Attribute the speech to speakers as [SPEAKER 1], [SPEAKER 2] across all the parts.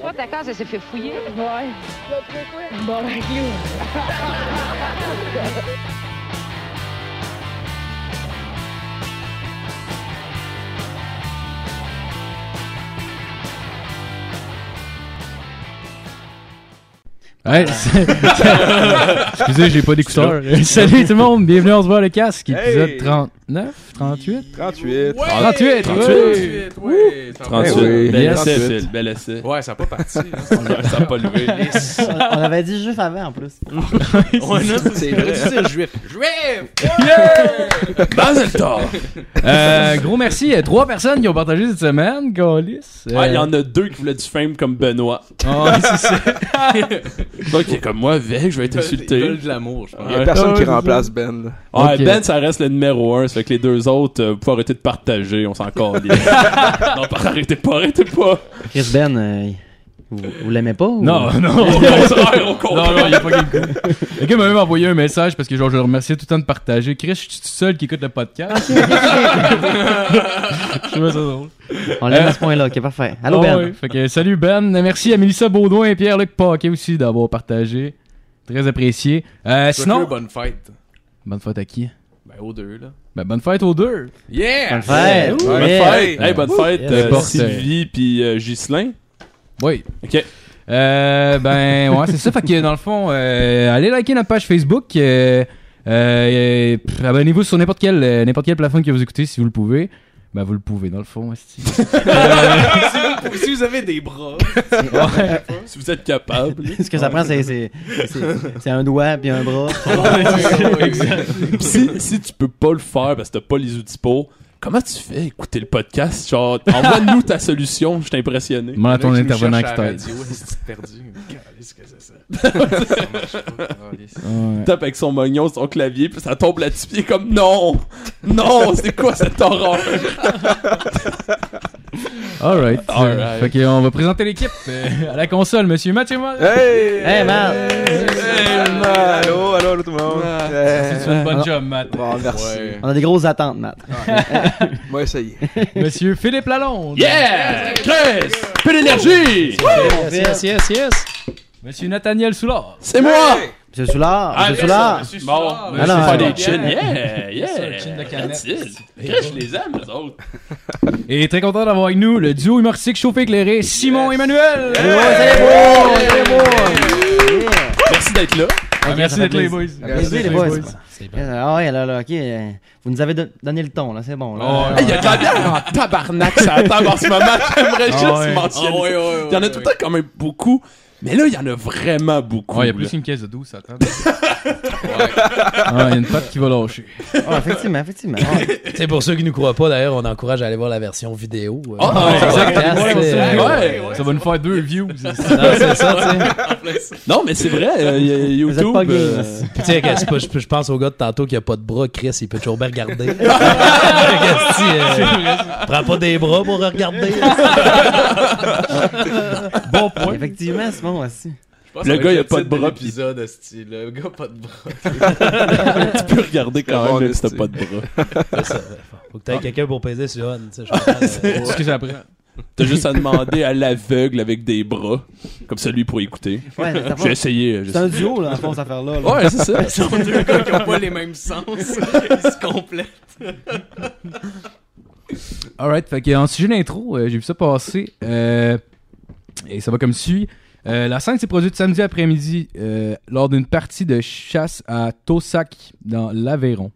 [SPEAKER 1] Toi, ta case, elle s'est fait fouiller. ben,
[SPEAKER 2] Ouais. Bon, avec nous.
[SPEAKER 3] Ouais, c'est- Excusez, j'ai pas d'écouteurs. Salut tout le monde, bienvenue, on se voit le casque, épisode
[SPEAKER 4] Hey.
[SPEAKER 3] 39, 38,
[SPEAKER 4] 38.
[SPEAKER 3] 38,
[SPEAKER 5] 38, oui. ça va.
[SPEAKER 4] 38.
[SPEAKER 5] Eh oui.
[SPEAKER 3] Bel
[SPEAKER 6] Bel
[SPEAKER 3] essai,
[SPEAKER 6] essai, Phil. Bel essai.
[SPEAKER 5] Ouais, ça n'a pas parti. hein.
[SPEAKER 6] Ça n'a pas levé.
[SPEAKER 7] On on avait dit juste avant en plus.
[SPEAKER 5] On a- C'est vrai. C'est juif. Juif!
[SPEAKER 6] Dans le temps.
[SPEAKER 3] Euh, gros merci à trois personnes qui ont partagé cette semaine, Gaulis. Euh,
[SPEAKER 6] Ah, il y en a deux qui voulaient du fame comme Benoît. Toi qui est comme moi, Vec, je vais
[SPEAKER 5] Ils veulent
[SPEAKER 6] t'insulter.
[SPEAKER 5] de l'amour, je pense.
[SPEAKER 4] Il y a personne qui remplace Ben.
[SPEAKER 6] Ah,
[SPEAKER 3] Ok.
[SPEAKER 6] Ben, ça reste le numéro un. Ça fait que les deux autres, euh, vous pouvez arrêter de partager, on s'en calme. non, par arrêtez pas, arrêtez pas.
[SPEAKER 7] Chris Ben, euh, vous, vous l'aimez pas ou-
[SPEAKER 3] Non, non.
[SPEAKER 6] Au contraire, au contraire.
[SPEAKER 3] Non, non, il a pas quelqu'un. Quelqu'un m'a même envoyé un message parce que genre, je le remerciais tout le temps de partager. Chris, je suis tout seul qui écoute le podcast. je trouvais ça drôle.
[SPEAKER 7] On l'aime
[SPEAKER 6] Euh.
[SPEAKER 7] à ce point-là, ok, parfait. Allô
[SPEAKER 3] Ah
[SPEAKER 7] Ben
[SPEAKER 3] ouais. Fait que, salut Ben. Merci à Mélissa Baudouin et Pierre-Luc Paquet aussi d'avoir partagé. Très apprécié. Euh,
[SPEAKER 5] Toi,
[SPEAKER 3] sinon.
[SPEAKER 5] Claire, bonne fête.
[SPEAKER 3] Bonne fête à qui
[SPEAKER 5] Ben, aux deux, là.
[SPEAKER 3] Ben, bonne fête aux deux.
[SPEAKER 5] Yeah!
[SPEAKER 7] Bonne fête!
[SPEAKER 5] Ouais.
[SPEAKER 7] Ouais.
[SPEAKER 6] Bonne fête. Hey, bonne fête,
[SPEAKER 7] Yes.
[SPEAKER 6] euh,
[SPEAKER 3] Porte.
[SPEAKER 6] Sylvie puis euh, Ghislain.
[SPEAKER 3] Oui.
[SPEAKER 6] Ok.
[SPEAKER 3] Euh, ben, ouais, c'est ça. Fait que dans le fond, euh, allez liker notre page Facebook. euh, euh, pff, Abonnez-vous sur n'importe quelle, euh, n'importe quelle plateforme que vous écoutez si vous le pouvez. Ben, vous le pouvez, dans le fond. esti.
[SPEAKER 5] Si vous- si vous avez des bras,
[SPEAKER 6] Si vous êtes capable.
[SPEAKER 7] Ce que ça prend, c'est- c'est c'est- c'est un doigt puis un bras.
[SPEAKER 6] Pis si, si tu peux pas le faire parce que t'as pas les outils pour, comment tu fais écouter le podcast? Genre, envoie-nous ta solution, je suis impressionné.
[SPEAKER 3] Demande à ton
[SPEAKER 5] Là, qui nous
[SPEAKER 3] intervenant qui
[SPEAKER 5] cherche à la
[SPEAKER 3] t'aide.
[SPEAKER 5] radio, C'est perdu. Calisse, que c'est ça. Ça marche pas, calisse.
[SPEAKER 3] Ouais.
[SPEAKER 6] tape avec son mognon sur son clavier, puis ça tombe là-dessus, puis il est comme non! Non! C'est quoi cette horreur?
[SPEAKER 3] Alright.
[SPEAKER 6] Alright.
[SPEAKER 3] Fait que on va présenter l'équipe euh, à la console, monsieur Mathieu Moll.
[SPEAKER 4] Euh, Hey!
[SPEAKER 7] Hey, man.
[SPEAKER 4] Hey, man! Allô, allô, allô, tout le monde!
[SPEAKER 3] Tu
[SPEAKER 4] Hey.
[SPEAKER 3] fais une bonne job, Matt.
[SPEAKER 4] Bon, merci.
[SPEAKER 5] Ouais.
[SPEAKER 7] On a des grosses attentes, Matt.
[SPEAKER 4] Moi, essayez.
[SPEAKER 3] Monsieur Philippe Lalonde.
[SPEAKER 6] Yeah! Chris! Peu d'énergie!
[SPEAKER 7] Yes, yes, yes.
[SPEAKER 3] Monsieur Nathaniel Soulard.
[SPEAKER 6] C'est moi!
[SPEAKER 7] Monsieur Soulard,
[SPEAKER 6] Ah,
[SPEAKER 7] Monsieur Soulard.
[SPEAKER 6] Bon, je vais
[SPEAKER 7] Alors,
[SPEAKER 6] faire
[SPEAKER 7] alors.
[SPEAKER 6] des chins. Yeah!
[SPEAKER 3] Ça, le chin de
[SPEAKER 6] Yeah!
[SPEAKER 3] canette.
[SPEAKER 6] That's it. Chris, je les aime, les autres.
[SPEAKER 3] Et très content d'avoir avec nous le duo humoristique chauffé éclairé, Simon Emmanuel.
[SPEAKER 7] C'est beau, c'est beau.
[SPEAKER 6] Merci d'être là.
[SPEAKER 3] Ah,
[SPEAKER 7] Ok, ça
[SPEAKER 3] merci
[SPEAKER 7] fait
[SPEAKER 3] d'être là, les boys.
[SPEAKER 7] plaisir. Plaisir, les boys. Ah ouais, là, là, ok. euh, Vous nous avez don- donné le ton, là, c'est bon. là.
[SPEAKER 6] Hey, il y a de la bière en tabarnak ça attend en ce moment. J'aimerais juste
[SPEAKER 3] Ah ouais.
[SPEAKER 6] mentionner.
[SPEAKER 5] Ah ouais, ouais, ouais,
[SPEAKER 6] il y en a
[SPEAKER 5] ouais,
[SPEAKER 6] tout le temps
[SPEAKER 5] ouais.
[SPEAKER 6] quand même beaucoup, mais là, il y en a vraiment beaucoup.
[SPEAKER 3] Ouais, il y a plus
[SPEAKER 6] là.
[SPEAKER 3] qu'une caisse de 12, attends. Ah, il y a une patte qui va lâcher.
[SPEAKER 7] Ah, effectivement, effectivement. Ouais.
[SPEAKER 8] C'est pour ceux qui nous croient pas, d'ailleurs, on encourage à aller voir la version vidéo. euh,
[SPEAKER 6] Ah,
[SPEAKER 8] du
[SPEAKER 6] ouais,
[SPEAKER 8] podcast,
[SPEAKER 6] exactement,
[SPEAKER 8] euh,
[SPEAKER 6] exactement. Ouais.
[SPEAKER 3] ça va nous faire deux views.
[SPEAKER 8] non, c'est ça, tu sais.
[SPEAKER 6] Non, mais c'est vrai, euh, y a-
[SPEAKER 7] Vous êtes
[SPEAKER 6] YouTube.
[SPEAKER 7] pas gay.
[SPEAKER 6] euh,
[SPEAKER 8] Puis, tu sais, que c'est pas- je, je pense au gars de tantôt qui a pas de bras, Chris, il peut toujours bien regarder. Qu'est-ce que tu, euh, Prends pas des bras pour regarder.
[SPEAKER 3] bon point.
[SPEAKER 7] Effectivement, c'est bon aussi.
[SPEAKER 5] Je pense que ça
[SPEAKER 6] Le gars,
[SPEAKER 5] va
[SPEAKER 6] il a
[SPEAKER 5] être
[SPEAKER 6] pas de
[SPEAKER 5] titre
[SPEAKER 6] bras,
[SPEAKER 5] l'épisode, esti, Le gars, pas de bras.
[SPEAKER 6] tu peux regarder quand
[SPEAKER 4] C'est
[SPEAKER 6] même
[SPEAKER 4] bon,
[SPEAKER 6] même si t'as
[SPEAKER 4] c'est-
[SPEAKER 6] pas de bras.
[SPEAKER 8] Faut que t'aies quelqu'un pour peser sur Hon, tu sais, je comprends, euh,
[SPEAKER 3] Qu'est-ce que ça prend?
[SPEAKER 6] T'as juste à demander à l'aveugle avec des bras, comme celui pour écouter.
[SPEAKER 7] Ouais, c'est-
[SPEAKER 6] J'ai essayé. j'ai
[SPEAKER 7] c'est un duo, là, en fond, cette affaire-là. là.
[SPEAKER 6] Ouais, c'est ça.
[SPEAKER 5] Ce sont deux gars qui ont pas les mêmes sens. Ils se complètent.
[SPEAKER 3] Alright, fait que en sujet d'intro, euh, j'ai vu ça passer. euh, et ça va comme suit. Euh, la scène s'est produite samedi après-midi euh, lors d'une partie de chasse à Tossac dans l'Aveyron.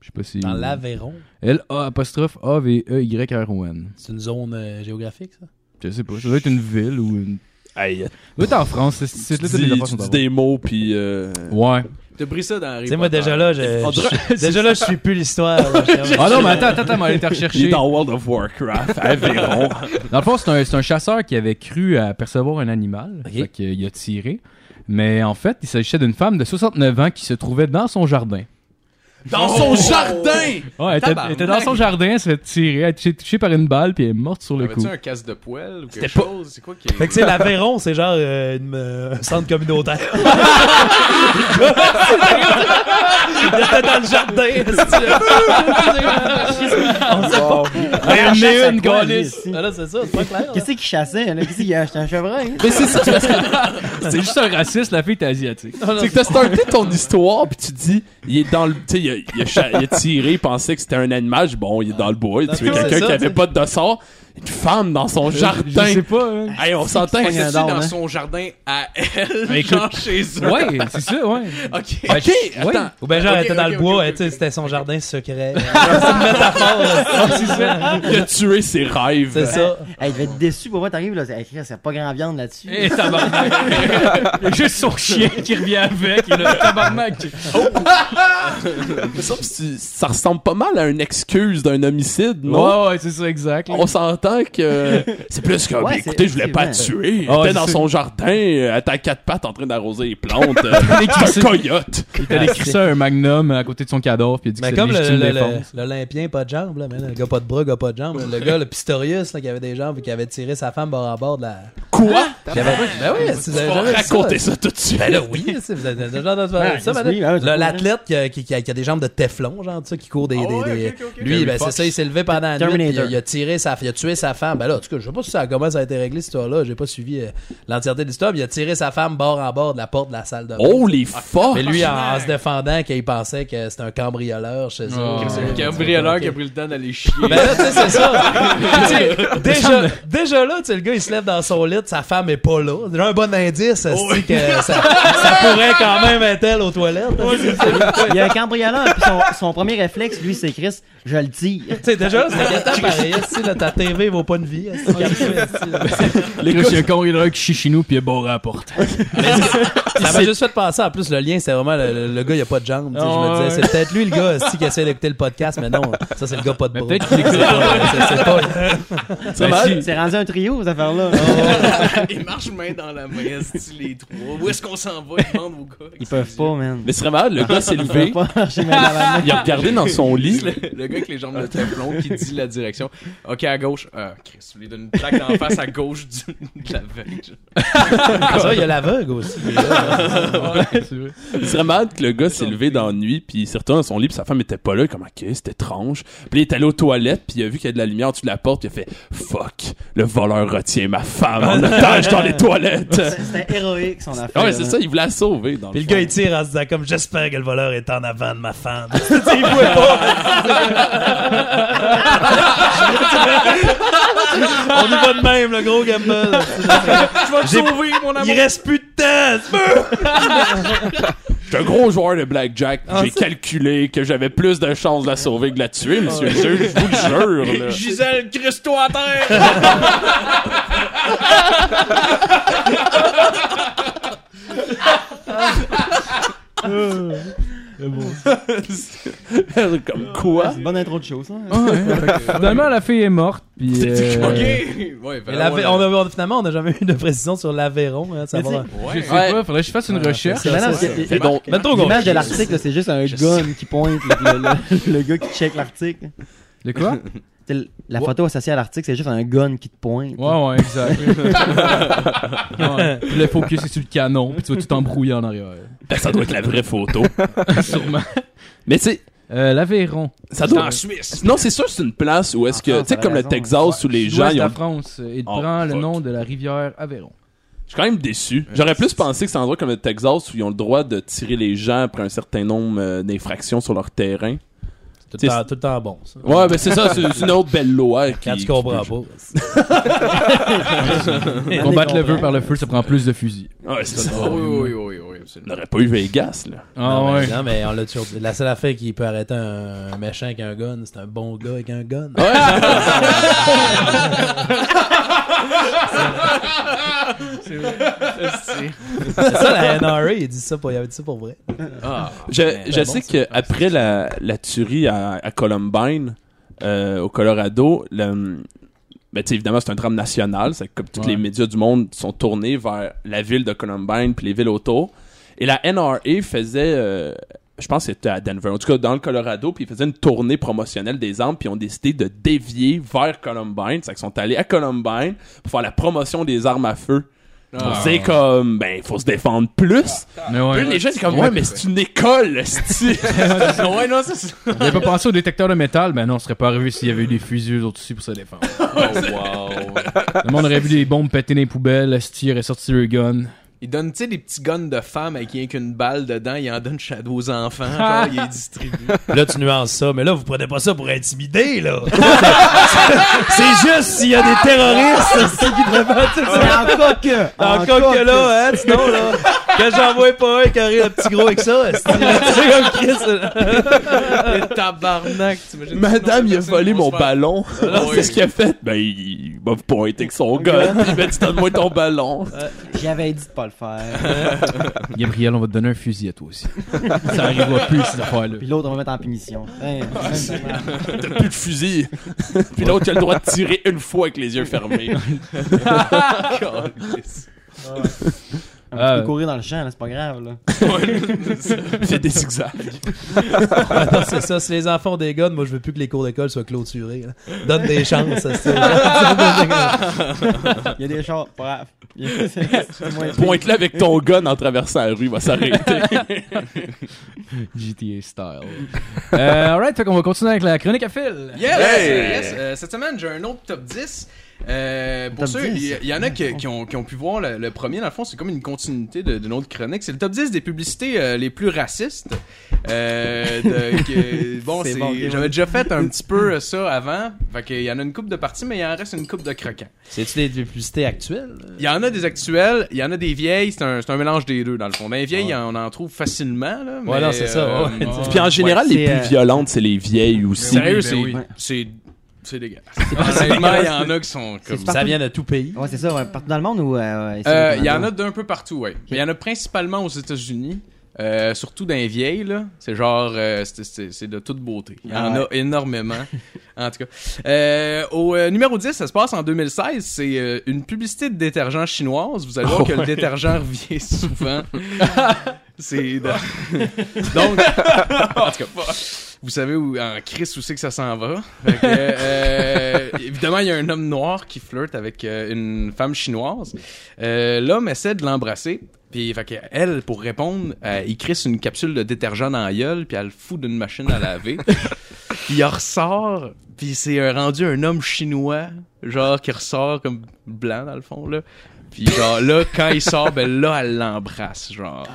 [SPEAKER 3] Je sais pas si.
[SPEAKER 8] Dans l'Aveyron,
[SPEAKER 3] L-A apostrophe E A-V-E-Y-R-O-N.
[SPEAKER 8] c'est une zone euh, géographique, ça?
[SPEAKER 3] Je sais pas. Ça doit être une ville ou une.
[SPEAKER 6] Hey,
[SPEAKER 3] Ça doit être en France. C'est- C'est
[SPEAKER 6] tu
[SPEAKER 3] là toutes les
[SPEAKER 6] dis,
[SPEAKER 3] affaires
[SPEAKER 6] tu
[SPEAKER 3] sont en
[SPEAKER 6] dis des mots, puis. euh,
[SPEAKER 3] France. Ouais.
[SPEAKER 5] T'as pris ça dans Harry
[SPEAKER 8] Tu sais, moi,
[SPEAKER 5] Potter.
[SPEAKER 8] déjà là, je,
[SPEAKER 6] On dirait-
[SPEAKER 8] je- déjà là, je suis plus l'histoire. là, je suis-
[SPEAKER 3] Ah non, mais attends, attends, attends, on va aller te
[SPEAKER 6] Il est
[SPEAKER 3] rechercher.
[SPEAKER 6] dans World of Warcraft, Aveyron.
[SPEAKER 3] Dans le fond, c'est un, c'est un chasseur qui avait cru apercevoir un animal.
[SPEAKER 8] Ok.
[SPEAKER 3] Fait qu'il a tiré. Mais en fait, il s'agissait d'une femme de 69 ans qui se trouvait dans son jardin.
[SPEAKER 5] Oh!
[SPEAKER 6] Dans son jardin!
[SPEAKER 3] Ouais, Ah, elle était, elle était dans son jardin, elle se fait tirer, elle est touchée par une balle, puis elle est morte sur le coup.
[SPEAKER 5] Avais-tu un casque de poêle ou quelque chose? C'est quoi qui
[SPEAKER 1] Fait que tu sais, l'Aveyron, c'est genre euh, une, euh, un centre communautaire. Il était dans le jardin.
[SPEAKER 3] Elle en
[SPEAKER 7] chasse
[SPEAKER 3] met
[SPEAKER 7] à
[SPEAKER 3] une,
[SPEAKER 7] quoi,
[SPEAKER 3] câlisse.
[SPEAKER 7] lui, ici?
[SPEAKER 1] Ah, là, c'est ça, c'est pas clair.
[SPEAKER 7] Qu'est-ce qu'il chassait? là? Qu'est-ce qu'il a acheté un chevreuil?
[SPEAKER 6] Mais c'est ça, c'est
[SPEAKER 3] C'est juste un raciste, la fille est asiatique.
[SPEAKER 1] Ah,
[SPEAKER 5] Oh!
[SPEAKER 6] c'est que t'as starté ton histoire, puis tu dis, il est dans le. Tu sais, il, a- il, a cha- il a tiré, il pensait que c'était un animal. Je dis, Bon, il est dans le bois, il a tué
[SPEAKER 1] Non, c'est
[SPEAKER 6] quelqu'un
[SPEAKER 1] ça,
[SPEAKER 6] qui avait
[SPEAKER 1] t'sais.
[SPEAKER 6] pas de sort. Une femme dans son jardin.
[SPEAKER 3] Je sais pas. hein.
[SPEAKER 6] Hey, on s'entend.
[SPEAKER 7] Pogne un
[SPEAKER 5] est
[SPEAKER 7] down,
[SPEAKER 5] dans
[SPEAKER 7] hein.
[SPEAKER 5] son jardin à
[SPEAKER 3] Ben,
[SPEAKER 5] elle,
[SPEAKER 3] écoute-
[SPEAKER 5] genre chez eux.
[SPEAKER 3] Ouais, c'est ça, ouais.
[SPEAKER 5] Ok.
[SPEAKER 3] Ben,
[SPEAKER 6] Ok,
[SPEAKER 3] je- ouais.
[SPEAKER 6] attends.
[SPEAKER 1] Ou ben genre,
[SPEAKER 5] Ok,
[SPEAKER 1] elle était dans
[SPEAKER 5] ok,
[SPEAKER 1] le
[SPEAKER 5] ok,
[SPEAKER 1] bois,
[SPEAKER 5] ok,
[SPEAKER 1] elle, tu sais,
[SPEAKER 5] ok.
[SPEAKER 1] c'était son jardin secret. c'est une métaphore, là. c'est ça.
[SPEAKER 6] Il a tué ses rêves.
[SPEAKER 1] C'est ça.
[SPEAKER 7] Hey, il devait être déçu pour moi, t'arrives là, c'est hey, Chris, y a pas grand viande là-dessus.
[SPEAKER 3] Eh, tabarnak. Il y a juste son chien qui revient avec, et le tabarnak.
[SPEAKER 6] Mais ça, c'est- ça ressemble pas mal à une excuse d'un homicide, non?
[SPEAKER 3] Ouais, ouais, c'est ça, exact. là.
[SPEAKER 6] On s'entend que c'est plus comme
[SPEAKER 7] Ouais,
[SPEAKER 6] mais
[SPEAKER 7] c'est-
[SPEAKER 6] écoutez, je voulais pas te
[SPEAKER 7] effectivement.
[SPEAKER 6] tuer.
[SPEAKER 3] Ah,
[SPEAKER 6] Elle
[SPEAKER 3] c'est
[SPEAKER 6] était dans
[SPEAKER 3] ça.
[SPEAKER 6] son jardin, euh, elle était à quatre pattes en train d'arroser les plantes. euh, C'est un coyote.
[SPEAKER 3] Il t'a écrit ça un magnum à côté de son cadavre, puis il a dit que
[SPEAKER 1] Mais
[SPEAKER 3] c'était
[SPEAKER 1] comme le-
[SPEAKER 3] légitime
[SPEAKER 1] le- le-
[SPEAKER 3] défense.
[SPEAKER 1] l'Olympien, pas de jambes, là, man, le gars pas de bras, gars pas de jambes. Le gars, le Pistorius, là, qui avait des jambes et qui avait tiré sa femme bord à bord de la.
[SPEAKER 6] Quoi?
[SPEAKER 1] J'avais- Ben oui, si vous avez
[SPEAKER 6] On
[SPEAKER 1] jamais vu ça.
[SPEAKER 6] racontait ça tout de suite.
[SPEAKER 1] Ben là, oui, tu sais, vous avez déjà entendu parler de ça,
[SPEAKER 7] Ben,
[SPEAKER 1] madame.
[SPEAKER 7] oui, ben oui,
[SPEAKER 1] Le-
[SPEAKER 7] c'est
[SPEAKER 1] L'athlète qui, a- qui- qui a qui a des jambes de Teflon, genre, tu sais, qui court des.
[SPEAKER 5] Ah
[SPEAKER 1] des-
[SPEAKER 5] ouais,
[SPEAKER 1] des-
[SPEAKER 5] ok, ok, ok.
[SPEAKER 1] Lui, ben c'est ça, il s'est levé pendant la nuit, puis il a-
[SPEAKER 7] Terminator.
[SPEAKER 1] il a tiré sa il a tué sa femme. Ben là, en tout cas, je sais pas si ça comment ça a été réglé, cette histoire-là. J'ai pas suivi euh, l'entièreté de l'histoire, mais il a tiré sa femme bord en bord de la porte de la salle de bain.
[SPEAKER 6] Oh les fuck!
[SPEAKER 1] Mais lui, hein. en, en se défendant, qu'il pensait que c'était un cambrioleur chez eux.
[SPEAKER 3] Oh.
[SPEAKER 1] Tu sais,
[SPEAKER 5] C'est Ah. le cambrioleur
[SPEAKER 1] ok.
[SPEAKER 5] qui a pris le temps d'aller chier.
[SPEAKER 1] Ben là, tu sais, c'est ça. Tu sais, déjà, déjà là, tu sais, le gars, il se lève dans son lit, sa femme est pas là. Déjà un bon indice, ça se dit que ça, ça pourrait quand même être elle aux toilettes.
[SPEAKER 7] Il y a un cambrioleur, puis son, son premier réflexe, lui, c'est Chris, je le tire.
[SPEAKER 1] Tu sais, déjà là, c'est inquiétant pareil. Si là, ta TV vaut pas une vie, est-ce que-
[SPEAKER 3] Les gars, c'est un con, il y en a un qui chie chez nous, puis il est barré à la porte.
[SPEAKER 1] ça m'a juste fait penser. En plus, le lien, c'est vraiment le, le- le gars, il a pas de jambes. tu sais, Je me disais, c'est peut-être lui le gars est-ce qui essaie d'écouter le podcast, mais non, ça, c'est le gars pas de
[SPEAKER 3] Mais
[SPEAKER 1] bras.
[SPEAKER 3] peut-être qu'il écoute.
[SPEAKER 1] C'est pas- c'est- c'est pas-
[SPEAKER 6] Ça va?
[SPEAKER 7] C'est rendu un trio, cette affaire-là.
[SPEAKER 5] Oh. Ils marchent main dans la main, est-ce que les trois. Où est-ce qu'on s'en va? Ils demandent aux gars.
[SPEAKER 7] Ils peuvent pas, man.
[SPEAKER 6] Mais c'est vraiment, le gars s'est
[SPEAKER 7] Ils peuvent
[SPEAKER 6] levé,
[SPEAKER 7] pas marcher main dans la main.
[SPEAKER 6] il a regardé dans son lit.
[SPEAKER 5] Le, le gars avec les jambes de teflon qui dit la direction. Ok, à gauche. Euh, Chris, vous lui donne une plaque d'en face à gauche du, de la veille.
[SPEAKER 1] Ah, Ça, il y a l'aveugle aussi.
[SPEAKER 6] C'est vraiment que le gars s'est levé dans la nuit, puis il s'est retourné dans son lit, puis sa femme était pas là, comme ok, c'était étrange. Puis il est allé aux toilettes, puis il a vu qu'il y a de la lumière en dessous de la porte, puis il a fait fuck, le voleur retient ma femme en otage dans les toilettes.
[SPEAKER 7] C'est- C'était héroïque, son affaire.
[SPEAKER 6] Ah Ouais, c'est ça, il voulait la sauver. Dans
[SPEAKER 1] Puis le
[SPEAKER 6] fond.
[SPEAKER 1] gars, il tire en se disant comme j'espère que le voleur est en avant de ma femme. Tu sais, il pouvait pas. On y va de même, le gros Gamble.
[SPEAKER 5] Je vais te
[SPEAKER 1] J'ai-
[SPEAKER 5] sauver, mon
[SPEAKER 1] Il
[SPEAKER 5] amour!
[SPEAKER 1] reste plus de temps.
[SPEAKER 6] J'étais un gros joueur de blackjack, puis j'ai calculé que j'avais plus de chances de la sauver que de la tuer, monsieur le juge, je vous le jure. là.
[SPEAKER 5] Gisèle, Christo à terre!
[SPEAKER 6] comme quoi?
[SPEAKER 7] C'est une bonne intro de show, ça. hein.
[SPEAKER 3] Ah, Finalement, la fille est morte, puis. euh,
[SPEAKER 5] Ok! Ouais,
[SPEAKER 1] Mais l'Ave- on a, on- finalement, on n'a jamais eu de précision sur l'Aveyron. Hein, ça
[SPEAKER 7] Mais
[SPEAKER 1] va.
[SPEAKER 7] tu
[SPEAKER 3] Je
[SPEAKER 5] Ouais.
[SPEAKER 3] sais
[SPEAKER 6] Ouais.
[SPEAKER 3] pas, faudrait que je fasse une
[SPEAKER 1] Ouais,
[SPEAKER 3] recherche.
[SPEAKER 1] c'est
[SPEAKER 7] Mais non,
[SPEAKER 1] ça,
[SPEAKER 7] parce que-
[SPEAKER 6] Et donc,
[SPEAKER 1] Mettons qu'on-
[SPEAKER 7] L'image de l'article, là, c'est juste un gun qui pointe, là, puis le, le- le gars qui check l'article.
[SPEAKER 3] De quoi?
[SPEAKER 7] Tu sais, La photo associée à l'article, c'est juste un gun qui te pointe.
[SPEAKER 3] Ouais, ouais, exact. ouais. Puis Le focus est sur le canon, puis tu vas tout embrouiller en arrière.
[SPEAKER 6] ben, ça doit être la vraie photo.
[SPEAKER 3] Sûrement.
[SPEAKER 6] Mais tu sais,
[SPEAKER 3] Euh, L'Aveyron.
[SPEAKER 6] ça
[SPEAKER 5] C'est
[SPEAKER 6] doit.
[SPEAKER 5] en Suisse!
[SPEAKER 6] Non, c'est sûr, que c'est une place où est-ce
[SPEAKER 7] Ah,
[SPEAKER 6] que, tu sais,
[SPEAKER 7] t'as
[SPEAKER 6] comme le
[SPEAKER 7] raison.
[SPEAKER 6] Texas où les
[SPEAKER 3] Sud-ouest
[SPEAKER 6] gens,
[SPEAKER 3] de
[SPEAKER 6] ils
[SPEAKER 3] la
[SPEAKER 6] ont
[SPEAKER 3] France. euh, Il
[SPEAKER 6] Oh,
[SPEAKER 3] prend le
[SPEAKER 6] fuck.
[SPEAKER 3] nom de la rivière Aveyron.
[SPEAKER 6] Je suis quand même déçu. J'aurais plus pensé que c'est un endroit comme le Texas où ils ont le droit de tirer les gens après un certain nombre euh, d'infractions sur leur terrain.
[SPEAKER 1] Tout, le temps- tout le temps bon. Ça.
[SPEAKER 6] Ouais, mais c'est ça, c'est c'est une autre belle loi. Qui,
[SPEAKER 1] Quand tu comprends
[SPEAKER 6] qui-
[SPEAKER 1] pas.
[SPEAKER 7] Maintenant,
[SPEAKER 3] Combattre
[SPEAKER 7] il
[SPEAKER 3] le
[SPEAKER 7] comprend.
[SPEAKER 3] vœu par le feu, ça prend plus de fusils.
[SPEAKER 6] Ouais, c'est ça.
[SPEAKER 5] oui, oui, oui, oui,
[SPEAKER 6] On
[SPEAKER 5] absolument.
[SPEAKER 6] n'aurait pas eu Vegas, là.
[SPEAKER 3] Ah
[SPEAKER 1] non,
[SPEAKER 3] ouais.
[SPEAKER 1] mais, non, mais on l'a toujours dit. La seule affaire qui peut arrêter un, un méchant avec un gun, c'est un bon gars avec un gun. C'est ça, la NRA, il dit ça pour, il avait dit ça pour vrai.
[SPEAKER 5] Ah,
[SPEAKER 6] Je, je sais
[SPEAKER 1] ben bon, ça.
[SPEAKER 6] que après la, la tuerie à, à Columbine, euh, au Colorado, le, ben, tu sais, évidemment, c'est un drame national. C'est que comme tous
[SPEAKER 3] Ouais.
[SPEAKER 6] les médias du monde sont tournés vers la ville de Columbine puis les villes autour. Et la NRA faisait euh, je pense que c'était à Denver, en tout cas dans le Colorado, puis ils faisaient une tournée promotionnelle des armes, puis ils ont décidé de dévier vers Columbine. C'est qu'ils sont allés à Columbine pour faire la promotion des armes à feu.
[SPEAKER 1] Ah.
[SPEAKER 6] C'est comme, ben, faut se défendre plus.
[SPEAKER 3] Mais ouais.
[SPEAKER 6] Puis là, les gens, c'est comme, ouais, mais c'est une école, style.
[SPEAKER 5] ouais, non, c'est ça.
[SPEAKER 3] On n'avait pas pensé au détecteur de métal, ben non, on serait pas arrivé s'il y avait eu des fusils eux autres aussi pour se défendre.
[SPEAKER 5] Oh, wow.
[SPEAKER 3] Le monde aurait vu des bombes péter dans les poubelles, le style aurait sorti le gun.
[SPEAKER 5] Il donne, tu sais, des petits guns de femmes avec rien qu'une balle dedans. Il en donne shadow aux enfants. genre, il les distribue.
[SPEAKER 8] Là, tu nuances ça, mais là, vous prenez pas ça pour intimider, là. c'est juste s'il y a des terroristes c'est qui devraient tu sais.
[SPEAKER 7] Encore que.
[SPEAKER 8] Encore que là, hein, sinon, là, que j'en vois pas un qui arrive un petit gros avec ça, c'est comme Chris. là.
[SPEAKER 5] Et tabarnak, t'imagines?
[SPEAKER 6] Madame, il a volé mon
[SPEAKER 5] ballon.
[SPEAKER 6] ballon.
[SPEAKER 5] Ah oui.
[SPEAKER 6] c'est ce qu'il a fait. Ben, il il m'a pointé avec son gun. puis Il m'a dit, donne-moi ton ballon.
[SPEAKER 7] J'avais dit de pas le faire.
[SPEAKER 3] Gabriel, on va te donner un fusil à toi aussi. Ça arrivera plus, ces affaires-là.
[SPEAKER 7] Puis l'autre, on va mettre en punition. Hey,
[SPEAKER 6] T'as plus de fusil. Puis l'autre, tu as le droit de tirer une fois avec les yeux fermés.
[SPEAKER 7] on
[SPEAKER 3] Ah,
[SPEAKER 7] peut
[SPEAKER 3] ouais.
[SPEAKER 7] courir dans le champ, là, c'est pas grave. Là.
[SPEAKER 6] J'ai des zigzags.
[SPEAKER 8] Attends, c'est ça, si les enfants ont des guns, moi, je veux plus que les cours d'école soient clôturés. là. Donne des chances, ça, c'est
[SPEAKER 7] Il y a des chars, pas grave. Il y a- c'est- c'est moins pire.
[SPEAKER 6] Pointe-le avec ton gun en traversant la rue, il va s'arrêter.
[SPEAKER 3] GTA style. Euh, alright, fait qu'on va continuer avec la chronique à fil.
[SPEAKER 5] Yes!
[SPEAKER 4] Hey!
[SPEAKER 5] yes. Euh, cette semaine, j'ai un autre top 10. Euh, pour
[SPEAKER 7] Top
[SPEAKER 5] ceux,
[SPEAKER 7] 10?
[SPEAKER 5] il y, il y en a qui, qui ont, qui ont pu voir le, le premier, dans le fond, c'est comme une continuité de, de notre chronique. C'est le top 10 des publicités euh, les plus racistes. Euh, de- que- bon,
[SPEAKER 7] C'est
[SPEAKER 5] c'est-
[SPEAKER 7] bon, ok,
[SPEAKER 5] j'avais
[SPEAKER 7] ouais.
[SPEAKER 5] déjà fait un petit peu euh, ça avant. Fait qu'il y en a une coupe de parties, mais il en reste une coupe de croquants.
[SPEAKER 8] C'est-tu des publicités actuelles?
[SPEAKER 5] Il y en a des actuelles, il y en a des vieilles, c'est un, c'est un mélange des deux, dans le fond. Dans les vieilles, on en trouve facilement. Là,
[SPEAKER 8] Ouais,
[SPEAKER 5] mais,
[SPEAKER 8] non, c'est ça,
[SPEAKER 5] euh,
[SPEAKER 8] ouais.
[SPEAKER 5] bon,
[SPEAKER 6] Puis en général, les
[SPEAKER 7] c'est,
[SPEAKER 6] plus
[SPEAKER 7] euh,
[SPEAKER 6] violentes, c'est les vieilles aussi.
[SPEAKER 5] Sérieux, c'est
[SPEAKER 3] oui.
[SPEAKER 5] c'est c'est dégueulasse. Honnêtement, il y en a qui sont comme
[SPEAKER 7] partout.
[SPEAKER 8] Ça vient de tout pays.
[SPEAKER 7] Ouais, c'est ça, ouais, partout dans le monde ou. euh, ouais, c'est
[SPEAKER 5] Euh,
[SPEAKER 7] au
[SPEAKER 5] Il y en
[SPEAKER 7] Canada?
[SPEAKER 5] a d'un peu partout, ouais. Mais il y en a principalement aux États-Unis. euh, surtout dans les vieilles, là. C'est genre, euh, c'est- c'est c'est de toute beauté. Il y en
[SPEAKER 7] Ah
[SPEAKER 5] a énormément. en tout cas. Euh, au euh, numéro 10, ça se passe en 2016. C'est euh, une publicité de détergent chinoise. Vous allez voir que le détergent revient souvent. c'est. dans- Donc, en tout cas, vous savez où, en Chris où c'est que ça s'en va. Fait que, euh, évidemment, il y a un homme noir qui flirte avec euh, une femme chinoise. Euh, L'homme essaie de l'embrasser. Puis, fait que elle, pour répondre, euh, il crisse une capsule de détergent dans la gueule, puis elle le fout d'une machine à laver. il en ressort, puis c'est euh, rendu un homme chinois, genre qui ressort comme blanc dans le fond, là. Puis genre là, quand il sort, ben là, elle l'embrasse, genre.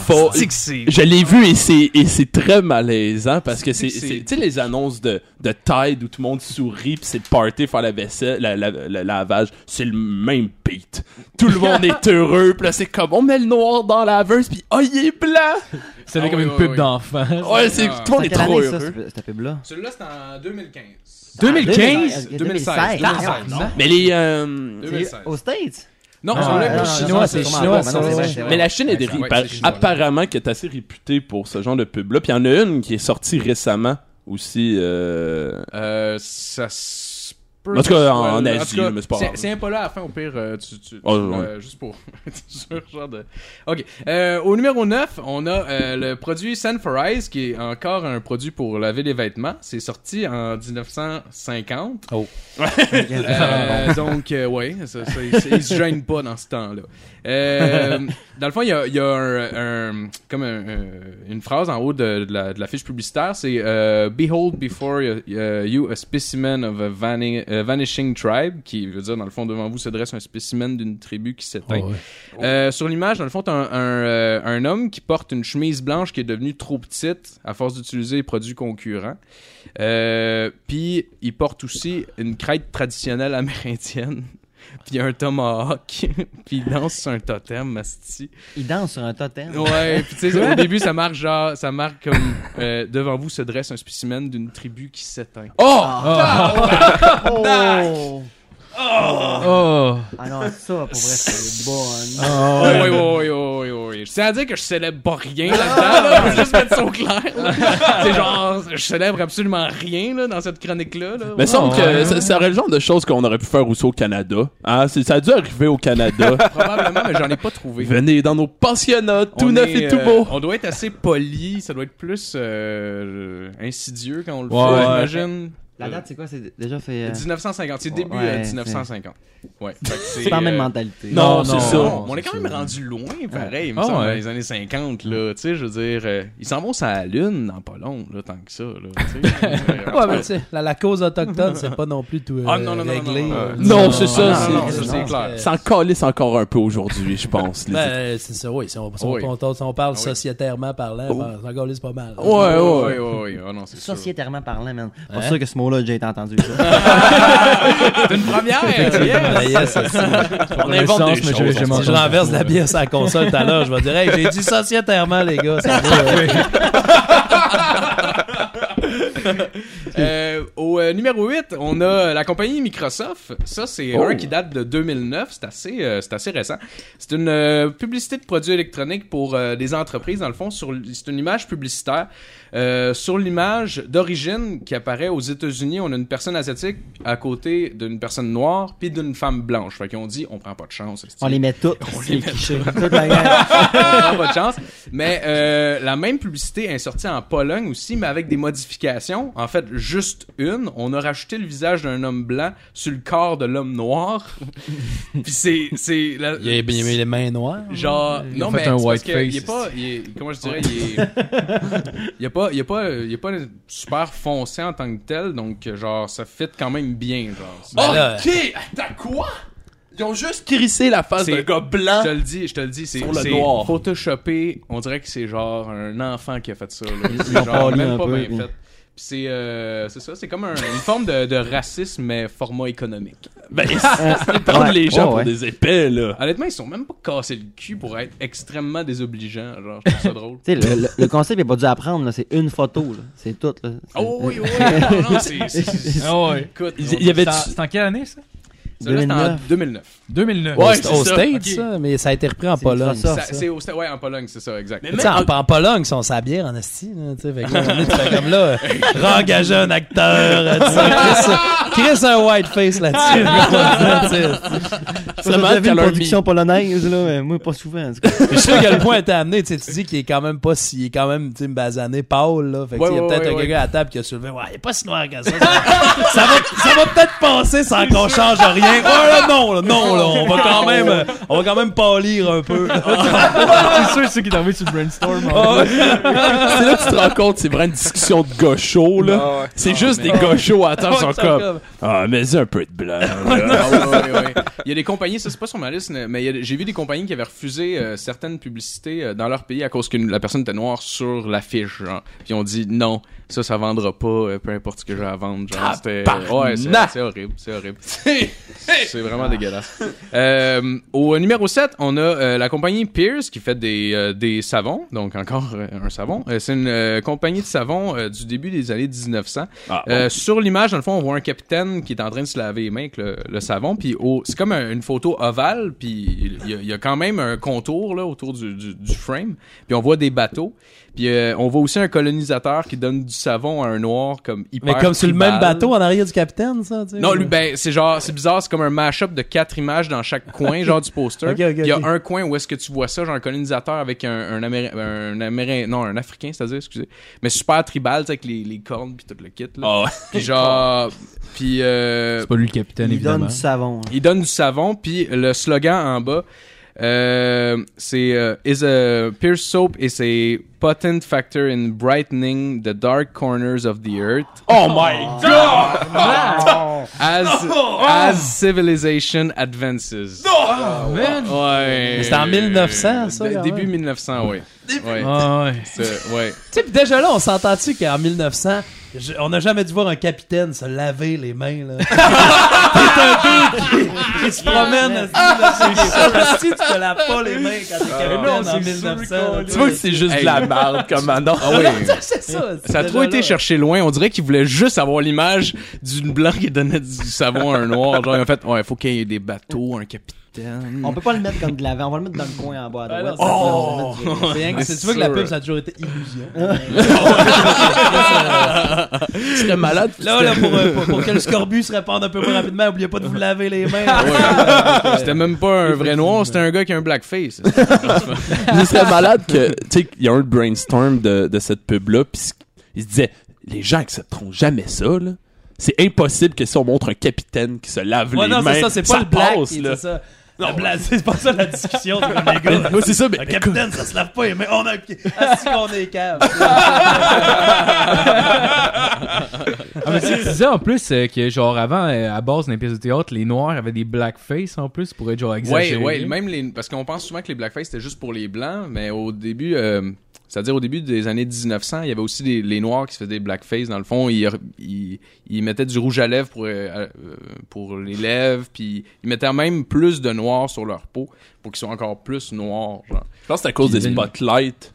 [SPEAKER 6] Faut-
[SPEAKER 5] C'est Ah. que c'est...
[SPEAKER 6] Je l'ai vu et c'est et c'est très malaisant parce que c'est
[SPEAKER 5] C'est-
[SPEAKER 6] c'est- tu sais les annonces de de Tide où tout le monde sourit puis c'est le party faire la vaisselle la, la- le lavage c'est le même beat tout le monde est heureux puis là c'est comme on met le noir dans la verse puis oh il est blanc
[SPEAKER 3] C'était
[SPEAKER 5] Ah
[SPEAKER 3] comme
[SPEAKER 5] oui,
[SPEAKER 3] une
[SPEAKER 5] oui,
[SPEAKER 3] pub
[SPEAKER 5] oui.
[SPEAKER 3] d'enfant.
[SPEAKER 6] ouais c'est
[SPEAKER 5] Ah.
[SPEAKER 6] tout le monde
[SPEAKER 7] C'est
[SPEAKER 6] est
[SPEAKER 7] à quelle
[SPEAKER 6] trop
[SPEAKER 7] année, ça,
[SPEAKER 6] heureux
[SPEAKER 7] cette- cette pub-là?
[SPEAKER 5] Celui-là, c'est en 2015.
[SPEAKER 3] 2015?
[SPEAKER 5] 2016.
[SPEAKER 7] 2016.
[SPEAKER 5] Ah,
[SPEAKER 7] Non,
[SPEAKER 6] mais les euh,
[SPEAKER 7] c'est Aux States?
[SPEAKER 5] Non,
[SPEAKER 7] Ah,
[SPEAKER 5] on l'a
[SPEAKER 7] non,
[SPEAKER 5] pas
[SPEAKER 7] non,
[SPEAKER 5] chinois.
[SPEAKER 8] chinois,
[SPEAKER 7] non,
[SPEAKER 8] c'est
[SPEAKER 7] sûrement
[SPEAKER 8] chinois,
[SPEAKER 7] pas. Non,
[SPEAKER 8] ça,
[SPEAKER 7] c'est vrai,
[SPEAKER 8] ouais.
[SPEAKER 7] c'est vrai.
[SPEAKER 6] Mais la Chine est,
[SPEAKER 5] Excellent.
[SPEAKER 6] ré-
[SPEAKER 5] Ouais,
[SPEAKER 6] par-
[SPEAKER 5] c'est chinois,
[SPEAKER 6] apparemment qui est assez réputée pour ce genre de pub là puis il y en a une qui est sortie récemment aussi euh,
[SPEAKER 5] Euh, ça se peut.
[SPEAKER 6] En tout cas, en-
[SPEAKER 5] Ouais,
[SPEAKER 6] en
[SPEAKER 5] tout
[SPEAKER 6] Asie,
[SPEAKER 5] cas,
[SPEAKER 6] mais c'est pas grave.
[SPEAKER 5] C'est un peu là à la fin, au pire. euh, tu, tu,
[SPEAKER 6] Oh,
[SPEAKER 5] tu-
[SPEAKER 6] ouais.
[SPEAKER 5] euh, juste pour être sûr, genre de. Ok. Euh, au numéro 9, on a euh, le produit Sun for Eyes, qui est encore un produit pour laver les vêtements. C'est sorti en 1950. Euh, donc, euh, ouais, ça, ça, ils- ils se gênent pas dans ce temps-là. Euh, dans le fond, il y a, il y a un, un- comme un- un- une phrase en haut de, de la, de la fiche publicitaire, c'est euh, Behold before you, uh, you a specimen of a vani- a vanishing tribe », qui veut dire, dans le fond, devant vous se dresse un spécimen d'une tribu qui s'éteint. Euh, sur l'image, dans le fond, t'as un, un, euh, un homme qui porte une chemise blanche qui est devenue trop petite à force d'utiliser les produits concurrents. Euh, Puis, il porte aussi une crête traditionnelle amérindienne. Puis un tomahawk, puis il danse sur un totem, masti.
[SPEAKER 7] Il danse sur un totem.
[SPEAKER 5] Ouais, puis tu sais, au début, ça marque genre, ça marque comme euh, devant vous se
[SPEAKER 7] Ah!
[SPEAKER 5] dresse un spécimen d'une tribu qui s'éteint.
[SPEAKER 6] oh
[SPEAKER 7] Oh!
[SPEAKER 3] Oh! Ah.
[SPEAKER 7] Ah non, ça, pour vrai, c'est bon.
[SPEAKER 5] Oh, oui, oui, oui, oui, oui, oui. Je tiens à dire que je célèbre pas rien là-dedans, là. Je veux juste mettre ça au clair. là. C'est genre, je célèbre absolument rien, là, dans cette chronique-là, là.
[SPEAKER 6] Mais
[SPEAKER 5] Ouais.
[SPEAKER 6] semble que ça, ça aurait le genre de choses qu'on aurait pu faire aussi au Canada. Hein, c'est- ça a dû arriver au Canada.
[SPEAKER 5] Probablement, mais j'en ai pas trouvé.
[SPEAKER 6] Venez dans nos pensionnats, tout
[SPEAKER 5] On
[SPEAKER 6] neuf
[SPEAKER 5] est,
[SPEAKER 6] et tout
[SPEAKER 5] euh,
[SPEAKER 6] beau.
[SPEAKER 5] on doit être assez poli, ça doit être plus euh, insidieux quand on le
[SPEAKER 3] Ouais.
[SPEAKER 5] fait, j'imagine.
[SPEAKER 7] La date, c'est quoi C'est déjà fait. euh,
[SPEAKER 5] 1950, c'est
[SPEAKER 7] Ouais,
[SPEAKER 5] début euh,
[SPEAKER 7] c'est-
[SPEAKER 5] 1950. Ouais. fait que
[SPEAKER 7] C'est pas la même
[SPEAKER 5] euh,
[SPEAKER 7] mentalité.
[SPEAKER 6] Non, c'est
[SPEAKER 5] non,
[SPEAKER 6] ça.
[SPEAKER 5] non, on est quand même rendu loin, pareil, il me
[SPEAKER 3] Ah,
[SPEAKER 5] semble,
[SPEAKER 3] ouais.
[SPEAKER 5] dans les années 50, là, tu sais, je veux dire, euh, ils s'en vont sur la Lune dans pas long, là, tant que ça, là, tu sais. Euh,
[SPEAKER 1] Ouais, mais tu sais, la, la cause autochtone, c'est pas non plus tout euh,
[SPEAKER 5] Ah, non, non, non,
[SPEAKER 1] réglé.
[SPEAKER 5] non, non,
[SPEAKER 1] euh,
[SPEAKER 5] non.
[SPEAKER 6] Non, c'est ça,
[SPEAKER 5] Ah, non, non,
[SPEAKER 6] c'est-
[SPEAKER 5] ça, c'est
[SPEAKER 7] non,
[SPEAKER 5] clair.
[SPEAKER 1] c'est-
[SPEAKER 6] Ça en calisse encore un peu aujourd'hui, je pense. les-
[SPEAKER 1] Ben, euh, c'est ça, oui. Si on, si on-
[SPEAKER 5] Oui.
[SPEAKER 1] on- on- si on parle
[SPEAKER 5] Ah oui. Oh.
[SPEAKER 1] sociétairement parlant, ben, ça gaulise pas mal.
[SPEAKER 6] Ouais, ouais, ouais.
[SPEAKER 5] ouais, ouais, ouais, ah non, c'est sûr.
[SPEAKER 7] Sociétairement parlant, man. Pas
[SPEAKER 1] Hein?
[SPEAKER 7] sûr que ce mot-là, j'ai été entendu. ça.
[SPEAKER 5] C'est une première! euh,
[SPEAKER 1] Ah,
[SPEAKER 5] yes.
[SPEAKER 1] yes, c'est ça.
[SPEAKER 6] on invente des
[SPEAKER 3] mais
[SPEAKER 6] choses,
[SPEAKER 3] j'avais
[SPEAKER 6] on
[SPEAKER 3] jamais
[SPEAKER 1] Si je
[SPEAKER 3] entendu
[SPEAKER 1] renverse
[SPEAKER 3] ça.
[SPEAKER 1] la bière sur la console tout à l'heure, je vais dire, hey, j'ai dit sociétairement, les gars. Ça va, euh,
[SPEAKER 5] Euh, au euh, numéro 8, on a la compagnie Microsoft. Ça, c'est
[SPEAKER 6] Oh.
[SPEAKER 5] un qui date de 2009. C'est assez, euh, c'est assez récent. C'est une euh, publicité de produits électroniques pour euh, des entreprises, dans le fond. sur l- C'est une image publicitaire. Euh, sur l'image d'origine qui apparaît aux États-Unis, on a une personne asiatique à côté d'une personne noire puis d'une femme blanche. Fait qu'ils ont dit, on prend pas de chance. esti.
[SPEAKER 7] On les met toutes.
[SPEAKER 5] On
[SPEAKER 7] c'est
[SPEAKER 5] les
[SPEAKER 7] le
[SPEAKER 5] met
[SPEAKER 7] cliché. Toute la gang.
[SPEAKER 5] Ah, pas de chance. Mais euh, la même publicité est sortie en Pologne aussi, mais avec des modifications. En fait, juste une. On a rajouté le visage d'un homme blanc sur le corps de l'homme noir. Puis c'est c'est la-
[SPEAKER 1] Il a il a mis les mains noires.
[SPEAKER 5] Genre,
[SPEAKER 3] Ils
[SPEAKER 5] non,
[SPEAKER 3] ont
[SPEAKER 5] mais
[SPEAKER 3] fait un
[SPEAKER 5] c'est parce
[SPEAKER 3] white
[SPEAKER 5] que
[SPEAKER 3] face.
[SPEAKER 5] il est pas, il est- comment je dirais, il est, il est pas, il est pas, il est pas super foncé en tant que tel, donc genre, ça fit quand même bien, genre.
[SPEAKER 3] Ah,
[SPEAKER 1] Ben là,
[SPEAKER 6] Ok, attends, quoi? Ils ont juste crissé la face
[SPEAKER 5] C'est-
[SPEAKER 6] d'un gars blanc.
[SPEAKER 5] Je te le dis, je te le dis, c'est
[SPEAKER 6] Sur le
[SPEAKER 5] c'est
[SPEAKER 6] noir.
[SPEAKER 5] photoshopé. On dirait que c'est genre un enfant qui a fait ça. là. C'est
[SPEAKER 7] l'ont
[SPEAKER 5] genre
[SPEAKER 7] pâli
[SPEAKER 5] même
[SPEAKER 7] un
[SPEAKER 5] pas
[SPEAKER 7] peu,
[SPEAKER 5] bien
[SPEAKER 7] puis-
[SPEAKER 5] fait. Puis c'est euh, c'est ça, c'est comme un- une forme de, de racisme, mais format économique.
[SPEAKER 6] Ben, c'est prendre
[SPEAKER 7] Ouais.
[SPEAKER 6] les gens
[SPEAKER 7] Ouais,
[SPEAKER 6] pour
[SPEAKER 7] ouais.
[SPEAKER 6] des épais, là.
[SPEAKER 5] Honnêtement, ils sont même pas cassés le cul pour être extrêmement désobligeants. Genre, je trouve ça drôle.
[SPEAKER 7] Tu sais, le, le- le concept, il n'est pas dû apprendre. là. C'est une photo. là. C'est tout. Là. C'est-
[SPEAKER 5] Oh oui, oui, non, non, c'est- c'est- c'est-
[SPEAKER 3] Ah ouais.
[SPEAKER 5] Écoute,
[SPEAKER 6] Il-
[SPEAKER 5] on-
[SPEAKER 6] il y avait-
[SPEAKER 3] C'est en- C'est en quelle année, ça?
[SPEAKER 5] ça, là, c'était en
[SPEAKER 7] 2009.
[SPEAKER 5] 2009.
[SPEAKER 3] 2009.
[SPEAKER 1] au-
[SPEAKER 6] Ouais, c'est
[SPEAKER 1] au
[SPEAKER 6] ça.
[SPEAKER 1] States,
[SPEAKER 6] Ok.
[SPEAKER 1] ça, mais ça a été repris en
[SPEAKER 7] C'est
[SPEAKER 1] Pologne.
[SPEAKER 7] Microsoft,
[SPEAKER 5] Ça-
[SPEAKER 1] ça.
[SPEAKER 5] C'est au- ouais, en Pologne, c'est ça, exact.
[SPEAKER 1] Tu sais, en, en Pologne, ils sont sa bière en esti, là, tu sais, fait que là, on est- fait comme là, euh, réengager un acteur, euh, tu sais, Chris, Chris un white face là-dessus. là, tu sais,
[SPEAKER 7] Ça
[SPEAKER 6] Ça
[SPEAKER 7] m'a
[SPEAKER 6] manque
[SPEAKER 7] vu
[SPEAKER 6] à
[SPEAKER 7] une
[SPEAKER 6] leur
[SPEAKER 7] production polonaise, là, mais moi, pas souvent. en tout cas.
[SPEAKER 1] Je sais que le point était amené, tu sais, tu dis qu'il est quand même pas si, il est quand même, tu sais, basané, Paul, là. Fait que,
[SPEAKER 5] Ouais,
[SPEAKER 1] tu sais, il y a
[SPEAKER 5] ouais,
[SPEAKER 1] peut-être
[SPEAKER 5] ouais,
[SPEAKER 1] un
[SPEAKER 5] ouais.
[SPEAKER 1] gars à la table qui a soulevé, ouais, il est pas si noir que ça. Ça va, ça va- ça va peut-être passer sans qu'on change rien. Ouais, là, non, là, non, là, on va quand même, euh, on va quand même pâlir un peu.
[SPEAKER 3] C'est sûr, c'est ça qui est arrivé sur le brainstorm.
[SPEAKER 6] Ah ouais. c'est là que tu te rends compte, c'est vraiment une discussion de gauchos, là.
[SPEAKER 4] Ah ouais.
[SPEAKER 6] C'est juste des gauchos à temps, ils sont
[SPEAKER 1] Ils sont
[SPEAKER 6] comme.
[SPEAKER 1] comme-
[SPEAKER 6] Ah, mais c'est un peu de blanc. là.
[SPEAKER 5] Ah ouais, ouais, ouais. Il y a des compagnies, ça c'est pas sur ma liste, mais il y a- j'ai vu des compagnies qui avaient refusé euh, certaines publicités euh, dans leur pays à cause que la personne était noire sur l'affiche, genre. Puis on dit non, ça ça vendra pas, euh, peu importe ce que j'ai à vendre, genre. C'était- Ouais, c'est
[SPEAKER 6] Tabarnak!
[SPEAKER 5] c'est horrible, c'est horrible. c'est vraiment dégueulasse. Euh, au numéro 7, on a euh, la compagnie Pierce qui fait des, euh, des savons, donc encore euh, un savon. Euh, c'est une euh, compagnie de savons euh, du début des années 1900.
[SPEAKER 6] Ah,
[SPEAKER 5] Euh, sur l'image, dans le fond, on voit un capitaine qui est en train de se laver les mains avec le, le savon. Puis au- c'est comme un- une photo ovale, puis il y, a- il y a quand même un contour là, autour du, du- du frame. Puis on voit des bateaux. Puis euh, on voit aussi un colonisateur qui donne du savon à un noir comme hyper
[SPEAKER 1] Mais comme sur le même
[SPEAKER 5] tribal.
[SPEAKER 1] bateau en arrière du capitaine, ça, tu sais.
[SPEAKER 5] Non, lui, ben, c'est genre, c'est bizarre, c'est comme un mash-up de quatre images dans chaque coin, genre du poster.
[SPEAKER 1] Ok, ok,
[SPEAKER 5] Puis il y a
[SPEAKER 1] ok.
[SPEAKER 5] un coin où est-ce que tu vois ça, genre un colonisateur avec un, un Améri- un Améri- non, un Africain, c'est-à-dire, excusez, mais super tribal, tu sais, avec les, les cornes puis tout le kit, là.
[SPEAKER 6] Ah ouais.
[SPEAKER 5] Puis genre, puis euh,
[SPEAKER 3] C'est pas lui le capitaine,
[SPEAKER 1] Oh
[SPEAKER 7] Il donne
[SPEAKER 3] évidemment.
[SPEAKER 7] du savon. hein. là.
[SPEAKER 5] il donne du savon, puis le slogan en bas, euh, c'est euh, is a pure soap is a potent factor in brightening the dark corners of the earth
[SPEAKER 6] Oh my god!
[SPEAKER 5] as
[SPEAKER 6] Oh!
[SPEAKER 5] as civilization advances. Ouais.
[SPEAKER 1] Mais c'était en 1900, ça,
[SPEAKER 5] Dé-
[SPEAKER 1] quand
[SPEAKER 5] Début
[SPEAKER 1] même.
[SPEAKER 5] 1900, oui. Ouais.
[SPEAKER 3] Ah ouais.
[SPEAKER 5] C'est- ouais.
[SPEAKER 1] Tu sais, pis déjà là, on s'entend-tu qu'en 1900, Je- on n'a jamais dû voir un capitaine se laver les mains, là. T'es un dude qui, qui se promène, esti, là, c'est sûr. Si tu te laves pas les mains quand t'es capitaine
[SPEAKER 6] non,
[SPEAKER 1] en 1900, là,
[SPEAKER 6] Tu vois que c'est juste
[SPEAKER 5] Hey.
[SPEAKER 6] de la merde comme maintenant.
[SPEAKER 5] Ah oui.
[SPEAKER 1] c'est ça. c'est
[SPEAKER 5] Ça a trop
[SPEAKER 1] déjà
[SPEAKER 5] été
[SPEAKER 1] là.
[SPEAKER 5] cherché loin. On dirait qu'ils voulaient juste avoir l'image d'une blanche qui donnait du savon à un noir. Genre, en fait, ouais, faut qu'il y ait des bateaux, un capitaine.
[SPEAKER 7] On peut pas le mettre comme de l'avant, on va le mettre dans le coin en bas à
[SPEAKER 1] Ah,
[SPEAKER 7] droite.
[SPEAKER 1] non,
[SPEAKER 5] Oh!
[SPEAKER 7] On va le mettre
[SPEAKER 1] C'est rien que- c'est- Tu vois que la pub, ça a toujours été illusion.
[SPEAKER 6] Tu serais malade.
[SPEAKER 1] Là, là, pour, euh, pour, pour que le scorbut se répande un peu moins rapidement, oubliez pas de vous laver les mains.
[SPEAKER 6] Ah
[SPEAKER 1] Euh,
[SPEAKER 5] Ouais. C'était même pas un vrai noir, c'était un gars qui a un blackface.
[SPEAKER 6] Ce serait malade que, tu sais, il y a un brainstorm de, de cette pub-là, puis c- il se disait, les gens accepteront jamais ça, là. C'est impossible que si on montre un capitaine qui se lave
[SPEAKER 1] Ouais,
[SPEAKER 6] les
[SPEAKER 1] non,
[SPEAKER 6] mains,
[SPEAKER 1] c'est ça, c'est pas le black.
[SPEAKER 6] passe,
[SPEAKER 1] c'est
[SPEAKER 6] là.
[SPEAKER 1] ça. Le black, c'est pas ça la discussion, c'est comme les gars.
[SPEAKER 6] Moi, c'est ça, mais
[SPEAKER 1] Le capitaine, ça se lave pas les mains. On a un pied. Ah, si qu'on est cave.
[SPEAKER 3] Ah, mais tu sais, tu disais en plus euh, que, genre, avant, euh, à base d'un pièce de théâtre, les noirs avaient des blackface en plus pour être, genre,
[SPEAKER 5] Ouais,
[SPEAKER 3] exagérés.
[SPEAKER 5] ouais, même les, parce qu'on pense souvent que les blackface c'était juste pour les blancs, mais au début, euh, c'est-à-dire au début des années 1900, il y avait aussi des, les noirs qui se faisaient des blackface dans le fond. Ils, ils, ils mettaient du rouge à lèvres pour, euh, euh, pour les lèvres, puis ils mettaient même plus de noir sur leur peau pour qu'ils soient encore plus noirs. Genre.
[SPEAKER 6] Je pense que c'est à cause des
[SPEAKER 3] Puis-
[SPEAKER 6] spotlights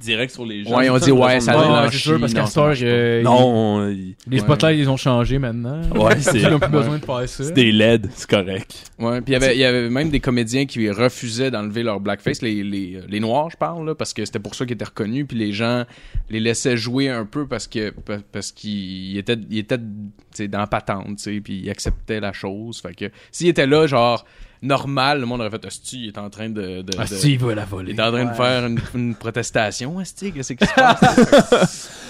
[SPEAKER 6] direct sur les gens.
[SPEAKER 5] Ouais, on dit, ouais, ça
[SPEAKER 3] Ouais, ouais,
[SPEAKER 5] blanchit,
[SPEAKER 3] c'est sûr, parce
[SPEAKER 5] non,
[SPEAKER 3] qu'à
[SPEAKER 5] ça
[SPEAKER 3] cette heure,
[SPEAKER 5] marche pas.
[SPEAKER 3] euh,
[SPEAKER 6] Non, il-
[SPEAKER 3] ils- les spotlights, ils ont changé maintenant.
[SPEAKER 6] ouais, c'est
[SPEAKER 3] Ils n'ont plus besoin de faire ça.
[SPEAKER 6] c'est des LED, c'est correct.
[SPEAKER 5] Ouais, puis il y avait- il y avait même des comédiens qui refusaient d'enlever leur blackface, les, les, les noirs, je parle, là, parce que c'était pour ça qu'ils étaient reconnus, puis les gens les laissaient jouer un peu parce que pa- parce qu'ils étaient, ils étaient tu sais, dans la patente, tu sais, puis ils acceptaient la chose. Fait que s'ils étaient là, genre, normal, le monde aurait fait Hostie, il est en train de. de-
[SPEAKER 3] Ah,
[SPEAKER 5] de-
[SPEAKER 3] si, il va la
[SPEAKER 5] Il
[SPEAKER 3] voler.
[SPEAKER 5] est en train de faire une, une protestation, Hostie, qu'est-ce qui se passe?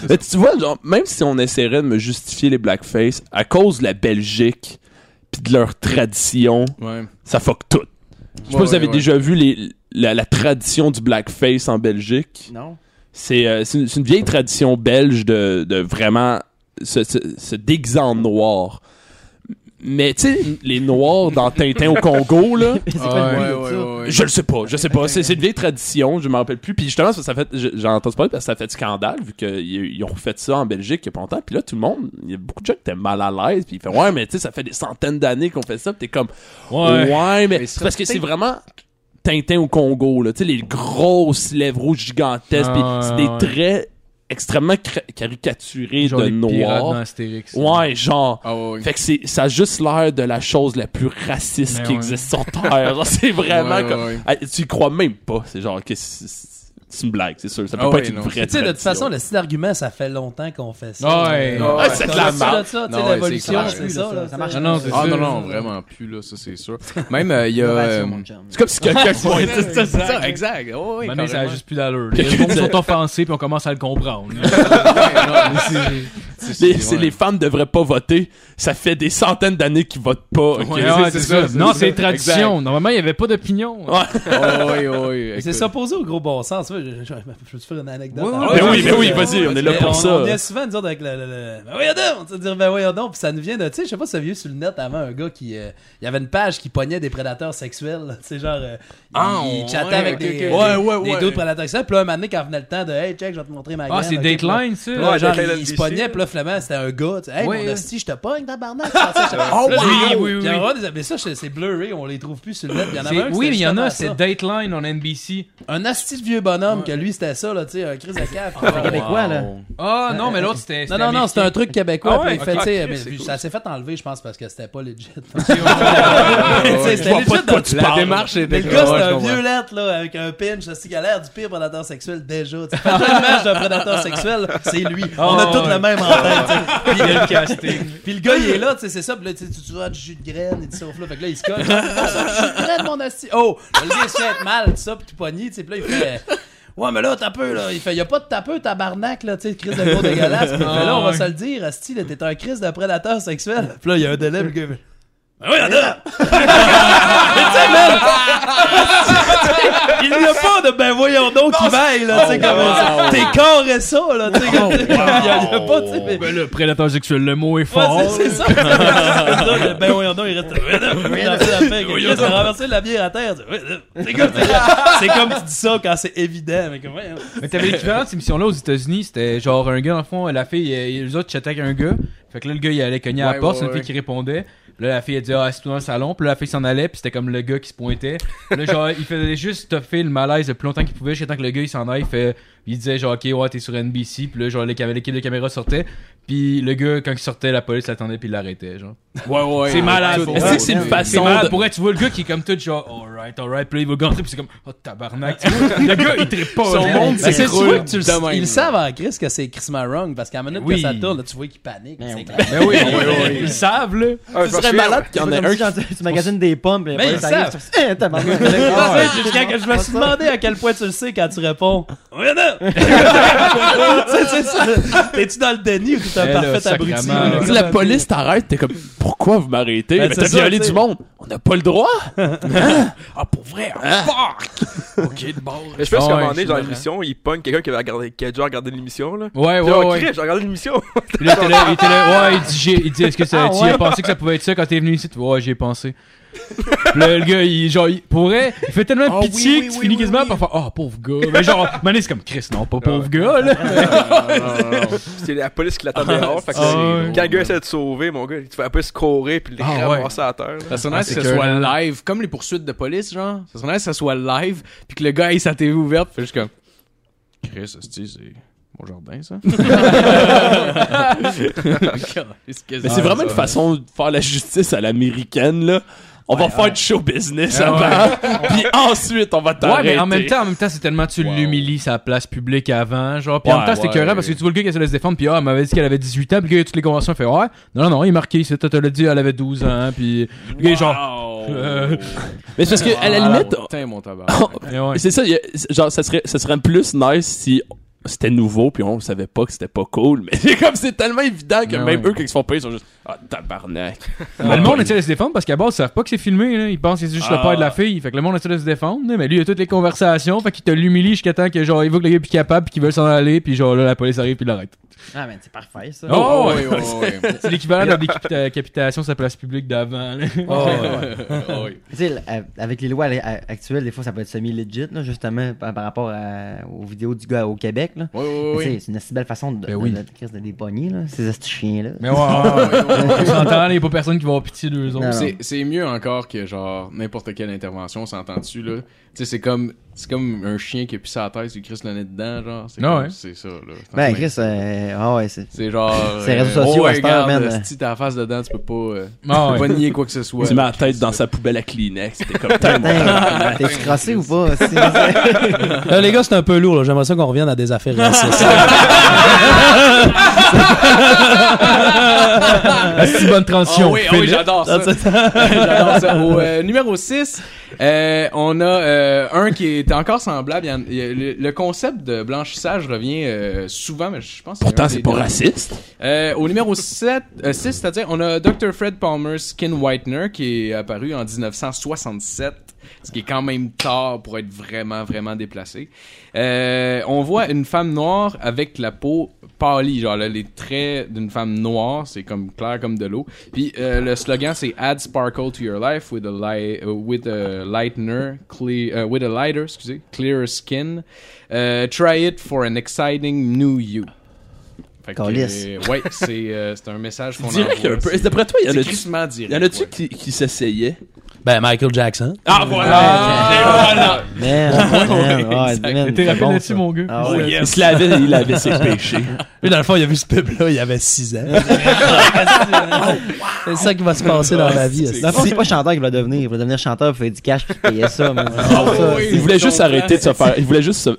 [SPEAKER 6] Mais tu vois, genre, même si on essaierait de me justifier les blackface à cause de la Belgique puis de leur tradition,
[SPEAKER 5] Ouais.
[SPEAKER 6] ça fuck tout. Je sais pas
[SPEAKER 5] Ouais,
[SPEAKER 6] si vous avez
[SPEAKER 5] ouais,
[SPEAKER 6] déjà vu les, la, la tradition du blackface en Belgique.
[SPEAKER 7] Non.
[SPEAKER 6] C'est euh, c'est une, c'est une vieille tradition belge de, de vraiment se, se, se déguiser en noir. Mais tu sais, les noirs dans Tintin au Congo, là.
[SPEAKER 7] C'est
[SPEAKER 5] Ouais,
[SPEAKER 7] quoi le
[SPEAKER 5] ouais,
[SPEAKER 7] but
[SPEAKER 5] ouais,
[SPEAKER 7] de ça?
[SPEAKER 5] ouais, ouais.
[SPEAKER 6] Je le sais pas, je sais pas. C'est c'est une vieille tradition, je m'en rappelle plus. Puis justement, ça, ça fait, je- j'ai entendu parler parce que ça fait scandale vu qu'ils ils ont refait ça en Belgique il y a pas longtemps. Puis là, tout le monde, il y a beaucoup de gens qui étaient mal à l'aise. Puis ils font ouais, mais tu sais, ça fait des centaines d'années qu'on fait ça. Puis t'es comme ouais, mais,
[SPEAKER 5] Mais
[SPEAKER 6] c'est
[SPEAKER 5] ça,
[SPEAKER 6] parce que
[SPEAKER 5] t'sais-
[SPEAKER 6] c'est vraiment Tintin au Congo là. Tu sais, les grosses lèvres rouges gigantesques. puis
[SPEAKER 3] Ah,
[SPEAKER 6] c'est des
[SPEAKER 3] ouais.
[SPEAKER 6] traits extrêmement cra- caricaturés
[SPEAKER 3] Genre
[SPEAKER 6] de
[SPEAKER 3] les pirates dans
[SPEAKER 6] noir.
[SPEAKER 3] Astérix.
[SPEAKER 6] Ouais, genre.
[SPEAKER 5] Ah ouais, ouais.
[SPEAKER 6] Fait que c'est, ça a juste l'air de la chose la plus raciste
[SPEAKER 3] Mais
[SPEAKER 6] qui
[SPEAKER 3] ouais.
[SPEAKER 6] existe sur Terre. Genre, c'est vraiment
[SPEAKER 5] Ouais, ouais,
[SPEAKER 6] comme.
[SPEAKER 5] ouais.
[SPEAKER 6] Ah, tu y crois même pas. C'est genre, que c'est, c'est- c'est une blague, c'est sûr. Ça peut
[SPEAKER 5] Ah
[SPEAKER 6] pas
[SPEAKER 5] ouais,
[SPEAKER 6] être une
[SPEAKER 5] non.
[SPEAKER 6] vraie
[SPEAKER 5] Tu
[SPEAKER 1] Tu sais, de toute façon,
[SPEAKER 6] tradition.
[SPEAKER 1] le style argument, ça fait longtemps qu'on fait ça.
[SPEAKER 3] Ouais.
[SPEAKER 5] Ouais.
[SPEAKER 6] Ah, c'est de la
[SPEAKER 1] C'est
[SPEAKER 6] merde.
[SPEAKER 1] de ça, tu
[SPEAKER 5] Non,
[SPEAKER 1] sais,
[SPEAKER 5] ouais,
[SPEAKER 1] l'évolution,
[SPEAKER 5] c'est
[SPEAKER 1] c'est
[SPEAKER 5] clair.
[SPEAKER 1] ça, là.
[SPEAKER 7] Ça marche.
[SPEAKER 3] Ah non, c'est
[SPEAKER 5] Ah
[SPEAKER 3] sûr.
[SPEAKER 5] non, non, vraiment plus, là, ça c'est sûr. Même, euh, il y a. euh,
[SPEAKER 7] Innovation, mon chum.
[SPEAKER 6] C'est comme si quelqu'un pointait.
[SPEAKER 5] c'est ça, c'est
[SPEAKER 7] Hein?
[SPEAKER 5] ça, exact. Oh, oui,
[SPEAKER 3] Maintenant, ça a
[SPEAKER 5] carrément.
[SPEAKER 3] juste plus d'allure. Les gens sont offensés, puis on commence à le comprendre.
[SPEAKER 6] Les, c'est- les femmes devraient pas voter. Ça fait des centaines d'années qu'ils votent pas. ok?
[SPEAKER 3] Ouais, ouais, c'est ça. Non, c'est
[SPEAKER 5] ça.
[SPEAKER 3] tradition. Normalement, il n'y avait pas d'opinion.
[SPEAKER 6] Ouais.
[SPEAKER 5] oui, oui.
[SPEAKER 1] C'est s'opposer au gros bon sens. tu vois, Je je- je- je peux te faire une anecdote.
[SPEAKER 5] Ouais,
[SPEAKER 1] Ah,
[SPEAKER 5] ouais,
[SPEAKER 6] Mais
[SPEAKER 5] ouais,
[SPEAKER 6] oui,
[SPEAKER 5] c'est
[SPEAKER 6] mais
[SPEAKER 5] ça.
[SPEAKER 6] oui, vas-y, on est là
[SPEAKER 1] Mais
[SPEAKER 6] pour
[SPEAKER 1] on,
[SPEAKER 6] ça.
[SPEAKER 1] on vient souvent dire avec le, le, le- Ben voyons donc! On se dit, ben voyons donc! Puis ça nous vient de. Tu sais, je sais pas si vous avez vu sur le net avant un gars qui. euh, il y avait une page qui pognait des prédateurs sexuels. là. Tu sais, genre. euh, il-
[SPEAKER 5] Ah,
[SPEAKER 1] il,
[SPEAKER 5] on-
[SPEAKER 1] chattait
[SPEAKER 5] ouais,
[SPEAKER 1] avec
[SPEAKER 5] ok,
[SPEAKER 1] des.
[SPEAKER 5] ok.
[SPEAKER 1] des-
[SPEAKER 5] Ouais, ouais,
[SPEAKER 1] des
[SPEAKER 5] ouais.
[SPEAKER 1] d'autres prédateurs sexuels. Puis là, un moment donné, quand venait le temps de. Hey, check, je vais te montrer ma
[SPEAKER 3] Ah,
[SPEAKER 1] graine,
[SPEAKER 3] c'est
[SPEAKER 1] ok,
[SPEAKER 3] Dateline,
[SPEAKER 1] puis
[SPEAKER 3] ça?
[SPEAKER 1] là, genre,
[SPEAKER 4] Dateline
[SPEAKER 1] il, il se
[SPEAKER 4] d'ici.
[SPEAKER 1] pognait, puis là, finalement, c'était un gars, tu sais, hey,
[SPEAKER 3] Ouais,
[SPEAKER 1] mon
[SPEAKER 3] ouais.
[SPEAKER 1] hostie, je te pogne, tabarnak! Tu pensais que j'avais- Là, j'ai-
[SPEAKER 3] oui, oui,
[SPEAKER 1] Puis
[SPEAKER 3] oui.
[SPEAKER 1] on voit des- Mais ça, c'est c'est blurry, on les trouve plus sur le net. Il y en avait
[SPEAKER 3] C'est-
[SPEAKER 1] un qui
[SPEAKER 3] Oui,
[SPEAKER 1] c'était
[SPEAKER 3] mais il y en a,
[SPEAKER 1] justement
[SPEAKER 3] c'est
[SPEAKER 1] ça.
[SPEAKER 3] Dateline en NBC.
[SPEAKER 1] Un asti de vieux bonhomme que lui, c'était ça, là, tu sais, un crise de cave.
[SPEAKER 7] C'est québécois, là.
[SPEAKER 3] Ah non, mais l'autre, c'était.
[SPEAKER 1] Non, non, non, c'était un truc québécois.
[SPEAKER 3] Ah ouais?
[SPEAKER 1] puis il fait,
[SPEAKER 3] Ok,
[SPEAKER 1] tu sais,
[SPEAKER 3] ok,
[SPEAKER 1] mais
[SPEAKER 3] c'est
[SPEAKER 1] puis
[SPEAKER 3] cool.
[SPEAKER 1] ça s'est fait enlever, je pense, parce que c'était pas legit.
[SPEAKER 5] ouais,
[SPEAKER 1] Tu sais,
[SPEAKER 5] ouais.
[SPEAKER 1] c'était legit. dans-
[SPEAKER 6] tu
[SPEAKER 5] La démarche était
[SPEAKER 1] Mais le gars,
[SPEAKER 5] Ouais,
[SPEAKER 1] c'est
[SPEAKER 5] je
[SPEAKER 1] un
[SPEAKER 5] comprends.
[SPEAKER 1] vieux lettre, là, avec un pinch, c'est qu'il a l'air du pire prédateur sexuel déjà. Tu sais, Fait que l'image d'un prédateur sexuel, c'est lui. On a
[SPEAKER 3] Oh,
[SPEAKER 1] tous
[SPEAKER 3] ouais.
[SPEAKER 1] le même en tête, tu sais.
[SPEAKER 3] Puis le casting.
[SPEAKER 1] Puis le gars, il est là, tu sais, c'est ça. Puis là, tu sais, tu- tu vois du jus de graine et tout ça. Fait que là, il se colle. Oh, ça, du jus de graine, mon asti. Oh, le gars, il se fait être mal, tout ça, puis tout pogné, tu sais. Puis là, il fait. Ouais, mais là, t'as peu, là. Il fait, y a pas de tapeux, tabarnak, là, tu sais, crise de gros dégueulasse. Puis il fait, là, on va
[SPEAKER 8] Ah,
[SPEAKER 1] se le dire, Asti, là, t'es un crise de prédateur sexuel. Puis là, il y a un délai, puis le gars, il fait. Ben oui, là, Mais tu sais, man! Il n'y a pas de ben
[SPEAKER 8] voyons donc, qui baille, là, tu sais, comme ça. T'es corps et ça, là, tu sais, comme il y en a pas, tu sais, mais-
[SPEAKER 3] le prédateur sexuel, le mot est
[SPEAKER 8] Ouais, c'est- c'est ça. C'est ça, ben voyons donc, il reste. Il a fait la paix, il a renversé de la bière à terre. Ben C'est comme, c'est comme tu dis ça quand c'est évident, mais comme, voyons.
[SPEAKER 3] Mais t'avais l'équivalent de cette émission-là aux États-Unis. C'était genre un gars, en fond, la fille, euh, les autres chattaient avec un gars. Fait que là, le gars, il allait cogner à la
[SPEAKER 5] Ouais,
[SPEAKER 3] porte,
[SPEAKER 5] ouais,
[SPEAKER 3] c'est une
[SPEAKER 5] ouais.
[SPEAKER 3] fille qui répondait. Puis là, la fille, elle disait, ah, c'est dans le salon. Puis là, la fille s'en allait, puis c'était comme le gars qui se pointait. Puis là, genre, il faisait juste toffer le malaise le plus longtemps qu'il pouvait, jusqu'à temps que le gars, il s'en aille. Fait, il disait, genre, ok, ouais, t'es sur NBC. Puis là, genre, les cam- l'équipe de caméra sortait. Puis le gars, quand il sortait, la police l'attendait, puis il l'arrêtait, genre. Ah,
[SPEAKER 5] Ouais, ouais.
[SPEAKER 3] C'est malade.
[SPEAKER 5] Tout-
[SPEAKER 6] Est-ce que c'est une
[SPEAKER 7] Ouais,
[SPEAKER 3] C'est
[SPEAKER 6] façon
[SPEAKER 3] malade.
[SPEAKER 6] de...
[SPEAKER 3] Pour vrai, tu vois le gars qui est comme tout, genre, alright, alright. Puis là, il va gantrer, puis c'est comme, oh, tabarnak. Tu vois, le gars, il trippe pas.
[SPEAKER 5] Son
[SPEAKER 3] genre.
[SPEAKER 5] monde
[SPEAKER 8] Parce que tu vois
[SPEAKER 5] s'écroule
[SPEAKER 8] que tu
[SPEAKER 5] de même,
[SPEAKER 8] le, ils le
[SPEAKER 5] là.
[SPEAKER 8] savent en Chris que c'est Chris Marong parce qu'à la minute
[SPEAKER 3] Oui.
[SPEAKER 8] que ça tourne, là, tu vois qu'il panique.
[SPEAKER 7] Ben
[SPEAKER 8] c'est
[SPEAKER 7] oui.
[SPEAKER 8] clair.
[SPEAKER 3] Ben oui, ils le savent, là.
[SPEAKER 4] Ah,
[SPEAKER 8] Ce
[SPEAKER 4] parce
[SPEAKER 8] serait
[SPEAKER 4] que-
[SPEAKER 8] malade
[SPEAKER 6] Il y en a
[SPEAKER 7] C'est comme
[SPEAKER 6] un
[SPEAKER 7] si
[SPEAKER 6] qui...
[SPEAKER 7] quand tu magasines des pommes, puis
[SPEAKER 8] Mais
[SPEAKER 7] après,
[SPEAKER 8] ils
[SPEAKER 7] t'arrives,
[SPEAKER 8] savent.
[SPEAKER 7] tu fais, Eh, tabarnak.
[SPEAKER 8] Ah, c'est jusqu'à que je me suis demandé à quel point tu le sais quand tu réponds. Oui, non! C'est- c'est ça. T'es-tu dans le déni ou t'es un
[SPEAKER 3] Eh là,
[SPEAKER 8] parfait abruti?
[SPEAKER 3] sacrément,
[SPEAKER 8] là?
[SPEAKER 3] là.
[SPEAKER 6] Si la police t'arrête, t'es comme pourquoi vous m'arrêtez
[SPEAKER 8] Ben,
[SPEAKER 6] Mais
[SPEAKER 8] c'est
[SPEAKER 6] t'as
[SPEAKER 8] ça,
[SPEAKER 6] violé
[SPEAKER 8] t'sais.
[SPEAKER 6] du monde. On n'a pas le droit. Hein? Ah pour vrai. hein?
[SPEAKER 5] Ok, de bord.
[SPEAKER 4] Mais je pense
[SPEAKER 3] Ah
[SPEAKER 4] qu'à un
[SPEAKER 3] ouais,
[SPEAKER 4] moment donné,
[SPEAKER 3] je
[SPEAKER 4] genre
[SPEAKER 3] comprends.
[SPEAKER 4] l'émission, il pogne quelqu'un qui, avait regardé- qui a déjà regardé l'émission, là.
[SPEAKER 3] Ouais,
[SPEAKER 4] Puis là,
[SPEAKER 3] ouais,
[SPEAKER 4] on
[SPEAKER 3] ouais.
[SPEAKER 4] crie, j'ai regardé l'émission.
[SPEAKER 3] Puis là, t'es là, il était là, ouais, il dit, j'ai- il dit, est-ce que ça,
[SPEAKER 7] Ah,
[SPEAKER 3] tu y
[SPEAKER 7] ouais.
[SPEAKER 3] as pensé que ça pouvait être ça quand t'es venu ici? Tu- Ouais, j'y ai pensé. Puis là, le gars, il, genre, il, pour vrai, il fait tellement
[SPEAKER 5] Ah, oui,
[SPEAKER 3] pitié
[SPEAKER 5] oui,
[SPEAKER 3] que tu
[SPEAKER 5] oui,
[SPEAKER 3] finis
[SPEAKER 5] oui,
[SPEAKER 3] quasiment
[SPEAKER 5] oui.
[SPEAKER 3] par faire, oh, pauvre gars. Mais genre, mané, c'est comme Chris, non, pas pauvre gars, là.
[SPEAKER 4] C'est la police qui l'attendait dehors. Fait que
[SPEAKER 3] Ah,
[SPEAKER 4] c'est-
[SPEAKER 3] ouais.
[SPEAKER 4] quand le gars essaie de sauver, mon gars, tu fais la police courir puis le
[SPEAKER 3] Ah,
[SPEAKER 4] ah,
[SPEAKER 3] ouais.
[SPEAKER 4] à terre. là.
[SPEAKER 5] Ça serait
[SPEAKER 3] Ah,
[SPEAKER 5] nice
[SPEAKER 3] c'est
[SPEAKER 5] que
[SPEAKER 3] que-
[SPEAKER 5] ce soit live, comme les poursuites de police, genre. Ça serait nice que ça soit live, puis que le gars ait sa TV ouverte, fait juste comme. Chris, hostie, c'est mon jardin, ça.
[SPEAKER 6] Mais c'est vraiment une façon de faire la justice à l'américaine là. On va faire du show business
[SPEAKER 3] Ah,
[SPEAKER 6] avant, puis ensuite on va
[SPEAKER 3] Ouais,
[SPEAKER 6] t'arrêter.
[SPEAKER 3] mais en même temps, en même temps, c'est tellement, tu
[SPEAKER 6] Wow.
[SPEAKER 3] l'humilies sa place publique avant, genre. Puis en même
[SPEAKER 6] Ouais,
[SPEAKER 3] temps, c'est
[SPEAKER 6] ouais.
[SPEAKER 3] écœurant parce que tu vois le gars qui essaie de se défendre, puis ah, elle m'avait dit qu'elle avait 18 ans, puis le gars, il a toutes les conventions, il fait, ouais, non, non, il est marqué, c'est toi, t'as le dit, elle avait 12 ans, puis le gars, il est genre,
[SPEAKER 6] Wow.
[SPEAKER 3] euh,
[SPEAKER 6] Mais c'est parce que à la limite,
[SPEAKER 5] Putain, mon tabac.
[SPEAKER 7] Oh.
[SPEAKER 3] et ouais.
[SPEAKER 6] c'est ça. il y a- c'est- Genre ça serait, ça serait plus nice si c'était nouveau puis on savait pas que c'était pas cool. Mais c'est comme c'est tellement évident que
[SPEAKER 3] Ah,
[SPEAKER 6] même
[SPEAKER 3] ouais.
[SPEAKER 6] eux quand ils se font payer ils sont juste ah tabarnak.
[SPEAKER 3] Mais le
[SPEAKER 5] Bah,
[SPEAKER 3] monde essaie de se défendre parce qu'à base, ils savent pas que c'est filmé. Là. Ils pensent que c'est juste le
[SPEAKER 6] Ah.
[SPEAKER 3] père de la fille. Fait que le monde essaie de se défendre. là. Mais lui, il a toutes les conversations. Fait qu'il te l'humilie jusqu'à temps que, genre, il voit que le gars est plus capable, puis qu'il veut s'en aller, puis genre, là, la police arrive, puis il l'arrête.
[SPEAKER 7] Ah, mais c'est parfait, ça.
[SPEAKER 3] Oh,
[SPEAKER 5] Oh,
[SPEAKER 3] ouais,
[SPEAKER 5] ouais, ouais, ouais.
[SPEAKER 3] C'est l'équivalent de la décapita- capitation sur la place publique d'avant. là.
[SPEAKER 5] Oh, ouais.
[SPEAKER 7] Tu sais, le- euh, avec les lois à- à- actuelles, des fois, ça peut être semi-legit, là, justement, par, par rapport à- aux vidéos du gars au Québec. Là.
[SPEAKER 5] Ouais, ouais,
[SPEAKER 7] Tu
[SPEAKER 5] ouais.
[SPEAKER 7] sais, C'est une assez belle façon de,
[SPEAKER 3] Ben
[SPEAKER 7] de,
[SPEAKER 3] oui.
[SPEAKER 7] de, de- de les pogner, là, ces astuces chiens-là.
[SPEAKER 3] Mais ouais, ouais, ouais, ouais. on s'entend, là, il y a pas personne qui va avoir pitié d'eux autres.
[SPEAKER 7] Non.
[SPEAKER 5] C'est- C'est mieux encore que genre n'importe quelle intervention, on s'entend dessus là. Tu sais, c'est comme c'est comme un chien qui a pissé à la tête, tu crisses le nez dedans, genre. C'est
[SPEAKER 3] Ah
[SPEAKER 5] comme-
[SPEAKER 3] ouais.
[SPEAKER 5] c'est ça là.
[SPEAKER 7] Ben, Chris, euh, ah ouais, c'est.
[SPEAKER 5] C'est genre.
[SPEAKER 7] C'est réseaux
[SPEAKER 5] euh,
[SPEAKER 7] sociaux
[SPEAKER 5] ouais,
[SPEAKER 7] à cette heure,
[SPEAKER 5] regarde,
[SPEAKER 7] man.
[SPEAKER 5] Si t'as la face dedans, tu peux pas, euh,
[SPEAKER 3] Ah,
[SPEAKER 5] tu
[SPEAKER 3] ouais.
[SPEAKER 5] peux pas nier quoi que ce soit.
[SPEAKER 6] Tu mets la tête dans sa poubelle à Kleenex. T'es comme Tain, mon
[SPEAKER 7] Putain,
[SPEAKER 3] Ben,
[SPEAKER 7] T'es-tu crossé ou pas? C'est-
[SPEAKER 8] Là, Euh, les gars, c'est un peu lourd. là. J'aimerais ça qu'on revienne à des affaires racistes.
[SPEAKER 3] Ah, c'est une bonne
[SPEAKER 5] Oh
[SPEAKER 3] transition.
[SPEAKER 5] oui, oh oui,
[SPEAKER 3] Philippe.
[SPEAKER 5] j'adore ça. j'adore ça. Au euh, numéro 6, on a euh, un qui est encore semblable. Il y en- il y a- le, le concept de blanchissage revient euh, souvent, mais je pense que
[SPEAKER 6] Pourtant,
[SPEAKER 5] un
[SPEAKER 6] c'est
[SPEAKER 5] des
[SPEAKER 6] pas
[SPEAKER 5] deux.
[SPEAKER 6] raciste.
[SPEAKER 5] Euh, au numéro 7, 6, c'est-à-dire, on a Dr. Fred Palmer Skin Whitener qui est apparu en 1967, ce qui est quand même tard pour être vraiment, vraiment déplacé. Euh, on voit une femme noire avec la peau pâlie, genre là, les traits d'une femme noire, c'est comme clair comme de l'eau. Puis euh, le slogan, c'est Add sparkle to your life with a, li- euh, with a lightener, clear, euh, with a lighter, excusez, clearer skin. Euh, try it for an exciting new you. Fait que,
[SPEAKER 7] Calisse.
[SPEAKER 5] euh, ouais, c'est euh, c'est un message qu'on
[SPEAKER 6] Tu dirais qu'il y a un peu.
[SPEAKER 5] envoie,
[SPEAKER 6] est-ce D'après toi, il y en
[SPEAKER 5] c'est
[SPEAKER 6] a-tu
[SPEAKER 5] crissement
[SPEAKER 6] il y
[SPEAKER 5] direct,
[SPEAKER 6] en a-tu
[SPEAKER 5] ouais.
[SPEAKER 6] qui, qui s'essayaient
[SPEAKER 8] ben, Michael Jackson.
[SPEAKER 6] Ah voilà
[SPEAKER 7] Man, man, ouais, man,
[SPEAKER 3] T'es
[SPEAKER 7] c'est
[SPEAKER 3] rapide
[SPEAKER 7] bon,
[SPEAKER 3] là-dessus,
[SPEAKER 7] ça.
[SPEAKER 3] mon gars.
[SPEAKER 7] Ah
[SPEAKER 5] Oh,
[SPEAKER 7] ouais.
[SPEAKER 6] Oh, Il se lavait, il avait ses péchés.
[SPEAKER 8] Lui, dans le fond, il a vu ce pub-là, il avait 6 ans. c'est ça qui va se passer dans la vie.
[SPEAKER 7] Dans le fond, c'est pas chanteur qu'il va devenir. Il va devenir chanteur, il fait du cash, puis il payait ça. man.
[SPEAKER 3] Ah,
[SPEAKER 7] C'est ça.
[SPEAKER 5] Ah oui.
[SPEAKER 6] Il voulait juste
[SPEAKER 5] Je comprends.
[SPEAKER 6] arrêter de se faire. Il voulait juste se. Pff,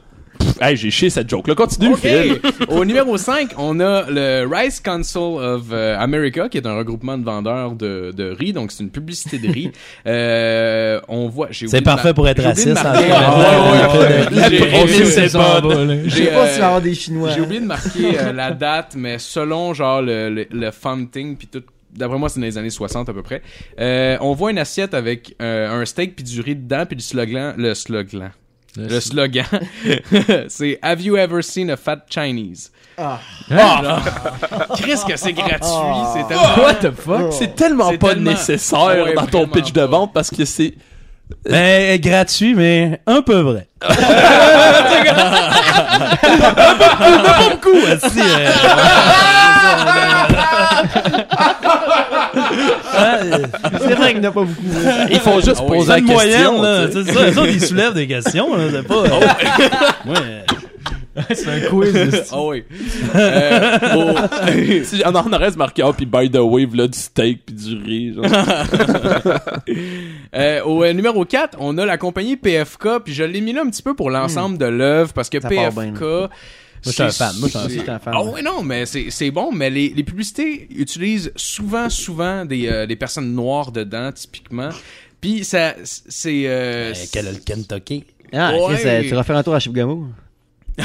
[SPEAKER 6] Hey, j'ai chié cette joke. Là, continue,
[SPEAKER 5] Ok.
[SPEAKER 6] Phil.
[SPEAKER 5] Au numéro 5, on a le Rice Council of euh, America, qui est un regroupement de vendeurs de, de riz. Donc, c'est une publicité de riz. Euh, on voit. j'ai oublié
[SPEAKER 8] C'est
[SPEAKER 5] de
[SPEAKER 8] parfait
[SPEAKER 5] mar-
[SPEAKER 8] pour être
[SPEAKER 5] j'ai oublié de
[SPEAKER 8] raciste.
[SPEAKER 5] marquer-
[SPEAKER 8] en fait.
[SPEAKER 5] Ah, ouais, ouais, ouais.
[SPEAKER 6] La
[SPEAKER 5] J'ai-
[SPEAKER 6] province, c'est
[SPEAKER 3] Ça en
[SPEAKER 6] bonne.
[SPEAKER 3] va, là.
[SPEAKER 7] Je sais
[SPEAKER 5] j'ai,
[SPEAKER 7] pas s'il va y
[SPEAKER 5] euh,
[SPEAKER 7] avoir des Chinois.
[SPEAKER 5] J'ai oublié de marquer euh, la date, mais selon genre le, le, le fonting puis tout. D'après moi, c'est dans les années 60 à peu près. Euh, on voit une assiette avec euh, un steak puis du riz dedans puis le slogan, le slogan, Le slogan, c'est Have you ever seen a fat Chinese?
[SPEAKER 7] Ah.
[SPEAKER 5] Chris, que c'est gratuit! C'est tellement.
[SPEAKER 3] What the fuck?
[SPEAKER 6] C'est tellement
[SPEAKER 5] C'est
[SPEAKER 6] pas
[SPEAKER 5] tellement-
[SPEAKER 6] nécessaire
[SPEAKER 5] Ah Ouais,
[SPEAKER 6] dans ton
[SPEAKER 5] vraiment
[SPEAKER 6] pitch de
[SPEAKER 5] pas.
[SPEAKER 6] vente parce que c'est.
[SPEAKER 1] Ben, gratuit, mais un peu vrai. un peu, pas beaucoup, aussi. euh. Ah, euh,
[SPEAKER 7] C'est vrai qu'il n'y en a pas beaucoup.
[SPEAKER 6] Ils font juste
[SPEAKER 5] Ah
[SPEAKER 1] c'est
[SPEAKER 6] poser la
[SPEAKER 1] une moyenne, là.
[SPEAKER 6] question.
[SPEAKER 1] C'est ça, les autres, ils soulèvent des questions, là. C'est pas. Ouais, euh,
[SPEAKER 5] Oh oui. Euh,
[SPEAKER 6] tu sais. Si on en aurait ce marqueur, oh, puis by the way, là, du steak, puis du riz. genre.
[SPEAKER 5] Euh, au euh, numéro 4, on a la compagnie PFK, puis je l'ai mis là un petit peu pour l'ensemble de l'œuvre, parce que
[SPEAKER 7] Ça part bien,
[SPEAKER 5] PFK...
[SPEAKER 1] je suis un fan, moi, je
[SPEAKER 7] fan. Je
[SPEAKER 1] suis un
[SPEAKER 7] suis un fan,
[SPEAKER 5] Ah
[SPEAKER 7] ouais.
[SPEAKER 5] oui, non, mais c'est c'est bon, mais les, les publicités utilisent souvent, souvent des, euh, des personnes noires dedans, typiquement. Puis ça, c'est... euh,
[SPEAKER 1] euh, Quel est le Kentucky?
[SPEAKER 7] Ah,
[SPEAKER 5] Ouais.
[SPEAKER 7] Chris, euh, tu vas faire un tour à Chibgamau? Ah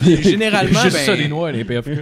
[SPEAKER 5] Puis généralement,
[SPEAKER 3] Juste
[SPEAKER 5] ben,
[SPEAKER 3] ça, les noix, les PFK.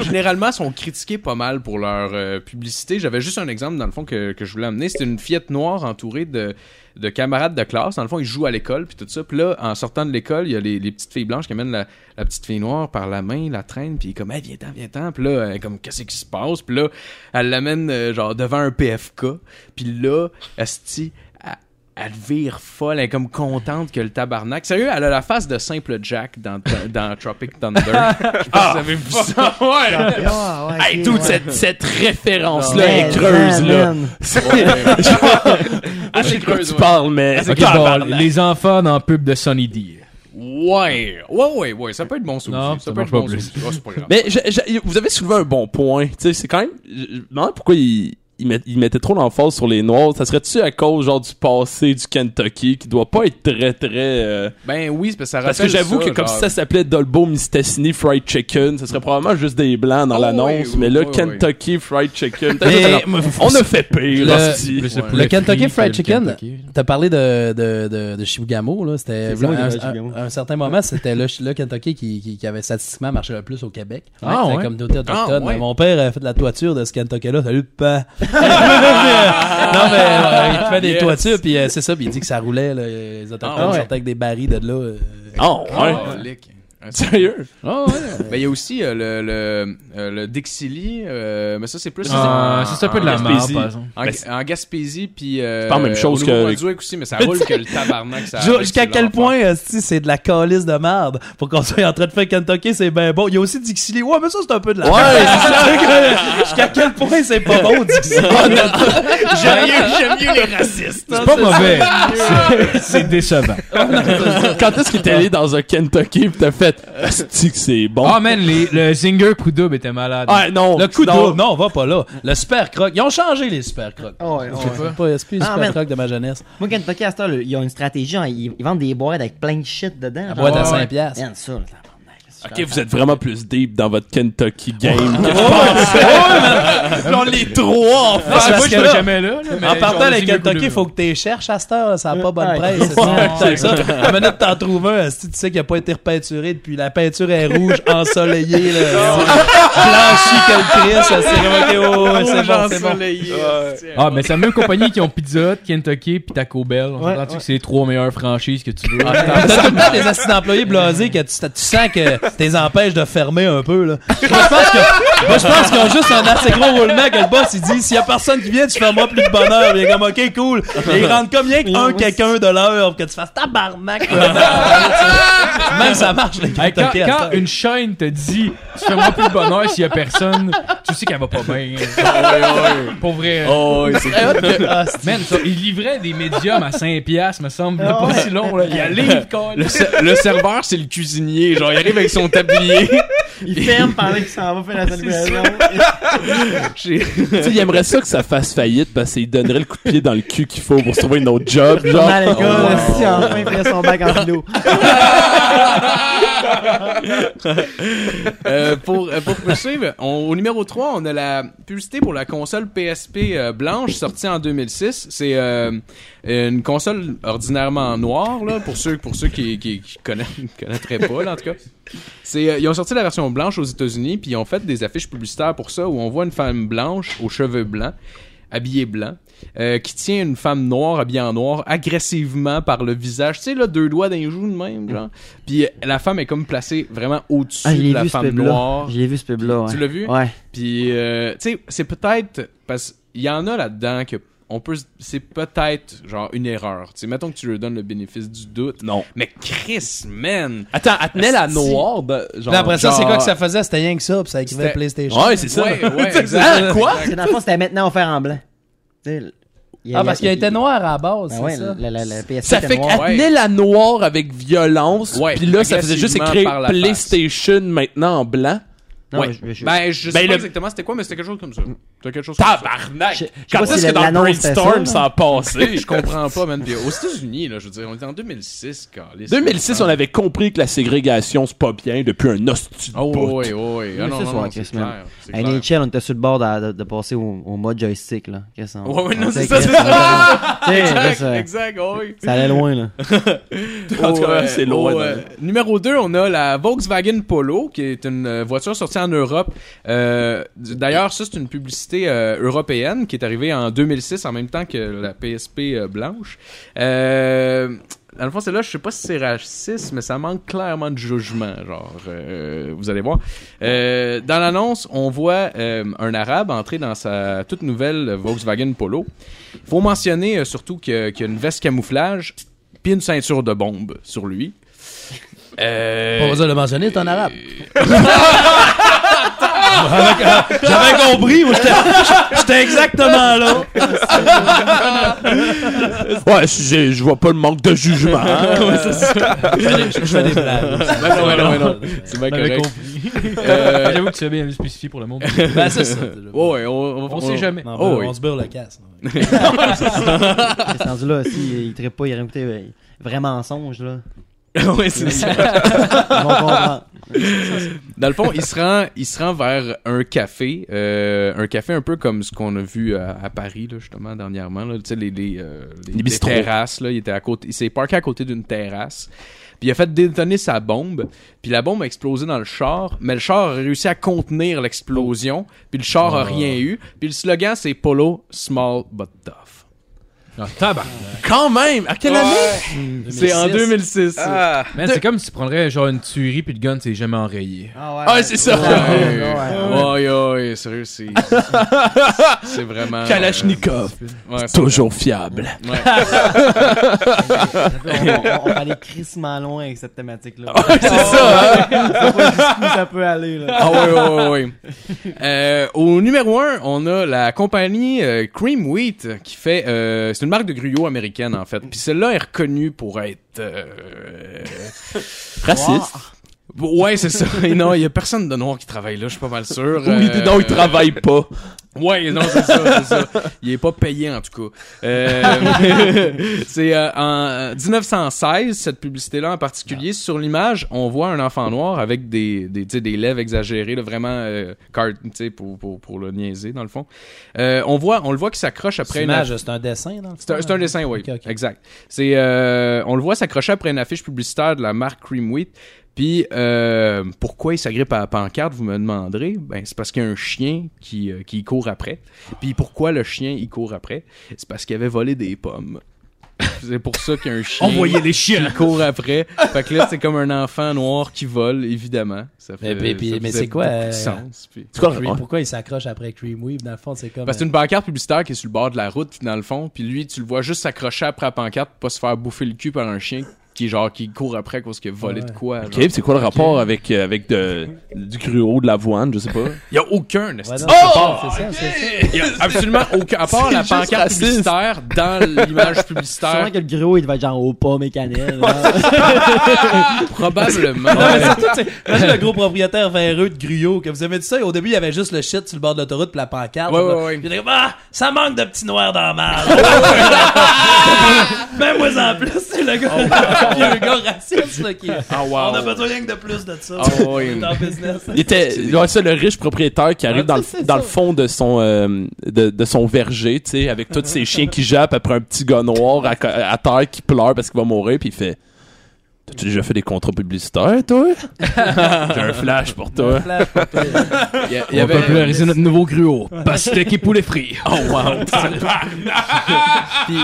[SPEAKER 5] généralement sont critiqués pas mal pour leur euh, publicité. J'avais juste un exemple, dans le fond, que, que je voulais amener. C'était une fillette noire entourée de, de camarades de classe. Dans le fond, ils jouent à l'école, puis tout ça. Puis là, en sortant de l'école, il y a les, les petites filles blanches qui amènent la, la petite fille noire par la main, la traîne, puis comme, hey, viens-t'en, viens-t'en. Puis là, elle est comme, qu'est-ce qui se passe? Puis là, elle l'amène, euh, genre, devant un PFK. Puis là, Asti, elle- elle vire folle, elle est comme contente que le tabarnak. Sérieux, elle a la face de simple Jack dans, dans Tropic Thunder. Je sais pas si vous avez vu ça.
[SPEAKER 7] Ah, ouais,
[SPEAKER 6] Hey, toute cette, cette référence-là
[SPEAKER 7] Mais
[SPEAKER 6] est creuse,
[SPEAKER 7] man,
[SPEAKER 6] là.
[SPEAKER 7] man.
[SPEAKER 6] C'est- Genre, Je sais de quoi
[SPEAKER 5] creuse,
[SPEAKER 6] tu
[SPEAKER 5] ouais.
[SPEAKER 6] parles, mais.
[SPEAKER 3] Ok, bon,
[SPEAKER 6] Tabarnak.
[SPEAKER 3] les enfants dans le pub de Sunny D.
[SPEAKER 5] Ouais, ouais, ouais, ouais, ça peut être bon souci.
[SPEAKER 3] Non, ça
[SPEAKER 5] ça peut
[SPEAKER 3] marche
[SPEAKER 5] être
[SPEAKER 3] pas
[SPEAKER 5] bon
[SPEAKER 3] plus.
[SPEAKER 5] souci. Ah, c'est pas grave.
[SPEAKER 6] Mais je- je- vous avez soulevé un bon point. Tu sais, c'est quand même. Je je me demande pourquoi ils ils met- ils mettaient trop l'emphase sur les noirs. Ça serait-tu à cause genre du passé du Kentucky qui doit pas être très très. euh,
[SPEAKER 5] Ben oui, c'est parce que ça
[SPEAKER 6] Parce que
[SPEAKER 5] rappelle
[SPEAKER 6] j'avoue
[SPEAKER 5] ça,
[SPEAKER 6] que comme
[SPEAKER 5] genre-
[SPEAKER 6] si ça s'appelait Dolbo Mistassini Fried Chicken, ça serait probablement juste des blancs dans
[SPEAKER 5] Oh,
[SPEAKER 6] l'annonce.
[SPEAKER 5] oui,
[SPEAKER 6] mais là,
[SPEAKER 5] oui, oui.
[SPEAKER 6] Kentucky Fried Chicken.
[SPEAKER 1] Mais-
[SPEAKER 6] Alors, on a fait pire.
[SPEAKER 1] Le-
[SPEAKER 6] hostie.
[SPEAKER 3] Plus le
[SPEAKER 5] Ouais.
[SPEAKER 3] poulet
[SPEAKER 1] Le Kentucky
[SPEAKER 3] frit,
[SPEAKER 1] Fried
[SPEAKER 3] le
[SPEAKER 1] Chicken.
[SPEAKER 3] Kentucky.
[SPEAKER 1] T'as parlé de, de, de, de Shibugamo, là. C'était.
[SPEAKER 7] C'est ça,
[SPEAKER 1] à un,
[SPEAKER 7] le Shibugamo.
[SPEAKER 1] à un certain moment, c'était le, le Kentucky qui, qui, qui avait statistiquement marché le plus au Québec.
[SPEAKER 3] Ah,
[SPEAKER 1] C'était
[SPEAKER 3] ouais?
[SPEAKER 1] comme d'autres autochtones.
[SPEAKER 5] Ah, ouais.
[SPEAKER 1] Mon père a fait de la toiture de ce Kentucky-là. Salut, pas. non, mais euh, il fait des
[SPEAKER 5] Yes.
[SPEAKER 1] toitures, puis euh, c'est ça, puis il dit que ça roulait, là, les autochtones
[SPEAKER 5] Ah,
[SPEAKER 7] ouais.
[SPEAKER 1] sortaient avec des barils de là. euh,
[SPEAKER 6] Oh, ouais.
[SPEAKER 5] Ah, lick. Un petit-
[SPEAKER 6] Sérieux?
[SPEAKER 3] Ah ouais.
[SPEAKER 5] Ben il y a aussi euh, le, le, euh, le Dixili, euh, mais ça c'est plus.
[SPEAKER 3] Ah, ça, c'est un peu de la
[SPEAKER 5] en-
[SPEAKER 3] merde,
[SPEAKER 6] Gaspésie.
[SPEAKER 3] par exemple.
[SPEAKER 5] En,
[SPEAKER 6] Ben, c'est-
[SPEAKER 5] en Gaspésie, puis. Euh,
[SPEAKER 6] pas la même chose
[SPEAKER 5] au
[SPEAKER 6] que-
[SPEAKER 5] Nouveau-Brunswick aussi, mais ça roule que le tabarnak. ça
[SPEAKER 1] Ju-
[SPEAKER 5] arrive,
[SPEAKER 1] Jusqu'à
[SPEAKER 5] c'est
[SPEAKER 1] quel
[SPEAKER 5] l'enfer.
[SPEAKER 1] point, euh, si c'est de la calice de merde pour qu'on soit en train de faire Kentucky, c'est ben bon. Il y a aussi Dixie Ouais, mais ça, c'est un peu de la merde. Jusqu'à quel point c'est pas bon, Dixie
[SPEAKER 3] Ah, C'est pas mauvais. C'est- C'est décevant.
[SPEAKER 6] Quand est-ce qu'il t'es allé dans un Kentucky pis t'as fait Asti que c'est bon?
[SPEAKER 3] Ah man, les- le Zinger coup double était malade.
[SPEAKER 6] Ah, non.
[SPEAKER 1] Le coup de
[SPEAKER 6] non.
[SPEAKER 1] double. Non, on va pas là. Le super croc. Ils ont changé les super crocs.
[SPEAKER 7] Ah ouais, ah ouais.
[SPEAKER 1] C'est pas c'est plus les
[SPEAKER 7] Ah,
[SPEAKER 1] super
[SPEAKER 7] man.
[SPEAKER 1] crocs de ma jeunesse.
[SPEAKER 7] Moi, Kentucky, à cette heure, ils ont une stratégie. hein, Ils ils vendent des boîtes avec plein de shit dedans.
[SPEAKER 1] La boîte à
[SPEAKER 7] Genre, Ah,
[SPEAKER 1] 5 piastres.
[SPEAKER 7] Man, ça, là, tabarnak, c'est
[SPEAKER 6] Ok,
[SPEAKER 7] super
[SPEAKER 6] vous êtes vraiment plus deep dans votre Kentucky game.
[SPEAKER 1] On les trois en
[SPEAKER 3] Ah, moi, je suis jamais là. là, mais
[SPEAKER 1] En partant
[SPEAKER 3] genre,
[SPEAKER 1] les
[SPEAKER 3] Zinger coup
[SPEAKER 1] Kentucky,
[SPEAKER 3] double.
[SPEAKER 1] faut que t'es cherches à cette heure, là, ça n'a pas bonne
[SPEAKER 7] Ouais.
[SPEAKER 1] presse. C'est ça, c'est ça. La minute que t'en trouves un, si tu sais qu'il a pas été repeinturé depuis la peinture est rouge, ensoleillée, là, blanchie comme Chris, là, c'est comme, ok, oh, ouais, c'est bon, c'est bon.
[SPEAKER 3] Ah, mais c'est la même compagnie qui ont Pizza Hut, Kentucky puis Taco Bell. On s'entend-tu que c'est les trois meilleures franchises que tu veux?
[SPEAKER 1] T'as tout le temps des assistants employés blasés que tu, tu sens que t'es empêches de fermer un peu, là. Moi, je pense que, moi, je pense qu'ils ont juste un assez gros roulement que le boss, il dit, s'il y a personne qui vient, tu fermeras plus de bonheur. Il est comme, ok, cool. Et ils rendent comme bien qu'un quelqu'un de l'heure pour que tu fasses tabarnak. Même ça marche, les
[SPEAKER 3] Hey, quand,
[SPEAKER 1] Kentucky à
[SPEAKER 3] quand
[SPEAKER 1] cette heure.
[SPEAKER 3] une chaîne te dit tu fais moi plus de bonheur s'il y a personne, tu sais qu'elle va pas bien. Pour vrai.
[SPEAKER 6] oh, c'est
[SPEAKER 1] Ah, c'est-
[SPEAKER 3] Man, ça, ils livraient des médiums à 5 piastres, me semble, il y a pas si long. Là. Il y a livre,
[SPEAKER 5] Le, ser- le serveur, c'est le cuisinier. Genre, il arrive avec son tablier.
[SPEAKER 7] Il ferme pendant qu'il s'en va faire la célébration.
[SPEAKER 6] Tu sais, il aimerait ça que ça fasse faillite parce qu'il donnerait le coup de pied dans le cul qu'il faut pour se trouver une autre job.
[SPEAKER 7] Il retourne
[SPEAKER 6] Genre.
[SPEAKER 7] à l'école,
[SPEAKER 6] Oh,
[SPEAKER 7] si enfin il ferait son bac en philo.
[SPEAKER 5] Euh, pour, euh, pour poursuivre, on- au numéro 3, on a la publicité pour la console PSP euh, blanche sortie en 2006. C'est euh, une console ordinairement noire, là, pour ceux, pour ceux qui, qui, qui connaissent, qui connaîtraient pas, là, en tout cas. C'est, euh, ils ont sorti la version blanche aux États-Unis, puis ils ont fait des affiches publicitaires pour ça, où on voit une femme blanche aux cheveux blancs. habillé blanc, euh, qui tient une femme noire habillée en noir agressivement par le visage. Tu sais, là, deux doigts d'un joue de même, genre. Puis euh, la femme est comme placée vraiment au-dessus
[SPEAKER 7] Ah, je
[SPEAKER 5] de
[SPEAKER 7] l'ai
[SPEAKER 5] la
[SPEAKER 7] vu, ce
[SPEAKER 5] femme
[SPEAKER 7] pub-là.
[SPEAKER 5] noire.
[SPEAKER 7] Je l'ai vu, ce pub-là.
[SPEAKER 5] Tu
[SPEAKER 7] ouais.
[SPEAKER 5] l'as vu?
[SPEAKER 7] Ouais.
[SPEAKER 5] Puis, euh, tu sais, c'est peut-être. Parce qu'il y en a là-dedans que. On peut, s- c'est peut-être genre une erreur. Tu sais, mettons que tu lui donnes le bénéfice du doute.
[SPEAKER 6] Non.
[SPEAKER 5] Mais Chris, man,
[SPEAKER 6] Attends, elle tenait la
[SPEAKER 5] Asti.
[SPEAKER 6] noire. de- genre,
[SPEAKER 1] Puis après ça, c'est
[SPEAKER 6] genre-
[SPEAKER 1] quoi que ça faisait? C'était rien que ça, puis ça écrivait
[SPEAKER 5] C'était-
[SPEAKER 1] PlayStation.
[SPEAKER 6] Ouais, c'est ça.
[SPEAKER 5] Ouais, ouais,
[SPEAKER 6] C'est
[SPEAKER 5] exact.
[SPEAKER 6] ça, Quoi?
[SPEAKER 7] Parce que dans le fond, c'était maintenant offert en blanc. Tu sais, il y a-
[SPEAKER 1] Ah,
[SPEAKER 7] il y a-
[SPEAKER 1] parce qu'il était noir à la base,
[SPEAKER 7] Ben
[SPEAKER 1] c'est
[SPEAKER 7] ouais,
[SPEAKER 1] ça?
[SPEAKER 7] la, la, la PS4
[SPEAKER 6] Ça
[SPEAKER 7] était
[SPEAKER 6] fait qu'elle
[SPEAKER 7] noire.
[SPEAKER 5] Ouais.
[SPEAKER 6] tenait la noire avec violence.
[SPEAKER 5] Ouais,
[SPEAKER 6] Puis là, ça faisait juste
[SPEAKER 5] agressivement
[SPEAKER 6] écrire
[SPEAKER 5] par la face.
[SPEAKER 6] PlayStation maintenant en blanc.
[SPEAKER 7] Non,
[SPEAKER 5] Ouais.
[SPEAKER 7] mais je- je-
[SPEAKER 5] Ben, je sais
[SPEAKER 6] Ben,
[SPEAKER 5] pas
[SPEAKER 6] le-
[SPEAKER 5] exactement c'était quoi, mais c'était quelque chose comme ça. C'était quelque chose comme ça.
[SPEAKER 6] Tabarnak!
[SPEAKER 7] Je- je sais
[SPEAKER 6] Quand
[SPEAKER 7] pas
[SPEAKER 6] est-ce
[SPEAKER 7] si
[SPEAKER 6] que
[SPEAKER 7] la-
[SPEAKER 6] dans
[SPEAKER 7] l'annonce était
[SPEAKER 6] Brainstorm,
[SPEAKER 7] ça,
[SPEAKER 6] ça a passé?
[SPEAKER 5] Je comprends pas, man. Puis aux États-Unis, là, je veux dire, on était en 2006, calice.
[SPEAKER 6] 2006, on avait compris que la ségrégation, c'est pas bien depuis un hostie de
[SPEAKER 5] Oh,
[SPEAKER 6] bout.
[SPEAKER 5] oui, oh, oui. Ah,
[SPEAKER 7] Oui,
[SPEAKER 5] non,
[SPEAKER 7] c'est
[SPEAKER 5] non,
[SPEAKER 7] ça,
[SPEAKER 5] non, c'est
[SPEAKER 7] Chris, man.
[SPEAKER 5] clair. c'est
[SPEAKER 7] À
[SPEAKER 5] clair.
[SPEAKER 7] NHL, on était sur le bord de, de- de passer au, au mode joystick, là. Qu'est-ce qu'on-
[SPEAKER 5] Ouais, ouais,
[SPEAKER 7] on
[SPEAKER 5] non,
[SPEAKER 7] sait
[SPEAKER 5] c'est ça,
[SPEAKER 7] que-
[SPEAKER 5] c'est
[SPEAKER 7] Tu sais, là,
[SPEAKER 5] Exact,
[SPEAKER 7] ça.
[SPEAKER 5] exact, oh, oui.
[SPEAKER 7] Ça allait loin, là.
[SPEAKER 6] En tout
[SPEAKER 5] Au,
[SPEAKER 6] cas,
[SPEAKER 5] euh,
[SPEAKER 6] c'est loin.
[SPEAKER 5] au,
[SPEAKER 6] dans-
[SPEAKER 5] euh, numéro 2, on a la Volkswagen Polo, qui est une euh, voiture sortie en Europe. Euh, d- D'ailleurs, ça, c'est une publicité euh, européenne qui est arrivée en 2006, en même temps que la PSP euh, blanche. Euh, dans le fond, c'est là, je sais pas si c'est raciste, mais ça manque clairement de jugement, genre, euh, vous allez voir. Euh, dans l'annonce, on voit euh, un arabe entrer dans sa toute nouvelle Volkswagen Polo. Faut mentionner euh, surtout que- qu'il y a une veste camouflage puis une ceinture de bombe sur lui. Euh,
[SPEAKER 1] Pas besoin de le mentionner, c'est en arabe. J'avais j'avais compris, moi, j'étais- j'étais exactement là.
[SPEAKER 6] Ouais, je- je je vois pas le manque de jugement.
[SPEAKER 5] Ah,
[SPEAKER 6] hein.
[SPEAKER 1] Euh, Je fais des blagues.
[SPEAKER 5] ben non, ben non, ben non. C'est bien
[SPEAKER 1] On avait
[SPEAKER 5] correct.
[SPEAKER 1] compris.
[SPEAKER 5] Euh,
[SPEAKER 3] J'avoue que tu as bien spécifié pour le monde.
[SPEAKER 1] Ben, c'est ça.
[SPEAKER 5] ouais, ouais, on, on-
[SPEAKER 3] On sait jamais.
[SPEAKER 1] Non,
[SPEAKER 5] Oh,
[SPEAKER 1] ben,
[SPEAKER 5] oui.
[SPEAKER 1] On se burle le casse.
[SPEAKER 7] C'est rendu là, s'il il trippe pas, il aurait écouté euh, vraiment mensonge, là.
[SPEAKER 5] Ah Ouais, c'est ça.
[SPEAKER 7] Ils vont comprendre.
[SPEAKER 5] Dans le fond, il se rend, il se rend vers un café, euh, un café un peu comme ce qu'on a vu euh, à, à Paris là, justement dernièrement. Là, tu sais les les, euh, les- les
[SPEAKER 6] bistrots.
[SPEAKER 5] terrasses là, il était à côté, il s'est parqué à côté d'une terrasse. Puis il a fait détonner sa bombe, puis la bombe a explosé dans le char, mais le char a réussi à contenir l'explosion, puis le char a rien eu. Puis le slogan c'est Polo small but tough.
[SPEAKER 3] Ah,
[SPEAKER 6] Quand même! À quelle année?
[SPEAKER 5] C'est en 2006. ça.
[SPEAKER 4] Ah,
[SPEAKER 3] Man, c'est comme si tu prendrais genre une tuerie puis le gun c'est jamais enrayé.
[SPEAKER 7] Ah ouais.
[SPEAKER 6] Ah, c'est ça.
[SPEAKER 7] Ouais, ouais, ouais.
[SPEAKER 5] Ouais, ouais, sérieux, c'est. C'est vraiment.
[SPEAKER 6] Kalachnikov,
[SPEAKER 5] euh, ouais, c'est-
[SPEAKER 6] toujours fiable.
[SPEAKER 7] On, on, on allait crissement loin avec cette thématique-là.
[SPEAKER 5] Ah,
[SPEAKER 6] C'est ça! hein?
[SPEAKER 7] On voit jusqu'où ça peut aller, là.
[SPEAKER 5] Ah ouais, ouais, ouais, ouais. Euh, au numéro 1, on a la compagnie euh, Cream Wheat euh, qui fait... euh, c'est une marque de gruau américaine, en fait. Puis celle-là est reconnue pour être... euh,
[SPEAKER 6] Raciste.
[SPEAKER 5] Ouais, c'est ça. Et non, il y a personne de noir qui travaille là, je suis pas mal sûr.
[SPEAKER 6] Oui,
[SPEAKER 5] Euh,
[SPEAKER 6] non, il travaille pas.
[SPEAKER 5] Ouais, non, c'est ça, c'est ça. Il est pas payé, en tout cas. Euh, c'est euh, en 1916, cette publicité-là en particulier. Sur l'image, on voit un enfant noir avec des, des, tu sais, des lèvres exagérées, là, vraiment euh, cart- tu sais, pour, pour, pour le niaiser, dans le fond. Euh, on, voit, on le voit qui s'accroche après
[SPEAKER 1] C'est
[SPEAKER 5] une
[SPEAKER 1] image, c'est un dessin, dans le
[SPEAKER 5] c'est un,
[SPEAKER 1] fond,
[SPEAKER 5] c'est un
[SPEAKER 1] hein?
[SPEAKER 5] dessin, oui.
[SPEAKER 1] Ok, ok.
[SPEAKER 5] Exact. C'est, euh, on le voit s'accrocher après une affiche publicitaire de la marque Cream Wheat. Puis, euh, pourquoi il s'agrippe à la pancarte, vous me demanderez. Ben, c'est parce qu'il y a un chien qui, euh, qui y court après. Puis, pourquoi le chien y court après? C'est parce qu'il avait volé des pommes. c'est pour ça qu'il y a un chien
[SPEAKER 6] les chiens.
[SPEAKER 5] qui court après. Fait que là, c'est comme un enfant noir qui vole, évidemment. Ça fait,
[SPEAKER 1] Mais- mais- puis-
[SPEAKER 5] ça
[SPEAKER 1] mais
[SPEAKER 5] faisait
[SPEAKER 1] c'est quoi,
[SPEAKER 5] beaucoup de
[SPEAKER 1] euh,
[SPEAKER 5] sens, puis-
[SPEAKER 6] C'est quoi,
[SPEAKER 1] Cream,
[SPEAKER 6] ouais.
[SPEAKER 1] Pourquoi il s'accroche après Creamweave? Dans le fond, c'est comme. euh,
[SPEAKER 5] parce que c'est une pancarte publicitaire qui est sur le bord de la route, dans le fond. Puis lui, tu le vois juste s'accrocher après la pancarte pour pas se faire bouffer le cul par un chien qui, genre, qui court après parce qu'il a volé de
[SPEAKER 1] Ouais.
[SPEAKER 5] quoi.
[SPEAKER 6] Ok,
[SPEAKER 5] genre.
[SPEAKER 6] puis c'est quoi le rapport avec, euh, avec de, du gruau, de l'avoine, je sais pas.
[SPEAKER 5] Il y a aucun, esti.
[SPEAKER 1] Ouais, non,
[SPEAKER 6] Oh!
[SPEAKER 1] c'est ça, c'est ça.
[SPEAKER 5] Il y a absolument aucun. À part
[SPEAKER 6] C'est
[SPEAKER 5] la
[SPEAKER 6] juste
[SPEAKER 5] pancarte
[SPEAKER 6] raciste.
[SPEAKER 5] publicitaire dans l'image publicitaire,
[SPEAKER 7] Sûrement que le gros, il devait être genre au pas mécanel.
[SPEAKER 5] probablement.
[SPEAKER 1] Non, mais surtout, tu sais, imagine le gros propriétaire véreux de Gruyot, que vous avez dit ça, et au début, il y avait juste le shit sur le bord de l'autoroute pis la pancarte.
[SPEAKER 5] Ouais,
[SPEAKER 1] là.
[SPEAKER 5] ouais, ouais.
[SPEAKER 1] Puis il était comme, ah, ça manque de petits noirs dans la marge. Même moi en plus, c'est le gars, le gars raciste, là, qui,
[SPEAKER 5] Oh, Ah, wow.
[SPEAKER 1] on a besoin rien que de plus de ça.
[SPEAKER 5] Ah, ouais.
[SPEAKER 1] Dans le business.
[SPEAKER 6] Il était, genre, ça, le riche propriétaire qui arrive
[SPEAKER 1] Ah,
[SPEAKER 6] dans, le-
[SPEAKER 1] c'est
[SPEAKER 6] dans
[SPEAKER 1] ça.
[SPEAKER 6] le fond de son, euh, de, de son verger, tu sais, avec tous ses chiens qui jappent après un petit gars noir à, co- à terre qui pleure parce qu'il va mourir, puis il fait T'as-tu déjà fait des contrats publicitaires, toi? J'ai un flash pour toi.
[SPEAKER 5] Il y a- il
[SPEAKER 3] Il
[SPEAKER 5] y
[SPEAKER 3] On va
[SPEAKER 5] avait-
[SPEAKER 3] populariser notre nouveau gruau. Pastèque et poulet frit.
[SPEAKER 6] Oh, wow!
[SPEAKER 5] Puis,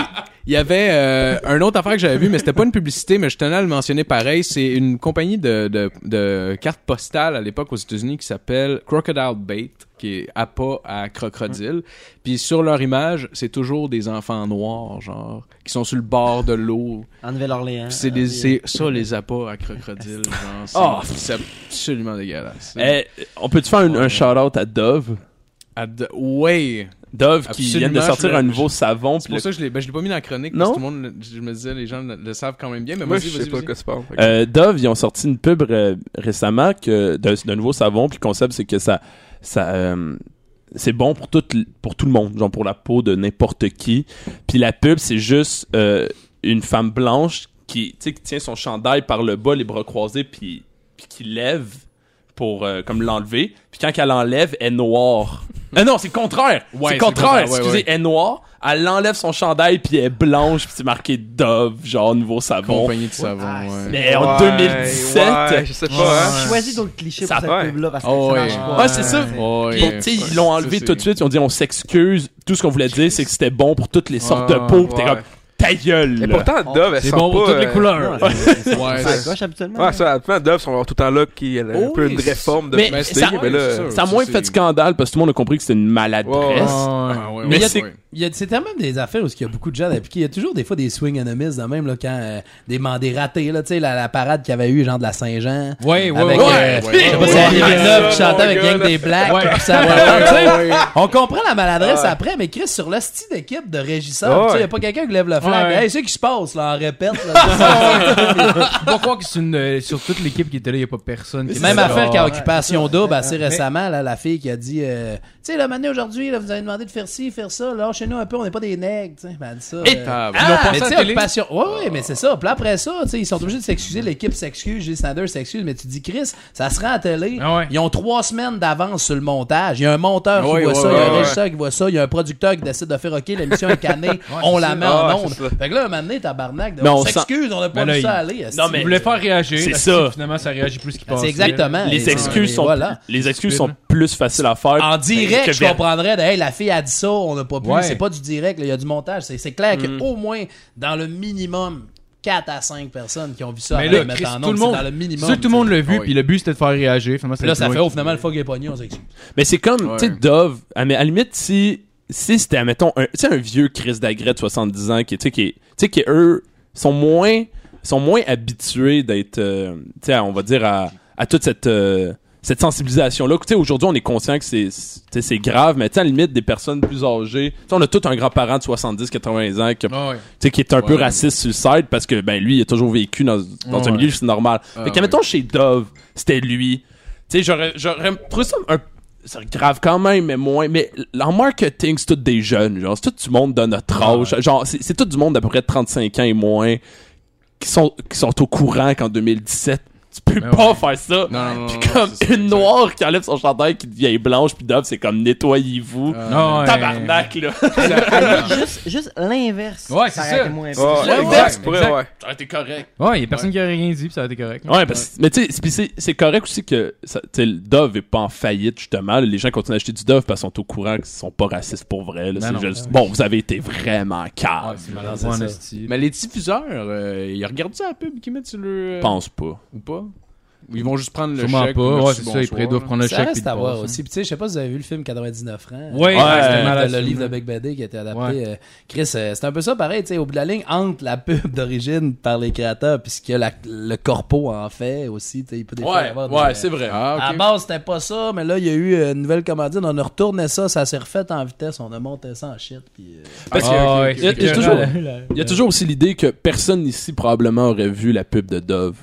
[SPEAKER 5] il y avait euh, un autre affaire que j'avais vu, mais c'était pas une publicité, mais je tenais à le mentionner pareil. C'est une compagnie de, de, de cartes postales à l'époque aux États-Unis qui s'appelle Crocodile Bait, qui est appât à crocodile. Puis sur leur image, c'est toujours des enfants noirs, genre, qui sont sur le bord de l'eau.
[SPEAKER 7] En Nouvelle-Orléans. euh,
[SPEAKER 5] Puis c'est des- c'est ça les appâts à crocodile, genre. C'est
[SPEAKER 6] Ah.
[SPEAKER 5] c'est absolument dégueulasse.
[SPEAKER 6] Eh, on peut-tu faire un, un shout-out à Dove?
[SPEAKER 5] À de- ouais.
[SPEAKER 6] Dove qui
[SPEAKER 5] Absolument,
[SPEAKER 6] vient de sortir
[SPEAKER 5] je le-
[SPEAKER 6] un nouveau savon.
[SPEAKER 5] C'est
[SPEAKER 6] puis
[SPEAKER 5] pour
[SPEAKER 6] le-
[SPEAKER 5] ça que je l'ai ben, je l'ai pas mis dans la chronique
[SPEAKER 6] Non?
[SPEAKER 5] parce que tout le monde le- je me disais les gens le, le savent quand même bien mais
[SPEAKER 4] Moi,
[SPEAKER 5] vas-y,
[SPEAKER 4] je
[SPEAKER 5] vas-y,
[SPEAKER 4] sais pas de
[SPEAKER 5] vas-y.
[SPEAKER 4] quoi tu parles. Fait que-
[SPEAKER 6] Euh, Dove, ils ont sorti une pub euh, récemment que d'un d'un nouveau savon, puis le concept c'est que ça, ça euh, c'est bon pour tout, l- pour tout le monde, genre pour la peau de n'importe qui. Puis la pub, c'est juste euh, une femme blanche qui, tu sais, qui tient son chandail par le bas, les bras croisés, puis, puis qui lève pour euh, comme l'enlever. Puis quand elle l'enlève, elle est noire. Ah non, c'est le contraire.
[SPEAKER 5] Ouais,
[SPEAKER 6] c'est
[SPEAKER 5] c'est
[SPEAKER 6] le contraire.
[SPEAKER 5] le contraire, ouais,
[SPEAKER 6] Excusez,
[SPEAKER 5] ouais.
[SPEAKER 6] elle est noire. Elle enlève son chandail puis elle est blanche puis c'est marqué Dove, genre nouveau savon.
[SPEAKER 5] compagnie de savon ouais.
[SPEAKER 6] Mais en
[SPEAKER 4] Ouais,
[SPEAKER 6] 2017,
[SPEAKER 4] ouais, je sais pas, hein.
[SPEAKER 7] J'ai choisi d'autres clichés
[SPEAKER 6] Ça
[SPEAKER 7] pour
[SPEAKER 4] va.
[SPEAKER 7] cette pub-là parce que
[SPEAKER 5] Oh,
[SPEAKER 7] ça
[SPEAKER 5] ouais.
[SPEAKER 7] marche pas.
[SPEAKER 6] Ah, c'est ça.
[SPEAKER 5] Ouais.
[SPEAKER 6] Puis, tu sais, ils l'ont enlevé
[SPEAKER 5] Ça,
[SPEAKER 6] tout de suite. Ils ont dit on s'excuse. Tout ce qu'on voulait dire, c'est que c'était bon pour toutes les sortes de
[SPEAKER 5] Ouais,
[SPEAKER 6] peau. Puis t'es
[SPEAKER 4] Ah, ouais.
[SPEAKER 6] comme ta gueule.
[SPEAKER 4] Et pourtant,
[SPEAKER 5] Oh,
[SPEAKER 4] Dove, elle
[SPEAKER 3] C'est
[SPEAKER 4] sent
[SPEAKER 3] bon pour
[SPEAKER 4] pas,
[SPEAKER 3] toutes les
[SPEAKER 4] euh,
[SPEAKER 3] couleurs.
[SPEAKER 7] Non, c'est- c'est-
[SPEAKER 5] Ouais,
[SPEAKER 7] c'est
[SPEAKER 5] c'est-
[SPEAKER 7] à gauche habituellement.
[SPEAKER 4] Ouais, ça, absolument, Dove sont tout le temps là qui elle a un
[SPEAKER 5] Oui,
[SPEAKER 4] peu une vraie
[SPEAKER 5] c'est-
[SPEAKER 4] forme de
[SPEAKER 6] mais
[SPEAKER 4] publicité,
[SPEAKER 6] ça-
[SPEAKER 4] mais là,
[SPEAKER 5] c'est sûr.
[SPEAKER 6] ça a moins
[SPEAKER 5] Ça,
[SPEAKER 6] fait
[SPEAKER 5] c'est-
[SPEAKER 6] de scandale parce que tout le monde a compris que c'était une
[SPEAKER 4] Ouais, ouais.
[SPEAKER 6] maladresse.
[SPEAKER 5] Ah, ouais, ouais,
[SPEAKER 6] Mais
[SPEAKER 5] ouais,
[SPEAKER 6] c'est-
[SPEAKER 5] ouais.
[SPEAKER 1] Il y a- C'est tellement des affaires où il y a beaucoup de gens d'appliquer. Il y a toujours des fois des swing and a miss, de même, là, quand euh, des mandés ratés, là, tu sais, la, la parade qu'il y avait eu, genre de la Saint-Jean.
[SPEAKER 3] Ouais, ouais,
[SPEAKER 1] avec,
[SPEAKER 3] ouais.
[SPEAKER 5] ouais,
[SPEAKER 1] euh, je sais pas
[SPEAKER 5] ouais,
[SPEAKER 1] si Annie
[SPEAKER 4] ouais,
[SPEAKER 1] Villeneuve qui
[SPEAKER 4] ça,
[SPEAKER 1] chantait
[SPEAKER 4] mon
[SPEAKER 1] avec
[SPEAKER 4] gars,
[SPEAKER 1] Gang
[SPEAKER 4] là.
[SPEAKER 1] des Blacks.
[SPEAKER 3] Ouais.
[SPEAKER 1] puis ça,
[SPEAKER 5] Ah,
[SPEAKER 1] tu sais, On comprend la maladresse après, mais Chris, sur le style d'équipe de régisseur,
[SPEAKER 4] Ouais.
[SPEAKER 1] il n'y a pas quelqu'un qui lève le flag.
[SPEAKER 3] Ouais.
[SPEAKER 1] Hey, c'est qui se passe, là, on répète. là.
[SPEAKER 3] Faut pas croire que c'est une, euh, sur toute l'équipe qui était là, il y a pas personne qui
[SPEAKER 1] Même
[SPEAKER 3] était là.
[SPEAKER 1] affaire qu'à
[SPEAKER 3] Ah.
[SPEAKER 1] Occupation Double, assez récemment, là, la fille qui a dit euh, Tu sais, là, maintenant, aujourd'hui, là, vous avez demandé de faire ci, faire ça. Là, chez nous, un peu, on n'est pas des nègres. tu sais. Ben, elle dit ça.
[SPEAKER 5] Et-
[SPEAKER 1] euh,
[SPEAKER 5] Ah,
[SPEAKER 1] Ah,
[SPEAKER 5] ils l'ont passé
[SPEAKER 1] mais
[SPEAKER 5] à la
[SPEAKER 1] tu sais,
[SPEAKER 5] télé?
[SPEAKER 1] Occupation- Ouais, ouais, mais c'est ça. Puis après ça, tu sais, ils sont obligés de s'excuser. L'équipe s'excuse. Jay Snyder s'excuse. Mais tu dis, Chris, ça se rend à la télé.
[SPEAKER 3] Ah ouais.
[SPEAKER 1] Ils ont trois semaines d'avance sur le montage. Il y a un monteur qui
[SPEAKER 5] Ouais,
[SPEAKER 1] voit
[SPEAKER 5] ouais,
[SPEAKER 1] ça, il y a
[SPEAKER 5] ouais,
[SPEAKER 1] un
[SPEAKER 5] ouais.
[SPEAKER 1] régisseur qui voit ça, il y a un producteur qui décide de faire OK, l'émission est canée, on la met
[SPEAKER 4] Ah,
[SPEAKER 1] en
[SPEAKER 4] ouais,
[SPEAKER 1] onde.
[SPEAKER 4] c'est ça.
[SPEAKER 1] Fait que là, un moment donné, tabarnak, de-
[SPEAKER 6] Mais
[SPEAKER 1] on
[SPEAKER 6] on sent-
[SPEAKER 1] s'excuse, on n'a pas
[SPEAKER 3] Ben là,
[SPEAKER 1] vu ça
[SPEAKER 3] il-
[SPEAKER 1] aller. esti.
[SPEAKER 6] Non, Ah, mais-
[SPEAKER 3] Il voulait faire réagir.
[SPEAKER 6] C'est
[SPEAKER 3] parce
[SPEAKER 6] ça.
[SPEAKER 3] que Finalement, ça réagit plus qu'il
[SPEAKER 1] Ben,
[SPEAKER 3] pensait.
[SPEAKER 1] c'est exactement.
[SPEAKER 6] Les
[SPEAKER 1] Et-
[SPEAKER 6] excuses
[SPEAKER 1] et
[SPEAKER 6] sont
[SPEAKER 1] voilà.
[SPEAKER 6] les excuses sont plus faciles à faire.
[SPEAKER 1] En direct,
[SPEAKER 6] que
[SPEAKER 1] je
[SPEAKER 6] ver-
[SPEAKER 1] comprendrais. de, hey, la fille a dit ça, on n'a pas pu.
[SPEAKER 3] Ben, Ouais. Mm.
[SPEAKER 1] C'est pas du direct, là, il y a du montage. C'est c'est clair qu'au moins, dans le minimum, 4 à 5 personnes qui ont vu ça
[SPEAKER 3] Mais
[SPEAKER 1] avant de
[SPEAKER 3] là,
[SPEAKER 1] mettre
[SPEAKER 3] Chris, tout
[SPEAKER 1] en onde,
[SPEAKER 3] le
[SPEAKER 1] c'est
[SPEAKER 3] monde,
[SPEAKER 1] dans le minimum.
[SPEAKER 3] sûr que tout le monde l'a
[SPEAKER 5] Ah
[SPEAKER 3] vu,
[SPEAKER 5] oui.
[SPEAKER 3] puis le but c'était de faire réagir. Finalement,
[SPEAKER 1] Puis là,
[SPEAKER 3] c'était
[SPEAKER 1] ça
[SPEAKER 3] plus
[SPEAKER 1] fait,
[SPEAKER 3] loin.
[SPEAKER 1] oh, finalement, le fuck est pogné, on s'excuse.
[SPEAKER 6] Mais c'est comme, tu sais,
[SPEAKER 5] Ouais.
[SPEAKER 6] Dove, à, mais à la limite, si, si c'était, admettons, un, tu sais, un vieux Chris d'agrès de 70 ans qui, tu sais, qui, est- tu sais, qui eux, sont moins, sont moins habitués d'être, euh, tu sais, à- on va dire, à, à toute cette, euh, cette sensibilisation-là. Tu sais, aujourd'hui, on est conscient que c'est, c'est tu sais, c'est grave, mais tu sais, à la limite, des personnes plus âgées, tu sais, on a tout un grand-parent de 70, 80 ans qui a
[SPEAKER 5] Ah, ouais.
[SPEAKER 6] tu sais, qui est un peu
[SPEAKER 5] Ouais.
[SPEAKER 6] raciste suicide parce que ben lui il a toujours vécu dans, dans
[SPEAKER 3] Ouais.
[SPEAKER 6] un milieu c'est normal.
[SPEAKER 5] Ah,
[SPEAKER 6] fait que mettons chez Dove, c'était lui. Tu sais j'aurais j'aurais trouvé ça un c'est grave quand même mais moins mais l- en marketing c'est tout des jeunes genre c'est tout du monde de notre âge genre c'est c'est tout du monde d'à peu près 35 ans et moins qui sont qui sont au courant qu'en 2017 tu peux
[SPEAKER 3] Ben
[SPEAKER 6] pas faire ça.
[SPEAKER 5] Non, non, non,
[SPEAKER 6] Puis
[SPEAKER 5] non,
[SPEAKER 6] comme
[SPEAKER 5] c'est ça,
[SPEAKER 6] une
[SPEAKER 5] exact.
[SPEAKER 6] noire qui enlève son chandail qui devient blanche puis Dove c'est comme nettoyez-vous.
[SPEAKER 5] Euh,
[SPEAKER 3] Ah, ouais.
[SPEAKER 6] Tabarnak là.
[SPEAKER 7] À la limite, juste, juste l'inverse.
[SPEAKER 3] Ouais, c'est
[SPEAKER 7] ça.
[SPEAKER 3] ça.
[SPEAKER 7] aurait été moins
[SPEAKER 4] Ouais, ouais,
[SPEAKER 7] pire.
[SPEAKER 5] Ouais,
[SPEAKER 4] exact,
[SPEAKER 5] ouais,
[SPEAKER 4] pour
[SPEAKER 5] exact.
[SPEAKER 4] vrai, ouais.
[SPEAKER 6] T'aurais été correct.
[SPEAKER 3] Ouais, il y a personne qui a rien dit, puis ça a été correct.
[SPEAKER 6] Ouais, parce, mais tu sais, c'est- puis c'est- c'est correct aussi que ça- tu sais, le Dove est pas en faillite, justement. Les gens continuent d'acheter du Dove parce qu'ils sont au courant qu'ils sont pas racistes pour vrai. là.
[SPEAKER 3] Ben
[SPEAKER 6] C'est
[SPEAKER 3] non.
[SPEAKER 6] juste, bon, vous avez été vraiment calme.
[SPEAKER 3] c'est Ouais,
[SPEAKER 1] malade, Ah, c'est
[SPEAKER 3] en
[SPEAKER 1] ça.
[SPEAKER 3] esti.
[SPEAKER 5] mais les diffuseurs euh, ils regardent ça la pub qu'ils mettent sur le euh,
[SPEAKER 6] Je pense pas.
[SPEAKER 5] ou pas ou ils vont juste prendre le
[SPEAKER 3] Sûrement
[SPEAKER 5] chèque
[SPEAKER 3] pas.
[SPEAKER 5] merci,
[SPEAKER 3] Ouais, c'est ça,
[SPEAKER 5] bonsoir.
[SPEAKER 3] ils pré- doivent prendre le
[SPEAKER 1] Ça
[SPEAKER 3] chèque.
[SPEAKER 1] reste
[SPEAKER 3] puis
[SPEAKER 1] à
[SPEAKER 3] le
[SPEAKER 1] voir
[SPEAKER 3] passer.
[SPEAKER 1] aussi. Puis tu sais, je sais pas si vous avez vu le film hein. 99 ans.
[SPEAKER 3] Ouais,
[SPEAKER 6] Ouais, c'était
[SPEAKER 1] Le-
[SPEAKER 3] malade, ce
[SPEAKER 1] le, livre de
[SPEAKER 3] film-là.
[SPEAKER 1] Beck Badé qui a été adapté.
[SPEAKER 3] Ouais.
[SPEAKER 1] euh, Chris, euh, c'est un peu ça pareil, tu sais, au bout de la ligne, entre la pub d'origine par les créateurs, puis ce que la- le corpo en fait aussi, tu sais, il peut des fois y avoir des- euh,
[SPEAKER 6] vrai.
[SPEAKER 5] ah
[SPEAKER 1] À
[SPEAKER 5] ok
[SPEAKER 1] la base, c'était pas ça, mais là, il y a eu euh, une nouvelle commandine. On a retourné ça, ça s'est refait en vitesse. On a monté ça en shit. Puis, euh,
[SPEAKER 6] Parce
[SPEAKER 5] Ok,
[SPEAKER 3] Ah,
[SPEAKER 5] ok,
[SPEAKER 3] ouais,
[SPEAKER 5] ok,
[SPEAKER 6] Il y a-
[SPEAKER 5] ok.
[SPEAKER 6] il y a toujours- il y a toujours aussi l'idée que personne ici probablement aurait vu la pub de Dove.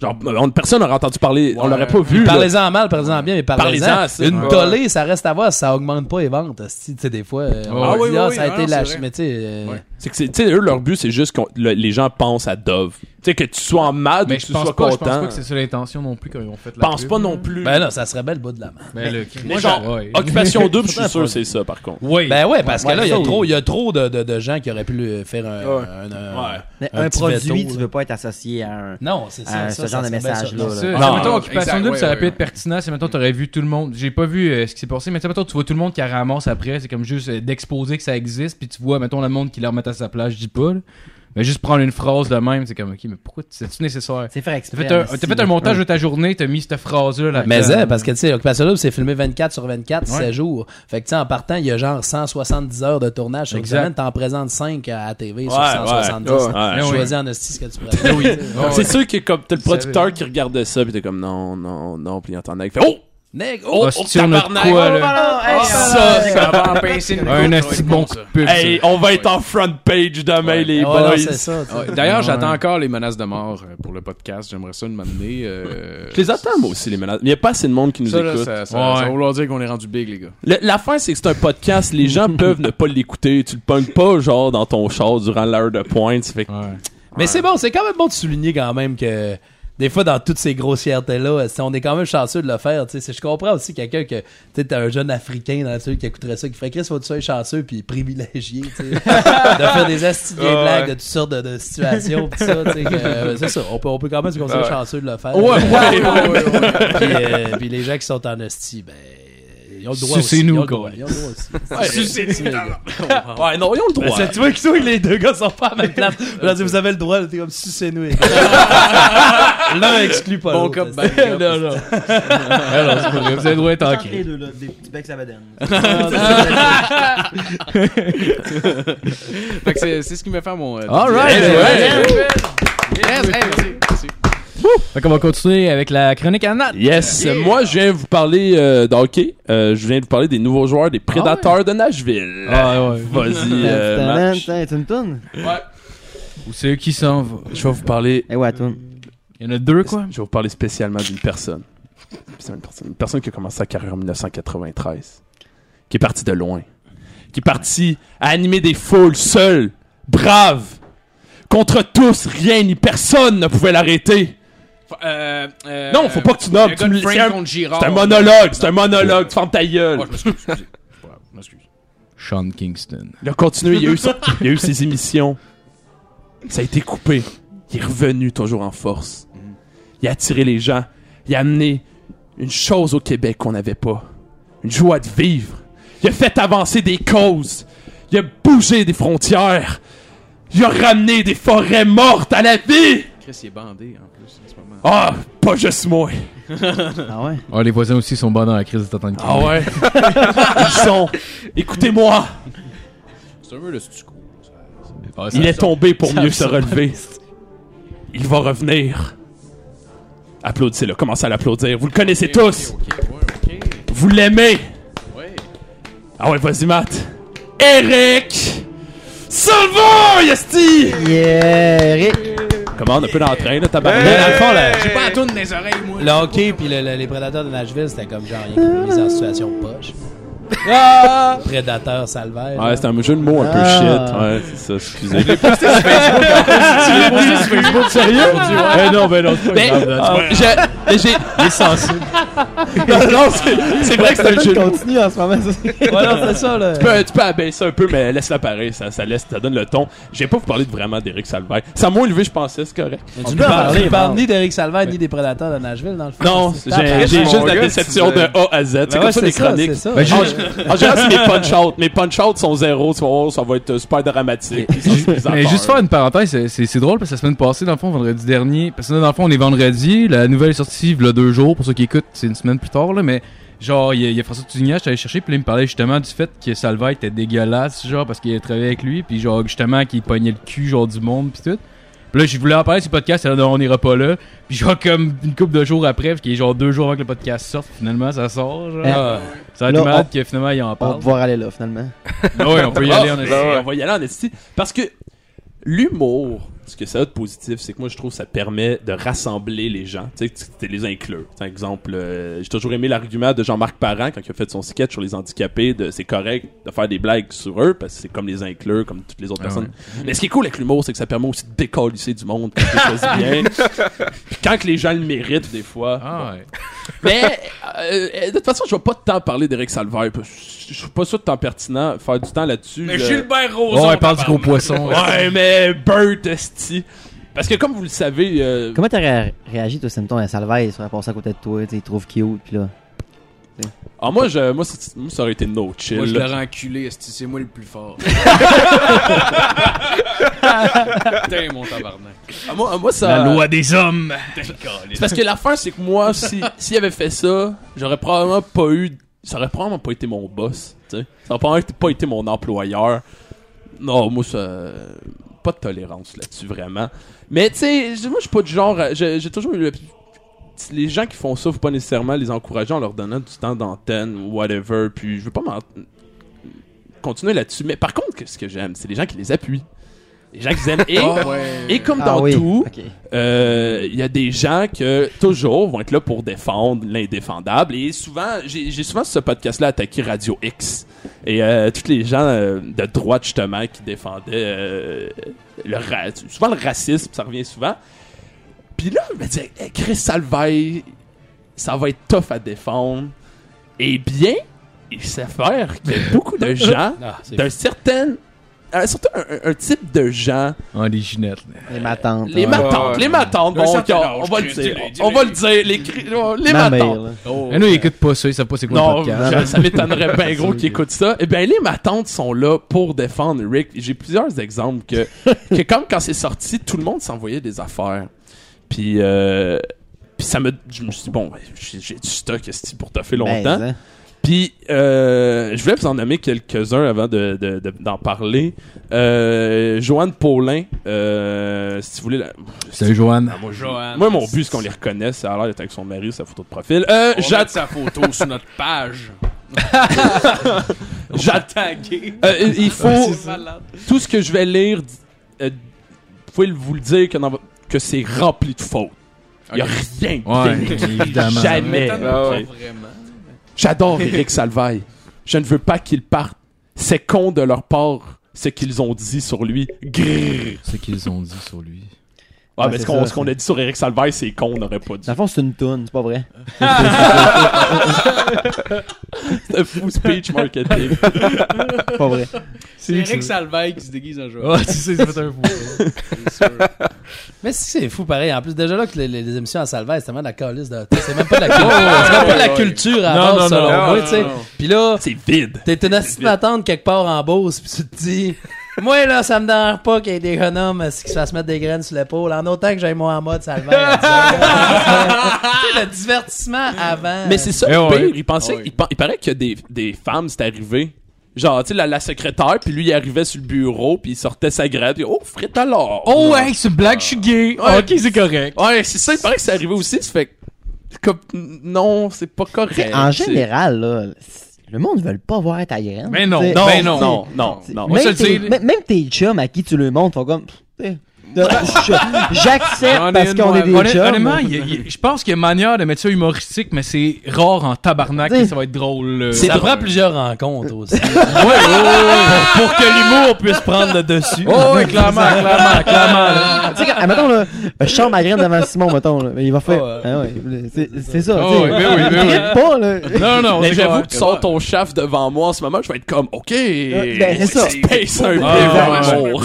[SPEAKER 6] Genre, on- personne n'aurait entendu parler, on l'aurait pas vu. là.
[SPEAKER 1] Parlez-en en mal, parlez-en bien, mais parlez-en.
[SPEAKER 6] Parlez-en, c'est-
[SPEAKER 1] une
[SPEAKER 6] Ouais.
[SPEAKER 1] tollée, ça reste à voir. Ça augmente pas les ventes. hostie. Tu sais, des fois, euh, on
[SPEAKER 5] Ah
[SPEAKER 1] dit,
[SPEAKER 5] oui, oui,
[SPEAKER 1] ah,
[SPEAKER 5] oui,
[SPEAKER 1] ça a
[SPEAKER 5] ah non,
[SPEAKER 1] été
[SPEAKER 5] c'est
[SPEAKER 1] lâché.
[SPEAKER 5] vrai.
[SPEAKER 1] Mais tu sais, euh,
[SPEAKER 5] Ouais.
[SPEAKER 6] C'est que, c'est- tu sais, eux, leur but, c'est juste que les gens pensent à Dove. sais, que tu sois en mal ou
[SPEAKER 3] Mais
[SPEAKER 6] que
[SPEAKER 3] je
[SPEAKER 6] tu
[SPEAKER 3] pense
[SPEAKER 6] sois
[SPEAKER 3] pas, je pense
[SPEAKER 6] content.
[SPEAKER 3] pas que c'est ça l'intention non plus quand ils ont fait la
[SPEAKER 6] pense
[SPEAKER 3] pub,
[SPEAKER 6] pas
[SPEAKER 3] là.
[SPEAKER 6] non plus.
[SPEAKER 1] Ben non, ça serait belle bout de la main.
[SPEAKER 3] Ben, le cri-
[SPEAKER 6] Moi, genre,
[SPEAKER 3] Ouais.
[SPEAKER 6] Occupation double, je suis sûr, c'est ça, par contre.
[SPEAKER 3] Oui.
[SPEAKER 1] Ben ouais, parce
[SPEAKER 7] Ouais,
[SPEAKER 1] que là, il y a
[SPEAKER 7] ça,
[SPEAKER 1] trop, il y a trop de, de, de gens qui auraient pu le faire un.
[SPEAKER 4] Ouais.
[SPEAKER 1] un- un-
[SPEAKER 6] Ouais.
[SPEAKER 7] Mais
[SPEAKER 1] Un
[SPEAKER 7] un
[SPEAKER 1] petit
[SPEAKER 7] produit,
[SPEAKER 1] veto,
[SPEAKER 7] tu
[SPEAKER 1] là.
[SPEAKER 7] veux pas être associé à un.
[SPEAKER 1] Non, c'est ça.
[SPEAKER 7] Ah,
[SPEAKER 1] ça,
[SPEAKER 7] ce genre
[SPEAKER 1] ça
[SPEAKER 7] de
[SPEAKER 1] serait bien
[SPEAKER 7] message-là,
[SPEAKER 1] ça.
[SPEAKER 7] là.
[SPEAKER 3] Ça,
[SPEAKER 6] Non.
[SPEAKER 3] ah, mettons,
[SPEAKER 5] Ah,
[SPEAKER 3] Occupation
[SPEAKER 5] exact,
[SPEAKER 3] Double,
[SPEAKER 5] ouais,
[SPEAKER 3] ça aurait
[SPEAKER 5] ouais,
[SPEAKER 3] pu
[SPEAKER 5] ouais.
[SPEAKER 3] être pertinent. C'est, mettons, t'aurais vu tout le monde. J'ai pas vu euh, ce qui s'est passé, mais tu sais, mettons, tu vois tout le monde qui la ramasse après. C'est comme juste euh, d'exposer que ça existe, puis tu vois, mettons, le monde qui la remet à sa place, je dis pas. là. Mais juste prendre une phrase de même, c'est comme, ok, mais pourquoi c'est-tu nécessaire?
[SPEAKER 7] C'est faire
[SPEAKER 3] T'as
[SPEAKER 7] exprès.
[SPEAKER 3] fait, un,
[SPEAKER 7] mais
[SPEAKER 3] t'as
[SPEAKER 7] si,
[SPEAKER 3] fait un
[SPEAKER 7] là.
[SPEAKER 3] montage de ta journée, t'as mis cette phrase-là là
[SPEAKER 1] Mais c'est parce que tu sais, Occupation Double, c'est filmé 24 sur 24,
[SPEAKER 3] Euh, Ouais.
[SPEAKER 1] 7 jours. Fait que tu sais, en partant, il y a genre 170 heures de tournage sur une
[SPEAKER 3] Exact.
[SPEAKER 1] semaine, t'en présentes 5 à la TV
[SPEAKER 6] Ouais,
[SPEAKER 1] sur 170.
[SPEAKER 4] ouais.
[SPEAKER 1] Tu
[SPEAKER 6] Ouais.
[SPEAKER 3] Ouais.
[SPEAKER 1] choisis en hostie ce que tu prends.
[SPEAKER 3] Oui.
[SPEAKER 6] C'est sûr que comme t'as le
[SPEAKER 3] savez.
[SPEAKER 6] producteur qui regardait ça, pis t'es comme non, non, non, puis il entend Nike. Fait, oh!
[SPEAKER 1] Neg,
[SPEAKER 6] Oh,
[SPEAKER 1] oh!
[SPEAKER 6] oh,
[SPEAKER 3] Hostie, on a de
[SPEAKER 6] tabarnak.
[SPEAKER 3] quoi,
[SPEAKER 6] Oh,
[SPEAKER 3] là?
[SPEAKER 7] Ah, hey,
[SPEAKER 6] Ça,
[SPEAKER 7] hey,
[SPEAKER 5] Ça va en pincer une
[SPEAKER 3] Un
[SPEAKER 5] goutte,
[SPEAKER 3] asti
[SPEAKER 5] ça
[SPEAKER 3] de
[SPEAKER 5] va
[SPEAKER 3] bon
[SPEAKER 5] être
[SPEAKER 3] coup
[SPEAKER 5] ça.
[SPEAKER 3] de pub. ça.
[SPEAKER 6] Hey, on va être en front page demain,
[SPEAKER 5] Ouais.
[SPEAKER 3] Ah,
[SPEAKER 6] les
[SPEAKER 1] Ouais,
[SPEAKER 6] boys!
[SPEAKER 1] non, c'est ça. tu sais.
[SPEAKER 5] Ah, Ouais, D'ailleurs, j'attends encore les menaces de mort euh, pour le podcast. J'aimerais ça de m'amener. euh,
[SPEAKER 6] Je les attends, moi aussi, les menaces. Mais il n'y a pas assez de monde qui nous
[SPEAKER 5] Ça, là,
[SPEAKER 6] écoute.
[SPEAKER 5] ça, ça- ça
[SPEAKER 3] Ouais.
[SPEAKER 5] va vouloir dire qu'on est rendu big, les gars.
[SPEAKER 6] Le- L'affaire, c'est que c'est un podcast. Les gens peuvent ne pas l'écouter. Tu le punks pas, genre, dans ton char durant l'heure de pointe. Ça fait que-
[SPEAKER 1] Mais c'est bon, c'est quand même bon de souligner quand même que des fois dans toutes ces grossièretés-là, euh, on est quand même chanceux de le faire. tu sais. C'est- Je comprends aussi quelqu'un que tu sais, t'as un jeune Africain dans la rue qui écouterait ça, qui ferait Chris, faut que tu sois chanceux puis privilégié tu sais, de faire des astuces
[SPEAKER 4] Ouais, ouais.
[SPEAKER 1] blagues de toutes sortes de, de situations. pis ça, tu sais, que, euh, c'est ça, on peut, on peut quand même se considérer
[SPEAKER 4] Ouais.
[SPEAKER 1] chanceux de le faire. puis, euh, puis les gens qui sont en hostie, ben. Ils ont le droit aussi.
[SPEAKER 3] Sucez-nous,
[SPEAKER 1] ils ont le
[SPEAKER 3] quoi.
[SPEAKER 1] droit, Ils ont le droit aussi.
[SPEAKER 6] Ouais, non, ils ont le droit.
[SPEAKER 1] tu vois que toi, les deux gars sont pas à la même place. Là, vous avez le droit, t'es comme sucez-nous. les gars. L'un exclut pas
[SPEAKER 5] Bon
[SPEAKER 1] l'autre.
[SPEAKER 5] cop, bad cop.
[SPEAKER 3] Non, non. Alors, c'est pas vrai. Vous avez le droit d'être en
[SPEAKER 7] Entre les
[SPEAKER 3] cri.
[SPEAKER 7] deux, là, des petits becs à badane.
[SPEAKER 3] Ah,
[SPEAKER 5] Fait que c'est c'est ce qui me fait mon. euh,
[SPEAKER 3] All
[SPEAKER 6] Hey,
[SPEAKER 3] right.
[SPEAKER 6] ouais.
[SPEAKER 5] Yes, hey, merci, merci.
[SPEAKER 3] Fait qu'on va continuer avec la chronique à Nat.
[SPEAKER 6] Yes, moi je viens vous parler euh, de hockey. Euh, je viens vous parler des nouveaux joueurs des Prédateurs de Nashville.
[SPEAKER 3] Ah ouais.
[SPEAKER 6] Vas-y, euh,
[SPEAKER 7] Tadan,
[SPEAKER 6] match.
[SPEAKER 7] tadan, Tu me tournes?
[SPEAKER 3] Ou c'est eux qui s'en vont.
[SPEAKER 6] Je vais vous parler.
[SPEAKER 7] Eh ouais, tourne.
[SPEAKER 3] Il y en a deux,
[SPEAKER 6] Je
[SPEAKER 3] quoi.
[SPEAKER 6] vais vous parler spécialement d'une personne. C'est une personne, une personne qui a commencé sa carrière en 1993, qui est partie de loin, qui est partie à animer des foules seule, brave, contre tous, rien ni personne ne pouvait l'arrêter.
[SPEAKER 5] Faut- euh, euh,
[SPEAKER 6] Non, faut pas que tu nommes.
[SPEAKER 5] le
[SPEAKER 6] tu
[SPEAKER 5] gars de
[SPEAKER 6] me- C'est
[SPEAKER 5] Frank
[SPEAKER 6] un,
[SPEAKER 5] contre Girard.
[SPEAKER 6] c'est un monologue, c'est un monologue. Tu fermes ta gueule.
[SPEAKER 5] Oh, je m'excuse, excusez. C'est pas grave, je m'excuse.
[SPEAKER 3] Sean Kingston.
[SPEAKER 6] Il a continué, il y a eu, son- il y a eu ses émissions. Ça a été coupé. Il est revenu toujours en force. Il a attiré les gens. Il a amené une chose au Québec qu'on n'avait pas. Une joie de vivre. Il a fait avancer des causes. Il a bougé des frontières. Il a ramené des forêts mortes à la vie.
[SPEAKER 5] Chris, il est bandé en plus en ce moment.
[SPEAKER 6] Ah, pas juste moi.
[SPEAKER 7] Ah ouais?
[SPEAKER 3] Ah, les voisins aussi sont bons dans la crise de Tatan
[SPEAKER 6] Ah ouais. Ils sont. Écoutez-moi.
[SPEAKER 5] C'est un peu le stucco.
[SPEAKER 3] Ah,
[SPEAKER 5] Ah,
[SPEAKER 6] Il est tombé pour mieux se relever. Il va revenir. Applaudissez-le, commencez à l'applaudir. Vous le connaissez tous,
[SPEAKER 5] Ok, ouais, ok.
[SPEAKER 6] vous l'aimez.
[SPEAKER 5] Ouais.
[SPEAKER 6] Ah ouais, vas-y, Matt. Eric Salvo, Yesti
[SPEAKER 7] Yeah, Eric!
[SPEAKER 6] Comment on a peu d'entrain, là, tabarnak?
[SPEAKER 1] Mais dans le fond, le-
[SPEAKER 5] J'ai pas la toune des oreilles, moi.
[SPEAKER 1] Le hockey puis le- le- les prédateurs de Nashville, c'était comme genre rien qu'une mise en situation de poche. Prédateur salvaire.
[SPEAKER 6] Ah! Ouais, c'est un jeu de mots un peu shit.
[SPEAKER 7] Ah.
[SPEAKER 6] Ouais, c'est ça, excusez. sérieux? Ben non, ben non, c'est pas grave, là, tu vois.
[SPEAKER 1] j'ai, j'ai,
[SPEAKER 6] Non, non, c'est- c'est vrai que c'est un jeu de mots.
[SPEAKER 7] continue en ce moment. ça.
[SPEAKER 1] voilà, c'est ça, là.
[SPEAKER 6] Tu peux, tu peux abaisser un peu, mais laisse-la pareil, ça, ça, laisse, ça donne le ton. J'ai pas vous parler de vraiment d'Eric Salvaire. Ça m'a élevé, je pensais, c'est correct.
[SPEAKER 1] Tu
[SPEAKER 7] peut
[SPEAKER 1] ne
[SPEAKER 7] en parler,
[SPEAKER 1] parles, tu parles
[SPEAKER 7] bon.
[SPEAKER 1] ni d'Eric Salvaire ni des prédateurs de Nashville, dans le fond.
[SPEAKER 6] Non,
[SPEAKER 1] C'est-
[SPEAKER 6] j'ai j'ai
[SPEAKER 4] mon
[SPEAKER 6] juste la
[SPEAKER 4] gars,
[SPEAKER 6] déception
[SPEAKER 4] tu
[SPEAKER 6] de
[SPEAKER 4] disais-
[SPEAKER 6] A à Z. C'est
[SPEAKER 1] Ouais,
[SPEAKER 6] comme ça
[SPEAKER 1] c'est
[SPEAKER 6] les chroniques.
[SPEAKER 1] c'est ça. Ah,
[SPEAKER 3] Ben, j'ai-
[SPEAKER 6] En g- en général, c'est mes punch-outs. Mes punch-outs sont zéro, tu vas voir, ça va être euh, super dramatique.
[SPEAKER 3] Mais juste faire une parenthèse, c'est- c'est c'est drôle parce que la semaine passée, dans le fond, vendredi dernier, parce que là, dans le fond, on est vendredi, la nouvelle est sortie il y a deux jours, pour ceux qui écoutent, c'est une semaine plus tard, là, mais genre, il y, a- il y a François Tousignan, j'étais allé chercher, puis là, il me parlait justement du fait que Salva était dégueulasse, genre, parce qu'il travaillait avec lui, puis genre, justement, qu'il pognait le cul, genre, du monde, puis tout. Puis là, je voulais en parler sur le podcast, elle a dit, non, on n'ira pas là. Puis genre, comme une couple de jours après, puis qui est genre deux jours avant que le podcast sorte, finalement, ça sort, genre.
[SPEAKER 7] Ah.
[SPEAKER 3] Ça a été
[SPEAKER 7] Là,
[SPEAKER 3] malade que finalement, il en
[SPEAKER 7] On va
[SPEAKER 3] parle.
[SPEAKER 7] pouvoir aller là, finalement.
[SPEAKER 6] Ah, ben
[SPEAKER 3] Ah ouais, on peut y aller, on a
[SPEAKER 6] on va y aller en esti. Parce que l'humour, ce que ça a de positif, c'est que moi, je trouve que ça permet de rassembler les gens, tu sais, tu- de les inclure. Par exemple, euh, j'ai toujours aimé l'argument de Jean-Marc Parent quand il a fait son sketch sur les handicapés, de c'est correct de faire des blagues sur eux, parce que c'est comme les inclure, comme toutes les autres personnes. Mais ce qui est cool avec l'humour, c'est que ça permet aussi de décalisser du monde quand tu fais bien. Puis quand que les gens le méritent, des fois.
[SPEAKER 5] Ah, ouais.
[SPEAKER 6] Mais euh, euh, de toute façon, je vais pas tant parler d'Éric Salvaire. parce que Je je suis pas sûr de temps pertinent faire du temps là-dessus.
[SPEAKER 5] Mais
[SPEAKER 6] Je-
[SPEAKER 5] Gilbert Rozon.
[SPEAKER 3] Ouais, parle du gros poisson. ouais.
[SPEAKER 6] Ouais, mais Bert esti. Parce que comme vous le savez, euh,
[SPEAKER 7] Comment t'aurais ré- réagi, toi, Samton, à Salvaire, il serait passé à côté de toi, tu sais, il te trouve cute, pis là.
[SPEAKER 6] ah, moi, je, moi, c'est- moi, ça aurait été no chill.
[SPEAKER 5] Moi, je
[SPEAKER 6] là.
[SPEAKER 5] l'aurais enculé, esti, c'est moi le plus fort. Putain, mon tabarnak.
[SPEAKER 6] Ah, moi, ah, moi, ça.
[SPEAKER 3] La loi des hommes.
[SPEAKER 6] C'est parce que l'affaire, c'est que moi, si, s'il avait fait ça, j'aurais probablement pas eu. Ça aurait probablement pas été mon boss. tu sais. Ça aurait probablement pas été mon employeur. Non, moi, ça. Pas de tolérance là-dessus, vraiment. Mais, tu sais, je- moi, je suis pas du genre. à- J'ai j'ai toujours eu le. Les gens qui font ça, faut pas nécessairement les encourager en leur donnant du temps d'antenne ou whatever. Puis, je veux pas m'en. continuer là-dessus. Mais par contre, que- ce que j'aime, c'est les gens qui les appuient. Les gens qui les aiment. Et, et comme dans
[SPEAKER 7] ah oui.
[SPEAKER 6] tout,
[SPEAKER 7] ok.
[SPEAKER 6] euh, il y a des gens que toujours vont être là pour défendre l'indéfendable et souvent j'ai j'ai souvent sur ce podcast là attaqué Radio X et euh, tous les gens euh, de droite justement qui défendaient euh, le ra- souvent le racisme ça revient souvent puis là je me disais Eh, Chris Salvaille ça va être tough à défendre et bien il sait faire que beaucoup de gens d'un certain un, surtout un- un- un type de gens
[SPEAKER 3] Ah, les ginettes.
[SPEAKER 7] Les matantes.
[SPEAKER 6] les
[SPEAKER 7] ouais.
[SPEAKER 6] matantes, les matantes,
[SPEAKER 5] Un
[SPEAKER 6] bon,
[SPEAKER 5] certain
[SPEAKER 6] on-
[SPEAKER 5] âge,
[SPEAKER 6] on va le
[SPEAKER 5] Chris,
[SPEAKER 6] dire.
[SPEAKER 5] dis-le,
[SPEAKER 6] On va le
[SPEAKER 5] dis-le.
[SPEAKER 6] dire, les, cri- oh, les
[SPEAKER 7] Ma mère,
[SPEAKER 6] matantes.
[SPEAKER 7] là.
[SPEAKER 5] Oh.
[SPEAKER 3] Mais nous, ils écoutent pas ça, ils savent pas c'est quoi le
[SPEAKER 6] Non,
[SPEAKER 3] podcast.
[SPEAKER 6] je- ça m'étonnerait bien gros qu'ils écoutent ça. Eh bien, les matantes sont là pour défendre Rick. J'ai plusieurs exemples que, que comme quand c'est sorti, tout le monde s'envoyait des affaires. Puis, euh, puis ça me, je me suis dit, bon, ben, j'ai j'ai du stock esti, pour toffer
[SPEAKER 7] Ben,
[SPEAKER 6] longtemps.
[SPEAKER 7] hein.
[SPEAKER 6] Puis, euh, je voulais vous en nommer quelques-uns avant de, de- de- d'en parler. Euh, Joanne Paulin, euh, si vous voulez... la-
[SPEAKER 3] Salut, Joanne.
[SPEAKER 5] Moi, Johan.
[SPEAKER 6] Moi, mon but, c'est qu'on les reconnaisse. Ça a l'air d'être avec son mari, sa photo de profil. Euh,
[SPEAKER 5] On va
[SPEAKER 6] Jade-
[SPEAKER 5] mettre sa photo sur notre page.
[SPEAKER 6] Jade-
[SPEAKER 5] Tagué.
[SPEAKER 6] euh, il il faut.
[SPEAKER 5] Malade.
[SPEAKER 6] Tout ce que je vais lire, di- euh, vous pouvez vous le dire que, dans vo- que c'est rempli de fautes. Il n'y a
[SPEAKER 5] Ok.
[SPEAKER 6] rien.
[SPEAKER 3] Ouais,
[SPEAKER 6] d'écrit.
[SPEAKER 3] évidemment.
[SPEAKER 6] Jamais.
[SPEAKER 5] Ça m'étonne
[SPEAKER 4] Ah
[SPEAKER 5] pas
[SPEAKER 4] ouais.
[SPEAKER 5] vraiment.
[SPEAKER 6] J'adore Eric Salvaille. Je ne veux pas qu'il parte. C'est con de leur part ce qu'ils ont dit sur lui. Grrr.
[SPEAKER 3] Ce qu'ils ont dit sur lui.
[SPEAKER 6] Ah,
[SPEAKER 7] Ouais,
[SPEAKER 6] mais
[SPEAKER 7] c'est
[SPEAKER 6] ce qu'on,
[SPEAKER 7] ça,
[SPEAKER 6] ce qu'on a dit sur Eric Salvaille, c'est con, on n'aurait pas dû.
[SPEAKER 7] Dans le fond, c'est une toune, c'est pas vrai.
[SPEAKER 6] C'est un fou speech marketing.
[SPEAKER 7] C'est pas vrai.
[SPEAKER 5] C'est Eric Salveille qui se déguise en joueur.
[SPEAKER 3] Ah, tu sais, c'est pas un fou.
[SPEAKER 8] Mais si c'est fou pareil, en plus déjà là que les, les- les émissions à Salvaire, c'est tellement de la calice de c'est même pas de la culture, c'est même pas de la culture à
[SPEAKER 6] Non,
[SPEAKER 8] base,
[SPEAKER 6] non, non,
[SPEAKER 8] selon
[SPEAKER 4] non,
[SPEAKER 8] moi,
[SPEAKER 4] non,
[SPEAKER 8] tu sais.
[SPEAKER 5] non.
[SPEAKER 8] Puis là,
[SPEAKER 6] c'est vide.
[SPEAKER 8] t'es une assise d'attente quelque part en Beauce, puis tu te dis moi là, ça me dérange pas qu'il y ait des jeunes hommes euh, qui se fassent mettre des graines sur l'épaule en autant que j'aille moi en mode Salvaire. tu sais. Tu sais, le divertissement avant.
[SPEAKER 6] Mais c'est ça,
[SPEAKER 3] Eh
[SPEAKER 6] le
[SPEAKER 3] ouais.
[SPEAKER 6] pire. Il, pensait,
[SPEAKER 5] Ouais.
[SPEAKER 6] il, pa- il paraît que des, des femmes, c'est arrivé. Genre, tu sais, la, la secrétaire, puis lui, il arrivait sur le bureau, puis il sortait sa grappe, puis oh, frit alors.
[SPEAKER 3] Oh, hey, c'est une blague, je suis gay. Ah,
[SPEAKER 6] Ouais.
[SPEAKER 3] Ok, c'est correct.
[SPEAKER 6] Ouais, c'est ça, il paraît que c'est arrivé aussi. Ça fait que, comme, non, c'est pas correct.
[SPEAKER 7] En
[SPEAKER 6] C'est-
[SPEAKER 7] général, là, le monde ne veut pas voir ta graine.
[SPEAKER 3] Mais non,
[SPEAKER 7] tu sais.
[SPEAKER 3] non,
[SPEAKER 7] Tu sais,
[SPEAKER 3] ben non.
[SPEAKER 6] Non, non, non.
[SPEAKER 3] Moi, je le
[SPEAKER 7] Même, tes,
[SPEAKER 3] sais.
[SPEAKER 7] même- même tes chums à qui tu le montres font comme. tu sais, je- J'accepte
[SPEAKER 5] J'en ai
[SPEAKER 7] parce
[SPEAKER 5] une,
[SPEAKER 7] qu'on
[SPEAKER 5] moi,
[SPEAKER 7] est des
[SPEAKER 3] Honnêt-
[SPEAKER 7] chums.
[SPEAKER 3] honnêtement, il y a- il y a- je pense qu'il y a manière de mettre ça humoristique, mais c'est rare en tabarnak
[SPEAKER 7] Dis.
[SPEAKER 3] et ça va être drôle. euh.
[SPEAKER 8] ça
[SPEAKER 3] Ouais,
[SPEAKER 8] prend plusieurs rencontres aussi.
[SPEAKER 3] ouais, ouais.
[SPEAKER 8] pour, pour que l'humour puisse prendre le dessus.
[SPEAKER 3] Oh, ouais, clairement, clairement, clairement. là.
[SPEAKER 7] Tu sais, quand- ah, mettons, là, je sors ma graine devant Simon, mettons, là, mais il va faire.
[SPEAKER 8] Oh, ouais.
[SPEAKER 7] Ah ouais, c'est- c'est ça.
[SPEAKER 3] Oh,
[SPEAKER 7] tu sais.
[SPEAKER 3] ouais, ben oui, ben
[SPEAKER 7] Il
[SPEAKER 3] oui.
[SPEAKER 7] trippe pas, là.
[SPEAKER 3] Non, non,
[SPEAKER 6] Mais
[SPEAKER 3] c'est
[SPEAKER 6] j'avoue
[SPEAKER 3] correct.
[SPEAKER 6] que tu sors ton chef devant moi en ce moment, je vais être comme, OK,
[SPEAKER 7] ben, c'est ça.
[SPEAKER 6] space un peu,
[SPEAKER 3] Ah,
[SPEAKER 6] mon
[SPEAKER 5] ouais.
[SPEAKER 6] amour.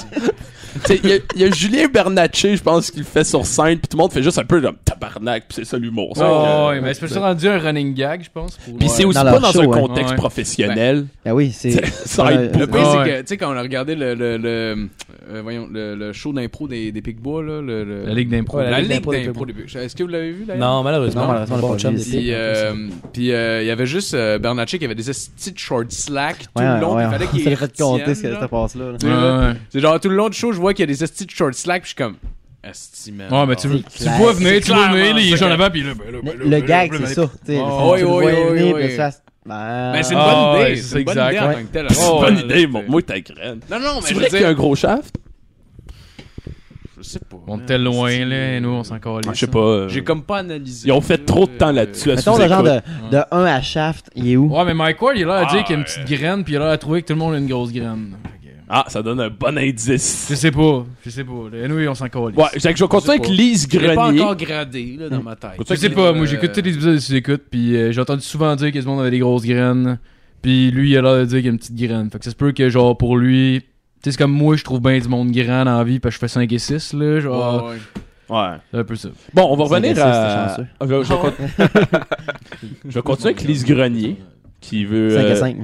[SPEAKER 6] Tu sais, Il y, a- il y a Julien Bernatchez, je pense, qui le fait sur scène, puis tout le monde fait juste un peu comme tabarnak, puis c'est ça l'humour. ça.
[SPEAKER 3] Oh, ouais, mais c'est pour ça rendu un running gag, je pense. pour- euh,
[SPEAKER 6] Puis
[SPEAKER 3] Ouais.
[SPEAKER 6] c'est aussi
[SPEAKER 7] Dans
[SPEAKER 6] pas
[SPEAKER 7] leur
[SPEAKER 6] dans
[SPEAKER 7] show,
[SPEAKER 6] un
[SPEAKER 7] ouais.
[SPEAKER 6] contexte
[SPEAKER 3] Ouais.
[SPEAKER 6] professionnel.
[SPEAKER 7] Ah oui, c'est.
[SPEAKER 6] Ça aide
[SPEAKER 7] Ouais.
[SPEAKER 5] Le
[SPEAKER 6] beaucoup.
[SPEAKER 5] pire,
[SPEAKER 3] Ouais.
[SPEAKER 5] c'est que, tu sais, quand on a regardé le, le, le, euh, voyons, le, le show d'impro des, des Picbois, là, le, le-
[SPEAKER 3] La Ligue d'impro.
[SPEAKER 8] Ouais, la
[SPEAKER 5] la
[SPEAKER 8] Ligue
[SPEAKER 5] Ligue
[SPEAKER 8] d'impro des
[SPEAKER 5] d'impro des Picbois. Est-ce que vous l'avez vu, d'ailleurs?
[SPEAKER 8] Non, malheureusement.
[SPEAKER 7] Non, malheureusement,
[SPEAKER 8] Bon
[SPEAKER 7] on l'a pas
[SPEAKER 8] chum
[SPEAKER 7] vu.
[SPEAKER 8] des
[SPEAKER 5] Puis,
[SPEAKER 8] filles.
[SPEAKER 5] euh, puis euh, il y avait juste euh, Bernatchez qui avait des petites short slack tout
[SPEAKER 7] Ouais,
[SPEAKER 5] le long.
[SPEAKER 7] ouais,
[SPEAKER 5] il fallait
[SPEAKER 7] on
[SPEAKER 5] qu'il
[SPEAKER 7] s'est fait compter
[SPEAKER 5] retienne,
[SPEAKER 7] ce que
[SPEAKER 5] là.
[SPEAKER 7] ça passe-là. là.
[SPEAKER 5] Tu sais, là, C'est genre tout le long du show, je vois qu'il y a des petites short slack, puis je suis comme. Esti, man.
[SPEAKER 3] Ouais, mais Ah, ben, tu veux, tu
[SPEAKER 7] clair.
[SPEAKER 3] vois venir, tu vois
[SPEAKER 5] clairement
[SPEAKER 3] venir, là, il est
[SPEAKER 5] ça.
[SPEAKER 3] genre avant, puis là, ben là,
[SPEAKER 7] Mais
[SPEAKER 3] ben là,
[SPEAKER 7] Le
[SPEAKER 3] ben
[SPEAKER 7] gag,
[SPEAKER 3] là,
[SPEAKER 7] c'est
[SPEAKER 3] ben là.
[SPEAKER 7] ça. tu sais,
[SPEAKER 5] Oh,
[SPEAKER 7] tu le
[SPEAKER 5] oui, oui,
[SPEAKER 7] vois venir,
[SPEAKER 5] oui,
[SPEAKER 7] puis
[SPEAKER 5] oui.
[SPEAKER 7] tu fasses, Ben,
[SPEAKER 5] Ben, c'est une
[SPEAKER 3] Ah,
[SPEAKER 5] bonne
[SPEAKER 3] ouais,
[SPEAKER 5] idée.
[SPEAKER 3] c'est
[SPEAKER 5] C'est une bonne
[SPEAKER 3] exact,
[SPEAKER 5] idée en
[SPEAKER 3] ouais.
[SPEAKER 5] tant que telle.
[SPEAKER 6] C'est une bonne
[SPEAKER 5] Ouais,
[SPEAKER 6] idée,
[SPEAKER 5] là,
[SPEAKER 6] mon
[SPEAKER 5] tu sais.
[SPEAKER 6] moi, ta graine.
[SPEAKER 5] euh, Non, non, mais
[SPEAKER 6] C'est
[SPEAKER 5] je
[SPEAKER 6] vrai
[SPEAKER 5] veux
[SPEAKER 6] qu'il y a un
[SPEAKER 5] dire.
[SPEAKER 6] gros shaft?
[SPEAKER 5] sais pas.
[SPEAKER 3] On
[SPEAKER 5] man.
[SPEAKER 3] était loin,
[SPEAKER 5] C'est-
[SPEAKER 3] là, et nous, on s'en calait.
[SPEAKER 6] Ah, je sais pas. euh,
[SPEAKER 5] J'ai comme pas analysé.
[SPEAKER 6] Ils ont fait trop de temps
[SPEAKER 5] Euh,
[SPEAKER 6] là-dessus. à
[SPEAKER 7] Mettons le
[SPEAKER 6] sous-écoute.
[SPEAKER 7] genre de, de 1 à shaft, il est où?
[SPEAKER 3] Ouais, mais Mike Ward, il a l'air à dire
[SPEAKER 6] Ah,
[SPEAKER 3] qu'il y a une petite graine, puis il a l'air à trouver que tout le monde a une grosse graine. Fait que,
[SPEAKER 6] Ah, ça donne un bon
[SPEAKER 3] Je
[SPEAKER 6] indice.
[SPEAKER 3] sais pas, je sais pas. Là, nous, on s'en calait.
[SPEAKER 6] Ouais, Jacques, je vais
[SPEAKER 5] Je sais
[SPEAKER 6] continuer avec
[SPEAKER 5] pas.
[SPEAKER 6] Lise
[SPEAKER 5] Je l'ai pas
[SPEAKER 6] Grenier.
[SPEAKER 5] encore gradé là, dans ma tête.
[SPEAKER 3] Je sais pas, moi j'écoute
[SPEAKER 5] euh,
[SPEAKER 3] tous les épisodes de sous-écoute, puis euh, j'ai entendu souvent dire que ce monde avait des grosses graines, puis lui il a l'air de dire qu'il y a une petite graine. Fait que ça se peut que genre pour lui, tu sais, c'est comme moi je trouve bien du monde grand dans la vie, parce que je fais 5 et 6 là, genre.
[SPEAKER 5] Euh, Ouais, ouais.
[SPEAKER 6] Ouais.
[SPEAKER 3] C'est un peu ça.
[SPEAKER 6] Bon, on va
[SPEAKER 7] C'est
[SPEAKER 6] revenir
[SPEAKER 7] agressif,
[SPEAKER 6] à. Ah,
[SPEAKER 7] c'est chanceux.
[SPEAKER 6] Je,
[SPEAKER 3] Ah
[SPEAKER 6] je vais con- je vais continuer avec Lise Grenier, qui veut.
[SPEAKER 7] 5 à
[SPEAKER 6] euh,
[SPEAKER 7] 5.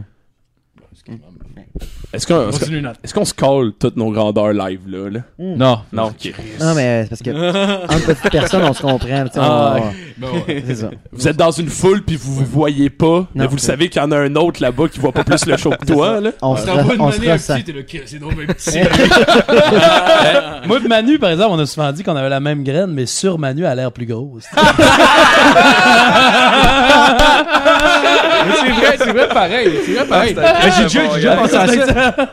[SPEAKER 6] Est-ce qu'on est-ce qu'on-
[SPEAKER 3] Continue, Nat.
[SPEAKER 6] est-ce qu'on se colle toutes nos grandeurs live là, là?
[SPEAKER 3] Non.
[SPEAKER 6] Non, ok.
[SPEAKER 7] Non, mais c'est parce que entre petites personnes, on se comprend. tu sais, on-
[SPEAKER 6] Ah,
[SPEAKER 7] C'est ça.
[SPEAKER 6] Vous êtes dans une foule puis vous vous voyez pas, mais vous le
[SPEAKER 7] c'est-
[SPEAKER 6] savez qu'il y en a un autre là-bas qui voit pas plus le show que toi là.
[SPEAKER 7] On se, re- on se ressent.
[SPEAKER 3] t'es le c'est drôle, mais petit.
[SPEAKER 1] Moi de Manu, par exemple, on a souvent dit qu'on avait la même graine, mais sur Manu, elle a l'air plus grosse.
[SPEAKER 5] Mais C'est vrai, c'est vrai pareil. C'est vrai pareil.
[SPEAKER 3] Mais j'ai déjà, j'ai déjà pensé à ça.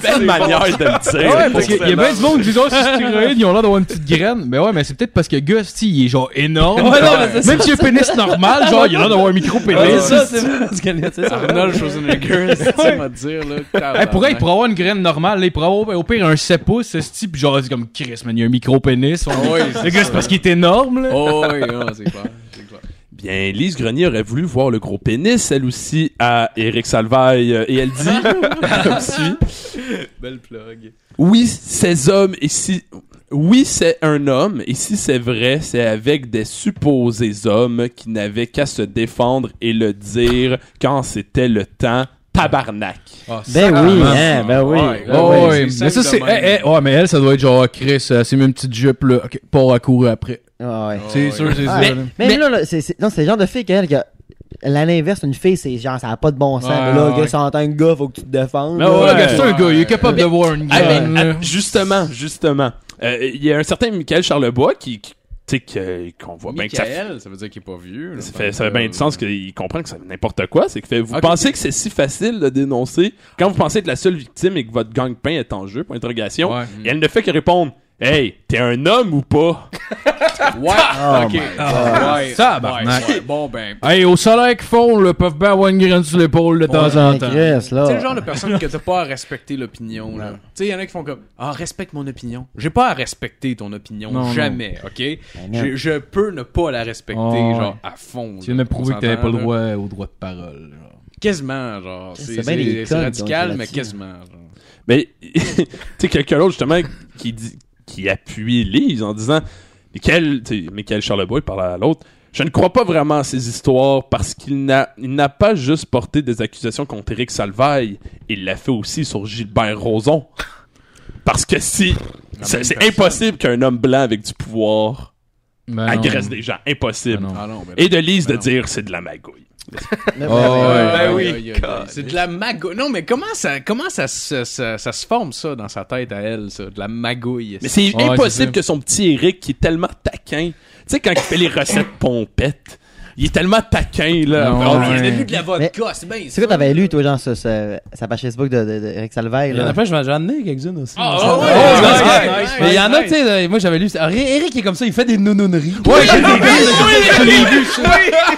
[SPEAKER 6] C'est une manière de me dire.
[SPEAKER 3] Ouais, parce qu'il y a bien du monde qui disent, oh, c'est stéroïde, ils ont l'air d'avoir une petite graine. Mais ouais, mais c'est peut-être parce que Gus, tu sais, il est genre énorme.
[SPEAKER 1] Ouais, non, mais c'est
[SPEAKER 3] Même si a un pénis normal, genre, il a l'air d'avoir un
[SPEAKER 1] c'est
[SPEAKER 3] micro-pénis.
[SPEAKER 1] ça, c'est vrai, parce qu'elle- c'est ça.
[SPEAKER 5] Arnold Schwarzenegger, c'est ça, m'a dire, là.
[SPEAKER 3] Hey, pour elle,
[SPEAKER 5] tabarnak.
[SPEAKER 3] il pourrait avoir une graine normale, là, il pourrait avoir au pire un 7 pouces, ce type, genre, c'est comme Chris, man, il y a un micro-pénis. on-
[SPEAKER 5] Oui,
[SPEAKER 3] le gars, c'est parce qu'il est énorme, là.
[SPEAKER 5] Oh, oui, non, c'est clair. c'est clair.
[SPEAKER 6] Bien, Lise Grenier aurait voulu voir le gros pénis, elle aussi, à Eric Salvaille, euh, et elle dit, comme suit,
[SPEAKER 5] Belle plug.
[SPEAKER 6] oui, ces hommes, et si, oui, c'est un homme, et si c'est vrai, c'est avec des supposés hommes qui n'avaient qu'à se défendre et le dire quand c'était le temps, tabarnak.
[SPEAKER 7] Ben oui,
[SPEAKER 3] Ah,
[SPEAKER 7] hein, ben oui.
[SPEAKER 5] ouais,
[SPEAKER 7] Ben
[SPEAKER 3] Oh,
[SPEAKER 7] oui.
[SPEAKER 3] ouais,
[SPEAKER 5] c'est
[SPEAKER 3] mais ça,
[SPEAKER 5] simple
[SPEAKER 3] c'est.
[SPEAKER 5] de même.
[SPEAKER 3] eh, eh, ouais, mais elle, ça doit être genre, Chris, euh, c'est même une petite jupe, là. Ok, pas à courir après.
[SPEAKER 7] Ah, ouais.
[SPEAKER 3] C'est sûr, c'est sûr.
[SPEAKER 7] Ouais.
[SPEAKER 3] là.
[SPEAKER 7] Même là, là, c'est, c'est- non, c'est le genre de fille qu'elle, que l'année inverse, une fille, c'est genre, ça a pas de bon sens.
[SPEAKER 3] Ouais,
[SPEAKER 7] mais là,
[SPEAKER 3] ouais.
[SPEAKER 7] gars, si on entend un gars, faut que tu te défendes.
[SPEAKER 6] Mais
[SPEAKER 7] là.
[SPEAKER 6] ouais,
[SPEAKER 3] Ouais,
[SPEAKER 6] ouais.
[SPEAKER 3] C'est un gars, il est capable
[SPEAKER 6] Mais-
[SPEAKER 3] d'avoir une
[SPEAKER 6] Ah,
[SPEAKER 3] graine,
[SPEAKER 6] mais,
[SPEAKER 3] là.
[SPEAKER 6] ah, justement, justement. Euh, Il y a un certain Michael Charlebois qui, qui- tu sais, que- qu'on voit bien que ben, ça
[SPEAKER 5] Michael, ça veut dire qu'il est pas vieux. là.
[SPEAKER 6] Ça fait, ça fait bien du sens qu'il comprend que c'est n'importe quoi. C'est que fait, vous
[SPEAKER 5] Ok.
[SPEAKER 6] pensez que c'est si facile de dénoncer quand vous pensez être la seule victime et que votre gang-pain est en jeu, pour interrogation.
[SPEAKER 3] Ouais.
[SPEAKER 6] Et elle ne fait que répondre Hey, t'es un homme ou pas
[SPEAKER 5] Ouais, Ah,
[SPEAKER 7] Oh
[SPEAKER 5] ok.
[SPEAKER 7] my
[SPEAKER 5] Ouais,
[SPEAKER 3] Tabarnak.
[SPEAKER 5] ouais, ouais. Bon, ben.
[SPEAKER 3] Hey, au salaire qu'ils font, là, peuvent bien avoir une graine sur l'épaule, de temps en
[SPEAKER 7] Ouais,
[SPEAKER 3] temps.
[SPEAKER 7] Chris, là.
[SPEAKER 5] C'est le genre de personne que t'as pas à respecter l'opinion. là. Tu sais, il y en a qui font comme Ah, respecte mon opinion. J'ai pas à respecter ton opinion,
[SPEAKER 3] Non, non.
[SPEAKER 5] jamais, ok?
[SPEAKER 7] non.
[SPEAKER 5] Je, je peux ne pas la respecter,
[SPEAKER 3] Oh,
[SPEAKER 5] genre,
[SPEAKER 3] ouais.
[SPEAKER 5] à fond.
[SPEAKER 3] Tu viens de me prouver que t'avais pas le
[SPEAKER 5] droit
[SPEAKER 3] droit au droit de parole, genre.
[SPEAKER 5] Quasiment, genre. C'est
[SPEAKER 7] c'est bien des
[SPEAKER 5] c'est- c'est
[SPEAKER 7] cons qui ont
[SPEAKER 5] radical,
[SPEAKER 7] été
[SPEAKER 5] mais
[SPEAKER 7] là-dessus.
[SPEAKER 5] quasiment. genre.
[SPEAKER 6] Mais, tu sais, quelqu'un d'autre, justement, qui, dit, qui appuie Lise en disant Michael, tu sais, Michael Charlebois, il parle à l'autre. Je ne crois pas vraiment à ces histoires parce qu'il n'a, il n'a pas juste porté des accusations contre Eric Salvaille, il l'a fait aussi sur Gilbert Rozon. Parce que si, c'est, c'est impossible qu'un homme blanc avec du pouvoir
[SPEAKER 3] Ben
[SPEAKER 6] agresse
[SPEAKER 3] non.
[SPEAKER 6] des gens,
[SPEAKER 3] Ben
[SPEAKER 6] impossible.
[SPEAKER 3] non.
[SPEAKER 5] Ah non, ben
[SPEAKER 6] Et de Lise
[SPEAKER 5] Ben
[SPEAKER 6] de
[SPEAKER 5] non.
[SPEAKER 6] dire c'est de la magouille.
[SPEAKER 7] Mais-
[SPEAKER 3] Oh, ouais.
[SPEAKER 5] Ah,
[SPEAKER 3] Ben
[SPEAKER 5] oui, aïe, aïe, aïe. C'est de la magouille. Non, mais comment ça, comment ça, se- ça- ça se forme, ça, dans sa tête à elle, ça? De la magouille.
[SPEAKER 6] Mais c'est
[SPEAKER 3] Ouais, c'est
[SPEAKER 6] impossible
[SPEAKER 3] ça.
[SPEAKER 6] que son petit Eric, qui est tellement taquin, tu sais, quand il fait les recettes pompettes, il est tellement taquin, là.
[SPEAKER 3] Non,
[SPEAKER 6] Oh,
[SPEAKER 3] ouais.
[SPEAKER 6] il y en a vu-
[SPEAKER 8] de la
[SPEAKER 7] vodka,
[SPEAKER 8] c'est bien.
[SPEAKER 7] C'est quoi t'avais lu, toi, genre, sur ce- sa page Facebook de, de, de Eric Salvaire,
[SPEAKER 1] Il y en
[SPEAKER 7] là?
[SPEAKER 1] a plein, je vais- j'en ai quelques-unes aussi.
[SPEAKER 6] Ah,
[SPEAKER 1] Ça-
[SPEAKER 6] ouais, ouais,
[SPEAKER 1] Oh,
[SPEAKER 6] ouais,
[SPEAKER 1] parce
[SPEAKER 6] ouais,
[SPEAKER 1] que-
[SPEAKER 5] nice,
[SPEAKER 1] Mais il y
[SPEAKER 5] nice,
[SPEAKER 1] en a,
[SPEAKER 5] nice.
[SPEAKER 1] tu sais, euh, moi j'avais lu. Alors, Eric est comme ça, il fait des nounouneries.
[SPEAKER 3] Ouais, je l'ai vu! Je l'ai vu!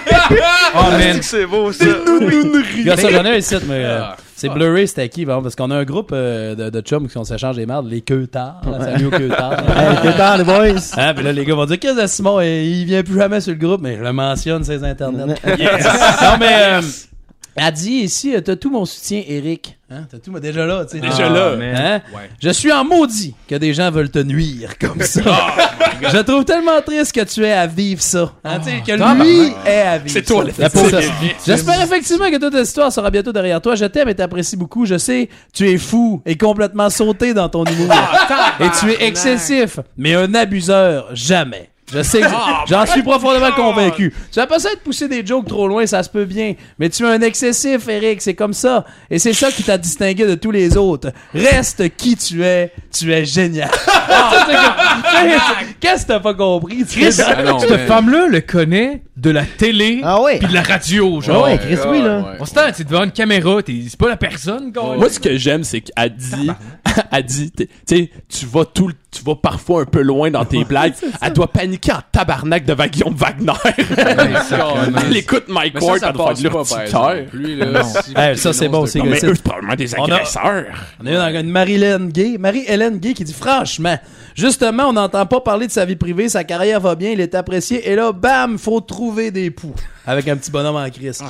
[SPEAKER 3] Oh, man.
[SPEAKER 4] Ah, C'est beau, ça.
[SPEAKER 1] Regarde ça, j'en ai un ici, mais euh,
[SPEAKER 5] Ah,
[SPEAKER 1] c'est blurry, c'était qui, vraiment, parce qu'on a un groupe euh, de, de chums qui on s'échange des merdes, les queutards. là, Salut aux queutards.
[SPEAKER 7] Hey, t'es tard, les boys!
[SPEAKER 1] Ah, puis là, les gars vont dire Qu'est-ce que Simon, euh, il vient plus jamais sur le groupe, mais je le mentionne, ses internets. non, mais. euh, elle dit ici, euh, t'as tout mon soutien, Eric. Hein? T'as tout, mais déjà là, tu sais.
[SPEAKER 6] Déjà là.
[SPEAKER 1] Hein? Je suis en maudit que des gens veulent te nuire comme ça.
[SPEAKER 6] Ah,
[SPEAKER 1] je trouve tellement triste que tu aies à vivre ça. Hein, tu sais, que lui ait à vivre
[SPEAKER 6] C'est toi,
[SPEAKER 1] ça.
[SPEAKER 6] le
[SPEAKER 1] La pauvre
[SPEAKER 6] victime.
[SPEAKER 1] personne. J'espère effectivement que toute cette histoire sera bientôt derrière toi. Je t'aime et t'apprécie beaucoup. Je sais, tu es fou et complètement sauté dans ton humour.
[SPEAKER 5] Ah,
[SPEAKER 1] et tu es excessif, mais un abuseur, jamais. Je sais que
[SPEAKER 5] Ah, ben
[SPEAKER 1] j'en suis profondément convaincu. Tu vas pas ça de pousser des jokes trop loin, ça se peut bien. Mais tu es un excessif, Eric, c'est comme ça. Et c'est ça qui t'a distingué de tous les autres. Reste qui tu es, tu es génial. C'est comme- Qu'est-ce que t'as pas compris? tu sais?
[SPEAKER 5] Ah non,
[SPEAKER 3] Cette
[SPEAKER 5] mais-
[SPEAKER 3] femme-là le connaît de la télé
[SPEAKER 7] Ah ouais!
[SPEAKER 3] puis de la radio,
[SPEAKER 7] Ah
[SPEAKER 3] genre.
[SPEAKER 7] ouais, Chris, oui, là.
[SPEAKER 5] ouais.
[SPEAKER 3] On se tente, t'es devant une caméra, t'es- c'est pas la personne, quoi.
[SPEAKER 6] Moi, ce que j'aime, c'est qu'elle dit, elle dit, t'es- tu sais, tu vas tout, le- tu vas parfois un peu loin dans tes blagues, elle doit paniquer en tabarnak devant Guillaume Wagner. Elle écoute Mike
[SPEAKER 5] Mais ça,
[SPEAKER 6] Ward
[SPEAKER 5] ça
[SPEAKER 6] en devant
[SPEAKER 5] passe
[SPEAKER 6] de
[SPEAKER 5] pas, par
[SPEAKER 6] l'urticaire.
[SPEAKER 5] exemple. Lui, là, si-
[SPEAKER 1] Eh, ça, c'est
[SPEAKER 5] non,
[SPEAKER 1] bon, c'est
[SPEAKER 6] Non, mais
[SPEAKER 1] c'est-
[SPEAKER 6] eux, c'est probablement des
[SPEAKER 1] On a-
[SPEAKER 6] agresseurs.
[SPEAKER 1] On a eu dans- une Marie-Hélène Gay, Marie-Hélène Gay qui dit Franchement, justement, on n'entend pas parler de sa vie privée, sa carrière va bien, il est apprécié, et là, bam, faut trouver des poux. Avec un petit bonhomme en crise.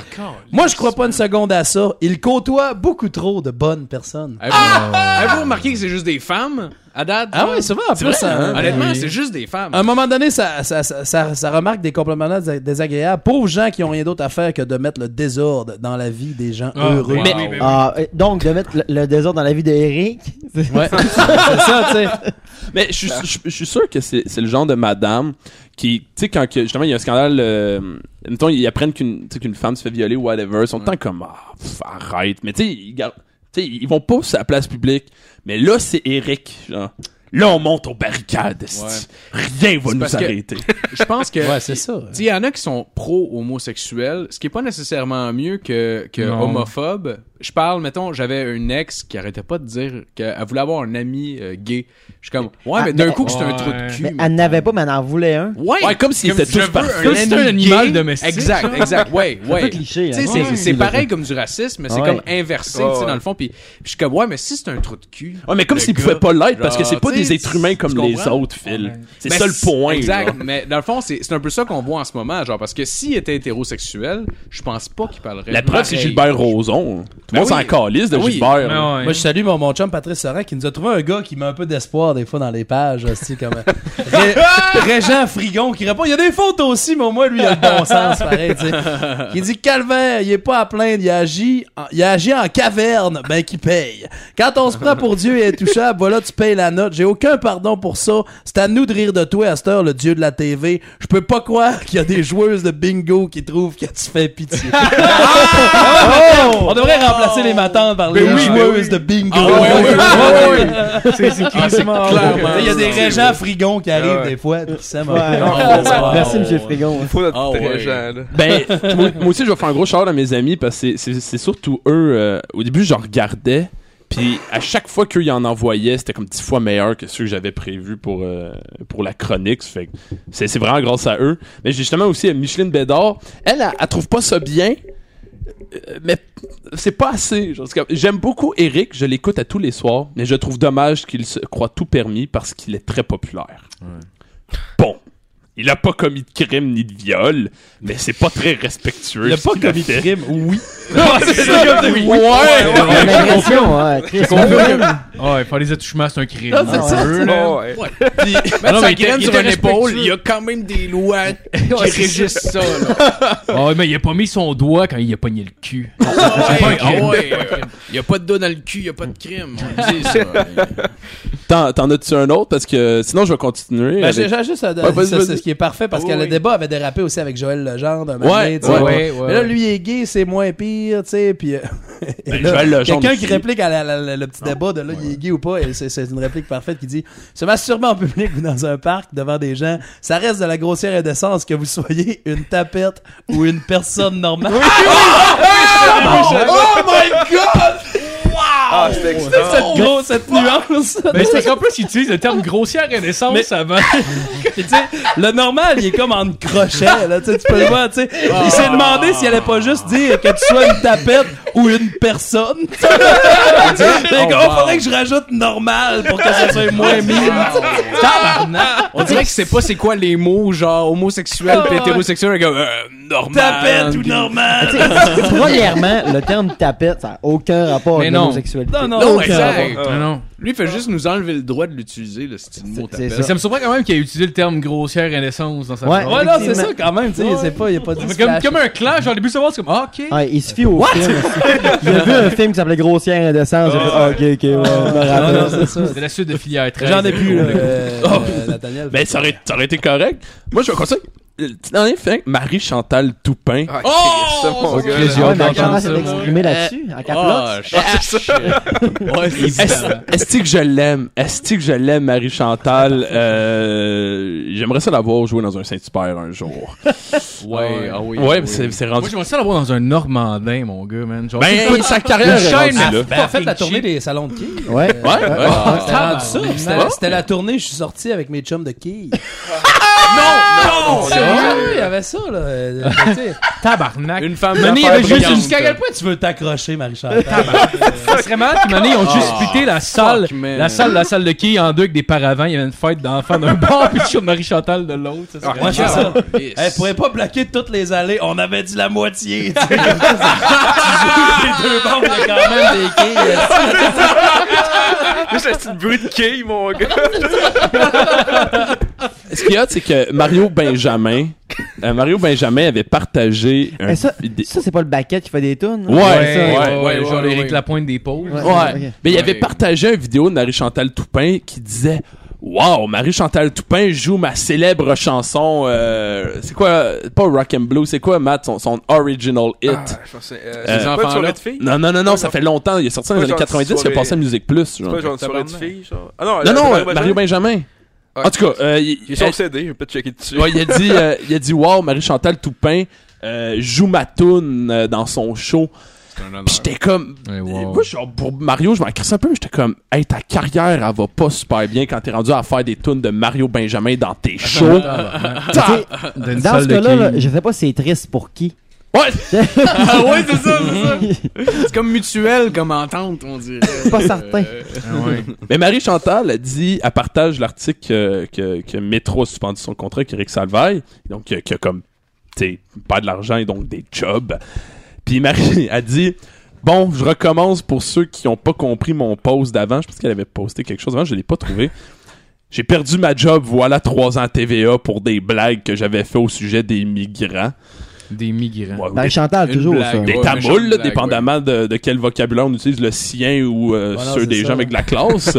[SPEAKER 1] Moi, je crois pas une seconde à ça. Il côtoie beaucoup trop de bonnes personnes.
[SPEAKER 5] Avez-vous Ah! avez-vous remarqué que c'est juste des femmes à date?
[SPEAKER 1] Ah
[SPEAKER 5] là?
[SPEAKER 1] oui, souvent, en plus, Ah, ça-
[SPEAKER 5] Honnêtement, c'est juste des femmes.
[SPEAKER 1] hein. À un moment donné, ça, ça, ça, ça- ça remarque des compléments dés- désagréables. Pauvres gens qui ont rien d'autre à faire que de mettre le désordre dans la vie des gens heureux.
[SPEAKER 5] oui, oui, oui,
[SPEAKER 7] Ah, euh, donc, de mettre le, le désordre dans la vie de Eric.
[SPEAKER 1] Ouais, c'est ça, tu sais.
[SPEAKER 6] Mais je suis-
[SPEAKER 5] Ah.
[SPEAKER 6] je je suis sûr que c'est c'est le genre de madame qui, tu sais, quand que, justement il y a un scandale, euh, mettons, ils apprennent qu'une tu sais, qu'une femme se fait violer ou whatever, ils sont tout le temps comme, ah, pff, arrête. Mais tu sais, ils gardent- tu sais, ils vont pas sur la place publique. Mais là, c'est Eric, genre. Là, on monte aux barricades. esti. Rien va
[SPEAKER 5] C'est parce
[SPEAKER 6] nous
[SPEAKER 5] que-
[SPEAKER 6] arrêter.
[SPEAKER 5] Je pense que.
[SPEAKER 1] Ouais, c'est ça.
[SPEAKER 5] Tu sais, Euh. Il y en a qui sont pro-homosexuels, ce qui est pas nécessairement mieux que, que
[SPEAKER 3] Non.
[SPEAKER 5] homophobe. Je parle, mettons, j'avais une ex qui arrêtait pas de dire qu'elle voulait avoir un ami euh, gay. Je suis comme, ouais,
[SPEAKER 7] Ah,
[SPEAKER 5] mais d'un
[SPEAKER 7] mais-
[SPEAKER 5] coup, que c'est un
[SPEAKER 3] Ouais.
[SPEAKER 5] trou de cul.
[SPEAKER 7] Mais elle n'avait pas, mais elle en voulait un.
[SPEAKER 5] Ouais,
[SPEAKER 6] Ouais, comme s'ils étaient tous
[SPEAKER 5] je veux
[SPEAKER 6] parfaits.
[SPEAKER 3] Comme si c'était un
[SPEAKER 5] ami
[SPEAKER 3] animal
[SPEAKER 5] gay.
[SPEAKER 3] domestique,
[SPEAKER 5] Exact, exact. Ouais,
[SPEAKER 7] C'est pas
[SPEAKER 5] ouais.
[SPEAKER 7] cliché.
[SPEAKER 5] Tu
[SPEAKER 7] hein.
[SPEAKER 5] sais, c'est- c'est pareil comme du racisme, mais c'est
[SPEAKER 7] Ouais.
[SPEAKER 5] comme inversé,
[SPEAKER 4] Ouais,
[SPEAKER 5] tu sais,
[SPEAKER 4] ouais.
[SPEAKER 5] dans le fond. Puis puis je suis comme, ouais, mais si c'est un trou de cul.
[SPEAKER 6] Ouais, mais comme
[SPEAKER 5] le
[SPEAKER 6] s'ils
[SPEAKER 5] gars,
[SPEAKER 6] pouvaient pas l'être parce que c'est pas
[SPEAKER 5] genre,
[SPEAKER 6] des
[SPEAKER 5] tu
[SPEAKER 6] êtres humains comme
[SPEAKER 5] tu
[SPEAKER 6] les
[SPEAKER 5] comprends?
[SPEAKER 6] autres, Phil. C'est
[SPEAKER 5] Mais
[SPEAKER 6] ça le point.
[SPEAKER 5] Exact.
[SPEAKER 6] genre.
[SPEAKER 5] Mais dans le fond, c'est c'est un peu ça qu'on voit en ce moment. Genre, parce que s'il était hétérosexuel, je pense pas qu'il parlerait.
[SPEAKER 6] La preuve, c'est
[SPEAKER 5] pareil.
[SPEAKER 6] Gilbert Rozon. Tout
[SPEAKER 5] Ben
[SPEAKER 6] le monde s'en
[SPEAKER 5] oui.
[SPEAKER 6] calisse de
[SPEAKER 5] Ah oui.
[SPEAKER 6] Gilbert. là.
[SPEAKER 3] Ah ouais.
[SPEAKER 1] Moi, je salue mon, mon chum Patrice Sorin qui nous a trouvé un gars qui met un peu d'espoir des fois dans les pages. Aussi, comme, euh, Ré- Régent Frigon qui répond. Il y a des fautes aussi, mais au moins, lui, il a le bon sens, pareil. tu sais. Il dit Calvaire, il est pas à plaindre, il agit, en- il agit en caverne, ben qui paye. Quand on se prend pour Dieu et intouchable, voilà, tu payes la note. J'ai aucun pardon pour ça. C'est à nous de rire de toi à cette heure, le dieu de la TV. Je peux pas croire qu'il y a des joueuses de bingo qui trouvent que tu fais pitié. On devrait remplacer les matantes par les
[SPEAKER 5] Ben oui,
[SPEAKER 1] joueuses de bingo.
[SPEAKER 5] Ah ouais, ouais, ouais, ouais, ouais. Ah, c'est
[SPEAKER 1] Tu
[SPEAKER 5] clairement.
[SPEAKER 1] sais, Il y a des
[SPEAKER 5] c'est-
[SPEAKER 1] régents frigons qui arrivent des fois pis qui s'aiment un peu.
[SPEAKER 7] Ouais. Merci, monsieur Frigon.
[SPEAKER 4] Faut notre
[SPEAKER 5] Ah, ouais.
[SPEAKER 4] régent, là.
[SPEAKER 6] Ben, moi, moi aussi, je vais faire un gros shout à mes amis parce que c'est- c'est c'est surtout eux. euh, au début, j'en regardais. Puis à chaque fois qu'eux ils en envoyaient, c'était comme dix fois meilleur que ceux que j'avais prévus pour, euh, pour la chronique. Ça Fait que c'est c'est vraiment grâce à eux. Mais j'ai justement aussi euh, Micheline Bédard, elle, elle, elle trouve pas ça bien. euh, Mais c'est pas assez. Genre, c'est comme- J'aime beaucoup Eric, je l'écoute à tous les soirs, mais je trouve dommage qu'il se croit tout permis parce qu'il est très populaire. Bon, il a pas commis de crime ni de viol, mais c'est pas très respectueux.
[SPEAKER 1] Il a
[SPEAKER 6] ce
[SPEAKER 1] pas
[SPEAKER 6] qu'il a
[SPEAKER 1] commis de
[SPEAKER 6] fait.
[SPEAKER 1] crime, oui.
[SPEAKER 6] Ouais, c'est ça, oui. Ouais.
[SPEAKER 7] On a l'impression, hein, Chris.
[SPEAKER 3] Ah ouais, faire les attouchements, c'est un crime.
[SPEAKER 6] Ah, c'est
[SPEAKER 3] Un
[SPEAKER 6] ça,
[SPEAKER 3] peu,
[SPEAKER 6] c'est-
[SPEAKER 3] là.
[SPEAKER 4] Oh, ouais.
[SPEAKER 5] Mettre
[SPEAKER 3] non, mais
[SPEAKER 5] sa
[SPEAKER 3] il était-
[SPEAKER 5] graine
[SPEAKER 3] il
[SPEAKER 5] sur
[SPEAKER 3] était
[SPEAKER 5] une épaule,
[SPEAKER 3] respectueux.
[SPEAKER 5] il y a quand même des lois qui
[SPEAKER 3] c'est
[SPEAKER 5] régissent ça. là.
[SPEAKER 3] Ah ouais, mais il a pas mis son doigt quand il a pogné le cul.
[SPEAKER 5] Ah
[SPEAKER 3] pas un
[SPEAKER 5] ouais, ah
[SPEAKER 3] crime.
[SPEAKER 5] ouais, euh, Il y a pas de dos dans le cul, il y a pas de crime. On dit ça.
[SPEAKER 6] T'en, t'en as-tu un autre? Parce que sinon, je vais continuer.
[SPEAKER 1] Ben,
[SPEAKER 6] avec-
[SPEAKER 1] j'ai- j'ai juste à-
[SPEAKER 6] Ouais, vas-y,
[SPEAKER 1] ça, c'est
[SPEAKER 6] vas-y.
[SPEAKER 1] ce qui est parfait parce
[SPEAKER 6] Oui,
[SPEAKER 1] que
[SPEAKER 3] Oh,
[SPEAKER 1] le
[SPEAKER 6] oui.
[SPEAKER 1] débat avait dérapé aussi avec Joël Legendre. un moment donné, tu sais.
[SPEAKER 6] ouais,
[SPEAKER 3] ouais,
[SPEAKER 1] Mais là,
[SPEAKER 3] ouais.
[SPEAKER 1] lui il est gay, c'est moins pire, tu sais. Puis euh, et
[SPEAKER 6] Ben,
[SPEAKER 1] là,
[SPEAKER 6] Joël Legendre
[SPEAKER 1] quelqu'un
[SPEAKER 6] aussi.
[SPEAKER 1] qui réplique à la- la- la- le petit débat de là, il est gay ou pas, et c'est c'est une réplique parfaite qui dit Se masturber en public ou dans un parc devant des gens, ça reste de la grossière indécence que vous soyez une tapette ou une personne normale.
[SPEAKER 4] Ah, c'était excellent.
[SPEAKER 6] Oh!
[SPEAKER 1] cette grosse, cette nuance.
[SPEAKER 3] Mais c'est parce qu'en plus, il utilise le terme grossière
[SPEAKER 1] Mais-
[SPEAKER 3] renaissance avant.
[SPEAKER 1] Puis, tu sais, le normal, il est comme en crochet, là, tu sais, tu peux le voir, tu sais. Il s'est demandé s'il allait pas juste dire que tu sois une tapette ou une personne. Il faudrait que je rajoute normal pour que ça soit moins mime.
[SPEAKER 5] On dirait que c'est pas c'est quoi les mots genre homosexuel pis hétérosexuel comme euh, normal.
[SPEAKER 1] Tapette ou normal.
[SPEAKER 7] Premièrement, le terme tapette, ça n'a aucun rapport
[SPEAKER 3] Mais
[SPEAKER 7] avec
[SPEAKER 3] non.
[SPEAKER 7] l'homosexualité.
[SPEAKER 1] Non, non,
[SPEAKER 5] Non,
[SPEAKER 1] aucun
[SPEAKER 5] exact.
[SPEAKER 1] rapport.
[SPEAKER 3] Non, non.
[SPEAKER 5] Lui, il fait juste nous enlever le droit de l'utiliser, le style mot
[SPEAKER 7] c'est
[SPEAKER 5] tapette.
[SPEAKER 3] Mais ça me surprend quand même qu'il ait utilisé le terme grossière renaissance dans sa
[SPEAKER 7] Ouais.
[SPEAKER 3] phrase.
[SPEAKER 1] Ouais, non, c'est ça quand même, tu sais, c'est pas, il a pas dit
[SPEAKER 3] C'est Comme, comme un clan, genre, au début, ça va, c'est comme, ah, ok.
[SPEAKER 7] Ah, il suffit au film. J'ai vu un film qui s'appelait Grossière indécence. J'ai fait, ah, ok, ok, ouais, on me
[SPEAKER 1] Non,
[SPEAKER 7] rappelle.
[SPEAKER 1] non, c'est ça.
[SPEAKER 3] C'est la suite de filière 13.
[SPEAKER 1] J'en ai plus, là, euh, euh, Nathaniel.
[SPEAKER 6] Ben, ça aurait, ça aurait été correct. Moi, je vais continuer. En effet, Marie Chantal Toupin.
[SPEAKER 4] Ah,
[SPEAKER 5] Oh!
[SPEAKER 4] c'est ça, mon
[SPEAKER 5] C'est
[SPEAKER 4] gars, Ah,
[SPEAKER 3] J'ai
[SPEAKER 7] Ouais,
[SPEAKER 3] hâte
[SPEAKER 7] mais elle
[SPEAKER 3] d'entendre
[SPEAKER 7] commence
[SPEAKER 3] ça.
[SPEAKER 7] à s'exprimer là-dessus, en
[SPEAKER 5] Ah,
[SPEAKER 7] caplox.
[SPEAKER 5] je Ouais, c'est
[SPEAKER 6] Est-ce est-ce que je l'aime? Est-ce que je l'aime, Marie Chantal? Euh, J'aimerais ça la voir jouer dans un Saint-Hubert un jour.
[SPEAKER 5] Ouais, ah oui.
[SPEAKER 6] ouais,
[SPEAKER 5] oui,
[SPEAKER 6] c'est
[SPEAKER 5] oui.
[SPEAKER 6] c'est
[SPEAKER 3] Moi,
[SPEAKER 6] rendu.
[SPEAKER 3] j'aimerais ça l'avoir dans un Normandin, mon gars, man. Genre,
[SPEAKER 6] Ben, écoute, sa carrière est rendue là.
[SPEAKER 1] T'as pas Ben, fait la tournée des salons de quilles?
[SPEAKER 7] Ouais. Ouais.
[SPEAKER 6] ouais.
[SPEAKER 1] Ah, c'était rendu ça.
[SPEAKER 8] tabarnak.
[SPEAKER 1] C'était la- C'était la tournée, je suis sorti avec mes chums de quilles.
[SPEAKER 5] Non! Non!
[SPEAKER 1] Ah, oui, il y avait ça, là. euh, tu sais.
[SPEAKER 3] tabarnac.
[SPEAKER 5] Une femme
[SPEAKER 1] Mané, il
[SPEAKER 5] d'affaires
[SPEAKER 1] avait
[SPEAKER 6] ben,
[SPEAKER 1] juste
[SPEAKER 5] brillante.
[SPEAKER 1] jusqu'à quel point tu veux t'accrocher, Marie-Chantal?
[SPEAKER 3] Ça serait malade qu'une année, ils ont juste splitté la salle,
[SPEAKER 5] man.
[SPEAKER 3] la salle, la salle de quilles en deux avec des paravents. Il y avait une fête d'enfants d'un bord, puis le show de Marie-Chantal de l'autre. Ça serait
[SPEAKER 5] Ah,
[SPEAKER 1] Moi, c'est ça.
[SPEAKER 5] Yes.
[SPEAKER 1] Elle pourrait pas bloquer toutes les allées. On avait dit la moitié. tu sais. les deux bandes, il y a quand même des quilles. là.
[SPEAKER 4] Juste un petit bruit de quille, mon gars.
[SPEAKER 6] Ce qu'il y a, c'est que Mario Benjamin, euh, Mario Benjamin avait partagé un
[SPEAKER 7] Et ça,
[SPEAKER 6] vidé-
[SPEAKER 7] ça c'est pas le baquet qui fait des tunes.
[SPEAKER 6] Ouais,
[SPEAKER 7] hein? là?
[SPEAKER 6] ouais,
[SPEAKER 3] ouais,
[SPEAKER 5] ouais,
[SPEAKER 3] genre
[SPEAKER 5] ouais,
[SPEAKER 3] Éric
[SPEAKER 5] ouais.
[SPEAKER 3] Lapointe des pauvres.
[SPEAKER 7] Ouais.
[SPEAKER 6] Ouais.
[SPEAKER 7] Ah, ok.
[SPEAKER 6] Mais il avait
[SPEAKER 5] Ouais.
[SPEAKER 6] partagé une vidéo de Marie-Chantal Toupin qui disait Wow, Marie-Chantal Toupin joue ma célèbre chanson. euh, c'est quoi euh, Pas Rock and Blue, c'est quoi, Matt Son, son original hit.
[SPEAKER 4] Ah, je pensais, euh,
[SPEAKER 6] Euh,
[SPEAKER 4] c'est pas une
[SPEAKER 5] enfants-là.
[SPEAKER 4] soirée de filles?
[SPEAKER 6] Non, non, non, non,
[SPEAKER 4] Ouais,
[SPEAKER 6] ça
[SPEAKER 4] non.
[SPEAKER 6] fait longtemps. Il est sorti dans les
[SPEAKER 4] Ouais,
[SPEAKER 6] années
[SPEAKER 4] genre,
[SPEAKER 6] 90, il a
[SPEAKER 4] soirée-
[SPEAKER 6] passé à Musique Plus.
[SPEAKER 4] C'est
[SPEAKER 6] Genre.
[SPEAKER 4] pas genre une soirée de filles, genre. Ah non,
[SPEAKER 6] Non,
[SPEAKER 4] euh,
[SPEAKER 6] non,
[SPEAKER 4] Mario
[SPEAKER 6] euh, Mario Benjamin.
[SPEAKER 4] Ouais.
[SPEAKER 6] En tout cas, euh, il,
[SPEAKER 4] Ils sont cédés, je vais peut-être checker dessus.
[SPEAKER 6] Ouais, il a dit, euh, il a dit, wow, Marie-Chantal Toupin euh, joue ma toune euh, dans son show.
[SPEAKER 5] C'est un honneur.
[SPEAKER 6] Pis j'étais comme,
[SPEAKER 3] Ouais, wow.
[SPEAKER 6] moi, genre, pour Mario, je m'en crisse un peu. J'étais comme, hey, ta carrière, elle va pas super bien quand t'es rendu à faire des tunes de Mario Benjamin dans tes shows.
[SPEAKER 7] Tu sais,
[SPEAKER 3] D'une
[SPEAKER 7] Dans ce
[SPEAKER 3] salle de
[SPEAKER 7] cas-là, là,
[SPEAKER 3] quilles.
[SPEAKER 7] je sais pas si c'est triste pour qui.
[SPEAKER 6] ouais!
[SPEAKER 5] Ah ouais, c'est ça, c'est ça. C'est comme mutuel comme entente, on dirait.
[SPEAKER 7] Pas certain.
[SPEAKER 3] Ah ouais.
[SPEAKER 6] Mais Marie Chantal a dit, elle partage l'article que, que, que Métro a suspendu son contrat avec Eric Salvaille, donc qui a, qui a comme, tu sais, pas de l'argent et donc des jobs. Puis Marie a dit, bon, je recommence pour ceux qui n'ont pas compris mon post d'avant. Je pense qu'elle avait posté quelque chose avant, je l'ai pas trouvé. J'ai perdu ma job, voilà, trois ans à TVA pour des blagues que j'avais fait au sujet des migrants.
[SPEAKER 3] Des migrants.
[SPEAKER 6] Ouais, ou
[SPEAKER 7] Marie
[SPEAKER 6] des-
[SPEAKER 7] Ben, Chantal,
[SPEAKER 5] Une
[SPEAKER 7] toujours
[SPEAKER 5] blague.
[SPEAKER 7] ça.
[SPEAKER 6] des
[SPEAKER 5] Ouais, méchante
[SPEAKER 6] tamouls, là,
[SPEAKER 5] blague,
[SPEAKER 6] dépendamment de, de quel vocabulaire on utilise, le sien ou euh,
[SPEAKER 1] Ouais, non,
[SPEAKER 6] ceux
[SPEAKER 1] c'est
[SPEAKER 6] des
[SPEAKER 1] ça.
[SPEAKER 6] gens avec de la classe.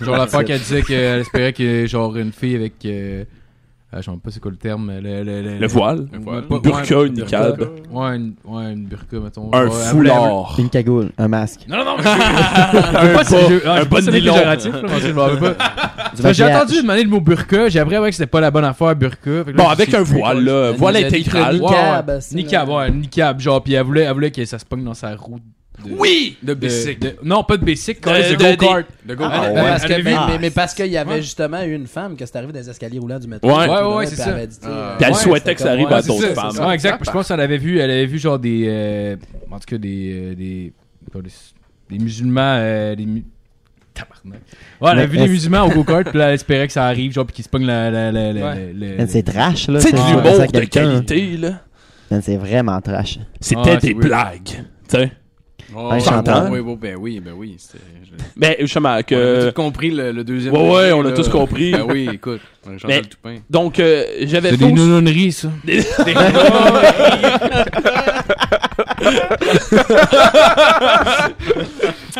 [SPEAKER 3] Genre l'affaire qu'elle disait qu'elle espérait que genre une fille avec euh, ah, je sais pas c'est quoi le terme le le le,
[SPEAKER 6] le voile.
[SPEAKER 5] Une
[SPEAKER 3] Ouais,
[SPEAKER 5] fois.
[SPEAKER 3] pas-
[SPEAKER 6] burqa,
[SPEAKER 3] ouais,
[SPEAKER 6] une niqab.
[SPEAKER 3] burqa. Ouais, une, ouais, une burqa, mettons.
[SPEAKER 6] un
[SPEAKER 3] Ouais,
[SPEAKER 6] foulard.
[SPEAKER 7] Une cagoule, un masque.
[SPEAKER 3] Non, non, non, mais un pas,
[SPEAKER 6] bas-
[SPEAKER 3] je, ah,
[SPEAKER 6] un
[SPEAKER 3] je veux
[SPEAKER 6] bas
[SPEAKER 3] pas
[SPEAKER 6] de
[SPEAKER 3] sonner
[SPEAKER 6] nylon.
[SPEAKER 3] péjoratif, là, parce que je m'en veux pas. J'ai
[SPEAKER 7] Du maquillage.
[SPEAKER 3] entendu demander le mot burqa, j'ai appris ouais, que c'était pas la bonne affaire, burqa. Fait que là,
[SPEAKER 6] Bon,
[SPEAKER 3] je
[SPEAKER 6] avec
[SPEAKER 3] suis
[SPEAKER 6] un
[SPEAKER 3] plus-
[SPEAKER 6] voile, là,
[SPEAKER 8] Elle
[SPEAKER 6] voile
[SPEAKER 8] nous a écrit
[SPEAKER 6] intégral.
[SPEAKER 8] une Niqab, c'est
[SPEAKER 3] Niqab,
[SPEAKER 8] là.
[SPEAKER 3] ouais, niqab, genre, puis elle voulait, elle voulait que ça se pogne dans sa roue.
[SPEAKER 5] Oui! De
[SPEAKER 3] de-
[SPEAKER 5] bicycle.
[SPEAKER 3] de- non, pas de basic, quand
[SPEAKER 8] De-
[SPEAKER 3] de,
[SPEAKER 8] de-
[SPEAKER 3] go-kart.
[SPEAKER 5] De go
[SPEAKER 8] Ah,
[SPEAKER 3] Ah,
[SPEAKER 8] mais,
[SPEAKER 1] euh,
[SPEAKER 3] ouais.
[SPEAKER 8] parce
[SPEAKER 3] Elle
[SPEAKER 8] que,
[SPEAKER 3] avait
[SPEAKER 8] mais,
[SPEAKER 3] vu-
[SPEAKER 8] mais- mais parce qu'il y avait
[SPEAKER 3] Ouais.
[SPEAKER 8] justement une femme qui est arrivée dans les escaliers roulants du métro.
[SPEAKER 6] Ouais. Ouais,
[SPEAKER 3] ouais, ouais,
[SPEAKER 8] Puis
[SPEAKER 3] c'est
[SPEAKER 8] elle
[SPEAKER 3] ça.
[SPEAKER 8] avait dit, tu sais,
[SPEAKER 5] Ah.
[SPEAKER 6] Puis elle
[SPEAKER 8] ouais,
[SPEAKER 6] souhaitait que
[SPEAKER 8] c'est
[SPEAKER 6] ça arrive
[SPEAKER 8] comme,
[SPEAKER 6] à
[SPEAKER 8] ouais, c'est
[SPEAKER 6] d'autres
[SPEAKER 8] ça,
[SPEAKER 6] femmes.
[SPEAKER 8] c'est ça.
[SPEAKER 3] Ouais, exact. Je pense qu'elle avait vu, elle avait vu genre des, euh, en tout cas des, euh, des, pas des, des musulmans, euh, des mu- tabarnak. Ouais, elle
[SPEAKER 7] Mais
[SPEAKER 3] avait vu des
[SPEAKER 7] est-ce-
[SPEAKER 3] musulmans au go-kart, puis là, elle espérait que ça arrive, genre, puis qu'ils se pognent la, la, la, la,
[SPEAKER 1] Ouais.
[SPEAKER 3] la-
[SPEAKER 7] Man, C'est trash, là.
[SPEAKER 6] Tu sais, de
[SPEAKER 7] ça,
[SPEAKER 3] du
[SPEAKER 7] ça,
[SPEAKER 6] l'humour
[SPEAKER 7] ça,
[SPEAKER 6] de
[SPEAKER 7] quelqu'un.
[SPEAKER 6] qualité, là.
[SPEAKER 7] Man, C'est vraiment trash.
[SPEAKER 6] C'était
[SPEAKER 3] Ah, c'est
[SPEAKER 6] des
[SPEAKER 3] weird.
[SPEAKER 6] blagues. Tu sais.
[SPEAKER 5] Oh,
[SPEAKER 7] Ben,
[SPEAKER 5] ouais,
[SPEAKER 7] Chantal.
[SPEAKER 5] ouais, ouais, ben oui, ben oui. c'était- je-
[SPEAKER 6] Mais justement,
[SPEAKER 5] On a
[SPEAKER 6] que.
[SPEAKER 5] tous compris le, le deuxième.
[SPEAKER 6] Euh, Ouais, ouais,
[SPEAKER 5] degré,
[SPEAKER 6] on a
[SPEAKER 5] là.
[SPEAKER 6] tous compris.
[SPEAKER 5] Ben oui, écoute. Chantal
[SPEAKER 6] Mais-
[SPEAKER 5] Toupin.
[SPEAKER 6] Donc, euh, j'avais
[SPEAKER 3] C'est
[SPEAKER 6] fait.
[SPEAKER 3] des
[SPEAKER 6] aussi-
[SPEAKER 3] nounouneries, ça.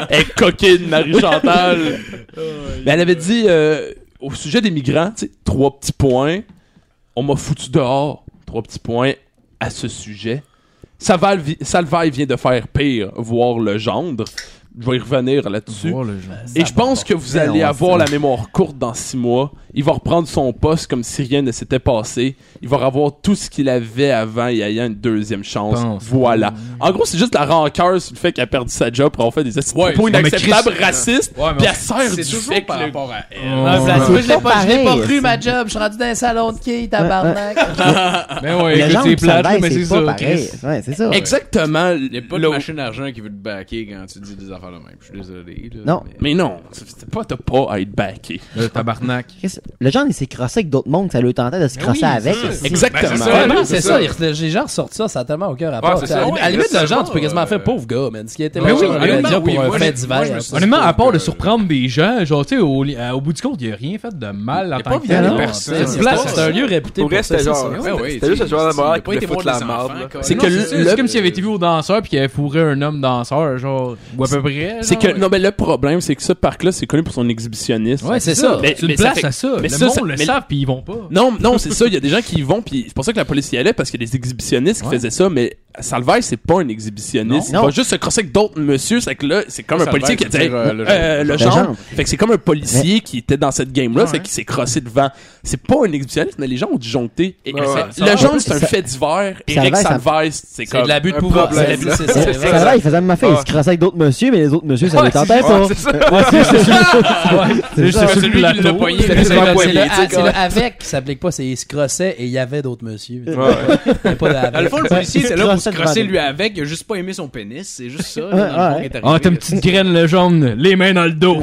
[SPEAKER 6] Elle est coquine, Marie-Chantal. Mais elle avait dit, euh, au sujet des migrants, tu sais, trois petits points. On m'a foutu dehors. Trois petits points à ce sujet. Saval vi- Salvaille vient de faire pire, voire le gendre. Je vais y revenir là-dessus.
[SPEAKER 3] Voir le genre.
[SPEAKER 6] Et je pense que vous
[SPEAKER 7] Ouais,
[SPEAKER 6] allez
[SPEAKER 7] on
[SPEAKER 6] avoir
[SPEAKER 7] sait.
[SPEAKER 6] la mémoire courte dans six mois. Il va reprendre son poste comme si rien ne s'était passé. Il va revoir tout ce qu'il avait avant et ayant une deuxième chance.
[SPEAKER 3] Pense.
[SPEAKER 6] Voilà. En gros, c'est juste la rancœur sur le fait qu'elle a perdu sa job pour avoir fait des
[SPEAKER 5] Ouais,
[SPEAKER 6] propos
[SPEAKER 5] non, mais
[SPEAKER 6] inacceptables,
[SPEAKER 5] Chris-
[SPEAKER 6] racistes,
[SPEAKER 3] Ouais, mais
[SPEAKER 6] puis elle sert
[SPEAKER 5] C'est
[SPEAKER 6] du
[SPEAKER 5] toujours
[SPEAKER 6] fait que...
[SPEAKER 5] par
[SPEAKER 6] le-
[SPEAKER 5] rapport à elle.
[SPEAKER 3] Oh.
[SPEAKER 8] Non, je l'ai-
[SPEAKER 7] C'est
[SPEAKER 8] moi, je l'ai
[SPEAKER 7] pas
[SPEAKER 8] pas, je l'ai pas
[SPEAKER 7] pareil,
[SPEAKER 8] cru ma job. Je suis rendu dans un salon de quilles, tabarnak.
[SPEAKER 3] Ben ouais,
[SPEAKER 7] Les
[SPEAKER 3] écoute,
[SPEAKER 7] gens
[SPEAKER 3] c'est
[SPEAKER 7] qui s'en
[SPEAKER 3] plate, là,
[SPEAKER 7] baissent,
[SPEAKER 3] mais c'est
[SPEAKER 7] c'est pas
[SPEAKER 3] ça.
[SPEAKER 7] pareil.
[SPEAKER 3] Chris.
[SPEAKER 7] Ouais, c'est ça.
[SPEAKER 6] euh, Exactement.
[SPEAKER 5] Il n'y a pas de
[SPEAKER 6] le-
[SPEAKER 5] machine d'argent qui veut te backer quand tu dis des affaires de même. Je suis désolé. là,
[SPEAKER 7] Non.
[SPEAKER 6] Mais non, c'est pas t'as pas à être backé.
[SPEAKER 3] Le tabarnak.
[SPEAKER 7] Chris, Le genre, il s'est crossé avec d'autres mondes, ça lui tentait de se crosser avec. aussi.
[SPEAKER 6] Exactement.
[SPEAKER 5] Ben, c'est
[SPEAKER 8] Ouais,
[SPEAKER 5] ça.
[SPEAKER 8] non, c'est
[SPEAKER 5] c'est
[SPEAKER 8] ça. il- Les gens ressortent ça, ça a tellement aucun rapport.
[SPEAKER 5] Ouais,
[SPEAKER 8] tu
[SPEAKER 5] c'est
[SPEAKER 8] sais,
[SPEAKER 5] ça.
[SPEAKER 8] à la-
[SPEAKER 5] Ouais,
[SPEAKER 8] à la limite, le
[SPEAKER 5] c'est
[SPEAKER 8] genre,
[SPEAKER 5] ça.
[SPEAKER 8] tu peux quasiment faire pauvre gars, man. Ce qui était même
[SPEAKER 5] oui,
[SPEAKER 8] chose, on aurait
[SPEAKER 5] honnêtement,
[SPEAKER 8] dit pour
[SPEAKER 5] oui,
[SPEAKER 8] un
[SPEAKER 5] moi,
[SPEAKER 8] fait
[SPEAKER 5] je- moi, je
[SPEAKER 8] divers.
[SPEAKER 5] me suis-
[SPEAKER 3] Honnêtement, à part de
[SPEAKER 5] Euh,
[SPEAKER 3] surprendre des gens, genre, tu sais, au, li- euh, au bout du compte, il a rien fait de mal en tant que
[SPEAKER 7] violent.
[SPEAKER 3] tel. hein.
[SPEAKER 7] Non,
[SPEAKER 5] personne.
[SPEAKER 8] C'est une place, c'est un lieu réputé
[SPEAKER 4] Pour
[SPEAKER 8] pour
[SPEAKER 4] vrai,
[SPEAKER 8] ça.
[SPEAKER 4] c'était
[SPEAKER 8] c'est
[SPEAKER 4] genre.
[SPEAKER 8] ça.
[SPEAKER 5] Ouais, ouais,
[SPEAKER 4] C'était juste
[SPEAKER 5] tu-
[SPEAKER 4] le genre de
[SPEAKER 5] tu-
[SPEAKER 4] morale
[SPEAKER 5] tu-
[SPEAKER 4] qui voulait
[SPEAKER 5] pas été
[SPEAKER 4] foutre
[SPEAKER 5] voir
[SPEAKER 4] la
[SPEAKER 5] des
[SPEAKER 4] marde.
[SPEAKER 5] enfants,
[SPEAKER 4] là.
[SPEAKER 5] quoi.
[SPEAKER 6] C'est
[SPEAKER 3] Non,
[SPEAKER 6] que
[SPEAKER 3] c'est
[SPEAKER 6] le-
[SPEAKER 3] ça, c'est comme s'il avait été vu au danseur puis qu'il avait fourré un homme danseur genre ou à peu près
[SPEAKER 5] vrai.
[SPEAKER 6] C'est
[SPEAKER 5] genre?
[SPEAKER 6] que, non, mais le problème, c'est que ce parc-là, c'est connu pour son exhibitionnisme.
[SPEAKER 3] Ouais, c'est
[SPEAKER 6] ça.
[SPEAKER 3] ça.
[SPEAKER 6] Mais-
[SPEAKER 3] tu
[SPEAKER 6] mais
[SPEAKER 3] le
[SPEAKER 6] ça
[SPEAKER 3] places
[SPEAKER 6] fait-
[SPEAKER 3] à ça. le
[SPEAKER 6] mais ça,
[SPEAKER 3] monde
[SPEAKER 6] ça-
[SPEAKER 3] le
[SPEAKER 6] mais-
[SPEAKER 3] savent, puis ils vont pas.
[SPEAKER 6] Non, non, c'est ça. Il y a des gens qui y vont, puis c'est pour ça que la police y allait, parce qu'il y a des exhibitionnistes qui
[SPEAKER 3] Ouais.
[SPEAKER 6] faisaient ça, mais Salvaire, c'est pas un exhibitionniste.
[SPEAKER 7] Non.
[SPEAKER 6] Il va juste se crosser avec d'autres monsieur, c'est que là, c'est comme un
[SPEAKER 5] Salvaire,
[SPEAKER 6] policier qui
[SPEAKER 5] tu
[SPEAKER 6] a
[SPEAKER 5] veux
[SPEAKER 6] dit
[SPEAKER 5] dire, euh, le
[SPEAKER 6] euh, euh, le genre.
[SPEAKER 7] genre.
[SPEAKER 6] Fait que c'est comme un policier qui était dans cette game-là, c'est qui s'est crossé devant. C'est pas un exhibitionniste, mais les gens ont disjoncté. Et
[SPEAKER 5] Ouais,
[SPEAKER 6] c'est-
[SPEAKER 5] ouais.
[SPEAKER 6] Le genre, c'est un
[SPEAKER 7] Ça-
[SPEAKER 6] fait divers. Eric
[SPEAKER 7] Salvaire, ça-
[SPEAKER 6] Salvaire, c'est
[SPEAKER 1] C'est
[SPEAKER 6] comme.
[SPEAKER 1] de l'abus de
[SPEAKER 5] un
[SPEAKER 1] pouvoir.
[SPEAKER 5] problème,
[SPEAKER 1] c'est-
[SPEAKER 5] là.
[SPEAKER 1] c'est-
[SPEAKER 7] Ça,
[SPEAKER 1] c'est-
[SPEAKER 7] ça, là, il faisait la même affaire. Il se crassait avec d'autres monsieur, mais les autres monsieur, ça
[SPEAKER 5] Ouais,
[SPEAKER 7] les tentait
[SPEAKER 5] c'est-
[SPEAKER 7] pas.
[SPEAKER 5] ouais, c'est
[SPEAKER 7] Ouais, c'est c'est- c'est
[SPEAKER 3] juste
[SPEAKER 7] ça.
[SPEAKER 3] sur le
[SPEAKER 5] celui qui l'a
[SPEAKER 3] plateau.
[SPEAKER 5] poigné,
[SPEAKER 1] C'est
[SPEAKER 5] lui, ça
[SPEAKER 1] le-
[SPEAKER 5] l'a
[SPEAKER 1] c'est
[SPEAKER 5] poigné,
[SPEAKER 1] le-
[SPEAKER 5] tu sais,
[SPEAKER 1] ah, c'est le
[SPEAKER 5] comme-
[SPEAKER 1] avec qui s'appelait pas, c'est il se crossait et il y avait d'autres monsieur.
[SPEAKER 4] Ouais, ouais.
[SPEAKER 1] Il y avait pas de
[SPEAKER 5] Dans le
[SPEAKER 1] avec.
[SPEAKER 5] fond, le
[SPEAKER 7] Ouais,
[SPEAKER 5] policier
[SPEAKER 7] il se
[SPEAKER 5] était là pour se
[SPEAKER 7] crossait devant
[SPEAKER 5] crosser
[SPEAKER 7] lui.
[SPEAKER 5] lui avec, il a juste pas aimé son pénis, c'est juste ça. là,
[SPEAKER 7] Ouais,
[SPEAKER 5] dans le fond,
[SPEAKER 7] ouais.
[SPEAKER 5] qui est
[SPEAKER 3] Ah,
[SPEAKER 5] arrivé,
[SPEAKER 3] t'as une
[SPEAKER 5] là.
[SPEAKER 3] petite graine le jaune, les mains dans le dos.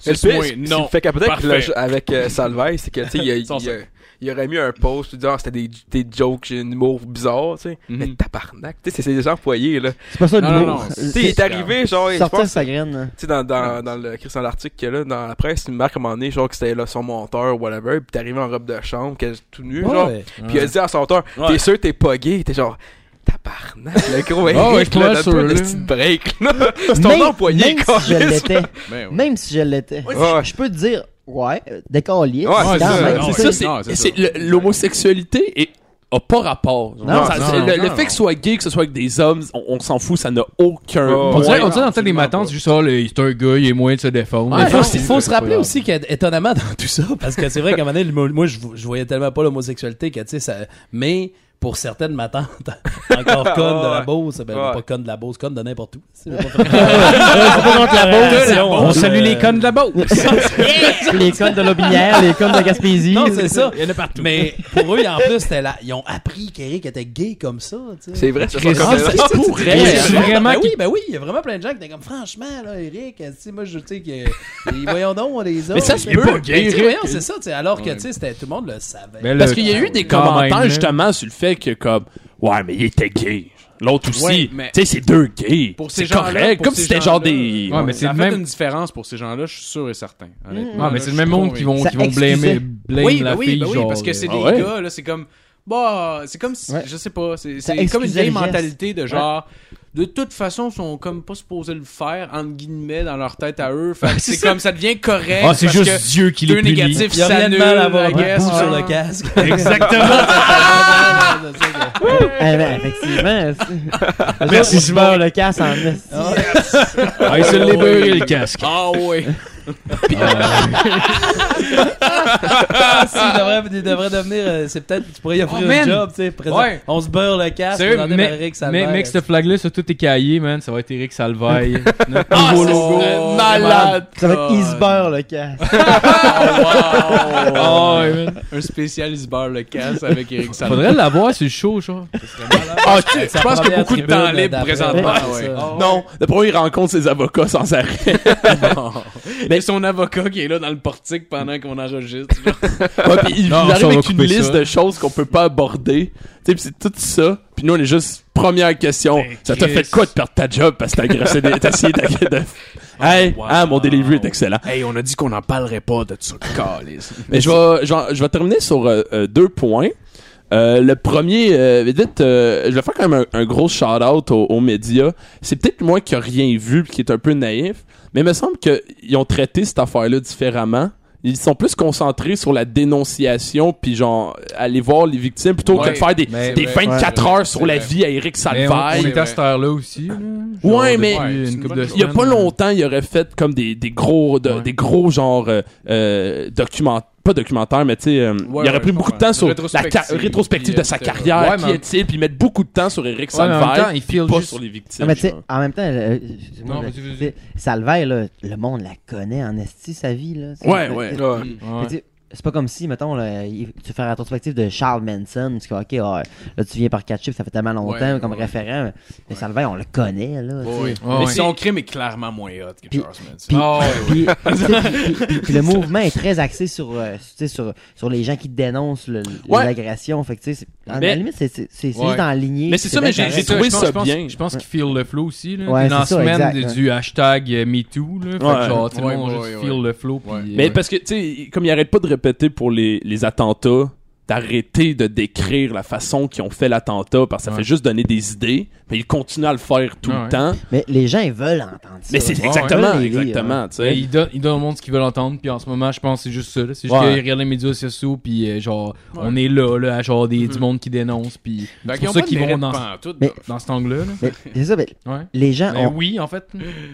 [SPEAKER 5] C'est
[SPEAKER 4] le pire,
[SPEAKER 5] moins,
[SPEAKER 4] c'est-
[SPEAKER 5] non.
[SPEAKER 4] Fait qu'à peut-être que
[SPEAKER 5] Parfait.
[SPEAKER 4] le- avec euh, Salvaire, c'est que, tu sais, il y a- il
[SPEAKER 5] Sans
[SPEAKER 4] y a- il aurait mis un post disant c'était des, des jokes, j'ai un humour bizarre, tu sais.
[SPEAKER 5] Mhm.
[SPEAKER 4] Mais tabarnak, tu sais, c'est- c'est des employés, là.
[SPEAKER 7] C'est pas ça le
[SPEAKER 5] Non, non,
[SPEAKER 7] mot.
[SPEAKER 5] non,
[SPEAKER 4] Tu sais, il est arrivé, genre, je
[SPEAKER 7] Sortir
[SPEAKER 4] pense,
[SPEAKER 7] sa graine. là.
[SPEAKER 4] tu sais, dans, dans, dans le Christian l'article qu'il y a là, dans la presse, il marque à un moment donné, genre, que c'était là, son monteur, whatever, puis t'es arrivé en robe de chambre, que- tout nu, genre.
[SPEAKER 1] Ouais.
[SPEAKER 4] Puis il a dit à son monteur,
[SPEAKER 6] Ouais.
[SPEAKER 4] t'es sûr t'es pas gay? T'es genre, tabarnak, le gros Eric,
[SPEAKER 5] ouais,
[SPEAKER 4] là,
[SPEAKER 5] clair,
[SPEAKER 4] donne-toi
[SPEAKER 5] sûr,
[SPEAKER 4] le
[SPEAKER 5] là.
[SPEAKER 4] petit break, là. C'est ton
[SPEAKER 7] Même-
[SPEAKER 4] employé,
[SPEAKER 7] Même si je
[SPEAKER 4] câlisse.
[SPEAKER 7] l'étais.
[SPEAKER 5] Ben ouais.
[SPEAKER 7] Même si je l'étais.
[SPEAKER 4] Ouais.
[SPEAKER 7] Je peux te dire, ouais, euh, décollier.
[SPEAKER 4] Ouais,
[SPEAKER 7] c'est
[SPEAKER 4] c'est
[SPEAKER 7] quand
[SPEAKER 4] ça.
[SPEAKER 7] même.
[SPEAKER 5] Non,
[SPEAKER 7] tu
[SPEAKER 5] ouais.
[SPEAKER 7] sais.
[SPEAKER 6] Ça, c'est-
[SPEAKER 5] Non, c'est
[SPEAKER 6] c'est
[SPEAKER 5] ça.
[SPEAKER 6] le- l'homosexualité et a pas rapport.
[SPEAKER 7] Non,
[SPEAKER 6] Ça-
[SPEAKER 5] non,
[SPEAKER 6] c'est- le,
[SPEAKER 5] non,
[SPEAKER 6] le
[SPEAKER 5] non.
[SPEAKER 6] fait que ce soit gay, que ce soit avec des hommes, on, on s'en fout, ça n'a aucun.
[SPEAKER 4] Oh,
[SPEAKER 3] On
[SPEAKER 6] point.
[SPEAKER 3] dirait,
[SPEAKER 5] Ouais,
[SPEAKER 3] on dirait dans le temps des
[SPEAKER 5] absolument
[SPEAKER 3] matins,
[SPEAKER 5] pas.
[SPEAKER 3] c'est juste ça, là, c'est un gars, il est moyen de se défendre.
[SPEAKER 1] Ouais,
[SPEAKER 3] Mais
[SPEAKER 1] faut,
[SPEAKER 3] non,
[SPEAKER 1] il
[SPEAKER 3] c'est-
[SPEAKER 1] faut se
[SPEAKER 3] c'est pas
[SPEAKER 1] rappeler
[SPEAKER 3] grave.
[SPEAKER 1] aussi qu'étonnamment dans tout ça, parce que c'est vrai qu'à un moment donné, l'humo- moi, je, vo- je voyais tellement pas l'homosexualité que, tu sais, ça, mais pour certaines ma tante, encore conne de la
[SPEAKER 4] Ouais.
[SPEAKER 1] Beauce, ben,
[SPEAKER 4] Ouais.
[SPEAKER 1] pas conne de la Beauce, conne de n'importe où. C'est
[SPEAKER 3] On salue les connes de la botte.
[SPEAKER 7] Les connes de Lobinière, les connes de Gaspésie.
[SPEAKER 1] Non, c'est ça. Il y en a partout. Mais pour eux, en plus, c'était là, ils ont appris qu'Eric était gay comme ça, tu sais.
[SPEAKER 4] C'est vrai, c'est ça.
[SPEAKER 1] Ah,
[SPEAKER 4] comme-
[SPEAKER 1] c'est pour
[SPEAKER 3] vrai. C'est vraiment
[SPEAKER 1] Ben oui, ben oui, il y a vraiment plein de gens qui étaient comme franchement là, Eric, tu sais moi je tu sais que et voyons donc on les a.
[SPEAKER 6] Mais ça,
[SPEAKER 1] tu
[SPEAKER 6] c'est
[SPEAKER 1] sais,
[SPEAKER 6] pas
[SPEAKER 1] tu
[SPEAKER 6] gay,
[SPEAKER 1] sais,
[SPEAKER 6] Eric.
[SPEAKER 1] voyons, c'est ça, tu sais alors que tu sais c'était tout le monde le savait.
[SPEAKER 6] Parce qu'il y a eu des
[SPEAKER 3] Quand
[SPEAKER 6] commentaires
[SPEAKER 3] même, là.
[SPEAKER 6] justement sur le fait que comme ouais mais il était gay. L'autre aussi,
[SPEAKER 5] Ouais, mais-
[SPEAKER 6] tu sais c'est deux gays.
[SPEAKER 5] Pour ces
[SPEAKER 6] C'est
[SPEAKER 5] gens-là,
[SPEAKER 6] correct
[SPEAKER 5] pour
[SPEAKER 6] comme
[SPEAKER 5] ces
[SPEAKER 6] si c'était genre
[SPEAKER 5] gens-là,
[SPEAKER 6] des
[SPEAKER 3] Ouais, mais c'est
[SPEAKER 5] Ça
[SPEAKER 3] le
[SPEAKER 5] fait
[SPEAKER 3] même-
[SPEAKER 5] une différence pour ces gens-là, je suis sûr et certain. honnêtement.
[SPEAKER 3] Ah, mais
[SPEAKER 5] Là,
[SPEAKER 3] c'est le
[SPEAKER 5] je
[SPEAKER 3] même
[SPEAKER 5] suis
[SPEAKER 3] monde
[SPEAKER 5] convaincu.
[SPEAKER 3] qui vont,
[SPEAKER 7] Ça
[SPEAKER 3] qui vont
[SPEAKER 7] excusait.
[SPEAKER 3] blâmer, blâmer
[SPEAKER 5] Oui,
[SPEAKER 3] la
[SPEAKER 5] bah oui,
[SPEAKER 3] fille.
[SPEAKER 5] bah oui,
[SPEAKER 3] genre, euh,
[SPEAKER 5] parce que c'est
[SPEAKER 6] Ah
[SPEAKER 5] des
[SPEAKER 6] ouais.
[SPEAKER 5] gars, là, c'est comme. Bah, c'est comme si.
[SPEAKER 7] Ouais.
[SPEAKER 5] Je sais pas, c'est
[SPEAKER 7] Ça
[SPEAKER 5] c'est comme une
[SPEAKER 7] excusait
[SPEAKER 5] vieille
[SPEAKER 7] le geste.
[SPEAKER 5] mentalité de genre. De toute façon, ils sont comme pas supposés le faire, entre guillemets, dans leur tête à eux. Fait que c'est comme ça devient correct.
[SPEAKER 3] Ah, c'est
[SPEAKER 5] parce
[SPEAKER 3] juste Dieu qui
[SPEAKER 5] que
[SPEAKER 3] les
[SPEAKER 5] deux
[SPEAKER 3] punit.
[SPEAKER 5] négatifs,
[SPEAKER 1] Il y a
[SPEAKER 5] ça
[SPEAKER 1] rien de
[SPEAKER 5] annule,
[SPEAKER 1] mal à avoir
[SPEAKER 5] la
[SPEAKER 1] un
[SPEAKER 5] guess,
[SPEAKER 1] coup sur
[SPEAKER 5] genre.
[SPEAKER 1] le casque.
[SPEAKER 3] Exactement.
[SPEAKER 1] Ah,
[SPEAKER 7] Eh ben, effectivement. c'est-
[SPEAKER 3] Merci,
[SPEAKER 7] Eux
[SPEAKER 3] Simon.
[SPEAKER 7] autres, ils se beurrent le casse en esti.
[SPEAKER 3] Ah, il se l'est beurré, le casque.
[SPEAKER 5] Ah ouais.
[SPEAKER 1] Ah, si, il devrait, il devrait devenir, euh, c'est peut-être, tu pourrais y offrir
[SPEAKER 5] Oh,
[SPEAKER 1] un
[SPEAKER 5] man.
[SPEAKER 1] job, tu sais. présent-
[SPEAKER 5] Ouais.
[SPEAKER 1] On se beurre le casque,
[SPEAKER 3] Sérieux,
[SPEAKER 1] on en
[SPEAKER 3] mais,
[SPEAKER 1] est
[SPEAKER 3] mais,
[SPEAKER 1] Eric Salvaire.
[SPEAKER 3] mec, cette flag-là sur tous tes cahiers, man, ça va être Eric Salvaille. Notre
[SPEAKER 6] Ah,
[SPEAKER 3] nouveau
[SPEAKER 6] ça
[SPEAKER 3] logo.
[SPEAKER 6] serait malade.
[SPEAKER 7] Ça va être ils se beurrent le casse.
[SPEAKER 5] Oh.
[SPEAKER 3] Ah, ouais, man.
[SPEAKER 5] Un spécial, il se barre le casse avec Eric Salmon.
[SPEAKER 3] Faudrait l'avoir sur le show, genre.
[SPEAKER 6] Ah, tu-
[SPEAKER 1] Ça
[SPEAKER 6] je pense
[SPEAKER 1] prend
[SPEAKER 6] qu'il y
[SPEAKER 1] bien
[SPEAKER 6] a beaucoup de
[SPEAKER 1] attribut,
[SPEAKER 6] temps
[SPEAKER 1] là,
[SPEAKER 6] libre
[SPEAKER 1] d'après,
[SPEAKER 6] présentement.
[SPEAKER 1] c'est
[SPEAKER 5] ouais.
[SPEAKER 1] ça.
[SPEAKER 6] Non, d'abord il rencontre ses avocats sans arrêt.
[SPEAKER 5] Mais son avocat qui est là dans le portique pendant qu'on enregistre.
[SPEAKER 6] Ouais, puis il il
[SPEAKER 3] Non, ça,
[SPEAKER 6] arrive
[SPEAKER 3] on va
[SPEAKER 6] avec une
[SPEAKER 3] couper ça.
[SPEAKER 6] liste de choses qu'on peut pas aborder. Tu sais, puis c'est tout ça. Puis nous on est juste première question.
[SPEAKER 5] Ben,
[SPEAKER 6] ça t'a fait
[SPEAKER 3] Christ.
[SPEAKER 6] quoi de perdre ta job parce que t'as agressé des t'as essayé d'agresser de- Hey,
[SPEAKER 5] wow.
[SPEAKER 6] ah mon delivery est excellent.
[SPEAKER 5] hey, on a dit qu'on n'en parlerait pas de ça. Calice.
[SPEAKER 6] Mais je vais, je vais, je vais terminer sur euh, euh, deux points. Euh, le premier, euh, vite, vite, euh, je vais faire quand même un, un gros shout-out aux, aux médias. C'est peut-être moi qui a rien vu pis qui est un peu naïf, mais il me semble qu'ils ont traité cette affaire-là différemment. Ils sont plus concentrés sur la dénonciation puis genre aller voir les victimes plutôt que
[SPEAKER 5] Ouais,
[SPEAKER 6] de faire des,
[SPEAKER 3] mais-
[SPEAKER 6] des
[SPEAKER 5] ouais,
[SPEAKER 6] 24
[SPEAKER 5] ouais,
[SPEAKER 6] heures sur
[SPEAKER 5] c'est
[SPEAKER 6] la
[SPEAKER 5] vrai.
[SPEAKER 6] vie à Eric
[SPEAKER 3] Mais on, on
[SPEAKER 6] Salvaille.
[SPEAKER 3] est à cette heure-là aussi. là. Genre,
[SPEAKER 6] Ouais, mais-
[SPEAKER 3] depuis
[SPEAKER 5] Ouais, c'est
[SPEAKER 3] une
[SPEAKER 5] une
[SPEAKER 3] couple
[SPEAKER 5] bonne
[SPEAKER 3] de
[SPEAKER 5] chose.
[SPEAKER 6] Il y a pas
[SPEAKER 3] semaines,
[SPEAKER 6] longtemps, il aurait fait comme des, des gros de-
[SPEAKER 3] hein. Ouais.
[SPEAKER 6] des gros genre euh, euh, document pas documentaire mais tu sais euh, il aurait
[SPEAKER 5] ouais,
[SPEAKER 6] pris
[SPEAKER 5] je
[SPEAKER 6] beaucoup de
[SPEAKER 5] comprends.
[SPEAKER 6] temps sur la
[SPEAKER 5] Rétrospective,
[SPEAKER 6] ca- rétrospective
[SPEAKER 5] puis,
[SPEAKER 6] de sa
[SPEAKER 5] etc.
[SPEAKER 6] carrière
[SPEAKER 3] Ouais,
[SPEAKER 6] qui
[SPEAKER 3] mais-
[SPEAKER 6] est-il puis mettre beaucoup de temps sur Eric
[SPEAKER 3] Ouais, mais en même temps,
[SPEAKER 6] Salvaire
[SPEAKER 3] il
[SPEAKER 6] puis
[SPEAKER 3] file
[SPEAKER 6] pas
[SPEAKER 3] juste-
[SPEAKER 6] sur les victimes
[SPEAKER 7] Non, Ah, mais tu sais,
[SPEAKER 6] genre.
[SPEAKER 7] en même temps, euh, excuse-moi,
[SPEAKER 3] Non,
[SPEAKER 7] mais,
[SPEAKER 3] vas-y, vas-y.
[SPEAKER 7] tu sais, Salvaire, là, le monde la connaît en esti, sa vie. Là. C'est-
[SPEAKER 6] Ouais, ouais.
[SPEAKER 7] c'est-
[SPEAKER 4] Ouais.
[SPEAKER 3] Ouais.
[SPEAKER 7] tu sais, C'est pas comme si, mettons, là, il- tu fais la rétrospective de Charles Manson, tu fais, ok, ah, là, tu viens par quatre chiffres, ça fait tellement longtemps
[SPEAKER 5] Ouais,
[SPEAKER 7] comme
[SPEAKER 5] ouais.
[SPEAKER 7] référent, mais, mais Salvaire, on le connaît, là. tu sais.
[SPEAKER 5] Ouais.
[SPEAKER 3] Ouais,
[SPEAKER 5] Mais
[SPEAKER 3] ouais.
[SPEAKER 5] son crime est clairement moins hot que
[SPEAKER 7] Puis-
[SPEAKER 5] Charles Manson.
[SPEAKER 7] puis-
[SPEAKER 5] Ah, ouais, ouais.
[SPEAKER 7] Puis, tu sais, puis- puis- puis- puis le mouvement est très axé sur, euh, tu sais, sur, sur les gens qui dénoncent le-
[SPEAKER 6] Ouais.
[SPEAKER 7] l'agression. Fait que, tu sais, c'est- à
[SPEAKER 6] Mais-
[SPEAKER 7] la limite, c'est c'est- c'est- c'est
[SPEAKER 5] Ouais.
[SPEAKER 7] juste dans la lignée.
[SPEAKER 6] Mais c'est ça,
[SPEAKER 7] bien
[SPEAKER 6] mais j'ai-
[SPEAKER 7] correct.
[SPEAKER 6] j'ai trouvé
[SPEAKER 3] je pense-
[SPEAKER 6] ça
[SPEAKER 3] je pense-
[SPEAKER 6] bien.
[SPEAKER 3] Je pense qu'il feel le flow aussi. Là.
[SPEAKER 7] Ouais,
[SPEAKER 3] dans la
[SPEAKER 7] c'est ça,
[SPEAKER 3] semaine
[SPEAKER 7] exact,
[SPEAKER 3] de- du hashtag euh, MeToo. Là, Fait que
[SPEAKER 6] Ouais.
[SPEAKER 3] genre, tout le
[SPEAKER 5] Ouais,
[SPEAKER 3] monde
[SPEAKER 5] ouais,
[SPEAKER 3] juste
[SPEAKER 5] ouais,
[SPEAKER 3] feel le flow. puis,
[SPEAKER 5] Ouais.
[SPEAKER 3] euh,
[SPEAKER 6] mais parce que tu sais comme il arrête pas de répéter pour les, les attentats d'arrêter de décrire la façon qu'ils ont fait l'attentat parce que ça
[SPEAKER 5] Ouais.
[SPEAKER 6] fait juste donner des idées, mais ils continuent à le faire tout
[SPEAKER 5] Ah ouais.
[SPEAKER 6] le temps.
[SPEAKER 7] Mais les gens, ils veulent entendre ça.
[SPEAKER 6] Mais c'est
[SPEAKER 5] ouais,
[SPEAKER 6] exactement,
[SPEAKER 7] ouais.
[SPEAKER 6] exactement, tu
[SPEAKER 3] Mais
[SPEAKER 6] sais.
[SPEAKER 3] il donne, il donne au monde ce qu'ils veulent entendre, puis en ce moment, je pense que c'est juste ça. là. C'est juste
[SPEAKER 6] Ouais.
[SPEAKER 3] qu'ils regardent les médias sociaux, puis euh, genre, on est là, là, à genre des, du monde qui dénonce, puis
[SPEAKER 5] Fait
[SPEAKER 3] c'est
[SPEAKER 5] qu'ils Mm-hmm. Ben, ont
[SPEAKER 3] pour ça
[SPEAKER 5] pas de
[SPEAKER 3] qu'ils vont
[SPEAKER 5] mérite
[SPEAKER 3] dans,
[SPEAKER 5] pantoute,
[SPEAKER 7] Mais-
[SPEAKER 3] dans cet angle-là. là.
[SPEAKER 7] Mais c'est ça, mais
[SPEAKER 3] Ouais.
[SPEAKER 7] les gens
[SPEAKER 3] Ben
[SPEAKER 7] ont,
[SPEAKER 3] oui, en fait.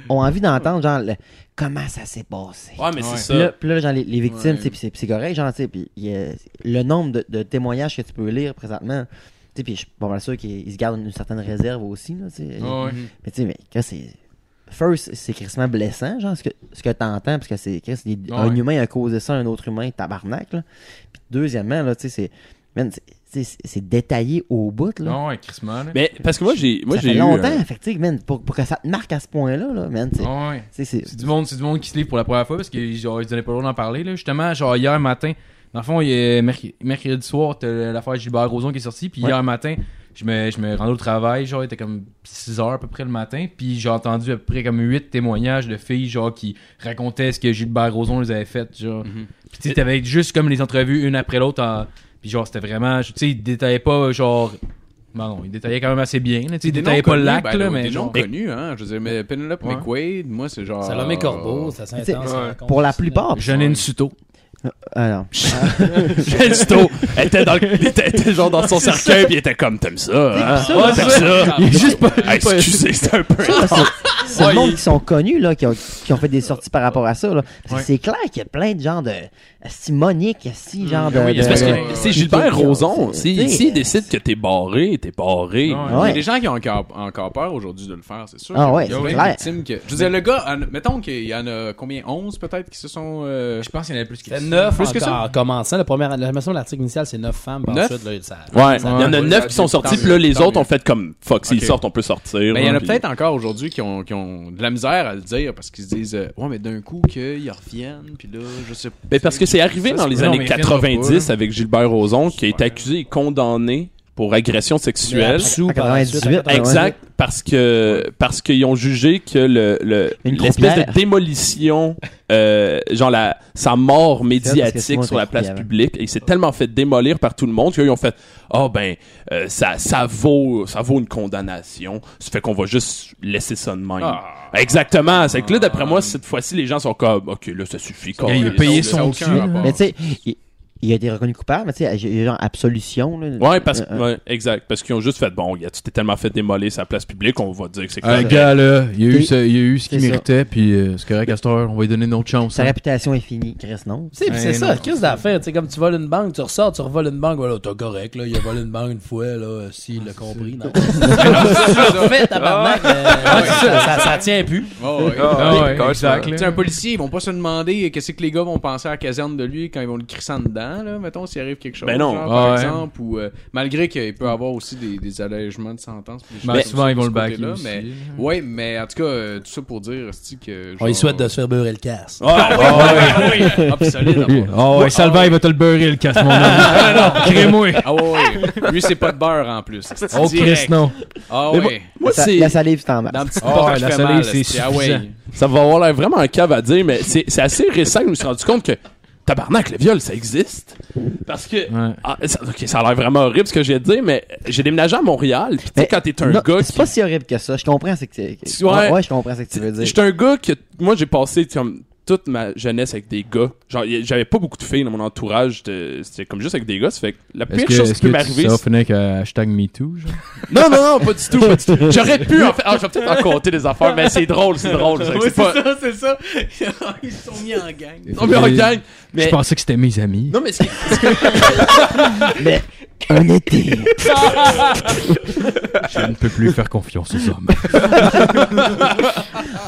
[SPEAKER 7] ont envie d'entendre, genre, le- comment ça s'est passé.
[SPEAKER 6] Ouais,
[SPEAKER 5] Ouais.
[SPEAKER 6] mais c'est
[SPEAKER 7] Puis
[SPEAKER 6] ça.
[SPEAKER 7] là, puis là, genre, les, les victimes,
[SPEAKER 5] Ouais.
[SPEAKER 7] tu sais, puis c'est puis c'est correct, genre, tu sais, puis il y a- le nombre de, de témoignages que tu peux lire présentement, tu sais, puis je suis pas mal sûr qu'ils ils se gardent une certaine réserve aussi, là, tu sais.
[SPEAKER 5] Ouais, ouais.
[SPEAKER 7] Mais tu sais, mais que c'est. First, c'est crissement blessant, genre, ce que, ce que t'entends, parce que c'est. Chris, il-
[SPEAKER 6] Ah
[SPEAKER 7] Un
[SPEAKER 5] Ouais.
[SPEAKER 7] humain a causé ça à un autre humain, tabarnak, là. Puis deuxièmement, là, tu sais, c'est. man, c'est- tu sais, c'est- c'est détaillé au bout, là.
[SPEAKER 5] Non, ouais, Chris Mann.
[SPEAKER 6] Mais parce que moi, j'ai, moi,
[SPEAKER 7] ça
[SPEAKER 6] j'ai
[SPEAKER 7] fait
[SPEAKER 6] eu,
[SPEAKER 7] longtemps,
[SPEAKER 6] euh,
[SPEAKER 7] effectivement, pour, pour que ça te marque à ce point-là, là, man, tu sais.
[SPEAKER 5] Ouais, ouais.
[SPEAKER 7] Tu sais, c'est-
[SPEAKER 3] C'est du monde, c'est du monde qui se livre pour la première fois parce que genre, ils donnaient pas le droit d'en parler là. Justement, genre hier matin, dans le fond, il y a merc- mercredi soir, t'as l'affaire Gilbert Rozon qui est sortie, puis hier matin, je me, je me rendais au travail, genre il était comme 6 heures à peu près le matin, puis j'ai entendu à peu près comme 8 témoignages de filles genre qui racontaient ce que Gilbert Rozon les avait fait, genre.
[SPEAKER 5] Mm-hmm.
[SPEAKER 3] Puis tu sais, t'avais juste comme les entrevues une après l'autre en- puis genre c'était vraiment, tu sais, ils détaillaient pas genre Bon, non, ils détaillaient quand même assez bien, là, tu sais, ils
[SPEAKER 5] Des
[SPEAKER 3] détaillaient
[SPEAKER 5] noms
[SPEAKER 3] pas le
[SPEAKER 5] connus,
[SPEAKER 3] lac
[SPEAKER 5] ben,
[SPEAKER 3] là,
[SPEAKER 5] des
[SPEAKER 3] mais
[SPEAKER 5] noms
[SPEAKER 3] genre
[SPEAKER 5] connus, hein. Je veux dire, mais Penelope
[SPEAKER 3] Ouais.
[SPEAKER 5] McQuaid, moi, c'est genre.
[SPEAKER 1] Salomé Corbeau, ça
[SPEAKER 7] Tu sais,
[SPEAKER 1] s'entend. ça
[SPEAKER 5] ouais.
[SPEAKER 1] raconte
[SPEAKER 7] Ah. pour la
[SPEAKER 1] aussi, là.
[SPEAKER 7] plupart,
[SPEAKER 3] Janine Suto.
[SPEAKER 7] Ah non.
[SPEAKER 6] Jeanne Souto, elle était dans le- elle était, elle était genre dans son cercueil, puis elle était comme, Ah, t'aimes ça, hein?
[SPEAKER 7] ça,
[SPEAKER 6] Ouais, t'aimes ça?
[SPEAKER 3] Il est juste pas
[SPEAKER 6] Ah, excusez, c'est un peu...
[SPEAKER 7] Ça, c'est- C'est le monde qui sont connus, là, qui ont, qui ont fait des sorties par rapport à ça. là. Parce que
[SPEAKER 3] Ouais.
[SPEAKER 7] C'est clair qu'il y a plein de gens de. Si Monique, si genre de.
[SPEAKER 5] oui,
[SPEAKER 7] de-
[SPEAKER 6] Mm. C'est parce
[SPEAKER 5] Ouais,
[SPEAKER 6] que
[SPEAKER 5] ouais,
[SPEAKER 6] c'est
[SPEAKER 5] ouais.
[SPEAKER 6] Gilbert Rozon.
[SPEAKER 7] C'est-
[SPEAKER 6] S'il
[SPEAKER 7] c'est-
[SPEAKER 6] s'il décide que t'es barré, t'es barré.
[SPEAKER 5] Ouais,
[SPEAKER 7] Ah Ouais.
[SPEAKER 5] Il y a des gens qui ont encore, encore peur aujourd'hui de le faire, c'est sûr.
[SPEAKER 7] Ah ouais,
[SPEAKER 5] Il y
[SPEAKER 7] c'est
[SPEAKER 5] a plein de
[SPEAKER 7] clair.
[SPEAKER 5] victimes que. Je veux dire, le gars, en- mettons qu'il y en a combien 11 peut-être qui se sont. euh,
[SPEAKER 3] Je pense qu'il y en avait plus que
[SPEAKER 1] C'était neuf
[SPEAKER 5] Plus que
[SPEAKER 1] en-
[SPEAKER 5] ça.
[SPEAKER 1] en commençant. La première, la façon de l'article initial, c'est neuf femmes. Par
[SPEAKER 5] Neuf?
[SPEAKER 1] Ensuite, là, ça-
[SPEAKER 6] Ouais, il y en a
[SPEAKER 5] Ouais,
[SPEAKER 6] neuf
[SPEAKER 5] ouais,
[SPEAKER 6] qui sont
[SPEAKER 5] tant
[SPEAKER 6] sortis,
[SPEAKER 5] mieux,
[SPEAKER 6] puis là, les
[SPEAKER 5] tant
[SPEAKER 6] autres
[SPEAKER 5] mieux.
[SPEAKER 6] ont fait comme fuck, s'ils
[SPEAKER 5] Ok.
[SPEAKER 6] sortent, on peut sortir.
[SPEAKER 5] Mais Ben, il y en
[SPEAKER 6] hein,
[SPEAKER 5] a
[SPEAKER 6] puis-
[SPEAKER 5] peut-être encore aujourd'hui qui ont, qui ont de la misère à le dire parce qu'ils se disent euh, Ouais, mais d'un coup, qu'ils reviennent, puis là, je sais pas.
[SPEAKER 6] Mais Ben, parce que c'est arrivé
[SPEAKER 5] Ça,
[SPEAKER 6] dans
[SPEAKER 5] c'est-
[SPEAKER 6] les
[SPEAKER 3] non,
[SPEAKER 6] années
[SPEAKER 3] mais viendra pas,
[SPEAKER 6] 90
[SPEAKER 3] là.
[SPEAKER 6] avec Gilbert Rozon, qui a été accusé et condamné pour agression sexuelle.
[SPEAKER 1] Absous
[SPEAKER 7] En
[SPEAKER 1] par la suite,
[SPEAKER 7] 98,
[SPEAKER 1] en
[SPEAKER 6] Exact, parce que parce qu'ils ont jugé que le le-
[SPEAKER 7] Une
[SPEAKER 6] l'espèce de
[SPEAKER 7] croupière.
[SPEAKER 6] démolition, euh, genre la sa mort
[SPEAKER 7] parce que tout le
[SPEAKER 6] médiatique
[SPEAKER 7] monde
[SPEAKER 6] sur la
[SPEAKER 7] était
[SPEAKER 6] place
[SPEAKER 7] croupier
[SPEAKER 6] publique, et il s'est tellement fait démolir par tout le monde qu'ils ont fait oh ben euh, ça ça vaut ça vaut une condamnation, ça fait qu'on va juste laisser ça de même.
[SPEAKER 5] Ah.
[SPEAKER 6] Exactement, c'est que là d'après moi cette fois-ci les gens sont comme ok là ça suffit.
[SPEAKER 5] Ah,
[SPEAKER 3] il a
[SPEAKER 5] les
[SPEAKER 3] payé
[SPEAKER 5] autres,
[SPEAKER 3] son
[SPEAKER 5] ça a aucun
[SPEAKER 3] dû, là.
[SPEAKER 5] rapport.
[SPEAKER 7] Mais tu sais, il, il a été reconnu coupable, mais tu sais, il y a genre absolution. Là,
[SPEAKER 6] Ouais, parce que,
[SPEAKER 7] Euh,
[SPEAKER 6] ouais, exact. Parce qu'ils ont juste fait, bon, gars, tu t'es tellement fait démolir sa place publique, on va dire que c'est
[SPEAKER 7] Euh,
[SPEAKER 3] Un
[SPEAKER 6] correct.
[SPEAKER 3] gars, là, il a eu,
[SPEAKER 7] Et-
[SPEAKER 3] ce- il a eu ce qu'il
[SPEAKER 7] c'est ça.
[SPEAKER 3] méritait, puis euh, c'est correct, Castor, on va lui donner une autre chance.
[SPEAKER 7] Sa
[SPEAKER 3] hein.
[SPEAKER 7] réputation est finie, Chris, non.
[SPEAKER 1] Tu sais, pis c'est
[SPEAKER 3] Eh
[SPEAKER 1] ça,
[SPEAKER 3] non.
[SPEAKER 1] qu'est-ce d'affaire? Tu sais, comme tu voles une banque, tu ressors, tu revoles une banque, voilà, t'as correct, là, il a volé une banque une fois, là, euh, s'il l'a compris. non. Mais tabarnak, euh, ça, ça, ça tient plus.
[SPEAKER 5] Oh, ouais.
[SPEAKER 3] Ah ouais,
[SPEAKER 4] Casse,
[SPEAKER 3] exact,
[SPEAKER 5] Tu
[SPEAKER 3] là.
[SPEAKER 5] sais, un policier, ils vont pas se demander euh, qu'est-ce que les gars vont penser à la caserne de lui quand ils vont le crisser en dedans, là, mettons, s'il arrive quelque chose.
[SPEAKER 6] Ben non.
[SPEAKER 5] genre, par
[SPEAKER 3] Ouais.
[SPEAKER 5] exemple, ou euh, malgré qu'il peut avoir aussi des, des allègements de sentence. puis des
[SPEAKER 3] Ben,
[SPEAKER 5] choses
[SPEAKER 3] souvent,
[SPEAKER 5] comme ça
[SPEAKER 3] ils vont
[SPEAKER 5] de
[SPEAKER 3] le
[SPEAKER 5] ce
[SPEAKER 3] backer
[SPEAKER 5] côté-là,
[SPEAKER 3] aussi.
[SPEAKER 5] Mais, ouais, mais en tout cas, euh, tout ça pour dire, hostie, que.
[SPEAKER 1] On lui Ah, souhaite de se faire beurrer le casse.
[SPEAKER 6] Ah, ouais,
[SPEAKER 5] Ah, puis solide, en bas.
[SPEAKER 3] Oh, ouais,
[SPEAKER 6] ah
[SPEAKER 3] Salva, il va te le beurrer, le casse, mon homme. Crée-moi.
[SPEAKER 5] Ah ouais, ouais. Lui, c'est pas de beurre en plus. C'est
[SPEAKER 3] Oh,
[SPEAKER 5] direct.
[SPEAKER 3] Chris, non.
[SPEAKER 5] Ah
[SPEAKER 6] Mais moi-
[SPEAKER 5] ouais.
[SPEAKER 6] moi,
[SPEAKER 7] Sa-
[SPEAKER 6] c'est-
[SPEAKER 7] la salive, c'est en
[SPEAKER 5] Dans
[SPEAKER 7] bas.
[SPEAKER 5] le petit
[SPEAKER 3] Ah,
[SPEAKER 5] porc qui
[SPEAKER 3] la
[SPEAKER 5] fait
[SPEAKER 3] salive,
[SPEAKER 5] mal,
[SPEAKER 3] c'est
[SPEAKER 5] hostie. Ah ouais.
[SPEAKER 3] suffisant.
[SPEAKER 6] ça va avoir l'air vraiment un cave à dire, mais c'est c'est assez récent que je me suis rendu compte que tabarnak, le viol, ça existe. Parce que.
[SPEAKER 3] Ouais.
[SPEAKER 6] ah, ça, ok, ça a l'air vraiment horrible ce que j'ai dit, mais j'ai déménagé à Montréal, pis tu sais,
[SPEAKER 7] Mais
[SPEAKER 6] quand t'es un
[SPEAKER 7] non,
[SPEAKER 6] gars
[SPEAKER 7] C'est
[SPEAKER 6] qui.
[SPEAKER 7] pas si horrible que ça. Je comprends ce que tu
[SPEAKER 6] Tu- ouais.
[SPEAKER 7] ouais. ouais, je comprends ce que tu veux dire.
[SPEAKER 6] J'étais un gars que. Moi, j'ai passé comme toute ma jeunesse avec des gars. Genre, y- j'avais pas beaucoup de filles dans mon entourage. de- C'était comme juste avec des gars. Ça fait que la
[SPEAKER 3] Est-ce
[SPEAKER 6] pire
[SPEAKER 3] que,
[SPEAKER 6] chose
[SPEAKER 3] est-ce
[SPEAKER 6] qui peut
[SPEAKER 3] que tu
[SPEAKER 6] m'arriver,
[SPEAKER 3] ça finit avec euh, hashtag MeToo, genre?
[SPEAKER 6] Non, non, non, pas du tout, pas du tout. J'aurais pu, en fait. Ah, je vais peut-être en compter des affaires, mais c'est drôle, c'est drôle. C'est c'est pas.
[SPEAKER 5] ça, c'est ça. Ils sont mis en gang.
[SPEAKER 6] Non, mais on gagne.
[SPEAKER 3] Je
[SPEAKER 6] Mais.
[SPEAKER 3] pensais que c'était mes amis.
[SPEAKER 6] Non, mais c'est.
[SPEAKER 7] Un été.
[SPEAKER 3] Je ne peux plus faire confiance aux hommes.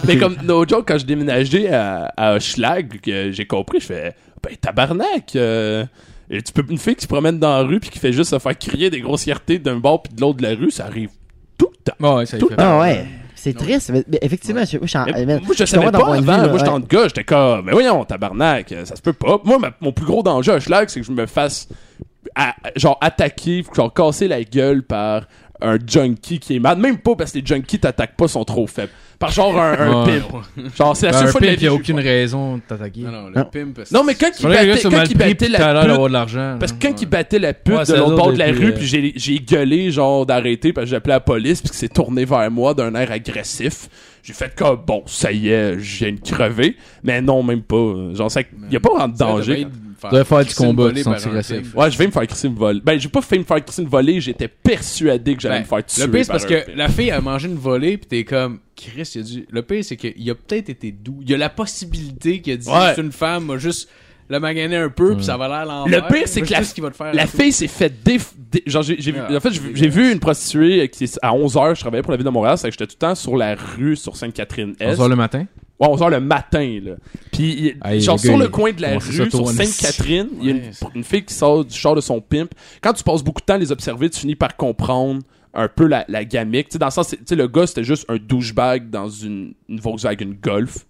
[SPEAKER 6] Mais comme, no joke, quand je déménageais à, à Hochelag, que j'ai compris, je fais. Ben, tabarnak, euh, et tu peux, une fille qui se promène dans la rue puis qui fait juste se faire crier des grossièretés d'un bord puis de l'autre de la rue, ça arrive tout le temps.
[SPEAKER 3] Ouais, ça y
[SPEAKER 6] Tout
[SPEAKER 3] fait.
[SPEAKER 7] Ah ouais. C'est triste, mais, mais effectivement, je, moi, je, suis en-
[SPEAKER 6] Mais
[SPEAKER 7] man,
[SPEAKER 6] moi, je
[SPEAKER 7] comprends
[SPEAKER 6] savais
[SPEAKER 7] ton
[SPEAKER 6] pas
[SPEAKER 7] point de
[SPEAKER 6] avant.
[SPEAKER 7] vue, là,
[SPEAKER 6] moi, j'étais
[SPEAKER 7] ouais.
[SPEAKER 6] en gars, j'étais comme, mais voyons, tabarnak, euh, ça se peut pas. Moi, ma- mon plus gros danger à Schlag, c'est que je me fasse, à- genre, attaquer, genre, casser la gueule par un junkie qui est mad. Même pas parce que les junkies t'attaquent pas, sont trop faibles. Par genre un, un
[SPEAKER 3] Ouais.
[SPEAKER 6] pimp. Genre, c'est la
[SPEAKER 3] Ben,
[SPEAKER 6] seule
[SPEAKER 3] un
[SPEAKER 6] fois de ma
[SPEAKER 3] pimp,
[SPEAKER 6] vie,
[SPEAKER 3] il y a
[SPEAKER 6] je-
[SPEAKER 3] aucune raison de t'attaquer.
[SPEAKER 5] Non, non, le
[SPEAKER 7] Non.
[SPEAKER 5] pimp. c'est-
[SPEAKER 6] Non, mais quand il
[SPEAKER 3] Faudrait que le gars
[SPEAKER 6] battait,
[SPEAKER 3] soit
[SPEAKER 6] quand
[SPEAKER 3] mal
[SPEAKER 6] il
[SPEAKER 3] pris, puis
[SPEAKER 6] battait
[SPEAKER 3] t'as
[SPEAKER 6] la
[SPEAKER 3] l'air
[SPEAKER 6] pute,
[SPEAKER 3] d'avoir de l'argent.
[SPEAKER 6] parce
[SPEAKER 3] là.
[SPEAKER 6] que quand il battait la pute
[SPEAKER 1] Ouais,
[SPEAKER 6] de
[SPEAKER 1] c'est
[SPEAKER 6] l'autre
[SPEAKER 1] eux
[SPEAKER 6] bord
[SPEAKER 1] autres
[SPEAKER 6] de la
[SPEAKER 1] les plus,
[SPEAKER 6] rue,
[SPEAKER 1] euh,
[SPEAKER 6] puis j'ai j'ai gueulé, genre, d'arrêter, parce que j'ai appelé la police, puis qu'il s'est tourné vers moi d'un air agressif, j'ai fait comme, bon, ça y est, je viens de crever, mais non, même pas. Genre, ça- il y a pas vraiment de
[SPEAKER 5] Ça devait
[SPEAKER 6] danger.
[SPEAKER 5] être- faire-
[SPEAKER 3] Devrait faire du
[SPEAKER 5] Christine
[SPEAKER 3] combat,
[SPEAKER 5] volée
[SPEAKER 3] tu
[SPEAKER 5] par un
[SPEAKER 3] sentirais
[SPEAKER 5] pimp.
[SPEAKER 3] safe.
[SPEAKER 6] Ouais, je vais me faire crisser une volée. Ben, j'ai pas fait me faire crisser une volée, j'étais persuadé que j'allais
[SPEAKER 5] Ben,
[SPEAKER 6] me faire tuer.
[SPEAKER 5] Le pire, c'est
[SPEAKER 6] par
[SPEAKER 5] parce
[SPEAKER 6] un
[SPEAKER 5] que
[SPEAKER 6] pimp.
[SPEAKER 5] la fille a mangé une volée, pis t'es comme, Chris, il a dû. Le pire, c'est qu'il a peut-être été doux. Il y a la possibilité qu'il a dit,
[SPEAKER 6] Ouais.
[SPEAKER 5] c'est une femme, m'a juste la magané un peu, pis ça va l'air l'enfer.
[SPEAKER 6] Le pire, c'est
[SPEAKER 5] Je
[SPEAKER 6] que
[SPEAKER 5] sais
[SPEAKER 6] la-
[SPEAKER 5] ce qu'il va te faire
[SPEAKER 6] La
[SPEAKER 5] en dessous.
[SPEAKER 6] fille s'est fait déf... dé- Genre, j'ai, j'ai vu-
[SPEAKER 5] Ah,
[SPEAKER 6] en fait, j'ai, vu-
[SPEAKER 5] c'est
[SPEAKER 6] j'ai vu une prostituée euh, qui, est- à 11h, je travaillais pour la ville de Montréal, c'est que j'étais tout le temps sur la rue, sur
[SPEAKER 3] On
[SPEAKER 6] Sainte-Catherine-Est.
[SPEAKER 3] sort le matin.
[SPEAKER 6] Ouais, 11h le matin, là. Puis, il-
[SPEAKER 3] Aïe,
[SPEAKER 6] genre,
[SPEAKER 3] les gars,
[SPEAKER 6] sur le
[SPEAKER 3] ils-
[SPEAKER 6] coin de la
[SPEAKER 3] on
[SPEAKER 6] rue, sur
[SPEAKER 3] s'auto-
[SPEAKER 6] Sainte-Catherine, il y a une,
[SPEAKER 5] Ouais,
[SPEAKER 6] une fille qui sort du char de son pimp. Quand tu passes beaucoup de temps à les observer, tu finis par comprendre un peu la, la gamique. Tu sais, dans le sens, c'est- tu sais, le gars, c'était juste un douchebag dans une, une Volkswagen Golf.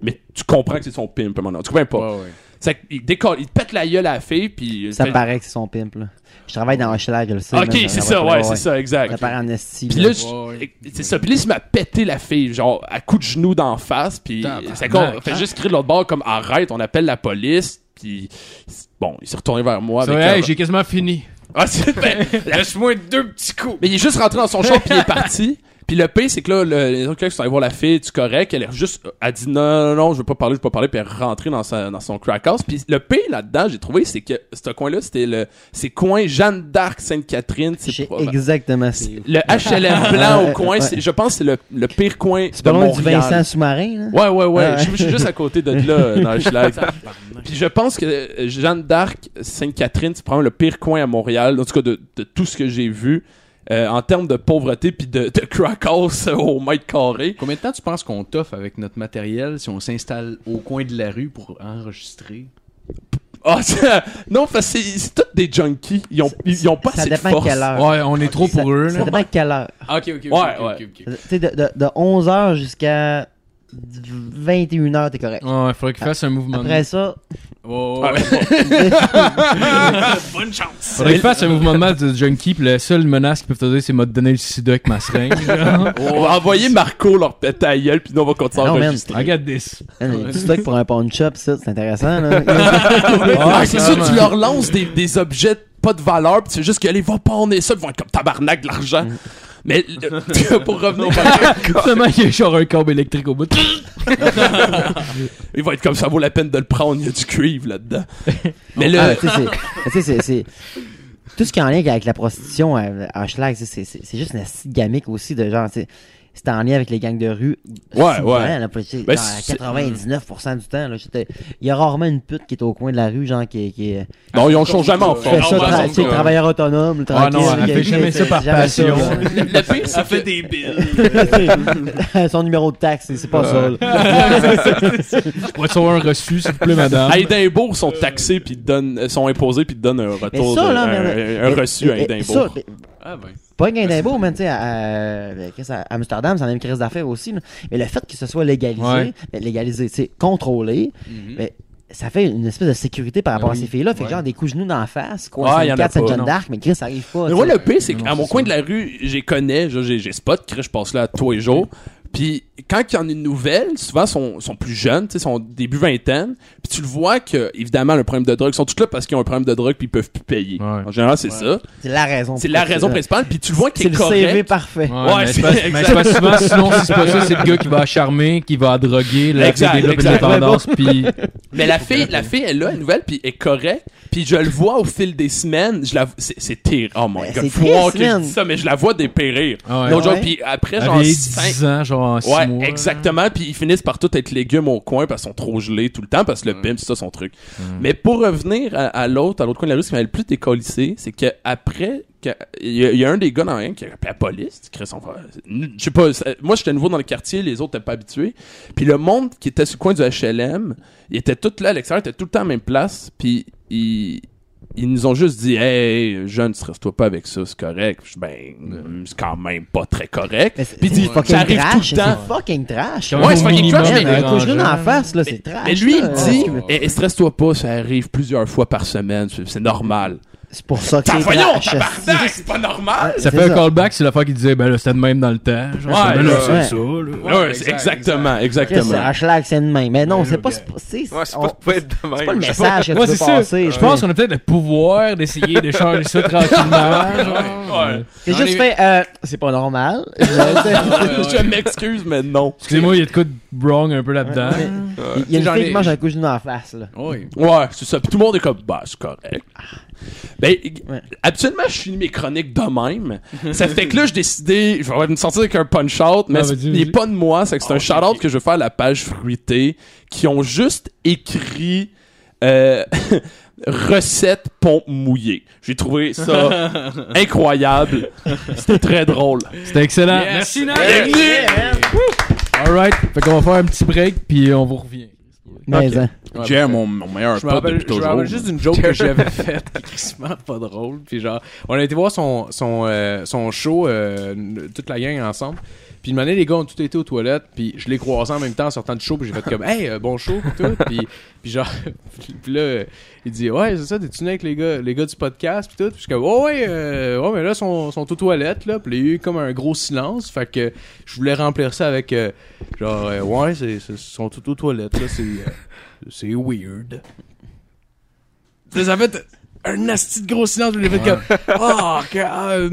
[SPEAKER 6] Mais tu comprends que c'est son pimp, maintenant. Tu comprends pas.
[SPEAKER 5] Ouais, ouais.
[SPEAKER 6] C'est qu'il décolle, il pète la gueule à la fille, puis... euh,
[SPEAKER 7] Ça
[SPEAKER 6] fait-
[SPEAKER 7] me paraît que c'est son pimp, là. Je travaille dans Hochelag, je le sais.
[SPEAKER 6] Ok, c'est ça, ouais, c'est ça,
[SPEAKER 7] Ça
[SPEAKER 6] exact.
[SPEAKER 7] part en esti.
[SPEAKER 6] Puis
[SPEAKER 7] là.
[SPEAKER 6] là, je-
[SPEAKER 5] Ouais, ouais.
[SPEAKER 6] c'est ça. Puis là, il m'a pété la fille, genre, à coups de genoux d'en face. Puis
[SPEAKER 3] Tabarnak.
[SPEAKER 6] c'est con- fait juste crier de l'autre bord comme arrête, on appelle la police. Puis bon, il s'est retourné vers moi.
[SPEAKER 3] Ça,
[SPEAKER 6] Avec
[SPEAKER 3] hey,
[SPEAKER 6] un-
[SPEAKER 3] j'ai quasiment fini.
[SPEAKER 6] Ah, c'est ben, la-
[SPEAKER 5] Laisse-moi deux petits coups.
[SPEAKER 6] Mais il est juste rentré dans son champ, puis il est parti. Puis le pire, c'est que là, le- les autres collègues sont allés voir la fille, tu correct. Elle est juste, euh, elle dit non, non, non, je veux pas parler, je veux pas parler, puis elle est rentrée dans, sa, dans son crack house. Puis le pire là-dedans, j'ai trouvé, c'est que ce coin-là, c'était le, c'est coin Jeanne d'Arc, Sainte-Catherine. C'est
[SPEAKER 7] J'ai
[SPEAKER 6] pro-
[SPEAKER 7] exactement ça.
[SPEAKER 6] le HLM blanc
[SPEAKER 7] Ouais,
[SPEAKER 6] au coin,
[SPEAKER 7] ouais.
[SPEAKER 6] c'est- je pense que c'est le, le pire coin
[SPEAKER 7] C'est
[SPEAKER 6] de
[SPEAKER 7] pas loin du
[SPEAKER 6] Montréal.
[SPEAKER 7] Vincent sous-marin, là.
[SPEAKER 6] Ouais, ouais, ouais.
[SPEAKER 7] Ah ouais.
[SPEAKER 6] Je, je suis juste à côté de là, euh, dans le schlag. Puis je pense que euh, Jeanne d'Arc, Sainte-Catherine, c'est probablement le pire coin à Montréal, en tout cas de, de tout ce que j'ai vu, euh, en termes de pauvreté puis de, de crack house au mètre carré.
[SPEAKER 5] Combien de temps tu penses qu'on t'offre avec notre matériel si on s'installe au coin de la rue pour enregistrer?
[SPEAKER 6] Ah, c'est- non, parce que c'est c'est tous des junkies. Ils ont, ils, ils ont pas
[SPEAKER 7] Ça
[SPEAKER 6] assez de
[SPEAKER 7] dépend
[SPEAKER 6] force.
[SPEAKER 7] quelle heure.
[SPEAKER 3] Ouais, on est trop
[SPEAKER 7] Ah. Ça-
[SPEAKER 3] pour eux,
[SPEAKER 7] Ça,
[SPEAKER 3] là.
[SPEAKER 7] dépend de quelle heure.
[SPEAKER 5] Ah, ok, ok, ok.
[SPEAKER 6] Ouais,
[SPEAKER 5] ok,
[SPEAKER 6] ouais.
[SPEAKER 5] ok, ok.
[SPEAKER 7] Tu sais, de, de, 11h jusqu'à 21h, t'es correct.
[SPEAKER 3] Ouais, il faudrait qu'il fasse un mouvement. de-
[SPEAKER 7] Après ça,
[SPEAKER 5] Ouais, ouais,
[SPEAKER 6] Ouais,
[SPEAKER 5] ouais.
[SPEAKER 3] Faudrait qu'il fasse un mouvement de masse de junkie, pis la seule menace qu'ils peuvent te donner, c'est m'a donné le sida avec ma seringue. genre.
[SPEAKER 6] On va envoyer Marco leur péter à la gueule, puis nous on va continuer à
[SPEAKER 7] Ah Non, man.
[SPEAKER 6] enregistrer.
[SPEAKER 3] Regarde this.
[SPEAKER 7] man, il y a du stock pour un pawn shop, ça, c'est intéressant, là.
[SPEAKER 6] Ah, c'est sûr,
[SPEAKER 3] clairement.
[SPEAKER 6] tu leur lances des, des objets pas de valeur, pis c'est juste que les va pas on est ça, ils vont être comme tabarnak de l'argent.
[SPEAKER 7] Mm.
[SPEAKER 6] Mais euh, pour revenir au
[SPEAKER 3] Seulement qu'il y a genre un câble électrique au bout.
[SPEAKER 6] il va être comme ça vaut la peine de le prendre, il y a du cuivre là-dedans. Mais
[SPEAKER 7] Ah,
[SPEAKER 6] là,
[SPEAKER 7] mais tu sais, c'est- mais tu sais, c'est- c'est. Tout ce qui est en lien avec la prostitution à à Hochelag, c'est- c'est c'est juste une astuce gamique aussi de genre, tu sais, c'est en lien avec les gangs de rue.
[SPEAKER 6] Ouais,
[SPEAKER 7] Souvent,
[SPEAKER 6] ouais.
[SPEAKER 7] là, tu sais,
[SPEAKER 6] Ben,
[SPEAKER 7] genre, à
[SPEAKER 6] c'est-
[SPEAKER 7] 99% du temps, là, j'étais- il y a rarement une pute qui est au coin de la rue, genre, qui, qui est.
[SPEAKER 6] non, ils en sont jamais en
[SPEAKER 7] Fait
[SPEAKER 6] forme.
[SPEAKER 7] ça,
[SPEAKER 5] on va
[SPEAKER 7] tra-
[SPEAKER 5] s'en
[SPEAKER 7] tu sais,
[SPEAKER 5] faire.
[SPEAKER 7] travailleur autonome, le
[SPEAKER 3] Ah
[SPEAKER 7] tranquille.
[SPEAKER 3] non, elle
[SPEAKER 7] le
[SPEAKER 3] fait
[SPEAKER 7] gars,
[SPEAKER 3] jamais ça
[SPEAKER 7] c'est
[SPEAKER 3] par
[SPEAKER 7] jamais ça,
[SPEAKER 3] passion.
[SPEAKER 7] là.
[SPEAKER 6] Le pire, c'est que-
[SPEAKER 8] des billes.
[SPEAKER 7] Son numéro de taxe, c'est pas ça. là.
[SPEAKER 3] Pourrais-tu avoir un reçu, s'il vous plaît, madame?
[SPEAKER 6] à Édimbourg sont taxés puis te donnent, euh, sont imposés puis te donnent un retour,
[SPEAKER 7] Mais ça,
[SPEAKER 6] de-
[SPEAKER 7] là,
[SPEAKER 6] un,
[SPEAKER 7] mais-
[SPEAKER 6] un
[SPEAKER 7] mais-
[SPEAKER 6] reçu à
[SPEAKER 7] mais- ça,
[SPEAKER 6] Édimbourg.
[SPEAKER 7] mais-
[SPEAKER 5] Ah, ben.
[SPEAKER 7] Pas un d'impôt, mais tu sais, à, à- qu'est-ce, à Amsterdam, c'est la même crise d'affaires aussi. là. Mais le fait que ce soit légalisé,
[SPEAKER 3] Ouais.
[SPEAKER 7] ben, légalisé, tu sais, contrôlé,
[SPEAKER 5] Mhm.
[SPEAKER 7] mais ça fait une espèce de sécurité par rapport
[SPEAKER 3] Ah
[SPEAKER 7] à
[SPEAKER 3] oui.
[SPEAKER 7] ces filles-là. Fait que
[SPEAKER 3] Ouais.
[SPEAKER 7] genre des coups de genoux d'en face,
[SPEAKER 6] Ah,
[SPEAKER 7] quoi,
[SPEAKER 6] y en a
[SPEAKER 7] c'est
[SPEAKER 6] pas,
[SPEAKER 7] saint jean
[SPEAKER 3] non.
[SPEAKER 7] d'Arc, mais Chris, ça arrive pas.
[SPEAKER 6] Mais
[SPEAKER 7] tu
[SPEAKER 6] moi,
[SPEAKER 7] sais.
[SPEAKER 6] le pire, c'est
[SPEAKER 3] Non,
[SPEAKER 6] qu'à
[SPEAKER 3] Ah, c'est
[SPEAKER 6] mon
[SPEAKER 3] ça.
[SPEAKER 6] coin de la rue, j'ai connais, je- j'ai j'ai spot, Chris, je passe là tous les jours. Puis quand il y en a une nouvelle, souvent sont, sont plus jeunes, tu sais, sont début vingtaine, puis tu le vois que évidemment le problème de drogue, ils sont tous là parce qu'ils ont un problème de drogue puis ils peuvent plus payer.
[SPEAKER 3] Ouais.
[SPEAKER 6] En général, c'est ça.
[SPEAKER 7] C'est la raison.
[SPEAKER 6] C'est
[SPEAKER 7] pour
[SPEAKER 6] la
[SPEAKER 7] laquelle
[SPEAKER 6] raison
[SPEAKER 7] c'est là.
[SPEAKER 6] principale, puis tu le vois qu'il
[SPEAKER 7] C'est
[SPEAKER 6] est
[SPEAKER 7] le CV
[SPEAKER 6] correct. Ouais,
[SPEAKER 7] parfait.
[SPEAKER 3] mais
[SPEAKER 6] c'est-
[SPEAKER 3] c'est pas, mais
[SPEAKER 6] exact.
[SPEAKER 3] c'est pas souvent, sinon, si c'est pas ça, c'est le gars qui va charmer, qui va droguer, là, qui
[SPEAKER 6] Exact,
[SPEAKER 3] développe une
[SPEAKER 6] exact.
[SPEAKER 3] dépendance, puis
[SPEAKER 6] Mais la fille, la fille elle là, elle est nouvelle puis elle est correcte, puis je le vois au fil des semaines, je la c'est c'est terrible. Oh my
[SPEAKER 7] Ben,
[SPEAKER 6] god,
[SPEAKER 7] c'est
[SPEAKER 6] faut voir que
[SPEAKER 7] triste,
[SPEAKER 6] je
[SPEAKER 7] man.
[SPEAKER 6] dis ça mais je la vois dépérir.
[SPEAKER 3] Ah ouais.
[SPEAKER 6] Donc genre
[SPEAKER 7] Ouais.
[SPEAKER 6] puis après
[SPEAKER 3] elle
[SPEAKER 6] genre
[SPEAKER 3] vieillit
[SPEAKER 6] cinq-
[SPEAKER 3] 10 ans, genre en 6
[SPEAKER 6] Ouais,
[SPEAKER 3] mois.
[SPEAKER 6] exactement. Puis ils finissent par tout être légumes au coin parce qu'ils sont trop gelés tout le temps parce que le pimp, c'est ça son truc. Mais pour revenir à, à l'autre, à l'autre coin de la rue, ce qui m'avait le plus décollissé, c'est qu'après, il y, a- il y a un des gars dans rien qui a appelé la police. Tu crées son frère. Je sais pas, ça- moi j'étais nouveau dans le quartier, les autres n'étaient pas habitués. Puis le monde qui était sur le coin du HLM, ils étaient tous là à l'extérieur, ils étaient tout le temps à la même place. Puis ils, ils nous ont juste dit Hey, jeune, stresse-toi pas avec ça, c'est correct. Puis je dis, ben, c'est quand même pas très correct.
[SPEAKER 7] Mais c'est-
[SPEAKER 6] Puis ils disent
[SPEAKER 7] c'est fucking
[SPEAKER 6] J'arrive tout
[SPEAKER 7] trash.
[SPEAKER 6] le temps.
[SPEAKER 7] C'est fucking trash.
[SPEAKER 3] Quand
[SPEAKER 6] Ouais,
[SPEAKER 3] même
[SPEAKER 6] c'est
[SPEAKER 3] au
[SPEAKER 6] fucking
[SPEAKER 3] minimum
[SPEAKER 6] trash, mais-
[SPEAKER 7] Un coup de genoux
[SPEAKER 3] dérangeant.
[SPEAKER 7] en face, là, c'est trash.
[SPEAKER 6] Mais lui, il
[SPEAKER 7] là.
[SPEAKER 6] dit,
[SPEAKER 5] ouais.
[SPEAKER 6] eh, eh, stresse-toi pas, ça arrive plusieurs fois par semaine, c'est c'est normal.
[SPEAKER 7] C'est pour ça que
[SPEAKER 6] T'as
[SPEAKER 7] c'est
[SPEAKER 6] voyons,
[SPEAKER 7] trash,
[SPEAKER 6] tabarnak, c'est pas normal!
[SPEAKER 7] Ouais,
[SPEAKER 3] Ça
[SPEAKER 7] Ah, c'est
[SPEAKER 3] fait un callback sur l'affaire qui disait, ben là, c'était de même dans le temps. Genre,
[SPEAKER 6] Ouais,
[SPEAKER 3] ben
[SPEAKER 6] là,
[SPEAKER 3] là, c'est
[SPEAKER 7] ouais.
[SPEAKER 3] ça, là.
[SPEAKER 6] Ah, Ouais, ouais, c'est
[SPEAKER 5] exact,
[SPEAKER 6] exactement,
[SPEAKER 7] Chris,
[SPEAKER 6] exactement.
[SPEAKER 7] Hashtag, c'est de même. Mais non, c'est pas, c'est pas-
[SPEAKER 4] Ouais, c'est pas,
[SPEAKER 7] on-
[SPEAKER 4] pas être de
[SPEAKER 7] c'est pas le
[SPEAKER 4] même.
[SPEAKER 7] message que tu
[SPEAKER 3] Ouais,
[SPEAKER 7] veux
[SPEAKER 3] c'est ça.
[SPEAKER 7] passer.
[SPEAKER 3] Je pense qu'on a peut-être le pouvoir d'essayer de changer ça tranquillement. genre.
[SPEAKER 6] Ouais.
[SPEAKER 7] C'est
[SPEAKER 5] J'en ai-
[SPEAKER 7] juste fait, euh, c'est pas normal. Je-
[SPEAKER 6] Je m'excuse, mais non.
[SPEAKER 3] Excusez-moi, il y a de quoi de wrong un peu là-dedans.
[SPEAKER 7] Ouais, Il y a une
[SPEAKER 5] J'en
[SPEAKER 7] fille
[SPEAKER 5] ai-
[SPEAKER 7] qui mange un coup de genou dans la face, là.
[SPEAKER 5] Oui.
[SPEAKER 6] Ouais, c'est ça. Puis tout le monde est comme, bah, c'est correct. Ben,
[SPEAKER 7] Ouais.
[SPEAKER 6] habituellement, je finis mes chroniques de même. ça fait que là, j'ai décidé, je vais avoir une sortie avec un punch-out, mais
[SPEAKER 3] Ah,
[SPEAKER 6] c'est-
[SPEAKER 3] vas-y,
[SPEAKER 6] il est
[SPEAKER 3] vas-y.
[SPEAKER 6] pas de moi. Oh, C'est que c'est un shout-out que je vais faire à la page fruitée, qui ont juste écrit euh, recette pompe mouillée. J'ai trouvé ça incroyable. C'était très drôle.
[SPEAKER 3] C'était excellent.
[SPEAKER 5] Ah, Merci,
[SPEAKER 6] Bienvenue!
[SPEAKER 3] Alright. Fait qu'on va faire un petit break, puis on vous revient.
[SPEAKER 7] Mais, hein.
[SPEAKER 6] J'ai mon, mon meilleur
[SPEAKER 5] Je me rappelle, je me rappelle juste d'une joke que j'avais faite qui est crissement pas drôle. Puis genre, on a été voir son, son, euh, son show, euh, toute la gang ensemble. Puis une année, les gars ont tout été aux toilettes. Puis je les croisais en même temps en sortant du show. Puis j'ai fait comme, hey, euh, bon show, pis tout. Puis, puis genre, puis là, euh, il dit, ouais, c'est ça, t'es tuné avec les gars, les gars du podcast, puis tout. Puis je suis comme, oh, ouais, euh, ouais, mais là, sont, sont aux toilettes, là. Puis là, il y a eu comme un gros silence. Fait que je voulais remplir ça avec, euh, genre, euh, ouais, c'est, c'est- sont toutes aux toilettes, là. C'est, euh, c'est weird. Ça fait un asti de gros silence, je l'ai fait comme. Oh, que- euh,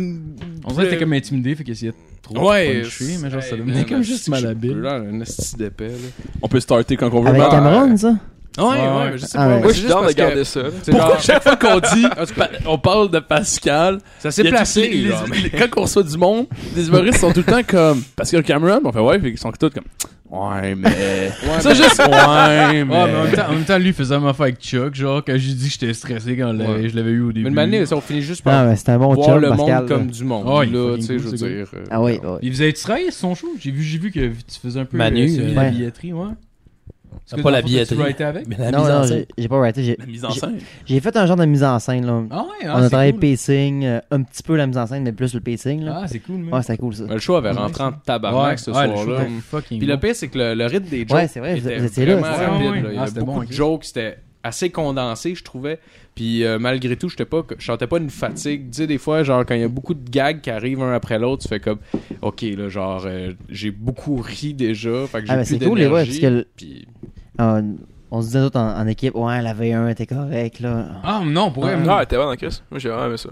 [SPEAKER 3] On dirait que t'es comme intimidé, fait qu'il essayait de trop
[SPEAKER 5] Ouais,
[SPEAKER 3] puncher, mais genre, ça
[SPEAKER 5] hey,
[SPEAKER 3] devenait
[SPEAKER 5] man,
[SPEAKER 3] comme juste
[SPEAKER 5] je suis
[SPEAKER 3] malhabile.
[SPEAKER 5] brûlant, Un asti d'épais, là.
[SPEAKER 6] On peut starter quand on veut.
[SPEAKER 7] Avec
[SPEAKER 6] mais-
[SPEAKER 7] Cameron, ça?
[SPEAKER 5] Ouais, ouais,
[SPEAKER 3] ouais, Ah,
[SPEAKER 5] mais je sais
[SPEAKER 7] Ah,
[SPEAKER 5] pas.
[SPEAKER 7] ouais.
[SPEAKER 4] Moi,
[SPEAKER 5] mais c'est
[SPEAKER 4] je suis
[SPEAKER 5] juste
[SPEAKER 4] dans de
[SPEAKER 5] parce que-
[SPEAKER 4] garder ça. là.
[SPEAKER 5] c'est
[SPEAKER 6] Pourquoi
[SPEAKER 5] genre-
[SPEAKER 6] chaque fois qu'on dit,
[SPEAKER 5] En tout cas.
[SPEAKER 6] pa- on parle de Pascal,
[SPEAKER 5] Ça s'est
[SPEAKER 6] Il y a
[SPEAKER 5] placé,
[SPEAKER 6] tout- les-
[SPEAKER 5] genre,
[SPEAKER 6] les-
[SPEAKER 5] mais-
[SPEAKER 6] les- Quand on reçoit du monde, les humoristes sont tout le temps comme Pascal Cameron, on fait ouais, puis ils sont tous comme Ouais, mais.
[SPEAKER 5] Ouais,
[SPEAKER 6] ça juste Ouais, mais.
[SPEAKER 3] Ouais, mais en même, temps, en même temps, lui il faisait ma affaire avec Chuck, genre, quand j'ai dit que j'étais stressé quand la-
[SPEAKER 5] Ouais.
[SPEAKER 3] je l'avais eu au début.
[SPEAKER 5] Mais une année, ça, on finit juste par
[SPEAKER 7] Ah, mais c'est un bon
[SPEAKER 5] voir
[SPEAKER 7] chum,
[SPEAKER 5] le monde
[SPEAKER 7] Pascal. là.
[SPEAKER 5] comme du monde.
[SPEAKER 3] Ouais, Ah, il
[SPEAKER 5] là,
[SPEAKER 3] est
[SPEAKER 5] tu sais, je veux
[SPEAKER 3] fucking cool,
[SPEAKER 5] dire. euh,
[SPEAKER 7] Ah oui, oui.
[SPEAKER 3] Il faisait travailler son show. J'ai vu, j'ai vu que tu faisais un peu
[SPEAKER 1] Manu,
[SPEAKER 3] euh, celui de la
[SPEAKER 7] ouais.
[SPEAKER 3] billetterie, ouais. Est-ce que
[SPEAKER 1] pas
[SPEAKER 3] dans
[SPEAKER 1] la
[SPEAKER 3] le fond, t'as-tu
[SPEAKER 1] billetterie.
[SPEAKER 3] writé avec?
[SPEAKER 1] Mais la
[SPEAKER 7] Non,
[SPEAKER 1] mise en
[SPEAKER 7] non,
[SPEAKER 1] scène.
[SPEAKER 7] j'ai j'ai pas writé. j'ai-
[SPEAKER 6] La mise en
[SPEAKER 7] j'ai-
[SPEAKER 6] scène.
[SPEAKER 7] J'ai fait un genre de mise en scène, là.
[SPEAKER 3] Ah ouais,
[SPEAKER 7] on
[SPEAKER 3] ah,
[SPEAKER 7] a
[SPEAKER 3] c'est
[SPEAKER 7] travaillé le
[SPEAKER 3] cool.
[SPEAKER 7] pacing, euh, un petit peu la mise en scène, mais plus le pacing, là.
[SPEAKER 3] Ah, c'est cool, man.
[SPEAKER 7] Ouais, c'était cool, ça.
[SPEAKER 5] mais ben, Le show avait rentré en tabarnak ce
[SPEAKER 3] ouais, le show
[SPEAKER 5] soir-là.
[SPEAKER 3] était fucking
[SPEAKER 5] Puis le
[SPEAKER 3] bon.
[SPEAKER 5] pire, c'est que le, le rythme des jokes.
[SPEAKER 7] Ouais, c'est vrai, Eh, vous-
[SPEAKER 5] était
[SPEAKER 7] vous étiez là,
[SPEAKER 5] vraiment
[SPEAKER 3] c'est ça.
[SPEAKER 5] rapide,
[SPEAKER 3] Ouais, ouais.
[SPEAKER 5] là. Il y
[SPEAKER 3] Ah,
[SPEAKER 5] avait
[SPEAKER 3] c'était
[SPEAKER 5] beaucoup
[SPEAKER 3] bon,
[SPEAKER 5] de
[SPEAKER 3] ok.
[SPEAKER 5] jokes, c'était assez condensé, je trouvais. Puis euh, malgré tout, j'étais pas, je sentais pas une fatigue. Tu sais, des fois, genre, quand il y a beaucoup de gags qui arrivent un après l'autre, tu fais comme, ok, là, genre, euh, j'ai beaucoup ri déjà. Fait que j'ai
[SPEAKER 7] Ah, mais
[SPEAKER 5] plus
[SPEAKER 7] c'est cool, les gars,
[SPEAKER 5] d'énergie.
[SPEAKER 7] parce que le-
[SPEAKER 5] Puis-
[SPEAKER 3] Ben,
[SPEAKER 7] Ah, on se disait tout en, en équipe, ouais, la V1 était correcte, là.
[SPEAKER 3] Ah non, pour vrai,
[SPEAKER 4] Ah,
[SPEAKER 3] moi,
[SPEAKER 4] elle était bonne en Chris. Moi, j'ai vraiment aimé ça.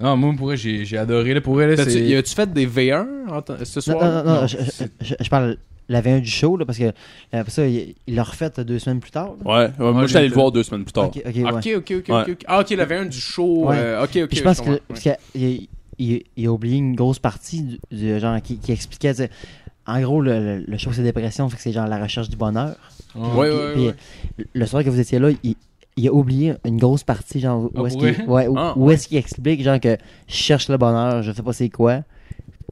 [SPEAKER 3] ah, moi, pour vrai, j'ai j'ai adoré. Là, pour vrai, là,
[SPEAKER 5] T'as-tu-
[SPEAKER 3] c'est...
[SPEAKER 5] ben, y a-tu fait des V1 en t- ce
[SPEAKER 7] Non,
[SPEAKER 5] soir?
[SPEAKER 7] non, non, non, je, je- je- je parle la V1 du show, là, parce que euh, après ça, il il l'a refait deux semaines plus tard. là.
[SPEAKER 6] Ouais, ouais, moi, je suis allé le voir deux semaines plus tard.
[SPEAKER 7] Ok, ok, ouais.
[SPEAKER 5] Ok, ok, ok,
[SPEAKER 6] Ouais.
[SPEAKER 5] ok. Ah, ok, la V1 du show.
[SPEAKER 7] Ouais.
[SPEAKER 5] euh, ok, ok.
[SPEAKER 7] Puis je pense
[SPEAKER 5] je
[SPEAKER 7] que
[SPEAKER 5] comprends.
[SPEAKER 7] parce qu'il a- il, il a oublié une grosse partie du, du genre qui, qui expliquait. tu sais, En gros, le, le, le show c'est dépression, fait que c'est genre la recherche du bonheur.
[SPEAKER 5] Ouais,
[SPEAKER 7] Puis-
[SPEAKER 5] ouais,
[SPEAKER 7] puis,
[SPEAKER 5] ouais.
[SPEAKER 7] Le soir que vous étiez là, il, il a oublié une grosse partie, genre où
[SPEAKER 3] Ah,
[SPEAKER 7] est-ce
[SPEAKER 3] pour
[SPEAKER 7] qu'il
[SPEAKER 3] vrai?
[SPEAKER 7] ouais, où-
[SPEAKER 5] Ah,
[SPEAKER 7] où est-ce qu'il explique genre que je cherche le bonheur, je sais pas c'est quoi.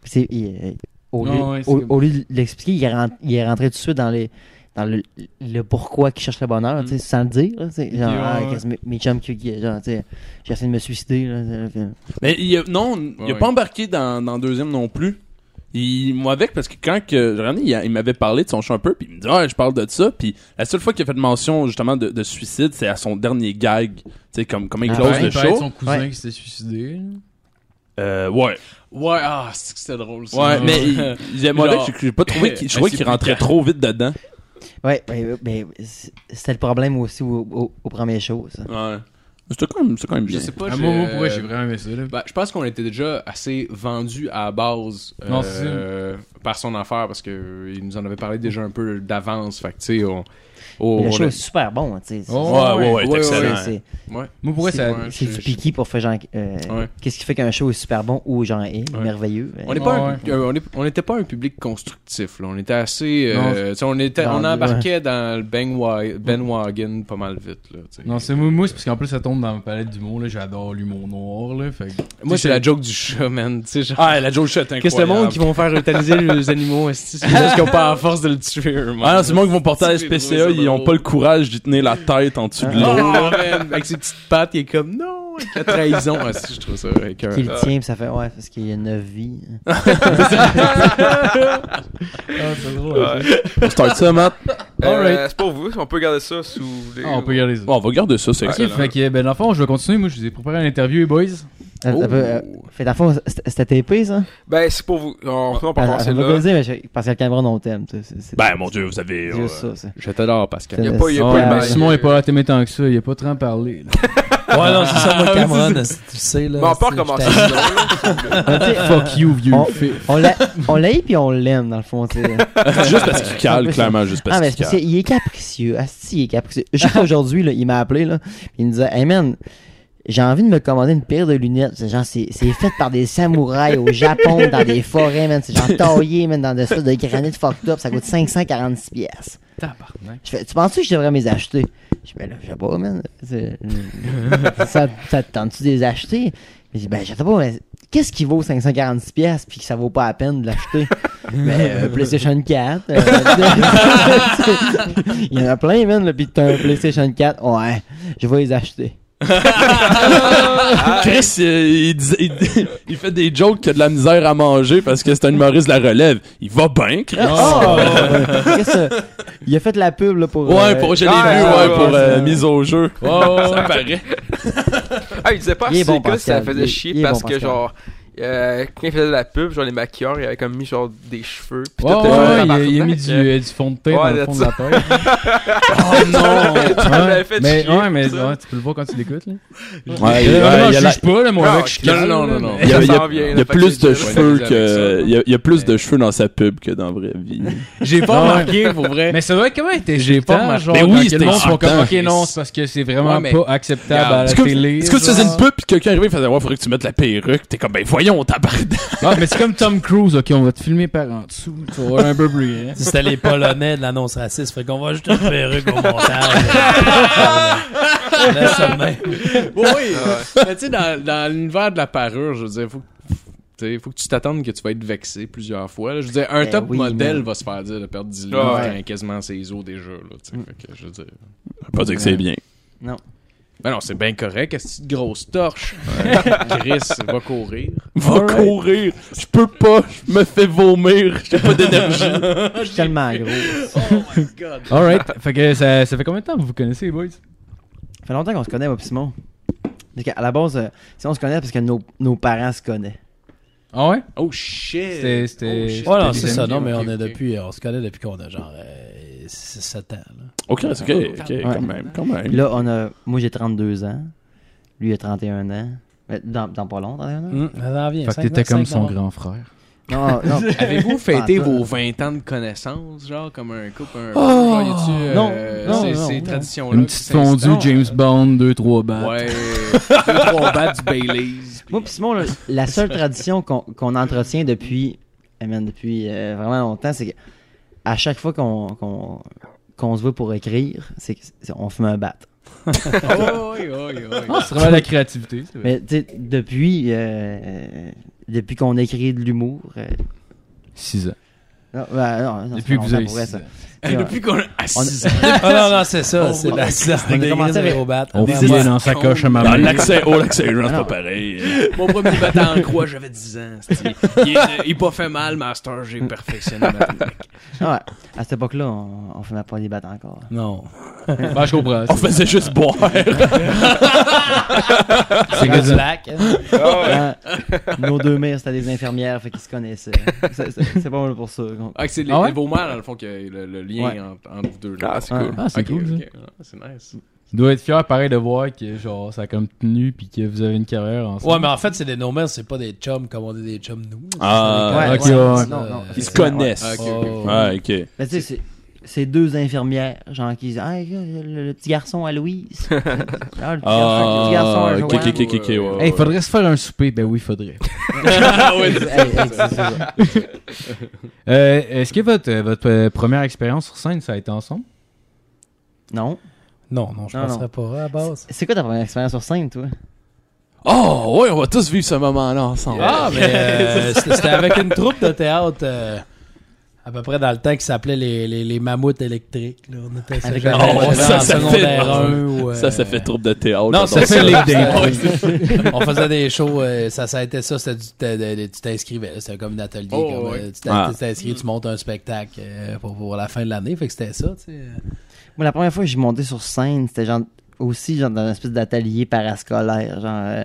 [SPEAKER 7] Puis c'est- il- euh, au, lieu,
[SPEAKER 3] Ah, ouais, c'est
[SPEAKER 7] au-
[SPEAKER 3] comme-
[SPEAKER 7] au lieu de l'expliquer, il, est rent- il est rentré tout de suite dans les dans le, le pourquoi qu'il cherche le bonheur, tu sais, sans le dire, là, tu sais, genre
[SPEAKER 3] ouais,
[SPEAKER 7] ah,
[SPEAKER 3] ouais.
[SPEAKER 7] qu'est-ce que mes, mes chums qui, qui- genre tu sais, j'ai essayé de me suicider là, tu sais, puis-
[SPEAKER 6] Mais il a- non, il a
[SPEAKER 5] Ouais.
[SPEAKER 6] pas embarqué dans, dans deuxième non plus. Il moi avec parce que quand que je regardais, il, a- il m'avait parlé de son show un peu puis il me dit "Ah, je parle de ça" puis la seule fois qu'il a fait mention justement de, de suicide, c'est à son dernier gag, tu sais comme comment il
[SPEAKER 7] Ah,
[SPEAKER 6] close
[SPEAKER 7] ouais,
[SPEAKER 6] le
[SPEAKER 3] il parlait de
[SPEAKER 6] show.
[SPEAKER 3] son cousin
[SPEAKER 7] Ouais.
[SPEAKER 3] qui s'était suicidé. là.
[SPEAKER 6] Euh, ouais.
[SPEAKER 5] Ouais, ah, c'est que c'était drôle ça.
[SPEAKER 6] Ouais, mais il- il- moi
[SPEAKER 5] Genre-
[SPEAKER 6] avec, j'ai- j'ai pas trouvé qu'il je trouvais
[SPEAKER 5] C'est
[SPEAKER 6] qu'il rentrait trop vite dedans.
[SPEAKER 7] Ouais, mais, mais c'est- c'était le problème aussi au, au- au premier show, ça.
[SPEAKER 6] Ouais. C'était quand même, c'était quand même
[SPEAKER 5] Je
[SPEAKER 6] bien.
[SPEAKER 5] sais pas.
[SPEAKER 3] Ah,
[SPEAKER 5] j'ai- euh,
[SPEAKER 3] moi, moi, pour vrai, j'ai vraiment aimé ça. là.
[SPEAKER 5] Ben, je pense qu'on était déjà assez vendu à la base euh,
[SPEAKER 3] Non, c'est
[SPEAKER 5] par son affaire parce que euh, il nous en avait parlé déjà un peu d'avance. Fait que, tu sais, on.
[SPEAKER 7] Mais
[SPEAKER 5] on-
[SPEAKER 7] le
[SPEAKER 5] on
[SPEAKER 7] show
[SPEAKER 5] a-
[SPEAKER 7] est super bon, tu sais. C'est-
[SPEAKER 3] Oh,
[SPEAKER 6] Ouais, ouais, ouais,
[SPEAKER 5] Ouais, ouais,
[SPEAKER 7] c'est-
[SPEAKER 6] excellent.
[SPEAKER 7] c'est-
[SPEAKER 5] Ouais.
[SPEAKER 3] Moi, pour vrai,
[SPEAKER 7] c'est- hein,
[SPEAKER 3] ça...
[SPEAKER 5] ouais,
[SPEAKER 7] C'est
[SPEAKER 5] je-
[SPEAKER 7] du piqué pour faire genre. euh,
[SPEAKER 5] Ouais.
[SPEAKER 7] Qu'est-ce qui fait qu'un show est super bon ou genre est merveilleux? eh, mais-
[SPEAKER 5] On n'est pas, un-
[SPEAKER 3] Ouais.
[SPEAKER 5] euh, on est- on n'était pas un public constructif. Là. On était assez, euh,
[SPEAKER 3] Non.
[SPEAKER 5] tu sais, on était,
[SPEAKER 7] Vendu,
[SPEAKER 5] on embarquait dans le Ben Wagon pas mal vite. Là, tu sais.
[SPEAKER 3] Non, c'est moi, moi, c'est parce qu'en plus, ça tombe dans ma palette d'humour. là. J'adore l'humour noir. Là, fait... que-
[SPEAKER 5] Moi,
[SPEAKER 3] Tu sais,
[SPEAKER 5] c'est la joke du chat, man. Tu sais, genre,
[SPEAKER 6] Ah, la Joe Shot, incroyable.
[SPEAKER 5] Qu'est-ce que le monde qui vont faire eutaniser les animaux esti, C'est juste qu'ils ont pas la force de le tuer eux-mêmes.
[SPEAKER 6] Ah non, c'est le monde qui vont porter à la
[SPEAKER 5] C'est drôle, c'est
[SPEAKER 6] SPCA, ils ont
[SPEAKER 5] drôle.
[SPEAKER 6] Ah. pas le courage d'y tenir la tête en dessous de l'eau.
[SPEAKER 5] Oh, man, avec ses petites pattes, il est comme non. La trahison aussi, je trouve ça écœurant.
[SPEAKER 7] Qui le tient, puis ça fait, ouais, parce qu'il y a 9 vies. hein.
[SPEAKER 3] Ah,
[SPEAKER 6] On start ça, Matt.
[SPEAKER 4] Euh, c'est pour vous, on peut garder ça sous les.
[SPEAKER 3] Ah, on peut garder ça.
[SPEAKER 6] Bon, on va garder ça, Ah, c'est
[SPEAKER 3] Ok,
[SPEAKER 6] excellent.
[SPEAKER 3] fait que, ben, dans le fond, je vais continuer. Moi, je vous ai préparé une interview, les boys.
[SPEAKER 7] Fait euh, fait, dans le fond, c'était- c'était épais, ça?
[SPEAKER 4] Ben, c'est pour vous. On on peut
[SPEAKER 7] Ah,
[SPEAKER 4] en
[SPEAKER 7] ça
[SPEAKER 4] passer
[SPEAKER 7] veut pas
[SPEAKER 4] là.
[SPEAKER 7] le dire, mais je- Pascal Cameron, on t'aime. tu sais, c'est- c'est-
[SPEAKER 6] Ben, mon Dieu, vous avez.
[SPEAKER 7] c'est
[SPEAKER 6] euh,
[SPEAKER 7] juste ça, ça.
[SPEAKER 5] Je t'adore, Pascal.
[SPEAKER 4] y a pas- y a
[SPEAKER 3] Ah,
[SPEAKER 4] pas
[SPEAKER 3] mais
[SPEAKER 4] le bail.
[SPEAKER 3] Simon est pas là, t'aimais tant que ça. Il a pas trop en parlé. là.
[SPEAKER 1] Ouais, non, Ah, c'est ça, moi, Cameron, est-ce que tu sais,
[SPEAKER 4] Mais
[SPEAKER 1] là.
[SPEAKER 4] on peut
[SPEAKER 1] est-ce que
[SPEAKER 4] recommencer
[SPEAKER 1] je t'ai-
[SPEAKER 4] sinon, là.
[SPEAKER 3] Ben, Fuck you, vieux
[SPEAKER 7] on-
[SPEAKER 3] fif.
[SPEAKER 7] On l'a- on l'a eu, puis on l'aime, dans le fond, tu sais.
[SPEAKER 6] Ah, C'est juste parce qu'il cale, clairement, juste parce
[SPEAKER 7] Ah, mais
[SPEAKER 6] qu'il
[SPEAKER 7] c'est parce
[SPEAKER 6] cale.
[SPEAKER 7] qu'il est capricieux. Asti, il est capricieux. Juste aujourd'hui, là, il m'a appelé, là, puis il me disait, hey man, j'ai envie de me commander une paire de lunettes. C'est genre, c'est, c'est fait par des samouraïs au Japon, dans des forêts, man. C'est genre taillé, man, dans des espèces de granit fucked up. Ça coûte 546 pièces. Je fais, tu penses que je devrais me les acheter? Je fais, là, je sais pas, man. C'est- ça, ça te tente-tu de les acheter? Il dit, ben, je sais pas, mais qu'est-ce qui vaut 546 pièces puis que ça vaut pas la peine de l'acheter? mais euh, PlayStation 4. euh, Il y en a plein, man, là, pis t'as un PlayStation 4. Ouais, je vais les acheter.
[SPEAKER 6] Chris, euh, il, dis- il- il fait des jokes qu'il a de la misère à manger parce que c'est un humoriste de la relève. Il va bien, Chris. Ah,
[SPEAKER 7] Oh! Qu'est-ce que- Il a fait la pub, là, pour.
[SPEAKER 6] Ouais,
[SPEAKER 7] euh,
[SPEAKER 6] pour, je l'ai
[SPEAKER 4] ouais,
[SPEAKER 6] vu,
[SPEAKER 4] ouais,
[SPEAKER 6] ouais,
[SPEAKER 4] ouais,
[SPEAKER 6] pour euh,
[SPEAKER 7] ouais.
[SPEAKER 6] mise au jeu. ça paraît.
[SPEAKER 4] Ah, il disait pas
[SPEAKER 7] Il est
[SPEAKER 4] assez
[SPEAKER 7] bon,
[SPEAKER 4] que ça
[SPEAKER 7] Pascal. Il
[SPEAKER 4] faisait
[SPEAKER 7] est-
[SPEAKER 4] chier
[SPEAKER 7] il est
[SPEAKER 4] parce
[SPEAKER 7] bon,
[SPEAKER 4] que,
[SPEAKER 7] Pascal.
[SPEAKER 4] genre, euh, quand il faisait de la pub, genre, les maquilleurs, il avait comme mis, genre, des cheveux. Pis
[SPEAKER 3] Ouais,
[SPEAKER 4] tout,
[SPEAKER 3] ouais, ouais,
[SPEAKER 4] euh,
[SPEAKER 3] il a-
[SPEAKER 4] tabarnak.
[SPEAKER 3] il a mis du, euh, du fond de teint
[SPEAKER 4] Ouais,
[SPEAKER 3] dans le
[SPEAKER 4] that's
[SPEAKER 3] fond de la tête. oh
[SPEAKER 4] non! Ça l'avait fait
[SPEAKER 3] mais,
[SPEAKER 4] chier,
[SPEAKER 3] ouais, mais
[SPEAKER 4] ça.
[SPEAKER 3] ouais, tu peux le voir quand tu l'écoutes. là.
[SPEAKER 6] Ouais,
[SPEAKER 3] Euh,
[SPEAKER 6] ouais,
[SPEAKER 3] non,
[SPEAKER 6] il y a
[SPEAKER 3] je
[SPEAKER 6] la-
[SPEAKER 3] juge pas, là, mon
[SPEAKER 4] Ah,
[SPEAKER 3] mec, je suis
[SPEAKER 4] ok.
[SPEAKER 3] calme,
[SPEAKER 5] Non, non,
[SPEAKER 3] là,
[SPEAKER 5] non, non.
[SPEAKER 3] mais-
[SPEAKER 6] Il y a,
[SPEAKER 4] Ça
[SPEAKER 6] il y a-
[SPEAKER 4] s'en vient,
[SPEAKER 6] il y a
[SPEAKER 4] là, fait
[SPEAKER 6] plus
[SPEAKER 4] que
[SPEAKER 6] de
[SPEAKER 4] c'est-
[SPEAKER 6] cheveux
[SPEAKER 5] ouais,
[SPEAKER 6] que.
[SPEAKER 5] avec ça.
[SPEAKER 6] Il y a, il y a plus de cheveux dans sa pub que dans la vraie vie.
[SPEAKER 5] J'ai pas remarqué, pour vrai.
[SPEAKER 3] Mais ça doit être comment était J'ai pas
[SPEAKER 5] remarqué.
[SPEAKER 3] genre,
[SPEAKER 6] Mais oui,
[SPEAKER 3] quand
[SPEAKER 6] c'était
[SPEAKER 3] le monde sont comme,
[SPEAKER 6] insultant.
[SPEAKER 3] ok, non, c'est parce que c'est vraiment
[SPEAKER 5] Ouais, mais-
[SPEAKER 3] pas acceptable
[SPEAKER 5] Regarde.
[SPEAKER 3] à la
[SPEAKER 6] C'est comme-
[SPEAKER 3] télé.
[SPEAKER 6] Est-ce que tu faisais
[SPEAKER 3] genre.
[SPEAKER 6] une pub pis quelqu'un arrivait et faisait Ouais, faudrait que tu mettes la perruque. T'es comme Ben voyons, tabarnak.
[SPEAKER 3] Ah, mais c'est comme Tom Cruise, ok, on va te filmer par en dessous, tu vas voir un peu brillant.
[SPEAKER 1] C'était les Polonais de l'annonce raciste, fait qu'on va ajouter une perruque au montage. Laisse ça de même.
[SPEAKER 5] Oui,
[SPEAKER 1] Ah
[SPEAKER 5] oui. Mais tu sais, dans, dans l'univers de la parure, je veux dire, faut, que- tu sais, faut que tu t'attendes que tu vas être vexé plusieurs fois. là. Je veux dire, un
[SPEAKER 7] Ben
[SPEAKER 5] top
[SPEAKER 7] oui,
[SPEAKER 5] modèle
[SPEAKER 7] man.
[SPEAKER 5] va se faire dire de perdre 10
[SPEAKER 4] Ah
[SPEAKER 5] livres
[SPEAKER 4] ouais.
[SPEAKER 5] quand quasiment ses os déjà. Là, tu sais. Fait que, je veux dire.
[SPEAKER 6] Pas dire que c'est bien.
[SPEAKER 5] Ben non, c'est bien correct. Est-ce que grosse torche? Chris va courir.
[SPEAKER 6] Va courir. Je peux pas. Je me fais vomir. J'ai pas d'énergie.
[SPEAKER 7] Je suis tellement gros. Ça
[SPEAKER 3] Alright, fait que ça, ça fait combien de temps que vous vous connaissez, les boys?
[SPEAKER 7] fait longtemps qu'on se connaît, moi, pis Simon. Parce qu'à la base, euh, si on se connaît, parce que nos, nos parents se connaissent.
[SPEAKER 3] Ah ouais?
[SPEAKER 5] Oh shit!
[SPEAKER 3] C'était- c'était-
[SPEAKER 5] Oh, shit.
[SPEAKER 3] Ouais,
[SPEAKER 1] Ouais, non,
[SPEAKER 3] des
[SPEAKER 1] c'est ça,
[SPEAKER 3] amis,
[SPEAKER 1] non, mais
[SPEAKER 5] ok,
[SPEAKER 1] on est
[SPEAKER 5] ok.
[SPEAKER 1] depuis, euh, on se connaît depuis qu'on a genre euh, 7 ans, là.
[SPEAKER 6] Ok, ok, ok, quand même, quand
[SPEAKER 7] Puis
[SPEAKER 6] même.
[SPEAKER 7] là, on a. Moi, j'ai 32 ans. Lui, il a 31 ans. Mais Dans, dans pas long, 31 ans?
[SPEAKER 1] Hum, Ça en vient,
[SPEAKER 3] Fait que
[SPEAKER 1] cinq
[SPEAKER 3] t'étais
[SPEAKER 1] ans,
[SPEAKER 3] comme
[SPEAKER 1] cinq
[SPEAKER 3] son
[SPEAKER 1] ans.
[SPEAKER 3] grand frère.
[SPEAKER 7] Non, non.
[SPEAKER 5] Avez-vous fêté
[SPEAKER 7] Pas en tout.
[SPEAKER 5] vos 20 ans de connaissance, genre, comme un couple, un genre, y a-tu,
[SPEAKER 7] Non,
[SPEAKER 5] euh,
[SPEAKER 7] non,
[SPEAKER 5] ces,
[SPEAKER 7] non,
[SPEAKER 5] ces
[SPEAKER 7] non.
[SPEAKER 5] traditions-là?
[SPEAKER 3] Une
[SPEAKER 5] qui
[SPEAKER 3] petite fondue,
[SPEAKER 5] s'installent?
[SPEAKER 3] James Bond, deux, trois battes.
[SPEAKER 5] euh, Ouais, deux, trois battes du Baileys.
[SPEAKER 3] euh,
[SPEAKER 7] Moi, pis Simon, là, la seule tradition qu'on qu'on entretient depuis, eh man, depuis euh, vraiment longtemps, c'est qu'à chaque fois qu'on qu'on- qu'on se voit pour écrire, c'est qu'on fume un bat.
[SPEAKER 5] Oh, oui, oui, oui.
[SPEAKER 3] Ah, c'est vraiment la créativité, c'est vrai.
[SPEAKER 7] Mais tu sais, depuis, euh, euh, depuis qu'on écrit de l'humour. euh,
[SPEAKER 3] Six ans.
[SPEAKER 7] non, ben, non, non, ça
[SPEAKER 3] Depuis
[SPEAKER 7] fait
[SPEAKER 3] que vous
[SPEAKER 7] longtemps
[SPEAKER 3] avez
[SPEAKER 7] pour vrai,
[SPEAKER 3] six
[SPEAKER 7] ça.
[SPEAKER 3] ans.
[SPEAKER 7] Tu sais, on-
[SPEAKER 5] Depuis qu'on a assis
[SPEAKER 7] on-
[SPEAKER 1] Ah non, non, c'est ça,
[SPEAKER 7] Oh,
[SPEAKER 1] c'est
[SPEAKER 7] oh,
[SPEAKER 1] la salle.
[SPEAKER 7] on a commencé avec-
[SPEAKER 3] On
[SPEAKER 1] Des
[SPEAKER 3] filait
[SPEAKER 1] escrocs.
[SPEAKER 3] dans sa coche à
[SPEAKER 6] Dans
[SPEAKER 3] maman.
[SPEAKER 6] l'accès, oh, l'accès urgent, c'est pas
[SPEAKER 7] Non.
[SPEAKER 6] pareil.
[SPEAKER 5] Mon premier battant en croix, j'avais 10 ans. c'est-tu. Il, est- euh, il est pas fait mal, Master, j'ai perfectionné ma technique.
[SPEAKER 7] Ah ouais, à cette époque-là, on, on fumait pas des battes encore.
[SPEAKER 1] Non.
[SPEAKER 3] Ben, je comprends.
[SPEAKER 6] On faisait juste boire.
[SPEAKER 3] C'est que ça. Ah
[SPEAKER 7] Hein, Nos deux mères, c'était des infirmières, fait qu'ils se connaissaient. C'est- C'est c'est pas mal pour ça. qu'on-
[SPEAKER 5] Ah, c'est les,
[SPEAKER 3] Ah ouais?
[SPEAKER 5] les beaux mères, dans le fond, que le, le lien
[SPEAKER 7] Ouais.
[SPEAKER 5] entre, entre vous deux. Là.
[SPEAKER 4] Ah, c'est
[SPEAKER 7] Ouais.
[SPEAKER 4] cool.
[SPEAKER 3] Ah, c'est
[SPEAKER 5] Ok,
[SPEAKER 3] cool, ça.
[SPEAKER 5] ok. Ah, C'est nice.
[SPEAKER 3] Tu dois être fier, pareil, de voir que genre ça a comme tenu puis que vous avez une carrière ensemble.
[SPEAKER 1] Ouais, mais en fait, c'est des nomades, c'est pas des chums comme on est des chums nous.
[SPEAKER 6] Ah,
[SPEAKER 3] ok, ouais.
[SPEAKER 7] Non, non,
[SPEAKER 6] Ils se
[SPEAKER 7] effectivement, ouais.
[SPEAKER 6] connaissent.
[SPEAKER 5] Ah, ok, ok.
[SPEAKER 1] Oh.
[SPEAKER 6] Ah, ok.
[SPEAKER 7] Mais tu sais, c'est- c'est deux infirmières, genre, qui disent Ah, le, le- le petit garçon à Louise. ah, le petit, garçon, le petit garçon
[SPEAKER 6] Ah,
[SPEAKER 7] à
[SPEAKER 6] ok,
[SPEAKER 7] Joanne.
[SPEAKER 6] ok, ok, ok, ouais, ouais.
[SPEAKER 3] Hey, faudrait se faire un souper. Ben oui, faudrait.
[SPEAKER 7] Hey, hey, c'est ça.
[SPEAKER 3] Euh, Est-ce que votre, euh, votre euh, première expérience sur scène, ça a été ensemble?
[SPEAKER 7] Non.
[SPEAKER 1] Non, non, je
[SPEAKER 7] Non,
[SPEAKER 1] penserais pas à la base.
[SPEAKER 7] C'est quoi ta première expérience sur scène, toi
[SPEAKER 6] Oh, ouais, on va tous vivre ce moment-là ensemble.
[SPEAKER 1] Ah, mais euh, c'était c'était avec une troupe de théâtre euh, À peu près dans le temps qui s'appelait les, les, les mammouths électriques. Là. On était
[SPEAKER 7] Avec
[SPEAKER 1] genre-
[SPEAKER 7] la- Oh,
[SPEAKER 1] on était
[SPEAKER 6] ça,
[SPEAKER 1] en
[SPEAKER 6] ça fait-
[SPEAKER 1] secondaire un ou, euh,
[SPEAKER 6] Ça, ça fait troupe de théâtre.
[SPEAKER 1] Non,
[SPEAKER 6] j'adore
[SPEAKER 1] ça c'est les
[SPEAKER 6] ça.
[SPEAKER 1] On faisait des shows, euh, ça, ça a été ça, c'était du- t'es- de- de- tu t'inscrivais, là, c'était comme une atelier.
[SPEAKER 4] Oh,
[SPEAKER 1] comme,
[SPEAKER 4] ouais.
[SPEAKER 1] euh, tu t'in-
[SPEAKER 6] Ah.
[SPEAKER 1] tu t'inscris, tu montes un spectacle euh, pour, pour la fin de l'année, fait que c'était ça, tu sais.
[SPEAKER 7] Moi, la première fois que j'ai monté sur scène, c'était genre aussi genre dans une espèce d'atelier parascolaire. Genre euh,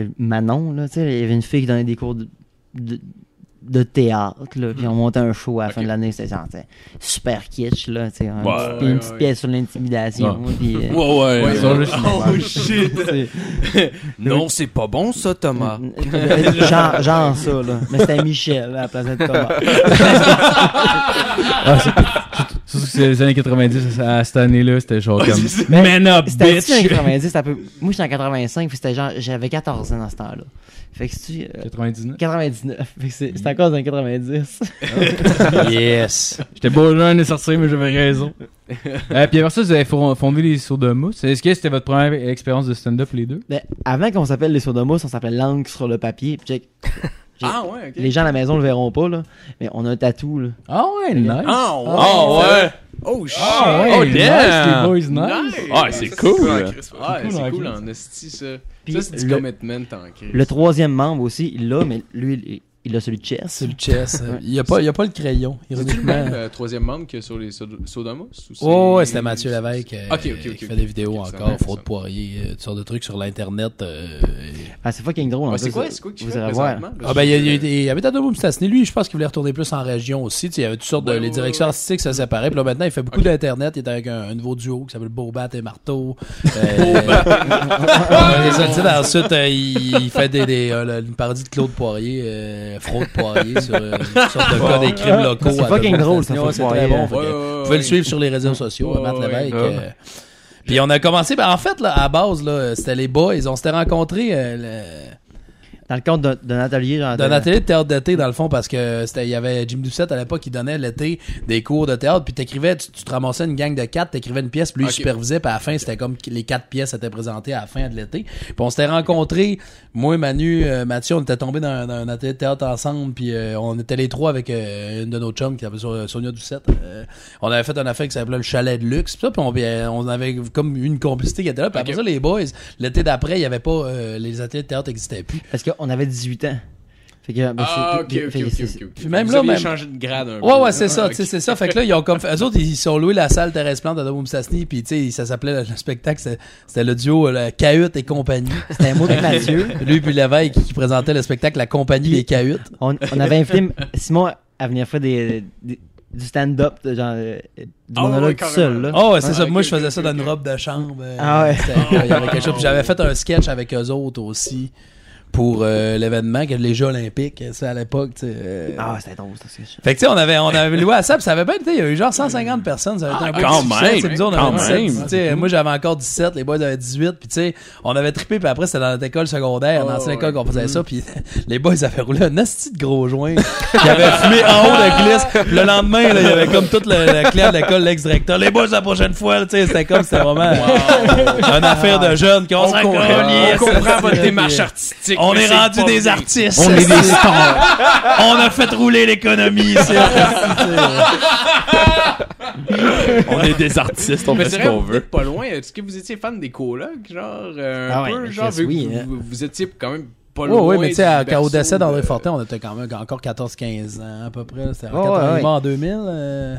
[SPEAKER 7] euh, Manon, là, tu sais, il y avait une fille qui donnait des cours de, de- de théâtre, là, puis on montait un show à la fin de l'année, c'était genre, tu sais, super kitsch, là, tu sais, un
[SPEAKER 6] Ouais,
[SPEAKER 7] petit-
[SPEAKER 5] ouais,
[SPEAKER 7] une petite
[SPEAKER 5] ouais.
[SPEAKER 7] pièce sur l'intimidation, puis euh,
[SPEAKER 6] Ouais, ouais.
[SPEAKER 5] Ouais,
[SPEAKER 6] ouais.
[SPEAKER 5] ils sont
[SPEAKER 3] juste-
[SPEAKER 5] Oh shit! non, c'est pas bon ça, Thomas.
[SPEAKER 7] genre, genre ça, là. Mais c'était Michel, là, à la place de Thomas.
[SPEAKER 3] Surtout que c'est les années 90, à, à cette année-là, c'était genre comme.
[SPEAKER 6] Man up,
[SPEAKER 7] C'était aussi en 90, c'était un peu... Moi, j'étais en 85, puis c'était genre... J'avais 14 ans dans ce temps-là. Fait que si tu... euh,
[SPEAKER 3] 99.
[SPEAKER 7] 99. Fait que c'est c'est encore dans les 90.
[SPEAKER 1] Yes!
[SPEAKER 3] J'étais beau jeune et sorti, mais j'avais raison. euh, puis après ça, vous avez fon- fondé les sourds de mousse. Est-ce que c'était votre première expérience de stand-up, les deux
[SPEAKER 7] Mais avant qu'on s'appelle les sodomos, on s'appelait langue sur le papier. Puis check,
[SPEAKER 5] Ah ouais, ok.
[SPEAKER 7] les gens à la maison le verront pas, là. Mais on a un tatou, là.
[SPEAKER 3] Ah ouais, nice.
[SPEAKER 5] Ah ouais!
[SPEAKER 6] Oh, ouais.
[SPEAKER 5] Oh shit!
[SPEAKER 3] Ah
[SPEAKER 6] Oh,
[SPEAKER 3] nice,
[SPEAKER 6] yeah.
[SPEAKER 3] les boys, nice.
[SPEAKER 6] Ah, c'est cool.
[SPEAKER 5] Ouais,
[SPEAKER 3] cool,
[SPEAKER 5] c'est
[SPEAKER 3] en
[SPEAKER 5] cool
[SPEAKER 3] crise.
[SPEAKER 5] en esti ça.
[SPEAKER 7] Puis
[SPEAKER 5] ça c'est du
[SPEAKER 7] le-
[SPEAKER 5] commitment en crise.
[SPEAKER 7] Le troisième membre aussi, il l'a, mais lui, il- il a celui de chess.
[SPEAKER 1] C'est le chess. euh, Il n'y a, pas- il y a pas le crayon,
[SPEAKER 5] C'est-tu le
[SPEAKER 1] ironiquement.
[SPEAKER 5] même euh, troisième membre que sur les Sod- Sodomus? ou c'est-
[SPEAKER 1] Oh, ouais, c'était Mathieu Lévesque euh,
[SPEAKER 5] Ok, ok, ok,
[SPEAKER 1] qui fait
[SPEAKER 5] ok.
[SPEAKER 1] des vidéos
[SPEAKER 5] Ok, ça
[SPEAKER 1] encore,
[SPEAKER 5] marche,
[SPEAKER 1] Faute
[SPEAKER 5] ça.
[SPEAKER 1] Poirier, euh, toutes sortes de trucs sur l'Internet. euh,
[SPEAKER 7] Ah, c'est fucking drôle, en
[SPEAKER 5] Ouais, c'est
[SPEAKER 7] plus,
[SPEAKER 5] quoi,
[SPEAKER 7] ça.
[SPEAKER 5] c'est quoi que tu
[SPEAKER 7] Vous
[SPEAKER 5] fais
[SPEAKER 7] irez voir.
[SPEAKER 5] présentement? Parce
[SPEAKER 1] Ah ben il y, a- il y a-
[SPEAKER 5] que-
[SPEAKER 1] il y avait Tato Boom Stassny, lui je pense qu'il voulait retourner plus en région aussi, tu sais, il y avait toutes sortes de
[SPEAKER 5] Ben, Ouais,
[SPEAKER 1] les
[SPEAKER 5] ouais,
[SPEAKER 1] directions
[SPEAKER 5] ouais.
[SPEAKER 1] artistiques se séparaient, puis là maintenant il fait beaucoup
[SPEAKER 5] Ok.
[SPEAKER 1] d'internet, il est avec un, un nouveau duo qui s'appelle Bobat et Marteau. Euh, ouais, ça, tu sais, ensuite euh, il, il fait des, des, euh, le- une parodie de Claude Poirier, euh, fraude Poirier sur euh, une sorte de cas des crimes locaux.
[SPEAKER 7] C'est
[SPEAKER 1] à
[SPEAKER 7] fucking
[SPEAKER 1] Tato Boom
[SPEAKER 7] drôle,
[SPEAKER 1] Stassny.
[SPEAKER 7] ça,
[SPEAKER 1] Ouais,
[SPEAKER 7] Fraude
[SPEAKER 1] c'est
[SPEAKER 7] Poirier.
[SPEAKER 1] très bon. fait
[SPEAKER 5] Ouais,
[SPEAKER 1] que-
[SPEAKER 5] ouais,
[SPEAKER 1] vous pouvez
[SPEAKER 5] ouais.
[SPEAKER 1] le suivre sur les réseaux sociaux, à
[SPEAKER 5] Ouais,
[SPEAKER 1] Matt
[SPEAKER 5] ouais,
[SPEAKER 1] Lévesque.
[SPEAKER 5] grave.
[SPEAKER 1] euh, Puis on a commencé, ben en fait là, à base là, c'était les boys, on s'était rencontrés. euh, le-
[SPEAKER 7] Dans le compte d'un- d'un atelier, genre...
[SPEAKER 1] d'un
[SPEAKER 7] de-
[SPEAKER 1] atelier de théâtre d'été, dans le fond, parce que c'était, il y avait Jim Doucette à l'époque qui donnait l'été des cours de théâtre, puis t'écrivais, tu, tu te ramassais une gang de quatre, t'écrivais une pièce, puis lui,
[SPEAKER 5] Ok.
[SPEAKER 1] il supervisait, puis à la fin, c'était comme que les quatre pièces étaient présentées à la fin de l'été. Puis on s'était rencontrés, moi, Manu, euh, Mathieu, on était tombés dans, dans un atelier de théâtre ensemble, puis euh, on était les trois avec euh, une de nos chums qui s'appelait Son- Sonia Doucette. Euh, on avait fait un affaire qui s'appelait le chalet de luxe, puis ça, puis on, euh, on avait comme une complicité qui était là, puis après
[SPEAKER 5] Ok.
[SPEAKER 1] ça, les boys, l'été d'après, il y avait pas, euh, les ateliers de théâtre n'existaient plus.
[SPEAKER 7] Parce qu'on avait 18 ans. Fait que... ben,
[SPEAKER 5] Ah,
[SPEAKER 7] c'est-
[SPEAKER 5] ok,
[SPEAKER 7] puis-
[SPEAKER 5] ok,
[SPEAKER 7] fait que
[SPEAKER 5] ok,
[SPEAKER 7] c'est-
[SPEAKER 5] ok, ok.
[SPEAKER 1] Puis même
[SPEAKER 5] Vous
[SPEAKER 1] là,
[SPEAKER 5] aviez
[SPEAKER 1] même-
[SPEAKER 5] changé de grade un peu. Ah,
[SPEAKER 1] Ouais, ouais, c'est ça,
[SPEAKER 5] ok.
[SPEAKER 1] tu sais, c'est ça. Fait que là, ils ont comme fait- eux autres, ils sont loués la salle Thérèse Plante à Dom Sassny, puis tu sais, ça s'appelait le spectacle, c'est- c'était le duo euh, la Cahute et compagnie.
[SPEAKER 7] C'était un mot de Mathieu.
[SPEAKER 1] Lui puis Lévesque qui présentait le spectacle La compagnie des Cahutes.
[SPEAKER 7] On, on avait invité Simon à venir faire des, des- du stand-up, de genre euh, du
[SPEAKER 5] Ah ouais,
[SPEAKER 7] monologue tout
[SPEAKER 5] carrément.
[SPEAKER 7] seul. Là.
[SPEAKER 1] Oh, ouais, c'est
[SPEAKER 5] Ah,
[SPEAKER 1] ça.
[SPEAKER 5] ok,
[SPEAKER 1] Moi, je
[SPEAKER 5] ok,
[SPEAKER 1] faisais
[SPEAKER 5] ok,
[SPEAKER 1] ça dans
[SPEAKER 5] ok.
[SPEAKER 1] une robe de chambre. euh,
[SPEAKER 7] Ah ouais.
[SPEAKER 1] c'était- Il y avait quelque chose. Puis j'avais fait un sketch avec eux autres aussi pour euh, l'événement, que les Jeux Olympiques, ça à l'époque, tu sais. euh,
[SPEAKER 7] Ah, c'était drôle, ça, c'est ça.
[SPEAKER 1] Fait que tu sais, on avait, on avait loué à ça, pis ça avait bien été, il y a eu genre 150 personnes, ça avait été
[SPEAKER 6] Ah,
[SPEAKER 1] un beau
[SPEAKER 6] quand
[SPEAKER 1] succès,
[SPEAKER 6] même,
[SPEAKER 1] tu sais, nous autres, on
[SPEAKER 6] quand
[SPEAKER 1] avait 17,
[SPEAKER 6] même.
[SPEAKER 1] tu sais, Moi j'avais encore 17, les boys avaient 18, puis tu sais, on avait trippé, puis après c'était dans notre école secondaire, dans
[SPEAKER 5] Oh,
[SPEAKER 1] l'ancienne école
[SPEAKER 5] ouais.
[SPEAKER 1] qu'on faisait ça, puis les boys avaient roulé un asti de gros joint, qui avait fumé en haut de glisse, Puis le lendemain, là, il y avait comme toute la, la clé de l'école, l'ex-directeur, les boys la prochaine fois, tu sais, c'était comme, c'était vraiment une affaire de jeunes, qu'on
[SPEAKER 5] On
[SPEAKER 1] s'en
[SPEAKER 5] comprend,
[SPEAKER 1] calisse.
[SPEAKER 5] Ah, on comprend votre
[SPEAKER 1] Puis,
[SPEAKER 5] démarche artistique.
[SPEAKER 1] on
[SPEAKER 5] mais
[SPEAKER 1] est
[SPEAKER 5] c'est
[SPEAKER 1] rendu
[SPEAKER 5] pas
[SPEAKER 1] des
[SPEAKER 5] bien.
[SPEAKER 1] artistes. On est des stars. On a fait rouler l'économie. c'est-
[SPEAKER 6] On est des artistes, on
[SPEAKER 5] Mais
[SPEAKER 6] fait
[SPEAKER 5] c'est
[SPEAKER 6] ce
[SPEAKER 5] vrai,
[SPEAKER 6] qu'on
[SPEAKER 5] vous
[SPEAKER 6] veut.
[SPEAKER 5] n'êtes pas loin. Est-ce que vous étiez fan des colocs, genre euh, un
[SPEAKER 7] Ah ouais,
[SPEAKER 5] peu,
[SPEAKER 7] mais
[SPEAKER 5] genre
[SPEAKER 7] Chris,
[SPEAKER 5] vu que
[SPEAKER 7] oui,
[SPEAKER 5] vous,
[SPEAKER 7] hein.
[SPEAKER 5] vous- vous étiez quand même pas
[SPEAKER 1] Ouais,
[SPEAKER 5] loin.
[SPEAKER 1] ouais, mais tu sais,
[SPEAKER 5] du
[SPEAKER 1] à- quand au
[SPEAKER 5] berceau
[SPEAKER 1] décès d'André
[SPEAKER 5] de-
[SPEAKER 1] Fortin, on était quand même encore 14-15 ans, à peu près. C'était
[SPEAKER 7] Ouais,
[SPEAKER 1] en 80,
[SPEAKER 7] ouais.
[SPEAKER 1] mort en 2000. euh,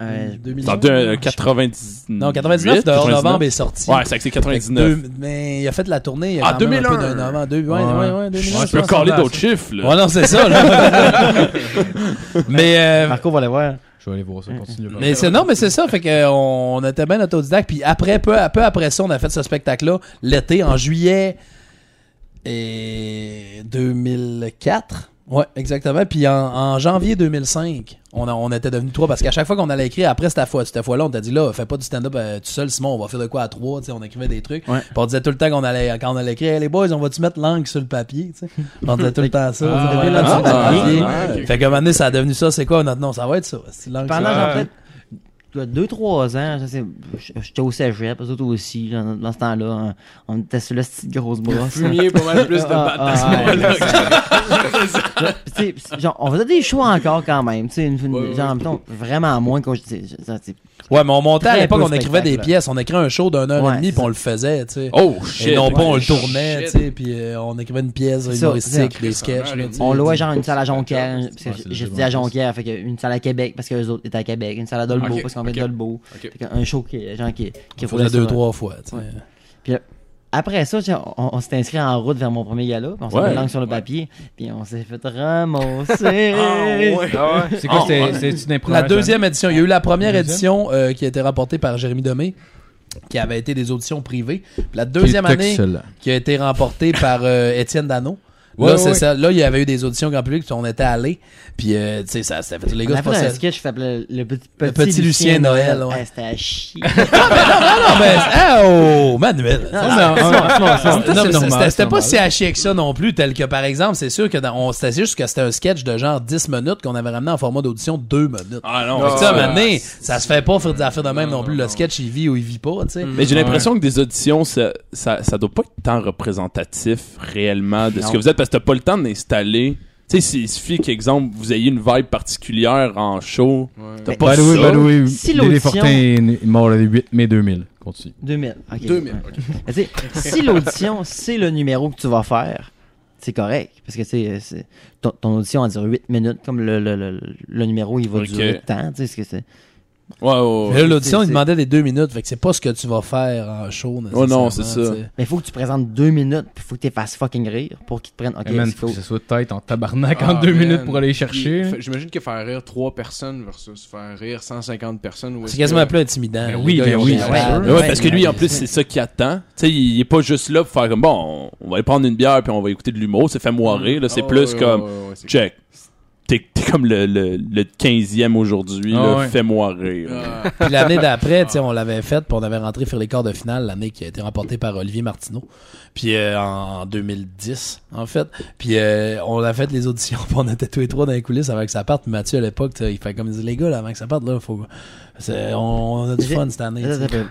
[SPEAKER 7] Ouais,
[SPEAKER 1] 2000.
[SPEAKER 6] Dans deux- euh, 99.
[SPEAKER 1] Non, 99, de novembre est sorti.
[SPEAKER 6] Ouais, c'est que c'est
[SPEAKER 1] Fait que
[SPEAKER 6] 99.
[SPEAKER 1] deux- mais il a fait la tournée. il y a
[SPEAKER 6] Ah,
[SPEAKER 1] quand même un peu
[SPEAKER 6] 2001.
[SPEAKER 1] de novembre, deux- ouais, ouais, ouais, 2001,
[SPEAKER 6] On
[SPEAKER 1] je
[SPEAKER 6] peut
[SPEAKER 1] pense,
[SPEAKER 6] coller
[SPEAKER 1] on a-
[SPEAKER 6] d'autres chiffres, là.
[SPEAKER 1] Ouais, non, c'est ça, là. mais euh,
[SPEAKER 7] Marco va aller voir.
[SPEAKER 3] Je vais aller voir ça, continue.
[SPEAKER 1] Mais c'est non, mais c'est ça, fait que euh, on était bien autodidacte. Puis après, peu, à peu après ça, on a fait ce spectacle-là l'été en juillet et 2004. Ouais, exactement. Puis en, en janvier 2005, on, a- on était devenus trois parce qu'à chaque fois qu'on allait écrire après cette fois, cette fois-là, on t'a dit là, fais pas du stand-up euh, tout seul, Simon, on va faire de quoi à trois. tu sais, on écrivait des trucs.
[SPEAKER 7] Ouais.
[SPEAKER 1] Puis on disait tout le temps qu'on allait quand on allait écrire, Hey, les boys, on va-tu mettre langue sur le papier. tu sais? On disait tout le temps ça.
[SPEAKER 3] Ah,
[SPEAKER 1] on disait,
[SPEAKER 7] ouais.
[SPEAKER 1] Langue sur le
[SPEAKER 7] Ah,
[SPEAKER 1] papier.
[SPEAKER 6] ouais.
[SPEAKER 1] Fait qu'à un moment donné, ça a devenu ça. C'est quoi notre nom Ça va être ça. c'est langue sur le
[SPEAKER 7] Pendant genre peut-être dois 2-3 ans, je sais, j- j'étais au cégep, eux autres aussi, là, dans dans ce temps-là, hein, on était sur la petite grosse brosse.
[SPEAKER 5] Fumier, pas mal plus de
[SPEAKER 7] Ah,
[SPEAKER 5] pattes
[SPEAKER 7] ah,
[SPEAKER 5] à ce
[SPEAKER 7] ah,
[SPEAKER 5] moment-là.
[SPEAKER 7] Puis, tu sais, pis, genre, on faisait des choix encore quand même, tu sais, une, une-
[SPEAKER 5] Ouais, ouais.
[SPEAKER 7] genre, mettons, vraiment moins qu'on, tu sais, je- ça, tu sais,
[SPEAKER 1] Ouais, mais on montait à
[SPEAKER 7] Très
[SPEAKER 1] l'époque,
[SPEAKER 7] peu
[SPEAKER 1] on écrivait des
[SPEAKER 7] spectacle.
[SPEAKER 1] pièces, on écrivait un show d'un heure
[SPEAKER 7] Ouais,
[SPEAKER 1] et demie,
[SPEAKER 7] c'est
[SPEAKER 1] puis on le faisait, tu sais.
[SPEAKER 6] Oh shit!
[SPEAKER 1] Et non pas on le
[SPEAKER 5] shit.
[SPEAKER 1] tournait, tu sais, puis euh, on écrivait une pièce
[SPEAKER 7] C'est ça,
[SPEAKER 1] humoristique,
[SPEAKER 7] c'est
[SPEAKER 1] des
[SPEAKER 5] ça.
[SPEAKER 1] sketchs. là, tu sais.
[SPEAKER 7] on louait genre une salle à Jonquière,
[SPEAKER 5] Ouais,
[SPEAKER 7] parce que
[SPEAKER 3] c'est
[SPEAKER 7] j'ai
[SPEAKER 3] déjà
[SPEAKER 7] dit à
[SPEAKER 3] bon, ça.
[SPEAKER 7] Jonquière, fait que une salle à Québec, parce que les autres étaient à Québec, une salle à Dolbeau,
[SPEAKER 5] Ok,
[SPEAKER 7] parce qu'on venait de
[SPEAKER 5] ok.
[SPEAKER 7] Dolbeau,
[SPEAKER 5] Ok.
[SPEAKER 7] Fait qu'un show qui, genre, qui, qui
[SPEAKER 1] On faisait
[SPEAKER 7] roulait
[SPEAKER 1] deux,
[SPEAKER 7] sur-
[SPEAKER 1] trois fois, tu sais.
[SPEAKER 7] Ouais. Après ça, tu sais, on, on s'est inscrit en route vers mon premier gala, puis on s'est
[SPEAKER 6] Ouais.
[SPEAKER 7] mis langue sur le papier, puis on s'est fait ramasser.
[SPEAKER 4] Ah ouais.
[SPEAKER 3] C'est quoi, c'est c'est une impro
[SPEAKER 1] La deuxième édition. Il y a eu la première
[SPEAKER 3] Deuxième?
[SPEAKER 1] édition euh, qui a été rapportée par Jérémy Demé, qui avait été des auditions privées. Puis La deuxième année qui a été remportée par euh, Étienne Dano.
[SPEAKER 3] Ouais,
[SPEAKER 1] là,
[SPEAKER 3] ouais,
[SPEAKER 1] c'est
[SPEAKER 3] ouais.
[SPEAKER 1] ça. Là, il y avait eu des auditions grand public, puis on était allés. Puis, euh, tu sais, ça, ça fait tous les
[SPEAKER 7] On
[SPEAKER 1] gars.
[SPEAKER 7] a
[SPEAKER 1] c'est
[SPEAKER 7] fait
[SPEAKER 1] pas
[SPEAKER 7] un
[SPEAKER 1] ça.
[SPEAKER 7] sketch qui s'appelait Le Petit,
[SPEAKER 1] Le Petit Lucien Noël, ouais.
[SPEAKER 7] Ah, C'était à chier.
[SPEAKER 1] Ah, ben, c'est- oh, Manuel.
[SPEAKER 7] Non,
[SPEAKER 1] Ça,
[SPEAKER 3] Non, non, non,
[SPEAKER 1] Ah,
[SPEAKER 3] non,
[SPEAKER 1] c'était-
[SPEAKER 3] non,
[SPEAKER 1] c'était-
[SPEAKER 3] normal,
[SPEAKER 1] C'était c'était pas
[SPEAKER 3] normal.
[SPEAKER 1] si haché que ça non plus, tel que par exemple, c'est sûr que dans- on- c'était juste que c'était un sketch de genre 10 minutes qu'on avait ramené en format d'audition 2 minutes.
[SPEAKER 6] Ah non,
[SPEAKER 1] Fait que
[SPEAKER 6] c'est
[SPEAKER 1] ça,
[SPEAKER 6] ça,
[SPEAKER 1] à un
[SPEAKER 6] man.
[SPEAKER 1] moment donné, ça se fait pas faire des affaires de même non,
[SPEAKER 5] Non,
[SPEAKER 1] plus.
[SPEAKER 5] non,
[SPEAKER 1] Le sketch, il vit ou il vit pas, tu sais.
[SPEAKER 6] Mais j'ai l'impression que des auditions, ça, ça, ça doit pas être tant représentatif réellement de ce
[SPEAKER 7] Non.
[SPEAKER 6] que vous êtes parce que t'as pas le temps d'installer. Tu sais, s'il suffit qu'exemple, vous ayez une vibe particulière en show. T'as
[SPEAKER 7] Ben,
[SPEAKER 6] pas
[SPEAKER 3] By the way,
[SPEAKER 6] ça.
[SPEAKER 3] by the way,
[SPEAKER 7] Si
[SPEAKER 3] bah, Lily
[SPEAKER 7] l'audition-
[SPEAKER 3] Fortin est mort le 8 mai 2000. Continue.
[SPEAKER 7] 2000. ok.
[SPEAKER 5] 2000,
[SPEAKER 7] Ouais. Mais tu sais, si l'audition, c'est le numéro que tu vas faire, c'est correct. Parce que tu sais, c'est- ton, ton audition va durer 8 minutes, comme le, le, le, le numéro, il va
[SPEAKER 6] Ok.
[SPEAKER 7] durer tant. Tu sais, ce que c'est.
[SPEAKER 6] Ouais, ouais, ouais.
[SPEAKER 1] Là, l'audition,
[SPEAKER 7] C'est-
[SPEAKER 1] il
[SPEAKER 7] c'est-
[SPEAKER 1] demandait des deux minutes. Fait que c'est pas ce que tu vas faire en show.
[SPEAKER 6] Oh non, c'est ça.
[SPEAKER 1] nécessairement, tu sais.
[SPEAKER 7] Mais il faut que tu présentes 2 minutes, puis il faut que tu fasses fucking rire pour qu'ils te prennent. Ok,
[SPEAKER 3] Hey, Eh man,
[SPEAKER 7] c'est
[SPEAKER 3] faut
[SPEAKER 7] cool.
[SPEAKER 3] que ça soit tête en tabarnak
[SPEAKER 5] Ah,
[SPEAKER 3] en deux
[SPEAKER 5] man.
[SPEAKER 3] minutes pour aller
[SPEAKER 5] Puis,
[SPEAKER 3] chercher.
[SPEAKER 5] fait- J'imagine que faire rire 3 personnes versus faire rire 150 personnes. ou est-ce
[SPEAKER 1] C'est quasiment
[SPEAKER 5] que-
[SPEAKER 1] plus intimidant.
[SPEAKER 3] Ben
[SPEAKER 1] Les
[SPEAKER 3] oui,
[SPEAKER 1] gars,
[SPEAKER 3] ben
[SPEAKER 1] ils ont
[SPEAKER 3] oui,
[SPEAKER 1] des
[SPEAKER 3] c'est
[SPEAKER 1] rêves.
[SPEAKER 3] sûr.
[SPEAKER 6] Ouais,
[SPEAKER 7] Ouais,
[SPEAKER 6] parce que lui, en plus,
[SPEAKER 7] c'est-
[SPEAKER 6] c'est ça qui attend. Tu sais, il il est pas juste là pour faire comme bon, on va aller prendre une bière puis on va écouter de l'humour, c'est fait moirer. Là, c'est
[SPEAKER 5] Ah,
[SPEAKER 6] plus
[SPEAKER 5] ouais,
[SPEAKER 6] comme
[SPEAKER 5] ouais, ouais, ouais, c'est-
[SPEAKER 6] check. T'es t'es comme le, le, le 15e aujourd'hui,
[SPEAKER 3] Ah
[SPEAKER 6] là,
[SPEAKER 3] ouais.
[SPEAKER 6] fais-moi rire.
[SPEAKER 5] Ah,
[SPEAKER 1] Puis l'année d'après, tu sais, on l'avait faite, puis on avait rentré faire les quarts de finale, l'année qui a été remportée par Olivier Martineau, puis euh, en 2010, en fait. Puis euh, on a fait les auditions, puis on était tous les trois dans les coulisses avant que ça parte. Puis Mathieu, à l'époque, tu sais, il fait comme il dit, les gars, là, avant que ça parte, là, faut... c'est- on, on a du
[SPEAKER 7] J'ai-
[SPEAKER 1] fun cette année.
[SPEAKER 7] Là,
[SPEAKER 1] tu sais.
[SPEAKER 7] ça fait-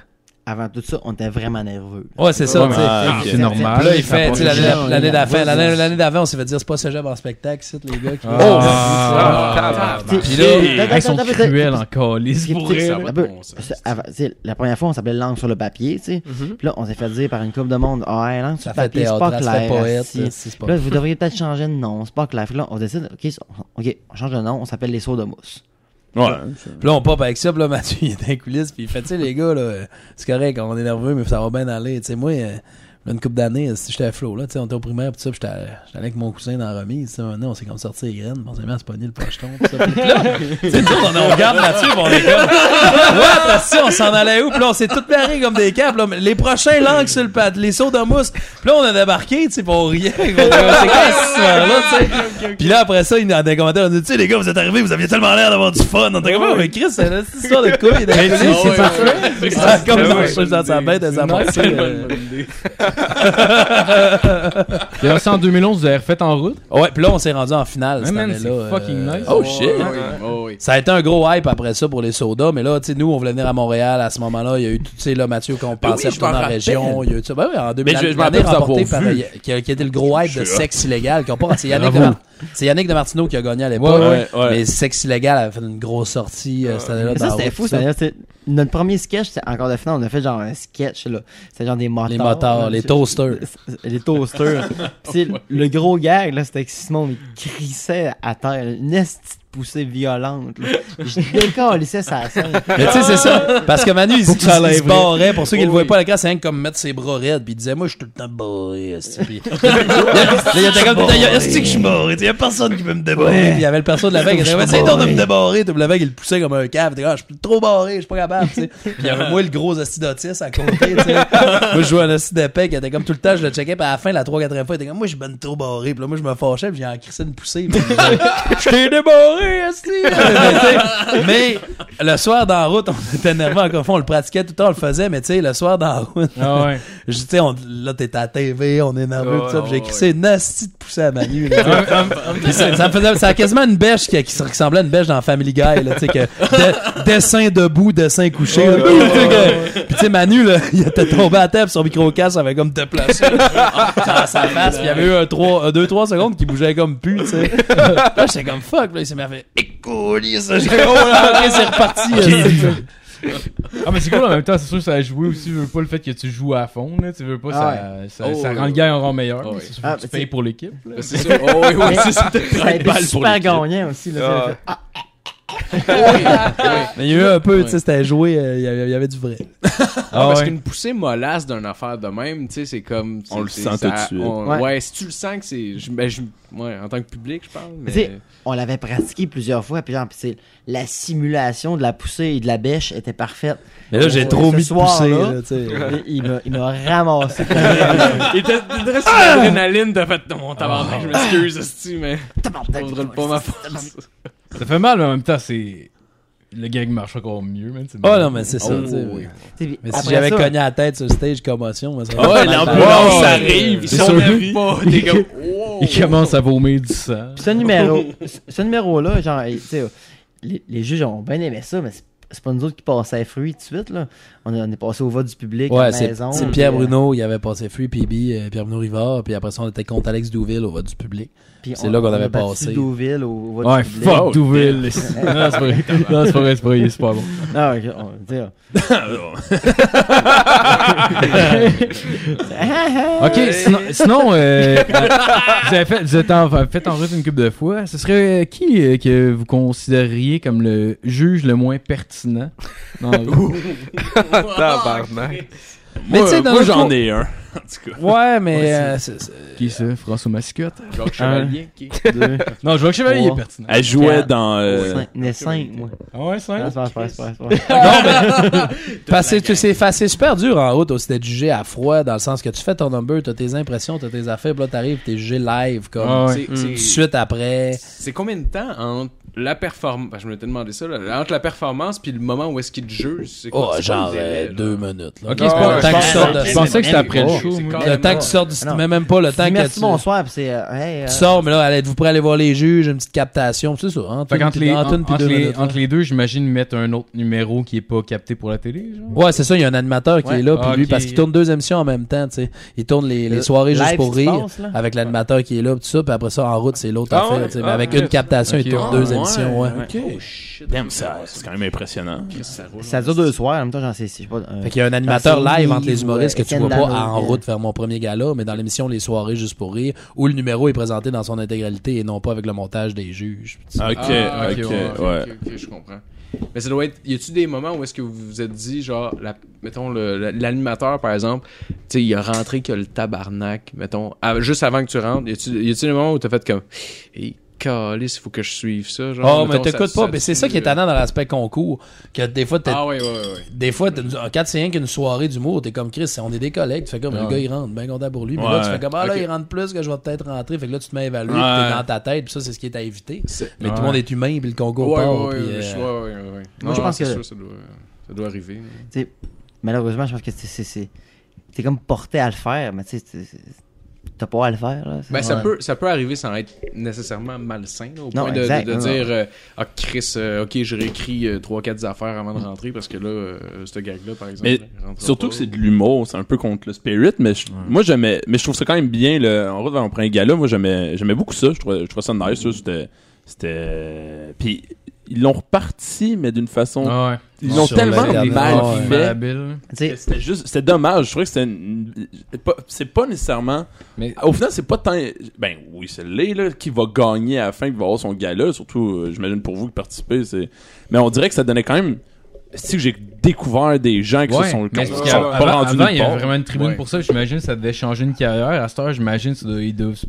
[SPEAKER 7] Avant tout ça, on était vraiment nerveux.
[SPEAKER 1] Ouais, c'est ça,
[SPEAKER 7] Ouais, euh,
[SPEAKER 1] tu sais.
[SPEAKER 6] Ah,
[SPEAKER 3] Ah,
[SPEAKER 6] ok.
[SPEAKER 3] C'est normal.
[SPEAKER 1] Puis là, il fait, tu sais, l'année
[SPEAKER 7] Genre,
[SPEAKER 1] l'année
[SPEAKER 7] il
[SPEAKER 1] d'avant,
[SPEAKER 7] envoie
[SPEAKER 1] l'année
[SPEAKER 7] des-
[SPEAKER 1] l'année d'avant, on s'est fait dire, c'est pas ce job en spectacle, c'est les gars. Qui...
[SPEAKER 5] Oh,
[SPEAKER 4] Ah,
[SPEAKER 7] Puis
[SPEAKER 1] là,
[SPEAKER 3] Ils sont cruels en calice
[SPEAKER 7] Puis,
[SPEAKER 3] pour
[SPEAKER 7] tu sais,
[SPEAKER 3] elle.
[SPEAKER 5] ça va
[SPEAKER 7] un
[SPEAKER 5] de
[SPEAKER 7] peu,
[SPEAKER 5] bon sens.
[SPEAKER 7] parce que avant- tu sais, La première fois, on s'appelait Langue sur le papier, tu sais. Puis là, on s'est fait dire par une coupe de monde, ah, hey, Langue sur
[SPEAKER 1] Ça
[SPEAKER 7] le
[SPEAKER 1] fait
[SPEAKER 7] papier, c'est pas
[SPEAKER 1] théâtre, ça fait
[SPEAKER 7] clair.
[SPEAKER 1] poète,
[SPEAKER 7] asti.
[SPEAKER 1] asti, c'est pas-
[SPEAKER 7] Là, vous devriez peut-être changer de nom, c'est pas clair. Puis là, on décide, OK, on, ok, on change de nom, on s'appelle les sauts de mousse.
[SPEAKER 1] Ah,
[SPEAKER 6] Ouais.
[SPEAKER 1] Puis là, on pop avec ça, puis là, Mathieu, il est dans les coulisses, puis il fait, tu sais, les gars, là, euh, c'est correct, on est nerveux, mais ça va bien aller. Tu sais, moi, euh, là, une couple d'années, euh, si j'étais à flot, là, tu sais, on était au primaire, puis ça, puis j'étais à- j'étais allé avec mon cousin dans la remise, tu sais, maintenant, on s'est comme sorti les graines, on s'est mis à se pogner le pocheton, pis ça. Puis là, tu sais, nous autres, on, on regarde Mathieu, puis on est comme, ouais, parce que on s'en allait où, puis là, on s'est tout barrés comme des câbles, là, mais les prochains langues sur le pad, les sauts de mousse, puis là, on a débarqué, tu sais, puis on riait, on était comme, c'est quoi cette histoire-là, tu sais. Puis là, après ça, il dans des commentaires, on dit, tu sais, les gars, vous êtes arrivés, vous aviez tellement l'air d'avoir du fun. On était comme, oh, mais Chris, c'est une histoire de couille. Mais
[SPEAKER 5] Ah, ouais, ouais, ouais.
[SPEAKER 1] Ça a comme
[SPEAKER 4] Ah,
[SPEAKER 1] dans
[SPEAKER 4] ouais.
[SPEAKER 1] chose dans sa euh. bête, ça
[SPEAKER 3] Non,
[SPEAKER 1] marche.
[SPEAKER 3] c'est Puis là, c'est en 2011, vous avez refait en route.
[SPEAKER 1] Ouais, puis là, on s'est rendu en finale.
[SPEAKER 3] Ouais,
[SPEAKER 1] cette
[SPEAKER 3] man,
[SPEAKER 1] année-là, Euh,
[SPEAKER 3] c'est fucking nice.
[SPEAKER 6] Oh shit!
[SPEAKER 4] Ah
[SPEAKER 5] Oh, oui, oh, oui.
[SPEAKER 1] Ça a été un gros hype après ça pour les sodas, mais là, tu sais, nous, on voulait venir à Montréal à ce moment-là. Il y a eu, tu sais, là, Mathieu, qu'on pensait
[SPEAKER 6] oui, je
[SPEAKER 1] retourner
[SPEAKER 6] m'en
[SPEAKER 1] en région. Il y a eu, ça. Ben oui, en 2000,
[SPEAKER 6] Mais je- je m'en
[SPEAKER 1] l'année
[SPEAKER 6] rappelle vous
[SPEAKER 1] remportée
[SPEAKER 6] avoir
[SPEAKER 1] par-
[SPEAKER 6] vu.
[SPEAKER 1] qui, a, qui a été le gros hype de
[SPEAKER 6] Je suis là.
[SPEAKER 1] sexe illégal. qu'on part- C'est Yannick, de
[SPEAKER 3] Bravo.
[SPEAKER 1] Mar- c'est Yannick de Martineau qui a gagné à l'époque.
[SPEAKER 3] Ouais,
[SPEAKER 6] ouais, ouais.
[SPEAKER 1] Mais sexe illégal avait fait une grosse sortie euh, cette année-là.
[SPEAKER 7] Mais ça,
[SPEAKER 1] dans
[SPEAKER 7] c'était
[SPEAKER 1] Route,
[SPEAKER 7] fou, c'est-à-dire, c'est- notre premier sketch, c'est encore de fin, on a fait genre un sketch, là. C'était genre des motards.
[SPEAKER 1] Les motards, les
[SPEAKER 7] C'est-
[SPEAKER 1] toasters.
[SPEAKER 7] c'est- Les toasters. Puis c'est le- le gros gag, là, c'était que Simon, il crissait à terre, une esti de poussée violente, là. Je décalissais sa scène.
[SPEAKER 1] Mais tu sais, c'est ça. Parce que Manu, il,
[SPEAKER 3] Faut que
[SPEAKER 1] il-
[SPEAKER 3] ça
[SPEAKER 1] il
[SPEAKER 3] lève.
[SPEAKER 1] se barrait. Pour ceux qui
[SPEAKER 5] Oh
[SPEAKER 1] le voyaient
[SPEAKER 5] oui.
[SPEAKER 1] pas à la classe, c'est rien que comme mettre ses bras raides. Puis il disait, moi, je suis tout le temps barré. esti. Puis- Là, il était comme, Putain, y a- est-ce que je suis barré? Il y a personne qui peut me débarrer. Puis il y avait le perso de la vague. Il était comme, essaye donc de me débarrer. Puis la vague, il le poussait comme un cave. Il était comme, Ah, je suis trop barré, je suis pas capable. tu sais. Puis il y avait moi, le gros esti d'autiste à côté. tu sais. moi, je jouais un esti d'épée qui était comme tout le temps, je le checkais. Puis à la fin, la 3-4 fois, il était comme, moi, je suis ben trop barré. Puis là, moi, je me fâchais. Puis j'ai en crissé une poussée. Puis il disait, je t'ai débarré, esti. mais, tu sais, mais le soir dans la route, on était nerveux encore une fois, on le pratiquait tout le temps, on le faisait, mais tu sais, le soir dans la route,
[SPEAKER 3] Ah ouais.
[SPEAKER 1] je- tu sais, on- là, t'es à la TV, on est nerveux,
[SPEAKER 5] Ouais,
[SPEAKER 1] tout ça, puis j'ai
[SPEAKER 5] ouais,
[SPEAKER 1] écrit, c'est une nasty de poussait à Manu. là, tu sais. Puis ça, ça me faisait, ça a quasiment une bêche qui, qui se ressemblait à une bêche dans Family Guy, là, tu sais, que de- dessin debout, dessin couché. là. Puis, tu sais, que- puis, tu sais, Manu, là, il était tombé à terre, puis son micro-casse avait comme déplacé Ah, dans sa face, puis il y avait eu un 3, 2 3 secondes qui bougeait comme pu, tu sais. Là, j'étais comme fuck, puis là, il s'est mis à faire écoute, ça, j'ai oh, là, ok, c'est reparti. là, tu sais.
[SPEAKER 3] Ah, mais c'est cool en même temps, c'est sûr que ça a joué aussi. Tu veux pas le fait que tu joues à fond, là. Tu veux pas,
[SPEAKER 7] Ah
[SPEAKER 3] ça, ça,
[SPEAKER 5] Oh,
[SPEAKER 3] ça
[SPEAKER 5] ouais.
[SPEAKER 3] rend le gars un rang meilleur.
[SPEAKER 5] Ah, ouais.
[SPEAKER 3] C'est sûr
[SPEAKER 7] Ah,
[SPEAKER 3] que tu
[SPEAKER 7] mais
[SPEAKER 3] payes
[SPEAKER 7] c'est-
[SPEAKER 3] pour l'équipe. là.
[SPEAKER 5] C'est ça. Oh, oui, oui, c'est ça.
[SPEAKER 7] Ça a été super gagnant aussi. Là,
[SPEAKER 4] Ah.
[SPEAKER 7] ça, ah,
[SPEAKER 1] Mais il y a eu un peu, tu sais, c'était joué, euh, il y avait- il y avait du vrai.
[SPEAKER 5] Ah, parce
[SPEAKER 3] ouais.
[SPEAKER 5] qu'une poussée mollasse d'une affaire de même, tu sais, c'est comme.
[SPEAKER 6] On
[SPEAKER 5] c'est-
[SPEAKER 6] le
[SPEAKER 5] c'est-
[SPEAKER 6] sent
[SPEAKER 5] ça-
[SPEAKER 6] tout de suite.
[SPEAKER 5] on-
[SPEAKER 7] Ouais.
[SPEAKER 5] ouais. si tu le sens que c'est. je- ben, je- ouais, en tant que public, je parle.
[SPEAKER 7] Tu sais,
[SPEAKER 5] Mais...
[SPEAKER 7] on l'avait pratiqué plusieurs fois. Puis genre, puis c'est- la simulation de la poussée et de la bêche était parfaite.
[SPEAKER 1] Mais là, j'ai
[SPEAKER 7] Ouais,
[SPEAKER 1] trop
[SPEAKER 7] ce
[SPEAKER 1] mis de
[SPEAKER 7] soir,
[SPEAKER 1] poussée,
[SPEAKER 7] là.
[SPEAKER 1] là, tu sais.
[SPEAKER 7] Et il m'a- il m'a ramassé.
[SPEAKER 5] Il était dressé sur l'adrénaline, t'as fait. Non, mon tabarnak, je m'excuse, esti, mais.
[SPEAKER 7] Tabarnak,
[SPEAKER 5] Faudrait le pas ma force.
[SPEAKER 3] Ça fait mal, mais en même temps, c'est. Le gag marche encore mieux, man.
[SPEAKER 1] Oh non, mais c'est ça, tu sais.
[SPEAKER 7] Tu sais, puis
[SPEAKER 1] Mais si
[SPEAKER 7] après
[SPEAKER 1] j'avais
[SPEAKER 7] ça-
[SPEAKER 1] cogné la tête sur le stage commotion, moi, ça
[SPEAKER 6] Ah ouais, l'ambulance
[SPEAKER 3] Ouais.
[SPEAKER 6] arrive, ils
[SPEAKER 3] C'est
[SPEAKER 6] sont
[SPEAKER 3] sûr.
[SPEAKER 6] arrivés.
[SPEAKER 5] Pas, t'es comme. Wow!
[SPEAKER 3] Il commence à vomir du sang.
[SPEAKER 7] Puis ce numéro, ce- ce numéro-là, genre, tu sais, euh, les, les juges ont bien aimé ça, mais c'est- c'est pas nous autres qui passaient fruit tout de suite, là. On, est- on est passé au vote du public, à
[SPEAKER 1] Ouais,
[SPEAKER 7] la
[SPEAKER 1] c'est
[SPEAKER 7] maison.
[SPEAKER 1] c'est
[SPEAKER 7] puis,
[SPEAKER 1] Pierre
[SPEAKER 7] euh,
[SPEAKER 1] Bruno, il avait passé Free PB, euh, Pierre Bruno Rivard, puis après ça, on était contre Alex Douville au vote du public.
[SPEAKER 7] puis
[SPEAKER 1] c'est là qu'on
[SPEAKER 7] a
[SPEAKER 1] avait
[SPEAKER 7] battu
[SPEAKER 1] passé.
[SPEAKER 7] Deauville au, au vote
[SPEAKER 3] Ouais,
[SPEAKER 7] du public.
[SPEAKER 3] fuck Douville. Non, c'est pas vrai. Non, c'est pas vrai, c'est pas vrai, c'est pas bon.
[SPEAKER 7] Ah, ouais, on, tu sais,
[SPEAKER 1] Ah,
[SPEAKER 3] Ok, sinon, sinon, euh, vous avez fait, vous êtes en, fait en route une couple de fois. Ce serait euh, qui euh, que vous considériez comme le juge le moins pertinent dans le groupe?
[SPEAKER 4] Tabarnak.
[SPEAKER 1] Mais tu sais, dans
[SPEAKER 6] Moi,
[SPEAKER 1] le
[SPEAKER 6] j'en
[SPEAKER 1] fond-
[SPEAKER 6] ai un. En tout cas.
[SPEAKER 1] Ouais, mais euh, c'est- c'est-
[SPEAKER 3] Qui ça François Mascotte
[SPEAKER 5] Jacques Chevalier, qui.
[SPEAKER 7] deux,
[SPEAKER 3] Non, je vois que Chevalier
[SPEAKER 7] Trois.
[SPEAKER 3] est pertinent.
[SPEAKER 6] Elle jouait
[SPEAKER 7] Quatre.
[SPEAKER 6] dans. euh,
[SPEAKER 7] cinq, mais cinq, moi.
[SPEAKER 3] Ah ouais, ça
[SPEAKER 7] Non, c'est pas- c'est pas- c'est pas- c'est pas-
[SPEAKER 1] parce que c'est fa- c'est super dur en route aussi d'être jugé à froid, dans le sens que tu fais ton number, t'as tes impressions, t'as tes affaires, puis là, t'arrives, t'es jugé live, comme,
[SPEAKER 3] Ah ouais.
[SPEAKER 5] C'est- c'est-
[SPEAKER 1] tout de suite après.
[SPEAKER 5] C'est combien de temps entre la performance. Je m'étais demandé ça, là. Entre la performance puis le moment où est-ce qu'il te juge? c'est quoi-
[SPEAKER 1] Oh,
[SPEAKER 5] c'est quoi
[SPEAKER 1] genre,
[SPEAKER 5] le délai,
[SPEAKER 1] euh,
[SPEAKER 5] là? Ah,
[SPEAKER 1] deux minutes, là.
[SPEAKER 3] Ok, c'est pas-
[SPEAKER 1] le temps que tu
[SPEAKER 7] je
[SPEAKER 1] sortes
[SPEAKER 7] pense-
[SPEAKER 1] de-
[SPEAKER 3] Je pensais que c'était après le
[SPEAKER 5] Oh,
[SPEAKER 3] show.
[SPEAKER 5] c'est
[SPEAKER 3] moi.
[SPEAKER 5] quand
[SPEAKER 1] Le
[SPEAKER 5] même-
[SPEAKER 1] temps que tu sortes du
[SPEAKER 7] Non.
[SPEAKER 1] mais même pas le temps que
[SPEAKER 7] Merci,
[SPEAKER 1] tu...
[SPEAKER 7] bonsoir, puis c'est, euh, hey, euh,
[SPEAKER 1] Tu sors, mais là, allez, vous prêt aller voir les juges, une petite captation, c'est ça. Entre,
[SPEAKER 3] Fait
[SPEAKER 1] une,
[SPEAKER 3] qu'entre les, en-
[SPEAKER 1] puis
[SPEAKER 3] entre
[SPEAKER 1] deux
[SPEAKER 3] les-
[SPEAKER 1] minutes, là.
[SPEAKER 3] entre les deux, j'imagine mettre un autre numéro qui est pas capté pour la télé, genre.
[SPEAKER 1] Ouais, c'est ça, il y a un animateur qui
[SPEAKER 5] Ouais.
[SPEAKER 1] est là, puis
[SPEAKER 3] Ah,
[SPEAKER 1] lui,
[SPEAKER 3] ok.
[SPEAKER 1] parce qu'il tourne deux émissions en même temps, tu sais. Il tourne les, les
[SPEAKER 7] Le
[SPEAKER 1] soirées
[SPEAKER 7] live
[SPEAKER 1] juste pour
[SPEAKER 7] qui se
[SPEAKER 1] rire,
[SPEAKER 7] passe, là.
[SPEAKER 1] avec l'animateur qui est là, puis tout ça, puis après ça, en route, c'est l'autre
[SPEAKER 4] Ah
[SPEAKER 1] affaire,
[SPEAKER 4] ouais,
[SPEAKER 1] tu sais.
[SPEAKER 4] ah
[SPEAKER 1] Mais avec
[SPEAKER 4] ouais.
[SPEAKER 1] une captation, il tourne
[SPEAKER 3] Ah
[SPEAKER 1] deux
[SPEAKER 3] ouais,
[SPEAKER 1] émissions, ouais.
[SPEAKER 6] Ok. Damn, ça, c'est quand même impressionnant.
[SPEAKER 5] Ça roule.
[SPEAKER 7] Ça dure deux soirs, en même temps, j'en sais, je sais pas. euh,
[SPEAKER 1] Fait qu'il y a un animateur
[SPEAKER 7] Sony
[SPEAKER 1] live entre les
[SPEAKER 7] ou,
[SPEAKER 1] humoristes
[SPEAKER 7] euh,
[SPEAKER 1] que tu
[SPEAKER 7] Étienne
[SPEAKER 1] vois pas
[SPEAKER 7] Dano,
[SPEAKER 1] à en
[SPEAKER 7] euh.
[SPEAKER 1] route vers mon premier gala, mais dans l'émission Les Soirées Juste pour Rire, où le numéro est présenté dans son intégralité et non pas avec le montage des juges.
[SPEAKER 6] Ok,
[SPEAKER 5] Ah,
[SPEAKER 6] ok,
[SPEAKER 5] ouais, ok,
[SPEAKER 6] ouais.
[SPEAKER 5] ok, ok, je comprends. Mais ça doit être. Y a-tu des moments où est-ce que vous vous êtes dit, genre, la- mettons, le- la- l'animateur, par exemple, tu sais, il a rentré que le tabarnak, mettons, à- juste avant que tu rentres, y a-tu y a-tu des moments où t'as fait comme, hé, calice, il faut que je suive ça, genre.
[SPEAKER 1] Oh, mais
[SPEAKER 5] mettons, ça-
[SPEAKER 1] t'écoutes
[SPEAKER 5] ça
[SPEAKER 1] pas, mais c'est ça
[SPEAKER 5] tue,
[SPEAKER 1] qui est
[SPEAKER 5] euh,
[SPEAKER 1] tannant dans l'aspect concours, que des fois, t'as
[SPEAKER 5] Ah, ouais, ouais, ouais. ouais.
[SPEAKER 1] Des fois, t'as une- quand c'est rien qu'une soirée d'humour, t'es comme Chris, on est des collègues, tu fais comme le gars il rentre, ben content pour lui, mais là
[SPEAKER 6] Ouais.
[SPEAKER 1] tu fais comme ah là
[SPEAKER 5] Ah. Ok.
[SPEAKER 1] il rentre plus que je vais peut-être rentrer, fait que là tu te mets à évaluer,
[SPEAKER 6] Ouais.
[SPEAKER 1] puis t'es dans ta tête, puis ça c'est ce qui est à éviter.
[SPEAKER 5] C'est-
[SPEAKER 1] Mais tout le monde est humain, puis le concours
[SPEAKER 5] Ouais, ouais,
[SPEAKER 1] part.
[SPEAKER 5] ouais,
[SPEAKER 1] puis,
[SPEAKER 5] je-
[SPEAKER 1] euh,
[SPEAKER 5] ouais, ouais, ouais, ouais.
[SPEAKER 7] Moi, je
[SPEAKER 5] Non,
[SPEAKER 7] pense
[SPEAKER 5] c'est
[SPEAKER 7] que-
[SPEAKER 5] sûr, ça doit, ça doit arriver.
[SPEAKER 7] tu sais, malheureusement, je pense que c'est- c'est. c'est- T'es comme porté à le faire, mais tu sais, c'est- c'est- t'as pas à le faire, là.
[SPEAKER 5] Ben, ça,
[SPEAKER 7] Ouais.
[SPEAKER 5] peut, ça peut arriver sans être nécessairement malsain, là, au
[SPEAKER 7] Non,
[SPEAKER 5] point de,
[SPEAKER 7] exact,
[SPEAKER 5] de- de
[SPEAKER 7] non,
[SPEAKER 5] dire euh, Ah, Chris, euh, ok, je réécris 3-4 affaires avant de rentrer parce que là, euh, ce gag-là, par exemple.
[SPEAKER 6] Mais
[SPEAKER 5] il rentrera
[SPEAKER 6] Surtout
[SPEAKER 5] pas.
[SPEAKER 6] que c'est de l'humour, c'est un peu contre le spirit, mais je- moi j'aimais, mais je trouve ça quand même bien. Le, en route vers mon premier gala, moi j'aimais, j'aimais beaucoup ça. Je trouvais, je trouvais ça nice. ça, C'était, c'était, puis ils l'ont reparti, mais d'une façon,
[SPEAKER 3] Ah ouais.
[SPEAKER 6] ils l'ont
[SPEAKER 1] Sur le
[SPEAKER 6] tellement
[SPEAKER 1] Internet,
[SPEAKER 3] Ah
[SPEAKER 6] mal
[SPEAKER 1] ouais.
[SPEAKER 6] fait.
[SPEAKER 3] Malhabile.
[SPEAKER 7] Tu sais,
[SPEAKER 6] C'était juste, c'était dommage. Je trouvais que c'était, une- c'est pas- c'est pas nécessairement.
[SPEAKER 3] Mais-
[SPEAKER 6] au final, c'est pas tant. Ben oui, c'est l'est là qui va gagner à la fin, qui va avoir son gala. Surtout, euh, j'imagine pour vous qui participez, c'est. Mais on dirait que ça donnait quand même. Si j'ai découvert des gens qui se sont,
[SPEAKER 3] mais
[SPEAKER 6] qui
[SPEAKER 3] parce
[SPEAKER 6] sont
[SPEAKER 3] qu'avant-
[SPEAKER 6] pas
[SPEAKER 3] avant,
[SPEAKER 6] rendus
[SPEAKER 3] avant,
[SPEAKER 6] nulle
[SPEAKER 3] il y avait
[SPEAKER 6] part.
[SPEAKER 3] vraiment une tribune
[SPEAKER 5] Ouais.
[SPEAKER 3] pour ça. J'imagine que ça devait changer une carrière. À cette heure, j'imagine que ça doit- ils doivent-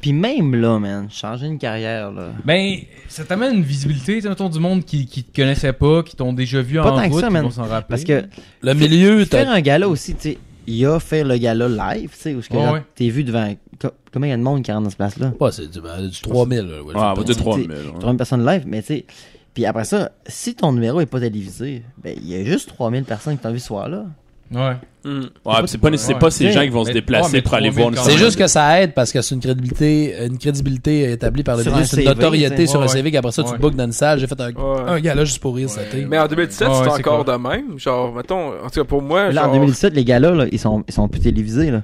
[SPEAKER 7] Puis même là, man, changer une carrière, là.
[SPEAKER 3] Ben, ça t'amène une visibilité, tu sais, mettons, du monde qui, qui te connaissait pas, qui t'ont déjà vu
[SPEAKER 7] Pas
[SPEAKER 3] en
[SPEAKER 7] tant que
[SPEAKER 3] route,
[SPEAKER 7] ça,
[SPEAKER 3] qui
[SPEAKER 7] man.
[SPEAKER 3] vont s'en rappeler.
[SPEAKER 7] Parce que
[SPEAKER 1] Le milieu, t'as-
[SPEAKER 7] faire un gala aussi, tu sais, il y a faire le gala live, tu sais, où ce que
[SPEAKER 3] Ouais,
[SPEAKER 7] genre,
[SPEAKER 3] ouais.
[SPEAKER 7] t'es vu devant. co- Combien il y a de monde qui rentre dans ce place-là?
[SPEAKER 1] Ouais, c'est du, ben, du 3000. là,
[SPEAKER 5] Ah,
[SPEAKER 1] ouais,
[SPEAKER 6] Ouais, Ah, on va
[SPEAKER 1] c'est
[SPEAKER 6] dire hein.
[SPEAKER 1] pas-
[SPEAKER 6] 3000.
[SPEAKER 7] Trois mille personnes live, mais tu sais. Puis après ça, si ton numéro est pas télévisé, ben il y a juste 3000 personnes qui t'ont vu ce soir-là.
[SPEAKER 5] Ouais.
[SPEAKER 6] Ouais, pis c'est pas, c'est pas ces
[SPEAKER 1] Ouais.
[SPEAKER 6] gens qui vont se
[SPEAKER 5] Mais- ouais,
[SPEAKER 6] déplacer
[SPEAKER 5] mais
[SPEAKER 6] pour aller
[SPEAKER 5] 3000
[SPEAKER 6] voir une
[SPEAKER 5] quand
[SPEAKER 1] C'est
[SPEAKER 5] Ouais.
[SPEAKER 1] juste que ça aide parce que c'est une crédibilité, une crédibilité établie par le
[SPEAKER 7] Sur
[SPEAKER 1] vidéo,
[SPEAKER 7] un
[SPEAKER 1] c'est une
[SPEAKER 7] CV,
[SPEAKER 1] notoriété
[SPEAKER 7] t'sais.
[SPEAKER 1] sur un
[SPEAKER 5] Ouais,
[SPEAKER 1] CV qu'après ça tu
[SPEAKER 5] ouais.
[SPEAKER 1] te bookes dans une salle. J'ai fait un,
[SPEAKER 4] Ouais.
[SPEAKER 1] un gala juste pour rire cet été.
[SPEAKER 4] Mais en 2017,
[SPEAKER 5] Ouais,
[SPEAKER 4] c'est
[SPEAKER 5] c'est
[SPEAKER 4] encore de même. Genre, mettons, en tout cas pour moi.
[SPEAKER 7] Là, en
[SPEAKER 4] genre-
[SPEAKER 7] 2007, les gars-là, là, ils, sont, ils sont plus télévisés. Là.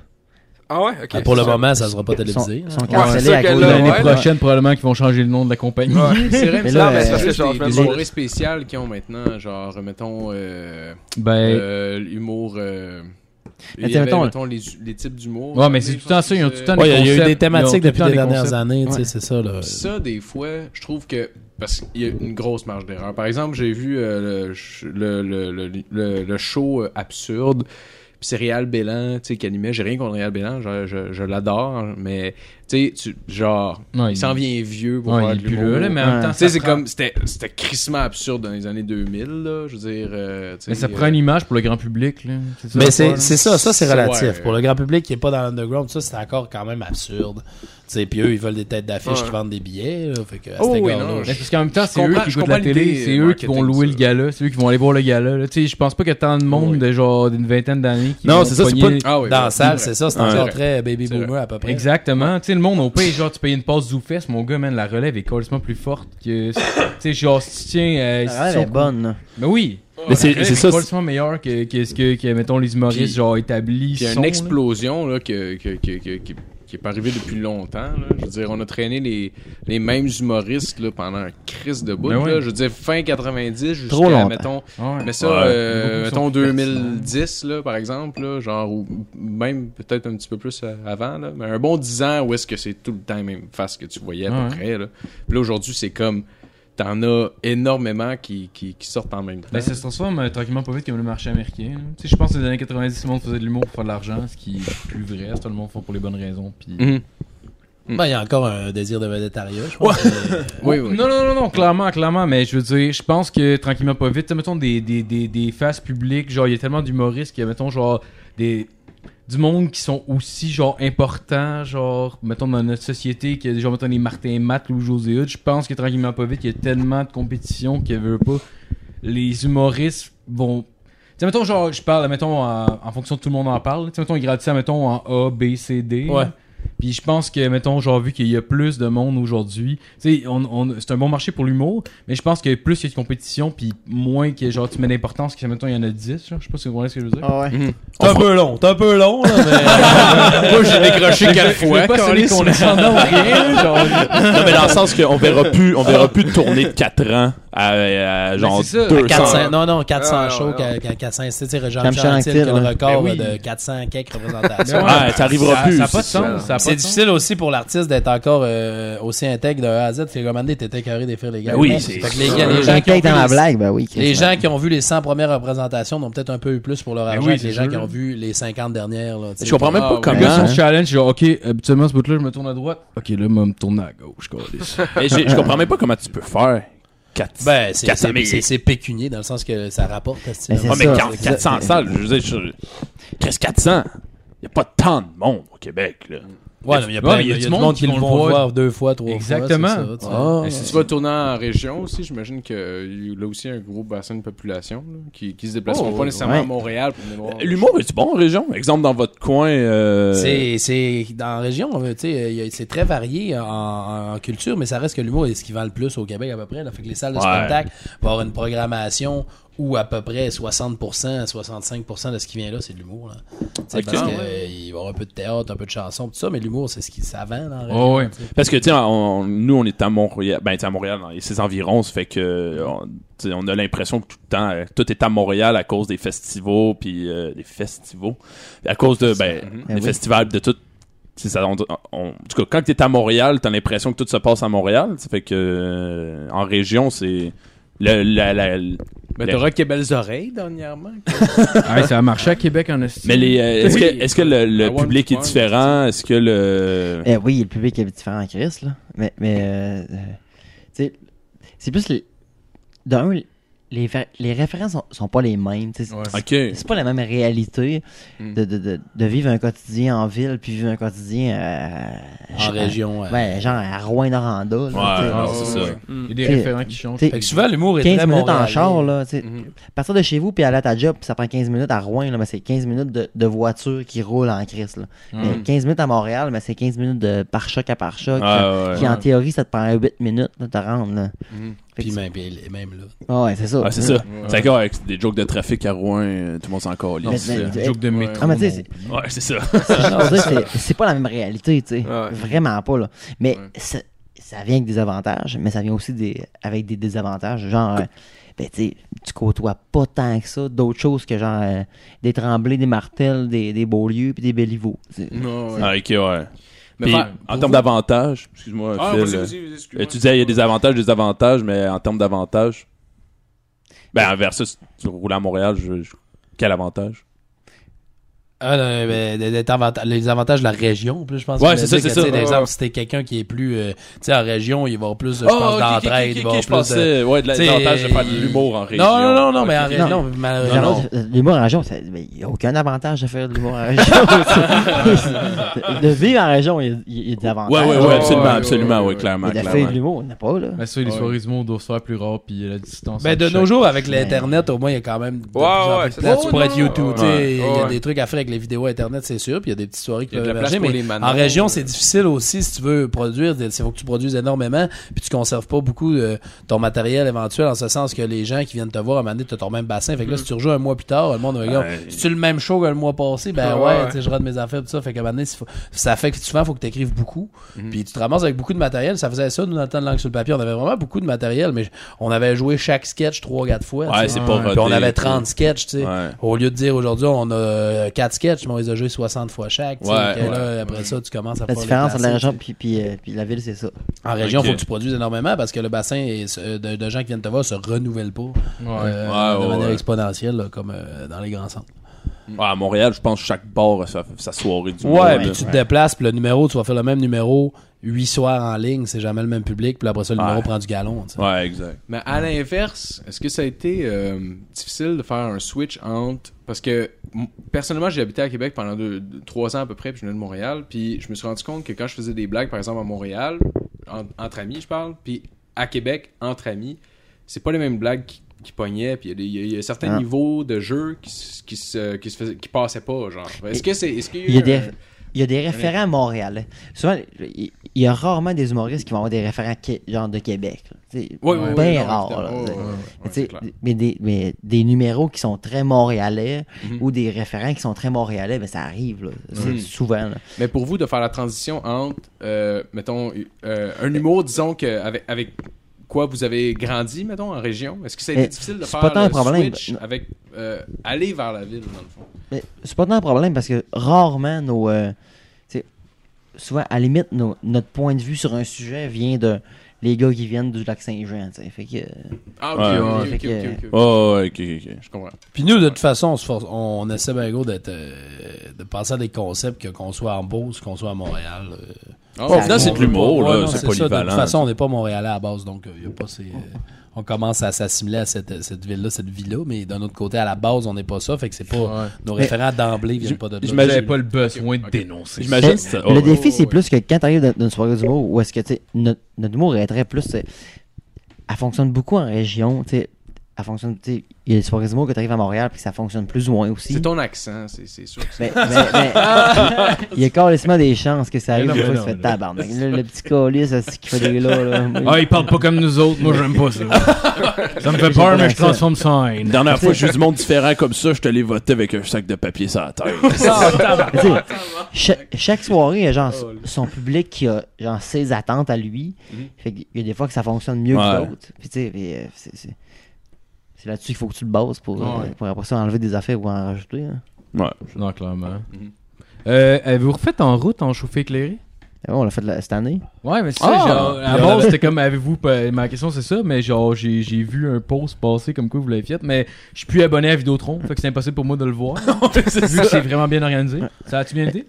[SPEAKER 4] Ah ouais, ok.
[SPEAKER 1] Ah, pour le
[SPEAKER 4] C'est-
[SPEAKER 1] moment, ça sera pas
[SPEAKER 7] Ils sont,
[SPEAKER 1] télévisé. hein.
[SPEAKER 7] ils sont
[SPEAKER 4] Ouais,
[SPEAKER 7] cancellés
[SPEAKER 4] c'est
[SPEAKER 7] à
[SPEAKER 4] ça
[SPEAKER 7] cause
[SPEAKER 4] que
[SPEAKER 7] de
[SPEAKER 4] là,
[SPEAKER 3] L'année
[SPEAKER 4] ouais,
[SPEAKER 3] prochaine, probablement qu'ils vont changer le nom de la compagnie.
[SPEAKER 5] C'est vrai, mais
[SPEAKER 7] Mais
[SPEAKER 5] ça,
[SPEAKER 7] là,
[SPEAKER 5] mais
[SPEAKER 7] euh,
[SPEAKER 5] c'est parce que
[SPEAKER 4] c'est
[SPEAKER 5] genre,
[SPEAKER 4] genre,
[SPEAKER 5] des,
[SPEAKER 4] je me
[SPEAKER 5] des
[SPEAKER 4] demande-
[SPEAKER 5] soirées spéciales qui ont maintenant, genre, mettons, euh,
[SPEAKER 3] Ben,
[SPEAKER 5] euh, l'humour. Euh, il y
[SPEAKER 7] Mais t'sais,
[SPEAKER 5] avait,
[SPEAKER 7] mettons-
[SPEAKER 5] mettons, les, les types d'humour.
[SPEAKER 3] Ouais, mais c'est tout le temps ça, ils ont tout le temps
[SPEAKER 1] Ouais, il y a eu
[SPEAKER 3] concepts,
[SPEAKER 1] des thématiques
[SPEAKER 3] ils ont tout
[SPEAKER 1] depuis
[SPEAKER 3] le
[SPEAKER 1] les
[SPEAKER 3] temps des
[SPEAKER 1] dernières
[SPEAKER 3] concepts.
[SPEAKER 1] années, tu sais,
[SPEAKER 3] Ouais.
[SPEAKER 1] c'est ça là.
[SPEAKER 5] Puis ça, des fois, je trouve que. Parce qu'il y a une grosse marge d'erreur. Par exemple, j'ai vu euh, le, ch- le, le, le, le- le show euh, absurde. Puis c'est Réal Bélan, tu sais, qui animait. J'ai rien contre Réal Bélan, je, je, je l'adore. hein, Mais, tu sais, tu- genre,
[SPEAKER 3] Ouais,
[SPEAKER 5] il s'en vient vieux pour euh,
[SPEAKER 3] Ouais,
[SPEAKER 5] faire
[SPEAKER 3] il
[SPEAKER 5] de
[SPEAKER 3] est plus
[SPEAKER 5] l'humour.
[SPEAKER 3] là, là, mais en
[SPEAKER 7] Ouais.
[SPEAKER 3] même temps,
[SPEAKER 5] Tu sais,
[SPEAKER 3] ça
[SPEAKER 5] c'est
[SPEAKER 3] prend-
[SPEAKER 5] comme. C'était c'était crissement absurde dans les années 2000, là. Je veux dire. euh, tu sais,
[SPEAKER 3] Mais ça
[SPEAKER 5] euh,
[SPEAKER 3] prend une image pour le grand public, là.
[SPEAKER 1] Mais
[SPEAKER 3] l'affaire,
[SPEAKER 1] c'est
[SPEAKER 3] là.
[SPEAKER 1] c'est ça, ça c'est
[SPEAKER 5] C'est-
[SPEAKER 1] relatif.
[SPEAKER 5] ouais.
[SPEAKER 1] Pour le grand public qui est pas dans l'underground, ça c'est encore quand même absurde. Tu sais, puis eux ils veulent des têtes d'affiche
[SPEAKER 4] Ouais.
[SPEAKER 1] qui vendent des billets, là, fait que à
[SPEAKER 5] Oh,
[SPEAKER 1] cet
[SPEAKER 5] oui,
[SPEAKER 1] égard-là,
[SPEAKER 5] non,
[SPEAKER 1] je-
[SPEAKER 3] Mais c'est parce qu'en même temps,
[SPEAKER 5] Je
[SPEAKER 3] c'est eux
[SPEAKER 5] comprends-
[SPEAKER 3] qui
[SPEAKER 5] je
[SPEAKER 3] écoutent la
[SPEAKER 5] comprends
[SPEAKER 3] télé,
[SPEAKER 5] l'idée,
[SPEAKER 3] c'est
[SPEAKER 5] euh,
[SPEAKER 3] eux qui vont
[SPEAKER 5] marketing,
[SPEAKER 3] louer le
[SPEAKER 5] ça.
[SPEAKER 3] gala, c'est eux qui vont aller voir le gala. là. Tu sais, je pense pas qu'il y a tant de monde de genre d'une vingtaine d'années qui
[SPEAKER 6] Non,
[SPEAKER 3] vont
[SPEAKER 6] c'est ça, c'est
[SPEAKER 3] pogner-
[SPEAKER 5] Ah oui,
[SPEAKER 1] dans
[SPEAKER 5] oui,
[SPEAKER 1] la salle, c'est ça, c'est
[SPEAKER 6] Ouais.
[SPEAKER 1] encore
[SPEAKER 5] C'est
[SPEAKER 1] très baby
[SPEAKER 5] C'est
[SPEAKER 1] boomer à peu près.
[SPEAKER 3] Exactement. Tu sais, le monde, on paye, genre, tu payes une passe Zoufest, mon gars, man, la relève est complètement plus forte que. Tu sais, genre, si tu tiens. euh, si
[SPEAKER 7] Ah,
[SPEAKER 3] tu
[SPEAKER 7] elle est
[SPEAKER 3] tiens-
[SPEAKER 7] bonne. là.
[SPEAKER 3] Mais oui!
[SPEAKER 6] Mais c'est-
[SPEAKER 3] La relève
[SPEAKER 6] c'est
[SPEAKER 3] est
[SPEAKER 6] ça,
[SPEAKER 3] complètement meilleur que, que ce que, que, mettons, les humoristes,
[SPEAKER 5] Puis-
[SPEAKER 3] genre, établis.
[SPEAKER 5] Puis il y a
[SPEAKER 3] sont,
[SPEAKER 5] une
[SPEAKER 3] là.
[SPEAKER 5] explosion là, que, que- que- que- qui, qui est pas arrivée depuis longtemps. là. Je veux dire, on a traîné les, les mêmes humoristes là, pendant un crise de bout.
[SPEAKER 3] Ben ouais.
[SPEAKER 5] là. Je veux dire, fin 90
[SPEAKER 7] Trop
[SPEAKER 5] jusqu'à,
[SPEAKER 7] longtemps.
[SPEAKER 5] mettons,
[SPEAKER 3] Ouais.
[SPEAKER 5] mais ça,
[SPEAKER 6] Ouais.
[SPEAKER 5] euh,
[SPEAKER 3] Beaucoup
[SPEAKER 5] mettons
[SPEAKER 3] sont
[SPEAKER 5] 2010, là, par exemple, là, genre, ou même peut-être un petit peu plus euh, avant, là, mais un bon 10 ans où est-ce que c'est tout le temps la même face que tu voyais à peu
[SPEAKER 3] Ouais.
[SPEAKER 5] près. Là. Puis là, aujourd'hui, c'est comme, t'en as énormément qui, qui, qui sortent en même temps.
[SPEAKER 3] Ben, ça se transforme euh, tranquillement pas vite comme le marché américain. là. Tu sais, je pense que dans les années 90, le monde faisait de l'humour pour faire de l'argent, ce qui est plus vrai. Ça, le monde fait pour les bonnes raisons. Puis...
[SPEAKER 5] Mhm.
[SPEAKER 1] Ben, il y a encore un désir de vedettariat, je pense.
[SPEAKER 5] Oui, oui.
[SPEAKER 3] Oh, Non, non, non, non, clairement, clairement, mais je veux dire, je pense que tranquillement, pas vite, tu sais, mettons des, des, des, des faces publiques, genre, il y a tellement d'humoristes qu'il y a, mettons, genre, des, du monde qui sont aussi, genre, importants, genre, mettons, dans notre société, que, genre, mettons, les Martin Matt ou José Hood, je pense que tranquillement, pas vite, il y a tellement de compétition que, veut pas, les humoristes vont. Tu sais, mettons, genre, je parle, mettons, en, en fonction de tout le monde en parle, tu sais, mettons, ils gradent ça, mettons, en A, B, C, D.
[SPEAKER 1] Ouais.
[SPEAKER 3] là. Puis je pense que, mettons, genre, vu qu'il y a plus de monde aujourd'hui, tu sais, on, on- c'est un bon marché pour l'humour, mais je pense que plus il y a de compétition, puis moins que, genre, tu mets d'importance, que, mettons, il y en a 10, genre, je sais pas si vous comprenez ce que je veux dire.
[SPEAKER 7] Ah ouais.
[SPEAKER 1] T'es un peu long, t'es un peu long, là, mais...
[SPEAKER 5] Moi, j'ai décroché quatre
[SPEAKER 3] Je veux
[SPEAKER 5] fois.
[SPEAKER 3] pas celui
[SPEAKER 5] câlisse.
[SPEAKER 3] qu'on est en nom, rien, genre.
[SPEAKER 6] Non, mais dans le sens qu'on verra plus, on verra plus de tournée de 4 ans à, à, genre
[SPEAKER 3] Mais c'est ça.
[SPEAKER 6] 200.
[SPEAKER 1] 400, non, non, 400
[SPEAKER 4] Ah, non,
[SPEAKER 1] shows,
[SPEAKER 4] non.
[SPEAKER 1] qu'à- qu'à 400, c'est, tu sais, Jean
[SPEAKER 7] Comme
[SPEAKER 1] Michel Anctil qui a
[SPEAKER 7] Antil,
[SPEAKER 1] le
[SPEAKER 7] ouais.
[SPEAKER 1] record
[SPEAKER 3] Ben oui.
[SPEAKER 1] là, de 400 quelques représentations.
[SPEAKER 3] Ben ouais.
[SPEAKER 6] Ouais, ça arrivera
[SPEAKER 3] ça,
[SPEAKER 6] plus.
[SPEAKER 3] Ça a pas de
[SPEAKER 6] c'est
[SPEAKER 3] sens, ça a pas
[SPEAKER 1] C'est
[SPEAKER 3] de sens.
[SPEAKER 1] difficile aussi pour l'artiste d'être encore euh, aussi intègre de A à Z. Fait que Romandé, t'étais écœuré des frères, les gars.
[SPEAKER 6] Ben oui,
[SPEAKER 1] Ouais.
[SPEAKER 6] c'est
[SPEAKER 1] Fait que les,
[SPEAKER 6] ça.
[SPEAKER 1] gars- les
[SPEAKER 7] Les
[SPEAKER 1] gens qui ont
[SPEAKER 7] dans
[SPEAKER 1] vu
[SPEAKER 7] la
[SPEAKER 1] les-
[SPEAKER 7] blague, ben oui.
[SPEAKER 1] Les gens qui ont vu les 100 premières représentations n'ont peut-être un peu eu plus pour leur argent
[SPEAKER 3] oui,
[SPEAKER 1] que les
[SPEAKER 3] c'est
[SPEAKER 1] gens
[SPEAKER 3] sûr.
[SPEAKER 1] qui ont vu les 50 dernières. Là, tu sais.
[SPEAKER 6] Je comprends même
[SPEAKER 5] Ah,
[SPEAKER 6] pas
[SPEAKER 5] oui.
[SPEAKER 3] Les gars,
[SPEAKER 6] comment.
[SPEAKER 3] son challenge, genre, ok, habituellement, ce bout-là, je me tourne à droite. Ok, là, moi, je me tourne à gauche, câlisse.
[SPEAKER 6] Mais j'ai- je comprends même pas comment tu peux faire 400.
[SPEAKER 1] Ben, c'est,
[SPEAKER 6] 400
[SPEAKER 1] c'est, c'est, c'est pécunier dans le sens que ça rapporte. est-ce que-
[SPEAKER 7] Ben, c'est
[SPEAKER 6] Ah, mais
[SPEAKER 7] ça,
[SPEAKER 6] quar-
[SPEAKER 7] c'est
[SPEAKER 6] 400
[SPEAKER 7] ça.
[SPEAKER 6] salles, je veux dire, je- Chris, 400. Il n'y a pas tant de monde au Québec, là.
[SPEAKER 1] Ouais, non, mais il y a,
[SPEAKER 3] Ouais,
[SPEAKER 1] plein-
[SPEAKER 3] mais
[SPEAKER 1] il y a du monde qui le
[SPEAKER 3] vont
[SPEAKER 1] vont
[SPEAKER 3] voir.
[SPEAKER 1] voir deux fois, trois
[SPEAKER 3] Exactement.
[SPEAKER 1] fois. c'est ça, tu sais.
[SPEAKER 7] Ah.
[SPEAKER 1] Ah.
[SPEAKER 5] Et si tu vas tourner en région aussi, j'imagine que euh, là aussi il y a un gros bassin de population là, qui, qui se déplaceront
[SPEAKER 6] Oh,
[SPEAKER 5] pas nécessairement
[SPEAKER 7] ouais.
[SPEAKER 5] à Montréal pour venir voir.
[SPEAKER 6] L'humour est-tu bon en région? Exemple, dans votre coin. euh,
[SPEAKER 1] C'est, c'est dans la région, euh, tu sais, euh, y a- c'est très varié en, en culture, mais ça reste que l'humour est ce qui vend le plus au Québec à peu près. Là. Fait que les salles de
[SPEAKER 6] Ouais.
[SPEAKER 1] spectacle vont avoir une programmation où à peu près 60% à 65% de ce qui vient là, c'est de l'humour. Là. Tu sais,
[SPEAKER 6] Ok.
[SPEAKER 1] Parce
[SPEAKER 6] Ah
[SPEAKER 1] que, euh, il va y avoir un peu de théâtre, un peu de chanson, tout ça, mais l'humour, c'est ce qui ça vend dans la région.
[SPEAKER 3] Oh, ouais.
[SPEAKER 6] Parce que, tu sais, on- nous, on est à Montréal. Ben, tu sais, à Montréal, dans ses environs, ça fait que. euh, On, tu sais, on a l'impression que tout le temps, euh, tout est à Montréal à cause des festivals, puis euh, des festivals. À cause de. Ben, des
[SPEAKER 7] Eh oui.
[SPEAKER 6] festivals, de tout. tu sais, Ça, on, on- en tout cas, quand t'es à Montréal, t'as l'impression que tout se passe à Montréal. Ça fait que. euh, en région, c'est. le- la- la- la-
[SPEAKER 5] Mais t'auras que belles oreilles dernièrement.
[SPEAKER 3] Ah, ouais, ça a marché à Québec, en esti.
[SPEAKER 6] mais les, euh, est-ce,
[SPEAKER 5] Oui.
[SPEAKER 6] que, est-ce que le, le
[SPEAKER 5] À One
[SPEAKER 6] public est
[SPEAKER 5] Point,
[SPEAKER 6] différent? Est-ce que le.
[SPEAKER 7] Eh oui, le public est différent à Chris, là. Mais, mais euh, euh, tu sais, c'est plus les. D'un, les, fa- les références sont, sont pas les mêmes. tu sais.
[SPEAKER 5] Ouais.
[SPEAKER 6] Ok.
[SPEAKER 7] C'est pas la même réalité
[SPEAKER 1] Hmm.
[SPEAKER 5] Mm.
[SPEAKER 7] de, de, de, de vivre un quotidien en ville puis vivre un quotidien euh,
[SPEAKER 1] En
[SPEAKER 7] je-
[SPEAKER 1] région.
[SPEAKER 7] euh,
[SPEAKER 1] ouais.
[SPEAKER 7] ouais, genre à Rouen-Noranda. là, tu sais.
[SPEAKER 6] non,
[SPEAKER 5] ouais,
[SPEAKER 6] c'est
[SPEAKER 5] ouais.
[SPEAKER 6] ça.
[SPEAKER 3] Il y a des
[SPEAKER 7] T'sais,
[SPEAKER 3] référents qui changent.
[SPEAKER 7] t'sais,
[SPEAKER 1] Fait que souvent, l'humour est
[SPEAKER 7] 15
[SPEAKER 1] très
[SPEAKER 7] minutes en
[SPEAKER 1] montréalais. Mm-hmm.
[SPEAKER 7] char, là. tu sais.
[SPEAKER 5] Mhm.
[SPEAKER 7] Partir de chez vous puis aller à ta job, puis ça prend 15 minutes à Rouen, là, mais c'est 15 minutes de, de voiture qui roule en crise. Là.
[SPEAKER 1] Mm.
[SPEAKER 7] Mais 15 minutes à Montréal, mais c'est 15 minutes de pare-choc à pare-choc.
[SPEAKER 6] Ah,
[SPEAKER 7] qui,
[SPEAKER 6] ouais.
[SPEAKER 7] en théorie, ça te prend 8 minutes là, de te rendre. Là. Fait que
[SPEAKER 1] Puis
[SPEAKER 7] tu-
[SPEAKER 1] même, puis même là.
[SPEAKER 7] Ah ouais, c'est ça.
[SPEAKER 6] Ah, c'est ça. C'est d'accord avec des jokes de trafic à Rouen, euh, tout le monde s'en calisse.
[SPEAKER 7] Mais-
[SPEAKER 6] euh.
[SPEAKER 7] mais-
[SPEAKER 3] Joke de métro.
[SPEAKER 7] Ah, mais tu
[SPEAKER 1] Mm-hmm.
[SPEAKER 7] sais, c'est-
[SPEAKER 6] Ouais, c'est ça.
[SPEAKER 7] je veux dire, c'est- c'est pas la même réalité, tu sais.
[SPEAKER 4] Ouais.
[SPEAKER 7] Vraiment pas, là. Mais
[SPEAKER 5] Ouais.
[SPEAKER 7] ça, ça vient avec des avantages, mais ça vient aussi des, avec des désavantages. Genre, euh, ben, tu sais, tu côtoies pas tant que ça d'autres choses que genre euh, des Tremblay, des Martels, des, des Beaulieu puis des Béliveaux. C'est-
[SPEAKER 5] Non, ouais.
[SPEAKER 6] Ah, ok, ouais.
[SPEAKER 5] Mais
[SPEAKER 6] Puis,
[SPEAKER 5] faire-
[SPEAKER 6] en
[SPEAKER 5] pour
[SPEAKER 6] termes
[SPEAKER 5] vous-
[SPEAKER 6] d'avantages, excuse-moi,
[SPEAKER 5] Ah,
[SPEAKER 6] Phil,
[SPEAKER 5] vas-y,
[SPEAKER 6] euh,
[SPEAKER 5] vas-y, vas-y,
[SPEAKER 6] euh,
[SPEAKER 5] excuse-moi.
[SPEAKER 6] tu disais il y a des avantages, des avantages, mais en termes d'avantages, ben, versus tu roules à Montréal, je- je- quel avantage
[SPEAKER 1] Ah, non, mais des- des avanta- les avantages de la région, en plus, je pense.
[SPEAKER 6] Ouais,
[SPEAKER 1] que
[SPEAKER 6] c'est ça,
[SPEAKER 1] tu sais,
[SPEAKER 6] c'est
[SPEAKER 1] que,
[SPEAKER 6] ça.
[SPEAKER 1] tu sais,
[SPEAKER 6] Ouais,
[SPEAKER 1] Exemple, si t'es quelqu'un qui est plus, euh, tu sais, en région, il va plus, je
[SPEAKER 6] Ah, ok,
[SPEAKER 1] pense,
[SPEAKER 6] ok,
[SPEAKER 1] d'entraide,
[SPEAKER 6] ok,
[SPEAKER 1] il
[SPEAKER 6] ok,
[SPEAKER 1] va
[SPEAKER 6] je
[SPEAKER 1] plus de...
[SPEAKER 6] pensais, ouais, de
[SPEAKER 1] T'sais,
[SPEAKER 6] l'avantage de faire de l'humour en région.
[SPEAKER 1] Non, non, non, non, mais en
[SPEAKER 6] Ok.
[SPEAKER 1] région, non,
[SPEAKER 7] Genre,
[SPEAKER 1] malheureusement,
[SPEAKER 7] euh, L'humour en région, ça- ben, il n'y a aucun avantage de faire de l'humour en région. de, de vivre en région, il y a- il y, a des avantages.
[SPEAKER 6] Ouais, ouais, ouais,
[SPEAKER 5] Ouais,
[SPEAKER 6] absolument,
[SPEAKER 5] ouais,
[SPEAKER 6] absolument,
[SPEAKER 5] ouais,
[SPEAKER 6] ouais,
[SPEAKER 5] ouais.
[SPEAKER 6] clairement,
[SPEAKER 7] Mais de faire de
[SPEAKER 6] clairement.
[SPEAKER 7] l'humour, on n'a pas, là.
[SPEAKER 3] Mais ça, les soirées du monde doivent se faire plus rares, puis la distance.
[SPEAKER 1] Ben, de
[SPEAKER 3] entre
[SPEAKER 1] nos
[SPEAKER 3] chaque-
[SPEAKER 1] jours, avec l'Internet, au moins, il y a quand même de
[SPEAKER 4] Ouais,
[SPEAKER 1] plus en
[SPEAKER 4] ouais,
[SPEAKER 1] plus
[SPEAKER 4] c'est
[SPEAKER 1] de place.
[SPEAKER 4] ça.
[SPEAKER 1] Tu
[SPEAKER 4] Ouais,
[SPEAKER 1] pourrais être
[SPEAKER 4] non,
[SPEAKER 1] YouTube,
[SPEAKER 4] ouais,
[SPEAKER 1] tu sais, il y a
[SPEAKER 4] ouais.
[SPEAKER 1] des trucs à faire avec les vidéos Internet, c'est sûr, puis il y a des petites soirées qui
[SPEAKER 5] Il y a
[SPEAKER 1] peuvent
[SPEAKER 5] de la place
[SPEAKER 1] émerger,
[SPEAKER 5] pour
[SPEAKER 1] mais
[SPEAKER 5] les manons.
[SPEAKER 1] en région, c'est difficile aussi, si tu veux produire, il faut que tu produises énormément, puis tu conserves pas beaucoup euh, ton matériel éventuel, en ce sens que les gens qui viennent te voir, à un moment donné, t'as ton même bassin, fait que
[SPEAKER 6] Mm.
[SPEAKER 1] là, si tu rejoues un mois plus tard, le monde va dire, c'est-tu le même show que le mois passé? Ben
[SPEAKER 4] Ouais,
[SPEAKER 1] ouais,
[SPEAKER 4] ouais.
[SPEAKER 1] tu sais, je rate mes affaires, tout ça, fait qu'à un moment donné, s'il faut- ça fait que souvent, faut que t'écrives beaucoup,
[SPEAKER 6] Mm.
[SPEAKER 1] puis tu te ramasses avec beaucoup de matériel, ça faisait ça, nous, dans le temps de langue sur le papier, on avait vraiment beaucoup de matériel, mais on avait joué chaque sketch trois, quatre fois, tu
[SPEAKER 6] Ouais,
[SPEAKER 1] sais.
[SPEAKER 6] c'est pas
[SPEAKER 1] Puis on
[SPEAKER 6] rodé,
[SPEAKER 1] avait
[SPEAKER 6] tu sais.
[SPEAKER 1] 30 sketchs, tu sais.
[SPEAKER 6] Ouais.
[SPEAKER 1] Au lieu de dire aujourd'hui, on a 4 sketchs, mais on les a joués 60 fois chaque. tu sais.
[SPEAKER 6] Ouais,
[SPEAKER 1] Fait que là, après ça, tu commences à
[SPEAKER 7] La
[SPEAKER 1] faire
[SPEAKER 7] différence
[SPEAKER 1] les
[SPEAKER 7] entre la
[SPEAKER 1] classes.
[SPEAKER 7] région puis, puis, euh, puis la ville, c'est ça.
[SPEAKER 1] En région, il
[SPEAKER 6] Ok.
[SPEAKER 1] faut que tu produises énormément parce que le bassin est- euh, de, de gens qui viennent te voir se renouvelle pas euh,
[SPEAKER 6] Ouais,
[SPEAKER 1] de
[SPEAKER 6] ouais,
[SPEAKER 1] manière
[SPEAKER 6] ouais.
[SPEAKER 1] exponentielle, là, comme euh, dans les grands centres.
[SPEAKER 6] Ah, à Montréal, je pense que chaque bar a sa, sa soirée du monde,
[SPEAKER 1] Ouais,
[SPEAKER 6] là.
[SPEAKER 1] puis tu te déplaces, puis le numéro, tu vas faire le même numéro 8 soirs en ligne, c'est jamais le même public, puis après ça, le
[SPEAKER 6] Ouais.
[SPEAKER 1] numéro prend du galon. tu sais.
[SPEAKER 6] Ouais, exact.
[SPEAKER 5] Mais à l'inverse, est-ce que ça a été euh, difficile de faire un switch entre... Parce que, m- personnellement, j'ai habité à Québec pendant deux, deux- trois ans à peu près, puis je venais de Montréal, puis je me suis rendu compte que quand je faisais des blagues, par exemple, à Montréal, en- entre amis, je parle, puis à Québec, entre amis, c'est pas les mêmes blagues qui, qui pognaient, puis il y a des- il y, a- il y a certains
[SPEAKER 7] Ah.
[SPEAKER 5] niveaux de jeu qui, s- qui, se, qui, se faisaient- qui passaient pas, genre. Est-ce que euh, c'est... Est-ce qu'il
[SPEAKER 7] Il y a
[SPEAKER 5] eu
[SPEAKER 7] des,
[SPEAKER 5] un-
[SPEAKER 7] il y a des référents à Montréal. hein. Souvent, il il y a rarement des humoristes qui vont avoir des référents qué- genre de Québec. là. C'est
[SPEAKER 5] Ouais, ouais, ouais,
[SPEAKER 7] bien
[SPEAKER 5] non,
[SPEAKER 7] rare.
[SPEAKER 5] évidemment.
[SPEAKER 7] là,
[SPEAKER 5] Ouais, ouais,
[SPEAKER 7] t'sais.
[SPEAKER 5] ouais, ouais, c'est
[SPEAKER 7] Mais, t'sais,
[SPEAKER 5] clair.
[SPEAKER 7] mais des, mais des numéros qui sont très montréalais
[SPEAKER 5] Mm-hmm.
[SPEAKER 7] ou des référents qui sont très montréalais, ben, ça arrive là. C'est
[SPEAKER 5] Mhm.
[SPEAKER 7] souvent. là.
[SPEAKER 5] Mais pour vous, de faire la transition entre, euh, mettons, euh, un humour, disons, que avec, avec quoi vous avez grandi, mettons, en région, est-ce que ça a été
[SPEAKER 7] Eh,
[SPEAKER 5] difficile de
[SPEAKER 7] c'est
[SPEAKER 5] faire
[SPEAKER 7] pas tant
[SPEAKER 5] le
[SPEAKER 7] un problème.
[SPEAKER 5] switch avec euh, aller vers la ville, dans le fond?
[SPEAKER 7] Mais c'est pas tant un problème parce que rarement nos. euh, t'sais, souvent, à la limite, nos- notre point de vue sur un sujet vient de les gars qui viennent du lac Saint-Jean. t'sais. Fait que.
[SPEAKER 5] Ah, ok,
[SPEAKER 6] Ouais,
[SPEAKER 5] ok,
[SPEAKER 7] ouais.
[SPEAKER 5] ok, ok, ok, ok.
[SPEAKER 6] Oh, ouais, ok, ok, ok.
[SPEAKER 5] Je comprends.
[SPEAKER 1] Puis nous, de toute façon, on, se force- on, on essaie bien gros d'être, euh, de passer à des concepts que qu'on soit en Beauce, qu'on soit à Montréal. euh,
[SPEAKER 5] Ah,
[SPEAKER 6] Au final,
[SPEAKER 7] ça-
[SPEAKER 6] c'est de l'humour,
[SPEAKER 1] Ouais,
[SPEAKER 6] là.
[SPEAKER 1] non,
[SPEAKER 6] C'est
[SPEAKER 1] ça. De
[SPEAKER 6] polyvalent.
[SPEAKER 1] toute façon, on n'est pas Montréalais à la base, donc euh, y a pas ces, euh, on commence à s'assimiler à cette, cette ville-là, cette ville-là, mais d'un autre côté, à la base, on n'est pas ça, fait que c'est pas nos référents d'emblée viennent pas de là.
[SPEAKER 3] J'avais pas le besoin de dénoncer.
[SPEAKER 6] J'imagine
[SPEAKER 7] Mais
[SPEAKER 6] que c'est-
[SPEAKER 7] le
[SPEAKER 6] oh,
[SPEAKER 7] défi,
[SPEAKER 5] ouais,
[SPEAKER 7] c'est
[SPEAKER 5] ouais.
[SPEAKER 7] plus que quand t'arrives dans dans une soirée d'humour, où est-ce que, tu sais, notre, notre humour est très plus. tu sais, Elle fonctionne beaucoup en région, tu sais. Elle fonctionne, tu sais, il y a des soirées d'humour que t'arrives à Montréal, puis que ça fonctionne plus ou moins aussi.
[SPEAKER 5] C'est ton accent, c'est c'est sûr. que c'est-
[SPEAKER 7] Mais, mais, mais, il y a carrément des chances que ça arrive
[SPEAKER 3] Mais non,
[SPEAKER 7] des fois
[SPEAKER 3] mais
[SPEAKER 7] que tu
[SPEAKER 3] non,
[SPEAKER 7] fais
[SPEAKER 3] là.
[SPEAKER 7] tabarnak. Là, le petit colis, ça, c'est qui fait des là, là.
[SPEAKER 3] Ah, ils parlent pas comme nous autres, moi j'aime pas ça. ça me fait peur, mais je transforme ça en
[SPEAKER 6] La
[SPEAKER 3] haine.
[SPEAKER 6] dernière fois, j'ai eu du monde différent comme ça, je te l'ai voté avec un sac de papier sur la tête.
[SPEAKER 7] Mais tu sais, cha- chaque soirée, il y a genre son public qui a genre ses attentes à lui. Fait qu'il y a des fois que ça fonctionne mieux que
[SPEAKER 6] Ouais.
[SPEAKER 7] d'autres. Puis tu sais, puis, euh, c'est- c'est c'est là-dessus qu'il faut que tu le bases pour, euh,
[SPEAKER 5] Ouais.
[SPEAKER 7] pour après ça enlever des affaires ou en rajouter. hein.
[SPEAKER 6] Ouais.
[SPEAKER 3] Non, clairement.
[SPEAKER 5] Mhm.
[SPEAKER 3] Euh, avez-vous refait en route en chauffé éclairé?
[SPEAKER 7] Mais bon, on l'a fait la- cette année.
[SPEAKER 3] Ouais, mais c'est
[SPEAKER 7] Ah!
[SPEAKER 3] ça, genre, à
[SPEAKER 7] Puis
[SPEAKER 3] base,
[SPEAKER 7] on a-
[SPEAKER 3] c'était comme, avez-vous, pa- ma question c'est ça, mais genre, j'ai, j'ai vu un post passer comme quoi vous l'avez fait, mais je suis plus abonné à Vidéotron, fait que c'est impossible pour moi de le voir, vu que c'est vraiment bien organisé. Ça a-tu bien été?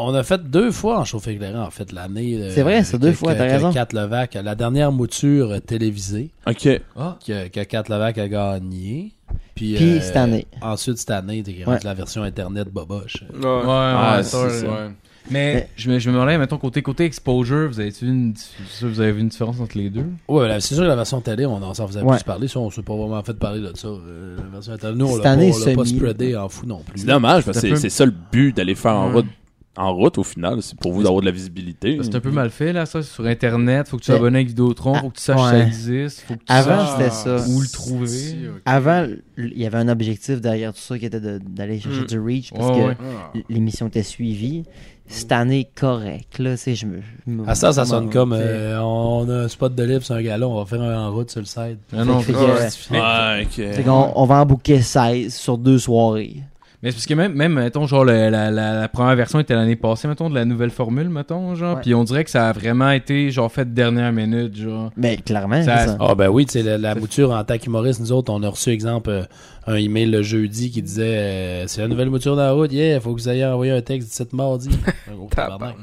[SPEAKER 1] On a fait deux fois en chauffé éclairé, en fait, l'année. euh,
[SPEAKER 7] C'est vrai, c'est
[SPEAKER 1] que-
[SPEAKER 7] deux fois,
[SPEAKER 1] que-
[SPEAKER 7] t'as
[SPEAKER 1] que
[SPEAKER 7] raison.
[SPEAKER 1] Kat Levac, la dernière mouture euh, télévisée
[SPEAKER 6] Ok.
[SPEAKER 3] Ah!
[SPEAKER 1] que, que Kat Levac a gagnée. Puis, euh,
[SPEAKER 7] Puis cette année.
[SPEAKER 1] Ensuite, cette année, t'es
[SPEAKER 7] Ouais.
[SPEAKER 1] la version Internet boboche.
[SPEAKER 4] Ouais.
[SPEAKER 6] Ah,
[SPEAKER 3] ça,
[SPEAKER 6] c'est
[SPEAKER 3] ouais.
[SPEAKER 5] Ouais.
[SPEAKER 3] Mais,
[SPEAKER 7] Mais-
[SPEAKER 3] je me, je me demandais, mettons, côté, côté exposure, vous avez, vu une, vous avez vu une différence entre les deux?
[SPEAKER 1] Ouais, là, c'est sûr que la version télé, on en s'en faisait
[SPEAKER 7] Ouais.
[SPEAKER 1] plus parler. Ça, on s'est pas vraiment fait parler de ça. Euh, la version Internet, nous, on
[SPEAKER 7] Cette
[SPEAKER 1] l'a pas,
[SPEAKER 7] année,
[SPEAKER 1] on l'a pas
[SPEAKER 7] semi.
[SPEAKER 1] spreadé en fou non plus.
[SPEAKER 6] C'est dommage parce
[SPEAKER 3] C'est un
[SPEAKER 6] que c'est
[SPEAKER 3] peu-
[SPEAKER 6] c'est ça le but d'aller faire en
[SPEAKER 4] Ouais.
[SPEAKER 6] route. En route, au final, c'est pour vous avoir de la visibilité.
[SPEAKER 3] C'est un peu mal fait, là, ça, sur Internet. Faut que tu
[SPEAKER 7] Hmm. Mais- ah,
[SPEAKER 3] t'abonnes avec Vidéotron, faut que tu saches que
[SPEAKER 7] Ouais.
[SPEAKER 3] ça existe, faut que tu
[SPEAKER 7] Avant,
[SPEAKER 3] saches
[SPEAKER 7] c'était ça.
[SPEAKER 3] où le trouver.
[SPEAKER 7] Avant, l- il y avait un objectif derrière tout ça qui était de- d'aller chercher
[SPEAKER 4] Mm.
[SPEAKER 7] du reach parce
[SPEAKER 3] Ouais,
[SPEAKER 7] que
[SPEAKER 3] ouais.
[SPEAKER 5] Ah,
[SPEAKER 7] l- l'émission était suivie. Cette année, correct. Là, tu sais, je me. je me-
[SPEAKER 1] À ça, ça
[SPEAKER 7] je
[SPEAKER 1] sonne
[SPEAKER 7] m'en-
[SPEAKER 1] comme
[SPEAKER 7] tu sais.
[SPEAKER 1] euh, on a un spot de livre sur un galon, on va faire un en route sur le site.
[SPEAKER 3] Ah non,
[SPEAKER 7] Fait que,
[SPEAKER 4] ouais.
[SPEAKER 7] euh,
[SPEAKER 6] Ouais,
[SPEAKER 7] fait
[SPEAKER 6] ok.
[SPEAKER 7] qu'on- on va en bouquer 16 sur deux soirées.
[SPEAKER 3] Mais c'est parce que même, même mettons, genre, le- la, la- la première version était l'année passée, mettons, de la nouvelle formule, mettons, genre.
[SPEAKER 7] Ouais.
[SPEAKER 3] Puis on dirait que ça a vraiment été, genre, fait de dernière minute, genre.
[SPEAKER 7] Mais Ben, clairement,
[SPEAKER 3] Ça-
[SPEAKER 7] c'est ça.
[SPEAKER 1] Ah ben oui, tu sais, la, la mouture en tant qu'humoriste, nous autres, on a reçu, exemple, euh, un email le jeudi qui disait euh, C'est la nouvelle mouture dans la route, yeah, faut que vous ayez envoyé un texte 17 mardi. Un gros tabarnak.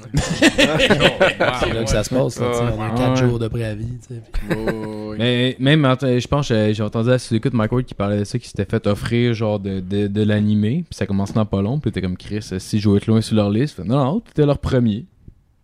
[SPEAKER 1] C'est là que ça se passe, là, tu sais, on a
[SPEAKER 3] Ouais.
[SPEAKER 1] 4
[SPEAKER 3] Ouais.
[SPEAKER 1] jours de préavis. tu sais, puis-
[SPEAKER 3] Mais même, en- je pense, j'ai j'ai entendu à Sous-Écoute Mike Ward qui parlait de ça, qui s'était fait offrir, genre, de, de, de l'animé. Puis ça commence dans pas long. Puis t'es comme, Chris, si je veux être loin sur leur liste, Fait, non, non, t'étais leur premier.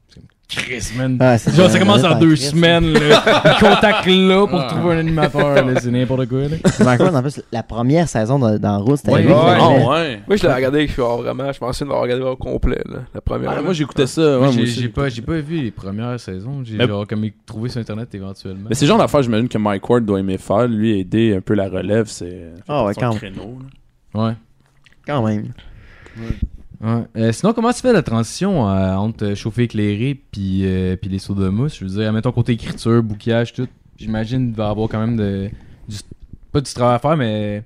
[SPEAKER 3] C'est comme, Chris, man.
[SPEAKER 7] Ah, c'est
[SPEAKER 3] Genre,
[SPEAKER 7] ça,
[SPEAKER 3] ça commence
[SPEAKER 7] on est
[SPEAKER 3] dans
[SPEAKER 7] en
[SPEAKER 3] deux
[SPEAKER 7] crise.
[SPEAKER 3] semaines, là. Contact là pour
[SPEAKER 5] Ah.
[SPEAKER 3] trouver un animateur, là. C'est n'importe quoi, là.
[SPEAKER 7] Mike Ward, en plus, la première saison dans, dans Roots, c'était
[SPEAKER 3] Ouais,
[SPEAKER 7] lui qui
[SPEAKER 4] ouais.
[SPEAKER 7] l'avait.
[SPEAKER 6] Ah, ouais.
[SPEAKER 4] Moi, je l'ai regardé, je suis genre, vraiment, je pensais de l'avoir regardé au complet, là, la première.
[SPEAKER 6] Ah, moi, j'écoutais ça. ouais,
[SPEAKER 3] Moi,
[SPEAKER 6] moi
[SPEAKER 3] j'ai-
[SPEAKER 6] aussi.
[SPEAKER 3] j'ai pas, j'ai pas vu les premières saisons. J'ai
[SPEAKER 6] Mais-
[SPEAKER 3] genre comme trouvé sur internet éventuellement.
[SPEAKER 6] Mais c'est le genre d'affaire, j'imagine que Mike Ward doit aimer faire. Lui, aider un peu la relève, c'est. euh,
[SPEAKER 7] Ah ouais,
[SPEAKER 6] son
[SPEAKER 7] quand-
[SPEAKER 6] créneau, là.
[SPEAKER 3] Ouais.
[SPEAKER 7] Quand même.
[SPEAKER 3] ouais. Euh, sinon, comment tu fais la transition euh, entre euh, chauffer éclairé puis euh, puis les sauts de mousse Je veux dire, mettons côté écriture, bouquillage, tout. J'imagine qu'il va y avoir quand même de, du- pas du travail à faire, mais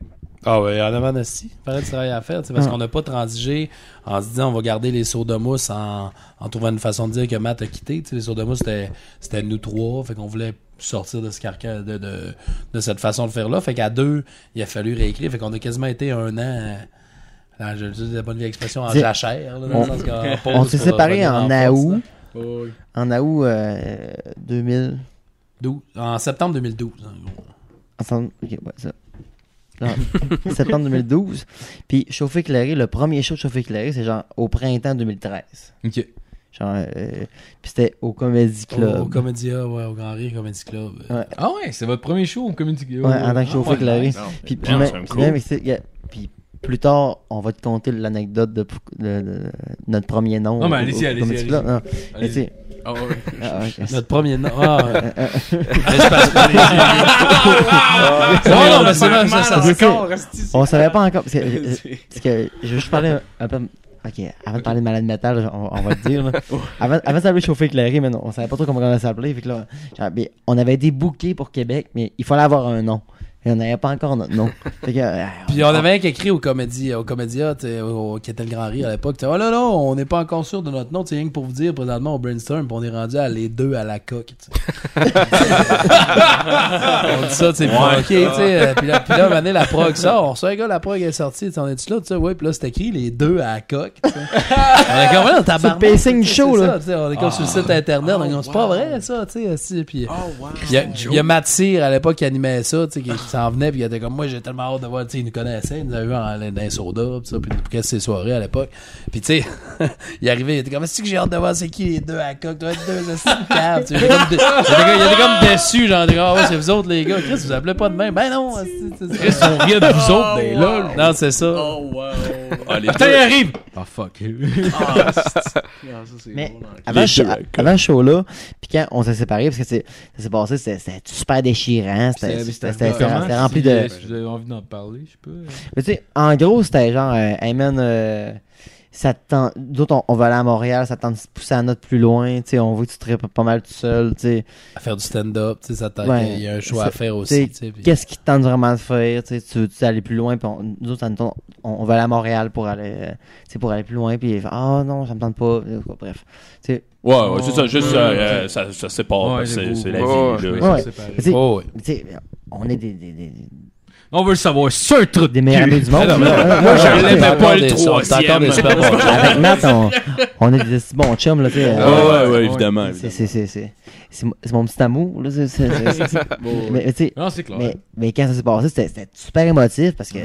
[SPEAKER 1] Ah ouais, en avant d'assis, pareil de travail à faire, tu sais, parce
[SPEAKER 7] Ah.
[SPEAKER 1] qu'on n'a pas transigé en se disant on va garder les sauts de mousse en, en trouvant une façon de dire que Matt a quitté. Tu sais, les sauts de mousse, c'était, c'était nous trois, fait qu'on voulait sortir de ce carcan, de, de, de cette façon de faire là. Fait qu'à deux, il a fallu réécrire, fait qu'on a quasiment été un an, là, je dis la bonne vieille expression, en
[SPEAKER 7] C'est-
[SPEAKER 1] jachère, là, dans le sens qu'on pause
[SPEAKER 7] On s'est
[SPEAKER 1] pour euh,
[SPEAKER 7] séparés
[SPEAKER 1] revenir
[SPEAKER 7] en
[SPEAKER 1] force,
[SPEAKER 7] août.
[SPEAKER 1] là.
[SPEAKER 7] En août euh, 2000.
[SPEAKER 1] Dou- En septembre 2012, en gros.
[SPEAKER 7] Enfin, ok, ouais, ça. Genre, septembre 2012. Puis Chauffer éclairé, le premier show de Chauffer éclairé, c'est genre au printemps 2013.
[SPEAKER 3] ok.
[SPEAKER 7] Genre, euh, puis c'était au Comedy Club.
[SPEAKER 1] Au, au Comédia, ouais, au Grand Rire Comedy Club.
[SPEAKER 7] Ouais.
[SPEAKER 3] Ah ouais, c'est votre premier show au community.
[SPEAKER 7] Ouais, en tant que
[SPEAKER 3] Ah,
[SPEAKER 7] chauffeur éclairé. Puis, puis
[SPEAKER 6] bien,
[SPEAKER 7] même-
[SPEAKER 6] c'est même
[SPEAKER 7] puis
[SPEAKER 6] cool.
[SPEAKER 7] même, c'est- y a- puis plus tard, on va te conter l'anecdote de, pou- de- de notre premier nom.
[SPEAKER 3] Non, mais
[SPEAKER 7] au-
[SPEAKER 3] allez-y,
[SPEAKER 7] au
[SPEAKER 3] allez-y,
[SPEAKER 7] Comedy
[SPEAKER 3] allez-y.
[SPEAKER 7] Club. Non, mais
[SPEAKER 3] Allez-y.
[SPEAKER 7] tu sais,
[SPEAKER 3] Ah ouais.
[SPEAKER 7] ah, ok.
[SPEAKER 1] Notre premier nom. Ah, ouais.
[SPEAKER 7] Euh, euh,
[SPEAKER 1] non, non, mais c'est vrai, ça, ça-
[SPEAKER 7] je sais, on savait pas encore. Parce que, euh, parce que je veux juste parler un, un peu. Ok, avant de parler de malade métal, on, on va le dire. là. Avant, avant de s'appeler chauffer éclairé, mais non, on savait pas trop comment on allait s'appeler. Fait que là, genre, mais on avait été bookés pour Québec, mais il fallait avoir un nom. Et on n'avait pas encore notre nom. Fait que, euh,
[SPEAKER 1] Puis on avait un qui écrit au comédie, au comédia, tu sais, au- qui était le grand rire à l'époque. tu sais, Oh là là, on n'est pas encore sûr de notre nom. tu sais, Rien que pour vous dire, présentement, on brainstorm, puis on est rendu à les deux à la coque. tu sais. on dit ça, tu sais, puis ok, tu sais. euh, Puis là, puis là, un moment donné, la prog sort. On reçoit un gars, la prog est sortie. tu sais, On est-tu là, tu sais, ouais, puis là, c'est écrit les deux à la coque. tu sais. on est comme, ouais, tabarnak,
[SPEAKER 7] C'est le pacing
[SPEAKER 1] tu sais,
[SPEAKER 7] show,
[SPEAKER 1] c'est
[SPEAKER 7] là.
[SPEAKER 1] ça, tu sais, On est comme sur le site internet. on est comme, c'est pas vrai, ça, tu sais. aussi, Puis. Il y a, il y a Matt Cyr, à l'époque qui animait ça, tu sais, qui qui s'en venait, puis il était comme moi, j'ai tellement hâte de voir, tu sais, il nous connaissait, il nous avait vu en, dans les sodas, pis ça, puis pour ces soirées à l'époque. Puis tu sais, il arrivait, il était comme, est-ce que j'ai hâte de voir c'est qui les deux à coque, toi, deux assis de table, tu sais, il était comme dé- il était comme- il était comme déçu, genre, il était comme, ah ouais, c'est vous autres les gars, Chris, vous appelez pas de même, ben non, Chris, on riait de vous autres, des Oh. lol. Oh, Non, c'est ça.
[SPEAKER 6] Ah, les
[SPEAKER 3] Putain, il
[SPEAKER 6] deux-
[SPEAKER 3] arrive! Ah fuck.
[SPEAKER 7] Mais avant, ce- avant ce show-là, puis quand on s'est séparés, parce que c'est- ça s'est passé, c'était c'était super déchirant, c'était c'était- c'était- c'était- c'était rempli de.
[SPEAKER 3] Si vous avez envie d'en parler, je euh, sais pas.
[SPEAKER 7] Mais tu sais, en gros, c'était genre, euh, hey man, euh, ça te tente- d'autres, on, on va aller à Montréal, ça te tente de se pousser à notre plus loin, tu sais, on veut que tu te pas mal tout seul, tu sais.
[SPEAKER 1] À faire du stand-up, tu sais, ça t'a-
[SPEAKER 7] Ouais.
[SPEAKER 1] il y a un choix à faire
[SPEAKER 7] Tu sais,
[SPEAKER 1] aussi, tu sais. puis-
[SPEAKER 7] Qu'est-ce qui te tente vraiment de faire, tu sais, tu veux aller plus loin, puis on, nous autres, ça nous tente- on, on va aller à Montréal pour aller, euh, tu sais, pour aller plus loin, puis ah non, ça me tente pas, bref. Tu sais,
[SPEAKER 6] Ouais, ouais, c'est ça, juste
[SPEAKER 3] Ouais,
[SPEAKER 6] euh,
[SPEAKER 3] ouais.
[SPEAKER 6] euh, ça, ça sépare,
[SPEAKER 3] Ouais,
[SPEAKER 6] parce que c'est
[SPEAKER 3] j'avoue.
[SPEAKER 6] c'est la
[SPEAKER 4] Ouais,
[SPEAKER 6] vie. là.
[SPEAKER 3] Oh,
[SPEAKER 7] ouais.
[SPEAKER 3] séparés.
[SPEAKER 7] Mais tu sais,
[SPEAKER 1] Oh, ouais.
[SPEAKER 7] tu sais, on est des, des, des-
[SPEAKER 3] On veut le savoir. C'est un truc
[SPEAKER 7] Des meilleurs amis du monde. là.
[SPEAKER 6] Moi, je
[SPEAKER 7] Ouais,
[SPEAKER 6] l'aimais
[SPEAKER 7] ouais.
[SPEAKER 6] pas
[SPEAKER 1] encore
[SPEAKER 6] le
[SPEAKER 1] des- t'as encore des
[SPEAKER 6] troisième.
[SPEAKER 1] super bons chums.
[SPEAKER 7] Avec Matt, on, on est des bons chums, là, tu sais. euh,
[SPEAKER 6] Ah ouais, ouais, évidemment.
[SPEAKER 7] C'est- c'est- c'est- c'est- C'est mon- c'est mon petit amour, là. c'est- c'est- c'est- c'est- Mais, tu sais,
[SPEAKER 3] Non, c'est clair.
[SPEAKER 7] mais, mais quand ça s'est passé, c'était- c'était super émotif parce que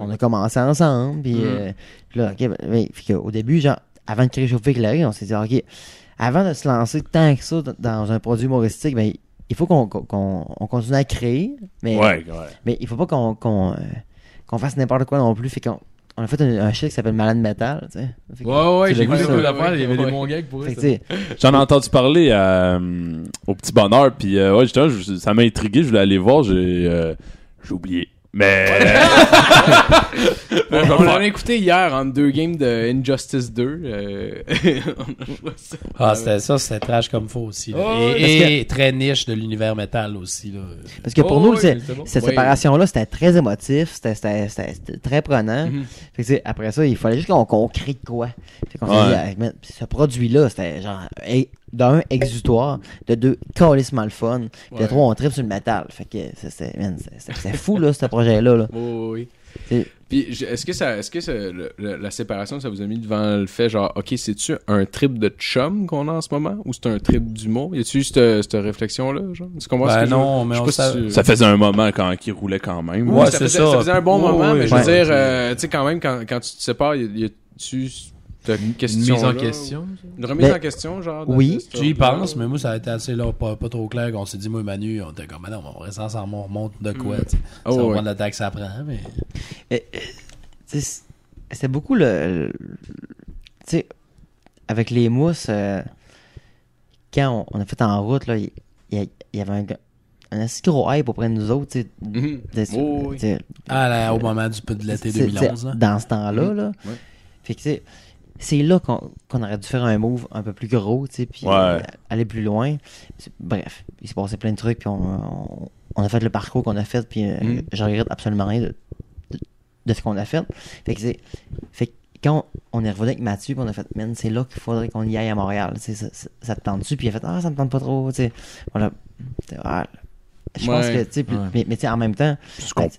[SPEAKER 7] on a commencé ensemble. Puis, euh, puis là, ok, mais- fait que au début, genre, avant de créer Chauffer Clary, on s'est dit, ok, avant de se lancer tant que ça dans- dans un produit humoristique, ben, il faut qu'on qu'on- qu'on- on continue à créer, mais,
[SPEAKER 6] Ouais, ouais.
[SPEAKER 7] mais il faut pas qu'on qu'on, euh, qu'on fasse n'importe quoi non plus. Fait qu'on on a fait un, un shit qui s'appelle Malade Metal. tu sais. Fait que-
[SPEAKER 5] Ouais, ouais,
[SPEAKER 7] C'est
[SPEAKER 5] j'ai
[SPEAKER 7] le goût,
[SPEAKER 5] vu
[SPEAKER 7] ça.
[SPEAKER 5] beaucoup d'affaires, il y avait
[SPEAKER 6] Ouais.
[SPEAKER 5] des bons gags pour
[SPEAKER 7] fait
[SPEAKER 5] eux.
[SPEAKER 7] que, tu sais,
[SPEAKER 6] J'en ai entendu parler à, euh, au petit bonheur, puis euh, ouais, justement, je- ça m'a intrigué, je voulais aller voir, j'ai euh, j'ai oublié. Mais
[SPEAKER 5] On on l'a écouté hier en deux games de Injustice 2. euh, on a joué ça.
[SPEAKER 1] Ah, c'était ça, c'était trash comme faux aussi. là.
[SPEAKER 5] Oh,
[SPEAKER 1] et et très niche de l'univers métal aussi. Là.
[SPEAKER 7] Parce que pour
[SPEAKER 5] Oh,
[SPEAKER 7] nous,
[SPEAKER 5] oui,
[SPEAKER 7] c'est-
[SPEAKER 5] mais c'est bon.
[SPEAKER 7] cette
[SPEAKER 5] Ouais.
[SPEAKER 7] séparation-là, c'était très émotif, c'était- c'était c'était- c'était très prenant.
[SPEAKER 5] Mm-hmm.
[SPEAKER 7] Fait que, tu sais, après ça, il fallait juste qu'on qu'on crée de quoi. Fait qu'on s'est
[SPEAKER 6] Ouais.
[SPEAKER 7] dit, ah, man, pis ce produit-là, c'était genre, hey, d'un, exutoire, de deux, calissement le fun, puis de
[SPEAKER 5] Ouais.
[SPEAKER 7] trois, on tripe sur le métal. Fait que c'est- c'est man, c'est- c'est- c'est fou, là, ce projet-là. là.
[SPEAKER 5] Oui, oui, oui.
[SPEAKER 7] Et-
[SPEAKER 5] Puis, je- est-ce que, ça, est-ce que ça- le- le- la séparation, ça vous a mis devant le fait, genre, OK, c'est-tu un trip de chum qu'on a en ce moment ou c'est un trip d'humour? Y a-tu cette, cette réflexion-là? Genre? Tu comprends ce
[SPEAKER 1] Ben
[SPEAKER 5] que je veux-
[SPEAKER 1] non, mais
[SPEAKER 5] je
[SPEAKER 1] on
[SPEAKER 5] sais pas si
[SPEAKER 1] savait-
[SPEAKER 5] tu-
[SPEAKER 6] ça faisait un moment quand qui roulait quand même.
[SPEAKER 5] Oui,
[SPEAKER 1] Ouais,
[SPEAKER 5] ça,
[SPEAKER 1] c'est
[SPEAKER 5] faisait,
[SPEAKER 1] ça.
[SPEAKER 5] ça faisait un bon
[SPEAKER 1] Ouais,
[SPEAKER 5] moment,
[SPEAKER 1] ouais,
[SPEAKER 5] mais je veux
[SPEAKER 1] ouais.
[SPEAKER 5] dire, euh, tu sais, quand même, quand, quand tu te sépares, y, y a-tu cette
[SPEAKER 3] Une
[SPEAKER 5] question
[SPEAKER 3] mise en question.
[SPEAKER 5] Une remise
[SPEAKER 7] Ben,
[SPEAKER 5] en question, genre? de-
[SPEAKER 7] oui.
[SPEAKER 5] de cette
[SPEAKER 1] Tu y
[SPEAKER 5] sorte-là?
[SPEAKER 1] penses, mais moi, ça a été assez là, pas, pas trop clair. qu'on s'est dit, moi, et Manu, on était comme, mais non, on reste ensemble, on remonte de quoi.
[SPEAKER 6] Mm.
[SPEAKER 1] tu sais.
[SPEAKER 5] Oh,
[SPEAKER 6] Ah
[SPEAKER 1] Ça, on
[SPEAKER 5] ouais.
[SPEAKER 1] prend la taxe ça prend, mais.
[SPEAKER 7] Tu sais, c'est- c'était beaucoup le. le- tu sais, avec les mousses, euh, quand on, on a fait en route, là, il il y, a- il y avait un, un assez gros hype auprès de nous autres, tu sais,
[SPEAKER 5] Mhm.
[SPEAKER 7] Tu sais,
[SPEAKER 5] Oui, oui.
[SPEAKER 7] tu sais,
[SPEAKER 1] Ah, là, au moment du peu de l'été
[SPEAKER 7] tu sais,
[SPEAKER 1] 2011, là.
[SPEAKER 7] Dans ce temps-là, là.
[SPEAKER 5] Mhm. Ouais.
[SPEAKER 7] Fait que, tu sais, c'est là qu'on qu'on aurait dû faire un move un peu plus gros, tu sais, puis
[SPEAKER 6] Ouais.
[SPEAKER 7] euh, aller plus loin. C'est- Bref, il s'est passé plein de trucs, puis on, on- on a fait le parcours qu'on a fait, puis euh,
[SPEAKER 5] Mhm.
[SPEAKER 7] je regrette absolument rien de, de- de ce qu'on a fait. Fait que, c'est- fait que quand on est revenu avec Mathieu, puis on a fait, man, c'est là qu'il faudrait qu'on y aille à Montréal, tu sais, ça, ça- ça te tente-tu? Puis il a fait, ah, ça me tente pas trop, tu sais. Voilà. Ah, je pense
[SPEAKER 5] Ouais.
[SPEAKER 7] que, tu sais, puis-
[SPEAKER 3] Ouais.
[SPEAKER 7] mais, mais tu sais, en même temps,
[SPEAKER 6] C'est ce qu'on ouais,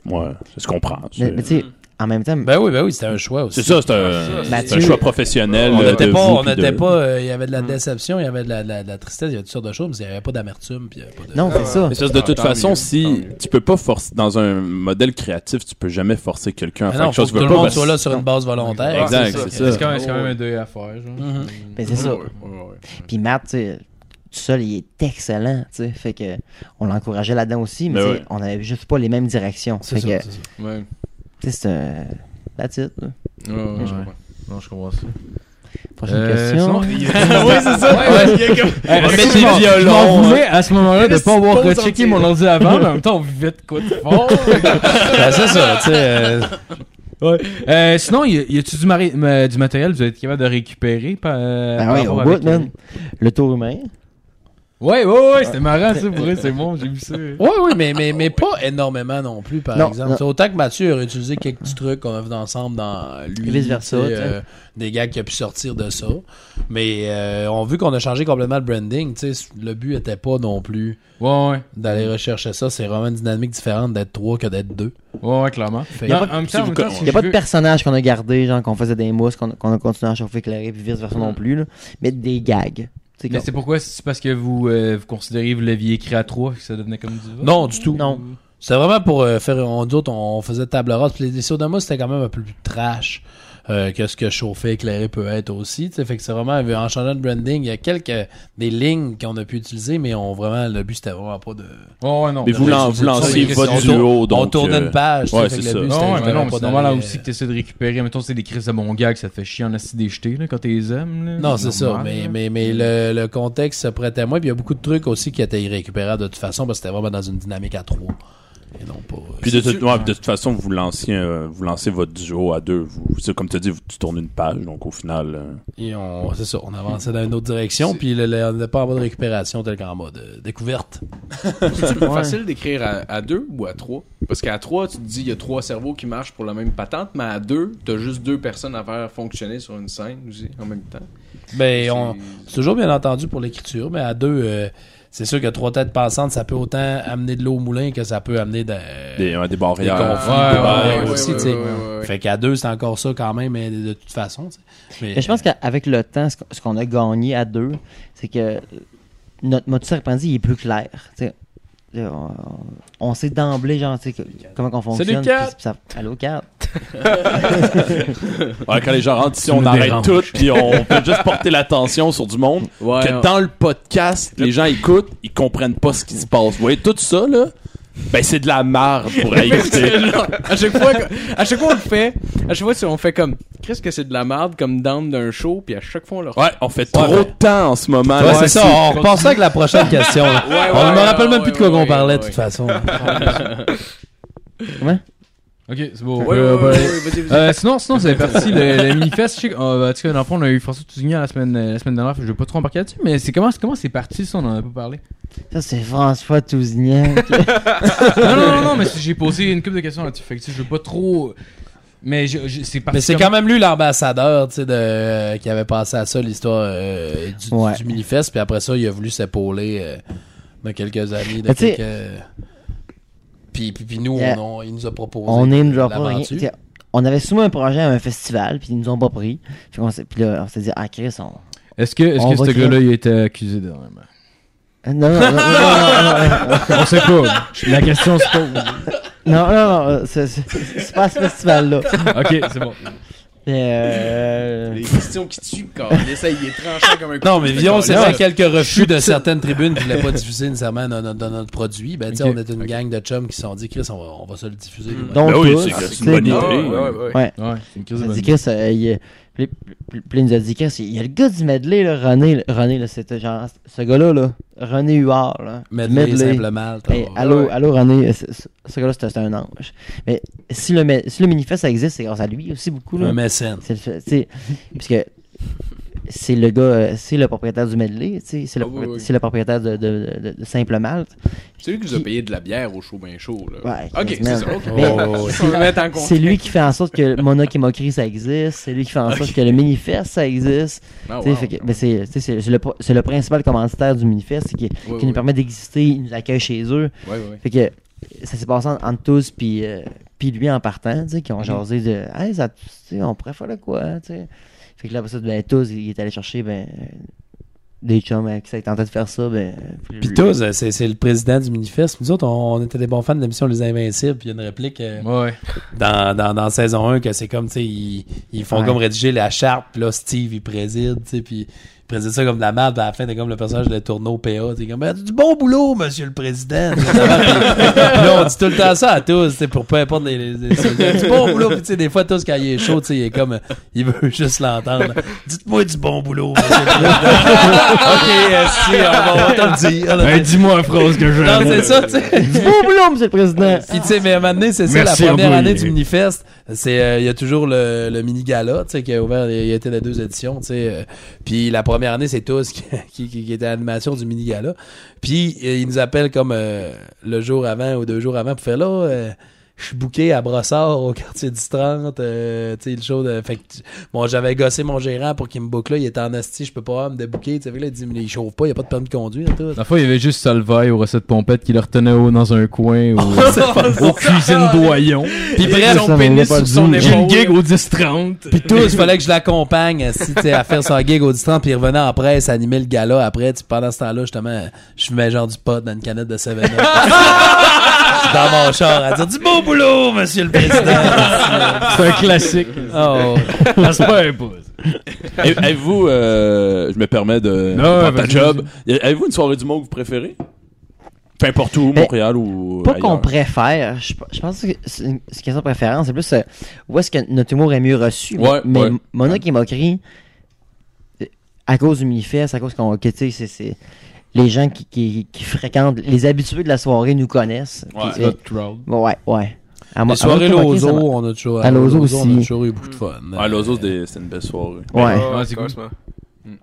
[SPEAKER 6] c'est ce qu'on prend.
[SPEAKER 7] mais,
[SPEAKER 6] C'est
[SPEAKER 7] mais tu sais,
[SPEAKER 5] Mm.
[SPEAKER 7] en même temps,
[SPEAKER 1] Ben oui, ben oui, c'était un choix aussi.
[SPEAKER 6] c'est ça, c'est un,
[SPEAKER 7] Mathieu-
[SPEAKER 6] c'est un choix professionnel.
[SPEAKER 1] Ah, On
[SPEAKER 6] euh,
[SPEAKER 1] n'était
[SPEAKER 6] de
[SPEAKER 1] pas,
[SPEAKER 6] vous,
[SPEAKER 1] on
[SPEAKER 6] puis de- Mm.
[SPEAKER 1] n'était pas, euh, il y avait de la déception, il y avait de la, de la- de la tristesse, il y avait toutes sortes de choses, mais il n'y avait pas d'amertume, puis il y avait pas de...
[SPEAKER 7] non, c'est ça.
[SPEAKER 6] Mais ça, de
[SPEAKER 5] Ah,
[SPEAKER 6] toute
[SPEAKER 5] tant
[SPEAKER 6] façon,
[SPEAKER 5] mieux, tant
[SPEAKER 6] si
[SPEAKER 5] mieux.
[SPEAKER 6] tu peux pas forcer dans un modèle créatif, tu peux jamais forcer quelqu'un à
[SPEAKER 1] Mais
[SPEAKER 6] faire
[SPEAKER 1] Ah non,
[SPEAKER 6] quelque
[SPEAKER 1] faut
[SPEAKER 6] chose. Tu
[SPEAKER 1] que tout
[SPEAKER 6] veux
[SPEAKER 1] le
[SPEAKER 6] pas
[SPEAKER 1] monde
[SPEAKER 6] parce-
[SPEAKER 1] soit là sur une base volontaire.
[SPEAKER 6] Exact,
[SPEAKER 1] ça.
[SPEAKER 6] c'est ça.
[SPEAKER 3] C'est quand même c'est quand même un deuil à faire. genre.
[SPEAKER 1] Mhm.
[SPEAKER 7] Mais c'est ça.
[SPEAKER 5] Ouais, Oh, ouais, ouais.
[SPEAKER 7] Puis Matt, tu sais, tout seul, il est excellent, tu sais. Fait que on l'encourageait là-dedans aussi, mais
[SPEAKER 6] Ben
[SPEAKER 7] tu sais,
[SPEAKER 6] ouais.
[SPEAKER 7] on avait juste pas les mêmes directions.
[SPEAKER 1] C'est
[SPEAKER 7] Fait
[SPEAKER 1] ça,
[SPEAKER 7] que,
[SPEAKER 1] c'est ça.
[SPEAKER 5] Ouais.
[SPEAKER 7] tu sais, c'est un... That's it, là.
[SPEAKER 5] Ouais, ouais, ouais, je comprends.
[SPEAKER 3] Non, je comprends ça.
[SPEAKER 7] Prochaine
[SPEAKER 3] Euh,
[SPEAKER 7] question.
[SPEAKER 3] sinon, il-
[SPEAKER 5] oui, c'est ça.
[SPEAKER 3] Hey,
[SPEAKER 1] va mettre
[SPEAKER 3] je
[SPEAKER 1] les
[SPEAKER 3] m'en-
[SPEAKER 1] violons,
[SPEAKER 3] Je m'en
[SPEAKER 1] hein.
[SPEAKER 3] voulais à ce moment-là de
[SPEAKER 5] Qu'est-ce
[SPEAKER 3] pas
[SPEAKER 5] qui
[SPEAKER 3] avoir
[SPEAKER 5] se pose
[SPEAKER 3] rechecké
[SPEAKER 5] entier,
[SPEAKER 3] mon
[SPEAKER 5] là?
[SPEAKER 3] ordi avant, mais en même temps, on vivait de quoi de fort.
[SPEAKER 1] Ben, c'est ça, tu sais. euh,
[SPEAKER 3] Ouais. Euh, sinon, y a- y a-tu du, mari- ma- du matériel que vous êtes capable de récupérer par, euh,
[SPEAKER 7] Ben
[SPEAKER 3] par
[SPEAKER 7] oui,
[SPEAKER 3] rapport
[SPEAKER 7] au
[SPEAKER 3] avec euh,
[SPEAKER 7] bout,
[SPEAKER 3] les-
[SPEAKER 7] man. Le tour humain.
[SPEAKER 3] Ouais, ouais, ouais, c'était marrant ça pour eux, c'est bon, j'ai vu ça.
[SPEAKER 1] Oui, oui, mais, mais, mais pas énormément non plus, par
[SPEAKER 7] Non,
[SPEAKER 1] exemple.
[SPEAKER 7] non.
[SPEAKER 1] C'est Autant que Mathieu aurait utilisé quelques petits trucs qu'on a fait ensemble dans lui.
[SPEAKER 7] Vice-versa,
[SPEAKER 1] tu sais,
[SPEAKER 7] tu sais.
[SPEAKER 1] euh, des gars qui a pu sortir de ça. Mais euh, on vu qu'on a changé complètement le branding, tu sais, le but était pas non plus
[SPEAKER 3] Ouais, ouais,
[SPEAKER 1] d'aller rechercher ça. C'est vraiment une dynamique différente d'être trois que d'être deux.
[SPEAKER 3] ouais, ouais, clairement.
[SPEAKER 1] Fait
[SPEAKER 3] Non,
[SPEAKER 1] que-
[SPEAKER 3] en même temps, en même temps, si
[SPEAKER 7] Il n'y a
[SPEAKER 3] je
[SPEAKER 7] pas
[SPEAKER 3] veux-
[SPEAKER 7] de personnage qu'on a gardé, genre qu'on faisait des mousses, qu'on qu'on a continué à chauffer éclairer, puis vice-versa non plus, là. Mais des gags. Tu
[SPEAKER 3] Mm.
[SPEAKER 7] sais,
[SPEAKER 3] Mais
[SPEAKER 7] comme-
[SPEAKER 3] c'est pourquoi C'est parce que vous, euh, vous considérez vous leviez écrit à 3 que ça devenait comme du vol?
[SPEAKER 1] Non, du tout.
[SPEAKER 7] Non.
[SPEAKER 1] C'était vraiment pour euh, faire. On, nous autres, on faisait table rase. Puis les, les sodamas, c'était quand même un peu plus trash euh, que ce que chauffer, éclairé peut être aussi. tu sais. Fait que c'est vraiment, euh, en changeant de branding, il y a quelques des lignes qu'on a pu utiliser, mais on vraiment, le but, c'était vraiment pas de.
[SPEAKER 3] Ouais, ouais, non.
[SPEAKER 6] Mais vous, lan- vous lancez
[SPEAKER 1] C'est-
[SPEAKER 6] votre
[SPEAKER 1] on
[SPEAKER 6] duo,
[SPEAKER 1] tourne-
[SPEAKER 6] donc.
[SPEAKER 1] on tournait
[SPEAKER 6] euh,
[SPEAKER 1] une page. tu sais,
[SPEAKER 6] ouais,
[SPEAKER 1] fait
[SPEAKER 6] c'est
[SPEAKER 1] que le
[SPEAKER 6] ça.
[SPEAKER 1] but,
[SPEAKER 3] Non,
[SPEAKER 1] c'était
[SPEAKER 3] Ah ouais, mais non,
[SPEAKER 1] vraiment pas
[SPEAKER 3] mais c'est normal là
[SPEAKER 1] d'aller,
[SPEAKER 3] aussi
[SPEAKER 1] euh,
[SPEAKER 3] que t'essaies de récupérer. Mettons, c'est des crises de mon gag, ça te fait chier en assis des jetés, là, quand t'es les aimes, là.
[SPEAKER 1] Non, c'est ça.
[SPEAKER 3] normal,
[SPEAKER 1] Mais,
[SPEAKER 3] là.
[SPEAKER 1] mais, mais le, le contexte se prêtait à moi. Puis il y a beaucoup de trucs aussi qui étaient irrécupérables de toute façon parce que c'était vraiment dans une dynamique à trois. Et non pas. euh,
[SPEAKER 6] Puis de, toute- ouais, puis de toute façon, vous lancez, euh, vous lancez votre duo à deux. Vous, c'est comme tu dis, vous, tu tournes une page, donc au final. euh,
[SPEAKER 1] Et on, c'est ça, on avançait dans une autre direction, puis le- le- on n'était pas en mode récupération tel qu'en mode euh, découverte.
[SPEAKER 5] C'est plus
[SPEAKER 7] Ouais.
[SPEAKER 5] facile d'écrire à, à deux ou à trois. Parce qu'à trois, tu te dis, il y a trois cerveaux qui marchent pour la même patente, mais à deux, t'as juste deux personnes à faire fonctionner sur une scène aussi, en même temps.
[SPEAKER 1] Ben, on,
[SPEAKER 5] C'est-
[SPEAKER 1] c'est toujours bien entendu pour l'écriture, mais à deux, euh, c'est sûr que trois têtes passantes, ça peut autant amener de l'eau au moulin que ça peut amener de.
[SPEAKER 6] Des, ouais, des barrières.
[SPEAKER 1] Euh, Des conflits, Ouais, ouais,
[SPEAKER 5] ouais,
[SPEAKER 1] aussi,
[SPEAKER 5] ouais,
[SPEAKER 1] tu sais.
[SPEAKER 5] ouais, ouais, ouais.
[SPEAKER 1] Fait qu'à deux, c'est encore ça quand même, mais de toute façon, tu sais. Mais,
[SPEAKER 7] Mais je pense
[SPEAKER 6] euh,
[SPEAKER 7] qu'avec le temps, ce qu'on- ce qu'on a gagné à deux, c'est que notre motus apprenti il est plus clair. tu sais. Là, on, on sait d'emblée genre tu sais, que- comment on fonctionne.
[SPEAKER 6] Salut, Kat!
[SPEAKER 7] puis ça- Allô, Kat!
[SPEAKER 6] Ouais, quand les gens rentrent ici, on
[SPEAKER 1] nous
[SPEAKER 6] arrête
[SPEAKER 1] déranges.
[SPEAKER 6] tout, puis on peut juste porter l'attention sur du monde.
[SPEAKER 5] Ouais,
[SPEAKER 6] que
[SPEAKER 5] on-
[SPEAKER 6] dans le podcast, les gens écoutent, ils comprennent pas ce qui se passe. Vous voyez, tout ça, là, ben c'est de la marde pour écouter.
[SPEAKER 5] à chaque fois que- à chaque fois on le fait à chaque fois si on fait comme qu'est-ce que c'est de la merde comme down d'un show puis à chaque fois on le
[SPEAKER 6] Ouais, on fait trop de temps en ce moment.
[SPEAKER 1] Ouais,
[SPEAKER 6] là.
[SPEAKER 1] c'est ça. On repasse ça avec la prochaine question. là.
[SPEAKER 5] ouais,
[SPEAKER 1] on ne me
[SPEAKER 5] ouais,
[SPEAKER 1] rappelle même
[SPEAKER 5] ouais,
[SPEAKER 1] plus de quoi
[SPEAKER 5] ouais,
[SPEAKER 1] qu'on
[SPEAKER 5] ouais,
[SPEAKER 1] parlait,
[SPEAKER 5] ouais.
[SPEAKER 1] de toute façon.
[SPEAKER 3] Ok, c'est beau.
[SPEAKER 5] Ouais, ouais, ouais, ouais, ouais, vas-y, vas-y.
[SPEAKER 3] Euh, sinon, sinon, c'est parti le, le mini-fest. Je sais que, euh, bah, en tout cas, dans le fond, on a eu François Tousignan la semaine, euh, la semaine dernière. Je vais pas trop embarquer là-dessus, mais c'est comment, comment c'est parti, ça, on en a pas parlé.
[SPEAKER 7] Ça, c'est François Tousignan.
[SPEAKER 3] non, non, non, non, mais c'est- j'ai posé une couple de questions là-dessus. Fait que, tu sais, je veux pas trop. Mais je- je- c'est parti.
[SPEAKER 1] Mais c'est
[SPEAKER 3] comme-
[SPEAKER 1] quand même lui l'ambassadeur, tu sais, de euh, qui avait passé à ça l'histoire euh, du, du
[SPEAKER 7] Ouais.
[SPEAKER 1] manifeste, puis après ça, il a voulu s'épauler euh, de quelques amis, de
[SPEAKER 7] Mais tu sais-
[SPEAKER 1] quelques. Puis, puis, puis nous,
[SPEAKER 7] Yeah.
[SPEAKER 1] on, on- il nous a proposé.
[SPEAKER 7] on est une drop rien.
[SPEAKER 1] l'aventure.
[SPEAKER 7] T'sais, On avait soumis un projet à un festival, puis ils nous ont pas pris. Fait qu'on s'est- Puis là, on s'est dit, ah, Chris, on.
[SPEAKER 3] Est-ce que, est-ce
[SPEAKER 7] On
[SPEAKER 3] que
[SPEAKER 7] va
[SPEAKER 3] ce
[SPEAKER 7] créer-
[SPEAKER 3] gars-là, il a été accusé de rien?
[SPEAKER 7] Non, non, non, non, non, non, non, non.
[SPEAKER 3] On sait pas. La question se pose.
[SPEAKER 7] Non, non, non, c'est- c'est c'est pas à ce festival-là.
[SPEAKER 3] Ok, c'est bon.
[SPEAKER 7] Mais, euh,
[SPEAKER 6] Ben
[SPEAKER 5] les questions qui tuent quand il essaye il est tranché comme un
[SPEAKER 1] Non, mais Vion, c'est
[SPEAKER 5] ça
[SPEAKER 1] à quelques refus de certaines tribunes qui ne voulaient pas diffuser nécessairement dans notre, dans notre produit. Ben, tu sais,
[SPEAKER 3] Ok.
[SPEAKER 1] on était une gang de chums qui se sont dit, Chris, on va, on va se le diffuser.
[SPEAKER 4] Mm.
[SPEAKER 7] donc,
[SPEAKER 6] Ben oui,
[SPEAKER 7] tous,
[SPEAKER 6] c'est que
[SPEAKER 7] tu
[SPEAKER 6] c'est
[SPEAKER 7] sais,
[SPEAKER 6] une bonne
[SPEAKER 7] des-
[SPEAKER 6] idée.
[SPEAKER 4] ouais, ouais, ouais.
[SPEAKER 3] Ouais, c'est une crise
[SPEAKER 7] Il
[SPEAKER 3] de
[SPEAKER 7] a dit
[SPEAKER 3] bonne.
[SPEAKER 7] Chris, euh, il, puis, puis- puis il nous a dit Chris, il y a le gars du medley, là, René, là, René, là, c'était genre, ce gars-là, là, René Huard, là, du
[SPEAKER 1] Medley, simple mal. t'as-
[SPEAKER 7] Hey, allô, allô, René, euh, ce, ce- ce gars-là, c'était c'était un ange. Mais si le, me- si le manifeste ça existe, c'est grâce à lui aussi beaucoup, là.
[SPEAKER 1] Un mécène.
[SPEAKER 7] C'est le fait- tu sais, parce que c'est le gars, euh, c'est le propriétaire du medley, tu sais, c'est le,
[SPEAKER 5] Ah oui,
[SPEAKER 7] propri-
[SPEAKER 5] oui.
[SPEAKER 7] c'est le propriétaire de, de- de- de Simple Malte.
[SPEAKER 5] c'est lui qui nous a payé de la bière au chaud bien chaud là
[SPEAKER 7] Ouais,
[SPEAKER 5] ok c'est
[SPEAKER 7] quasiment.
[SPEAKER 5] ça ok
[SPEAKER 1] Mais-
[SPEAKER 5] on va mettre en contexte.
[SPEAKER 7] C'est lui qui fait en sorte que Mona Kimokri ça existe, c'est lui qui fait en sorte que le manifeste ça existe.
[SPEAKER 5] Ah,
[SPEAKER 7] T'sais,
[SPEAKER 5] wow.
[SPEAKER 7] fait que- ben, c'est tu sais, c'est- c'est le, pro- c'est le principal commanditaire du Minifest qui, qui
[SPEAKER 5] Ouais,
[SPEAKER 7] nous
[SPEAKER 5] ouais.
[SPEAKER 7] permet d'exister, il nous accueille chez eux.
[SPEAKER 5] Ouais, ouais, ouais.
[SPEAKER 7] Fait que ça s'est passé en- entre tous puis euh, puis lui en partant, tu sais, qui ont
[SPEAKER 5] Mm-hmm.
[SPEAKER 7] jasé de Hey, ça, tu sais, on pourrait faire de quoi, tu sais. Fait que là, après ça, ben, tous, il est allé chercher ben, euh, des chums euh, qui ça tentaient de faire ça. Ben, euh,
[SPEAKER 1] Puis tous, euh, c'est c'est le président du Minifest. Nous autres, on, on était des bons fans de l'émission Les Invincibles. Puis il y a une réplique euh,
[SPEAKER 3] Ouais.
[SPEAKER 1] dans, dans, dans saison 1 que c'est comme, tu sais, ils, ils font
[SPEAKER 7] Ouais.
[SPEAKER 1] comme rédiger la charte. Puis là, Steve, il préside, tu sais, puis il préside ça comme de la merde. Puis à la fin, t'es comme le personnage de Tourneau PA. T'es comme, Ben, du bon boulot, monsieur le président. puis là, on dit tout le temps ça à tous, tu sais, pour peu importe les... les- les- du bon boulot. Puis tu sais, des fois, tous, quand il est chaud, tu sais, il est comme, euh, il veut juste l'entendre. Dites-moi du bon boulot, monsieur le président. OK, euh, si, on va- on va te le dire.
[SPEAKER 3] dis-moi une phrase que je.
[SPEAKER 1] Non, c'est ça, tu sais.
[SPEAKER 7] Du beau boulot, monsieur le président!
[SPEAKER 1] Puis tu sais, mais à un moment donné, c'est ça, la
[SPEAKER 3] Merci,
[SPEAKER 1] première
[SPEAKER 3] André.
[SPEAKER 1] année du Minifest, c'est euh, il y a toujours le, le mini gala, tu sais, qui a ouvert, il y a été les deux éditions, tu sais. euh, puis la première année, c'est tous qui, qui, qui, qui était à l'animation du mini gala. Puis euh, ils nous appellent comme euh, le jour avant ou deux jours avant pour faire là. euh, je suis booké à Brossard au quartier du 30, euh, tu sais, le show de... Fait que, bon, j'avais gossé mon gérant pour qu'il me book là, il était en asti, je peux pas me débooker, tu sais, fait que là, il dit, mais il chauffe pas, il y a pas de permis de conduire, tout.
[SPEAKER 3] La fois, il y avait juste Salvaille aux recettes pompettes qui le retenait au- dans un coin ou aux cuisines d'Oyon.
[SPEAKER 1] Puis bref,
[SPEAKER 7] Ça, on l'a pas dit.
[SPEAKER 3] J'ai une gig au 10-30.
[SPEAKER 1] Puis tous, il fallait que je l'accompagne euh, si, tu sais, à faire son gig au distance, puis il revenait en presse, animer le gala après. tu- pendant ce temps-là, justement, je fumais genre du pot dans une canette de 7 Up. dans mon char, à dire du beau boulot, monsieur le président.
[SPEAKER 3] C'est un classique.
[SPEAKER 1] oh.
[SPEAKER 3] Ça se fait pas.
[SPEAKER 6] Avez- Avez-vous, euh, je me permets de
[SPEAKER 3] Non,
[SPEAKER 6] faire ta
[SPEAKER 3] vas-y,
[SPEAKER 6] job, avez-vous une soirée du monde que vous préférez? Peu importe où,
[SPEAKER 7] Ben,
[SPEAKER 6] Montréal ou
[SPEAKER 7] Pas qu'on
[SPEAKER 6] ailleurs.
[SPEAKER 7] préfère, je, je pense que c'est une, c'est une question de préférence, c'est plus euh, où est-ce que notre humour est mieux reçu. Mais-
[SPEAKER 6] Ouais,
[SPEAKER 7] mais
[SPEAKER 6] ouais.
[SPEAKER 7] Mona qui moquerie, euh, à cause du Minifest, à cause qu'on, que, tu sais, c'est- c'est- les gens qui, qui- qui fréquentent, les habitués de la soirée nous connaissent. Puis,
[SPEAKER 6] Ouais.
[SPEAKER 7] euh, ouais, ouais. À
[SPEAKER 1] Les
[SPEAKER 7] moi- à
[SPEAKER 1] soirées
[SPEAKER 7] moi, Monoki,
[SPEAKER 1] Lozo,
[SPEAKER 7] ça m'a-
[SPEAKER 1] on a toujours,
[SPEAKER 7] À Lozo
[SPEAKER 1] on a
[SPEAKER 7] aussi.
[SPEAKER 1] toujours eu beaucoup de fun.
[SPEAKER 6] Ah, Lozo, c'est c'est une belle soirée.
[SPEAKER 7] Ouais.
[SPEAKER 3] Ouais, c'est
[SPEAKER 4] c'est
[SPEAKER 3] cool.
[SPEAKER 4] cool.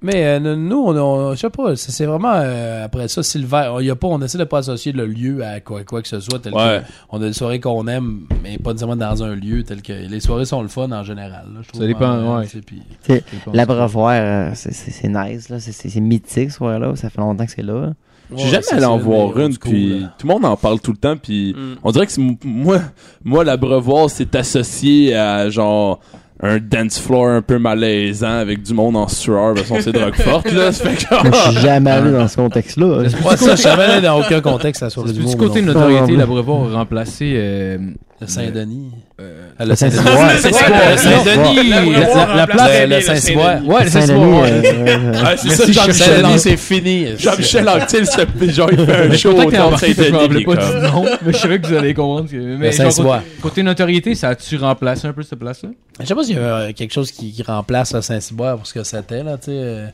[SPEAKER 1] Mais euh, nous- nous, on, on- je sais pas, c'est c'est vraiment euh, après ça, si le verre, on y a pas, on essaie de pas associer le lieu à quoi, quoi que ce soit. Tel
[SPEAKER 6] Ouais.
[SPEAKER 1] que, on a des soirées qu'on aime, mais pas nécessairement dans un lieu tel que les soirées sont le fun en général. là, je trouve.
[SPEAKER 3] Ça
[SPEAKER 1] hein,
[SPEAKER 3] dépend, ouais.
[SPEAKER 1] tu sais, puis-
[SPEAKER 7] L'abreuvoir, euh, c'est- c'est c'est nice, là. C'est- c'est c'est mythique, ce soir-là. Ça fait longtemps que c'est là.
[SPEAKER 6] J'ai jamais allé en voir une, puis tout le monde en parle tout le temps, puis on dirait que c'est m- moi, moi l'abreuvoir, c'est associé à genre un dance floor un peu malaisant avec du monde en sueur parce qu'on sait de roquefort là ça fait que genre,
[SPEAKER 7] Moi, je suis jamais allé dans ce contexte-là. hein.
[SPEAKER 1] Ouais, ça, je savais là, dans aucun contexte, ça soit
[SPEAKER 3] Du
[SPEAKER 1] du monde.
[SPEAKER 3] côté de
[SPEAKER 1] non.
[SPEAKER 3] notoriété,
[SPEAKER 7] Ah,
[SPEAKER 3] la brevoir a remplacé euh,
[SPEAKER 1] Le Saint-Denis. Ah,
[SPEAKER 7] Le
[SPEAKER 1] Le
[SPEAKER 7] Saint-Denis.
[SPEAKER 1] Saint-Denis.
[SPEAKER 7] Ouais,
[SPEAKER 1] Le
[SPEAKER 7] ouais,
[SPEAKER 1] Saint-Denis.
[SPEAKER 3] ouais.
[SPEAKER 1] La- la- La place.
[SPEAKER 3] Le-
[SPEAKER 1] Le Saint-Cyboire.
[SPEAKER 3] Ouais, le
[SPEAKER 7] Saint-Denis.
[SPEAKER 3] Saint-Cyboire, ouais.
[SPEAKER 7] euh, euh,
[SPEAKER 6] ah, c'est ça
[SPEAKER 1] Merci,
[SPEAKER 6] Jean-Michel
[SPEAKER 1] Jean-Michel,
[SPEAKER 6] Anctil.
[SPEAKER 1] c'est fini.
[SPEAKER 6] Jean-Michel Anctil se fait- genre il fait un show
[SPEAKER 3] Peut-être que t'as
[SPEAKER 6] autour de
[SPEAKER 3] remarqué que je me
[SPEAKER 6] Saint-Denis
[SPEAKER 3] rappelais
[SPEAKER 6] puis
[SPEAKER 3] pas
[SPEAKER 6] comme
[SPEAKER 3] du nom, mais je savais que vous allez comprendre. que- Mais
[SPEAKER 1] Le
[SPEAKER 3] genre,
[SPEAKER 1] Saint-Cyboire.
[SPEAKER 3] côté- Côté notoriété, ça a-tu remplacé un peu cette place-là?
[SPEAKER 1] Je sais pas s'il y a euh, quelque chose qui, qui remplace le Saint-Cyboire pour ce que c'était, là, tu sais. euh,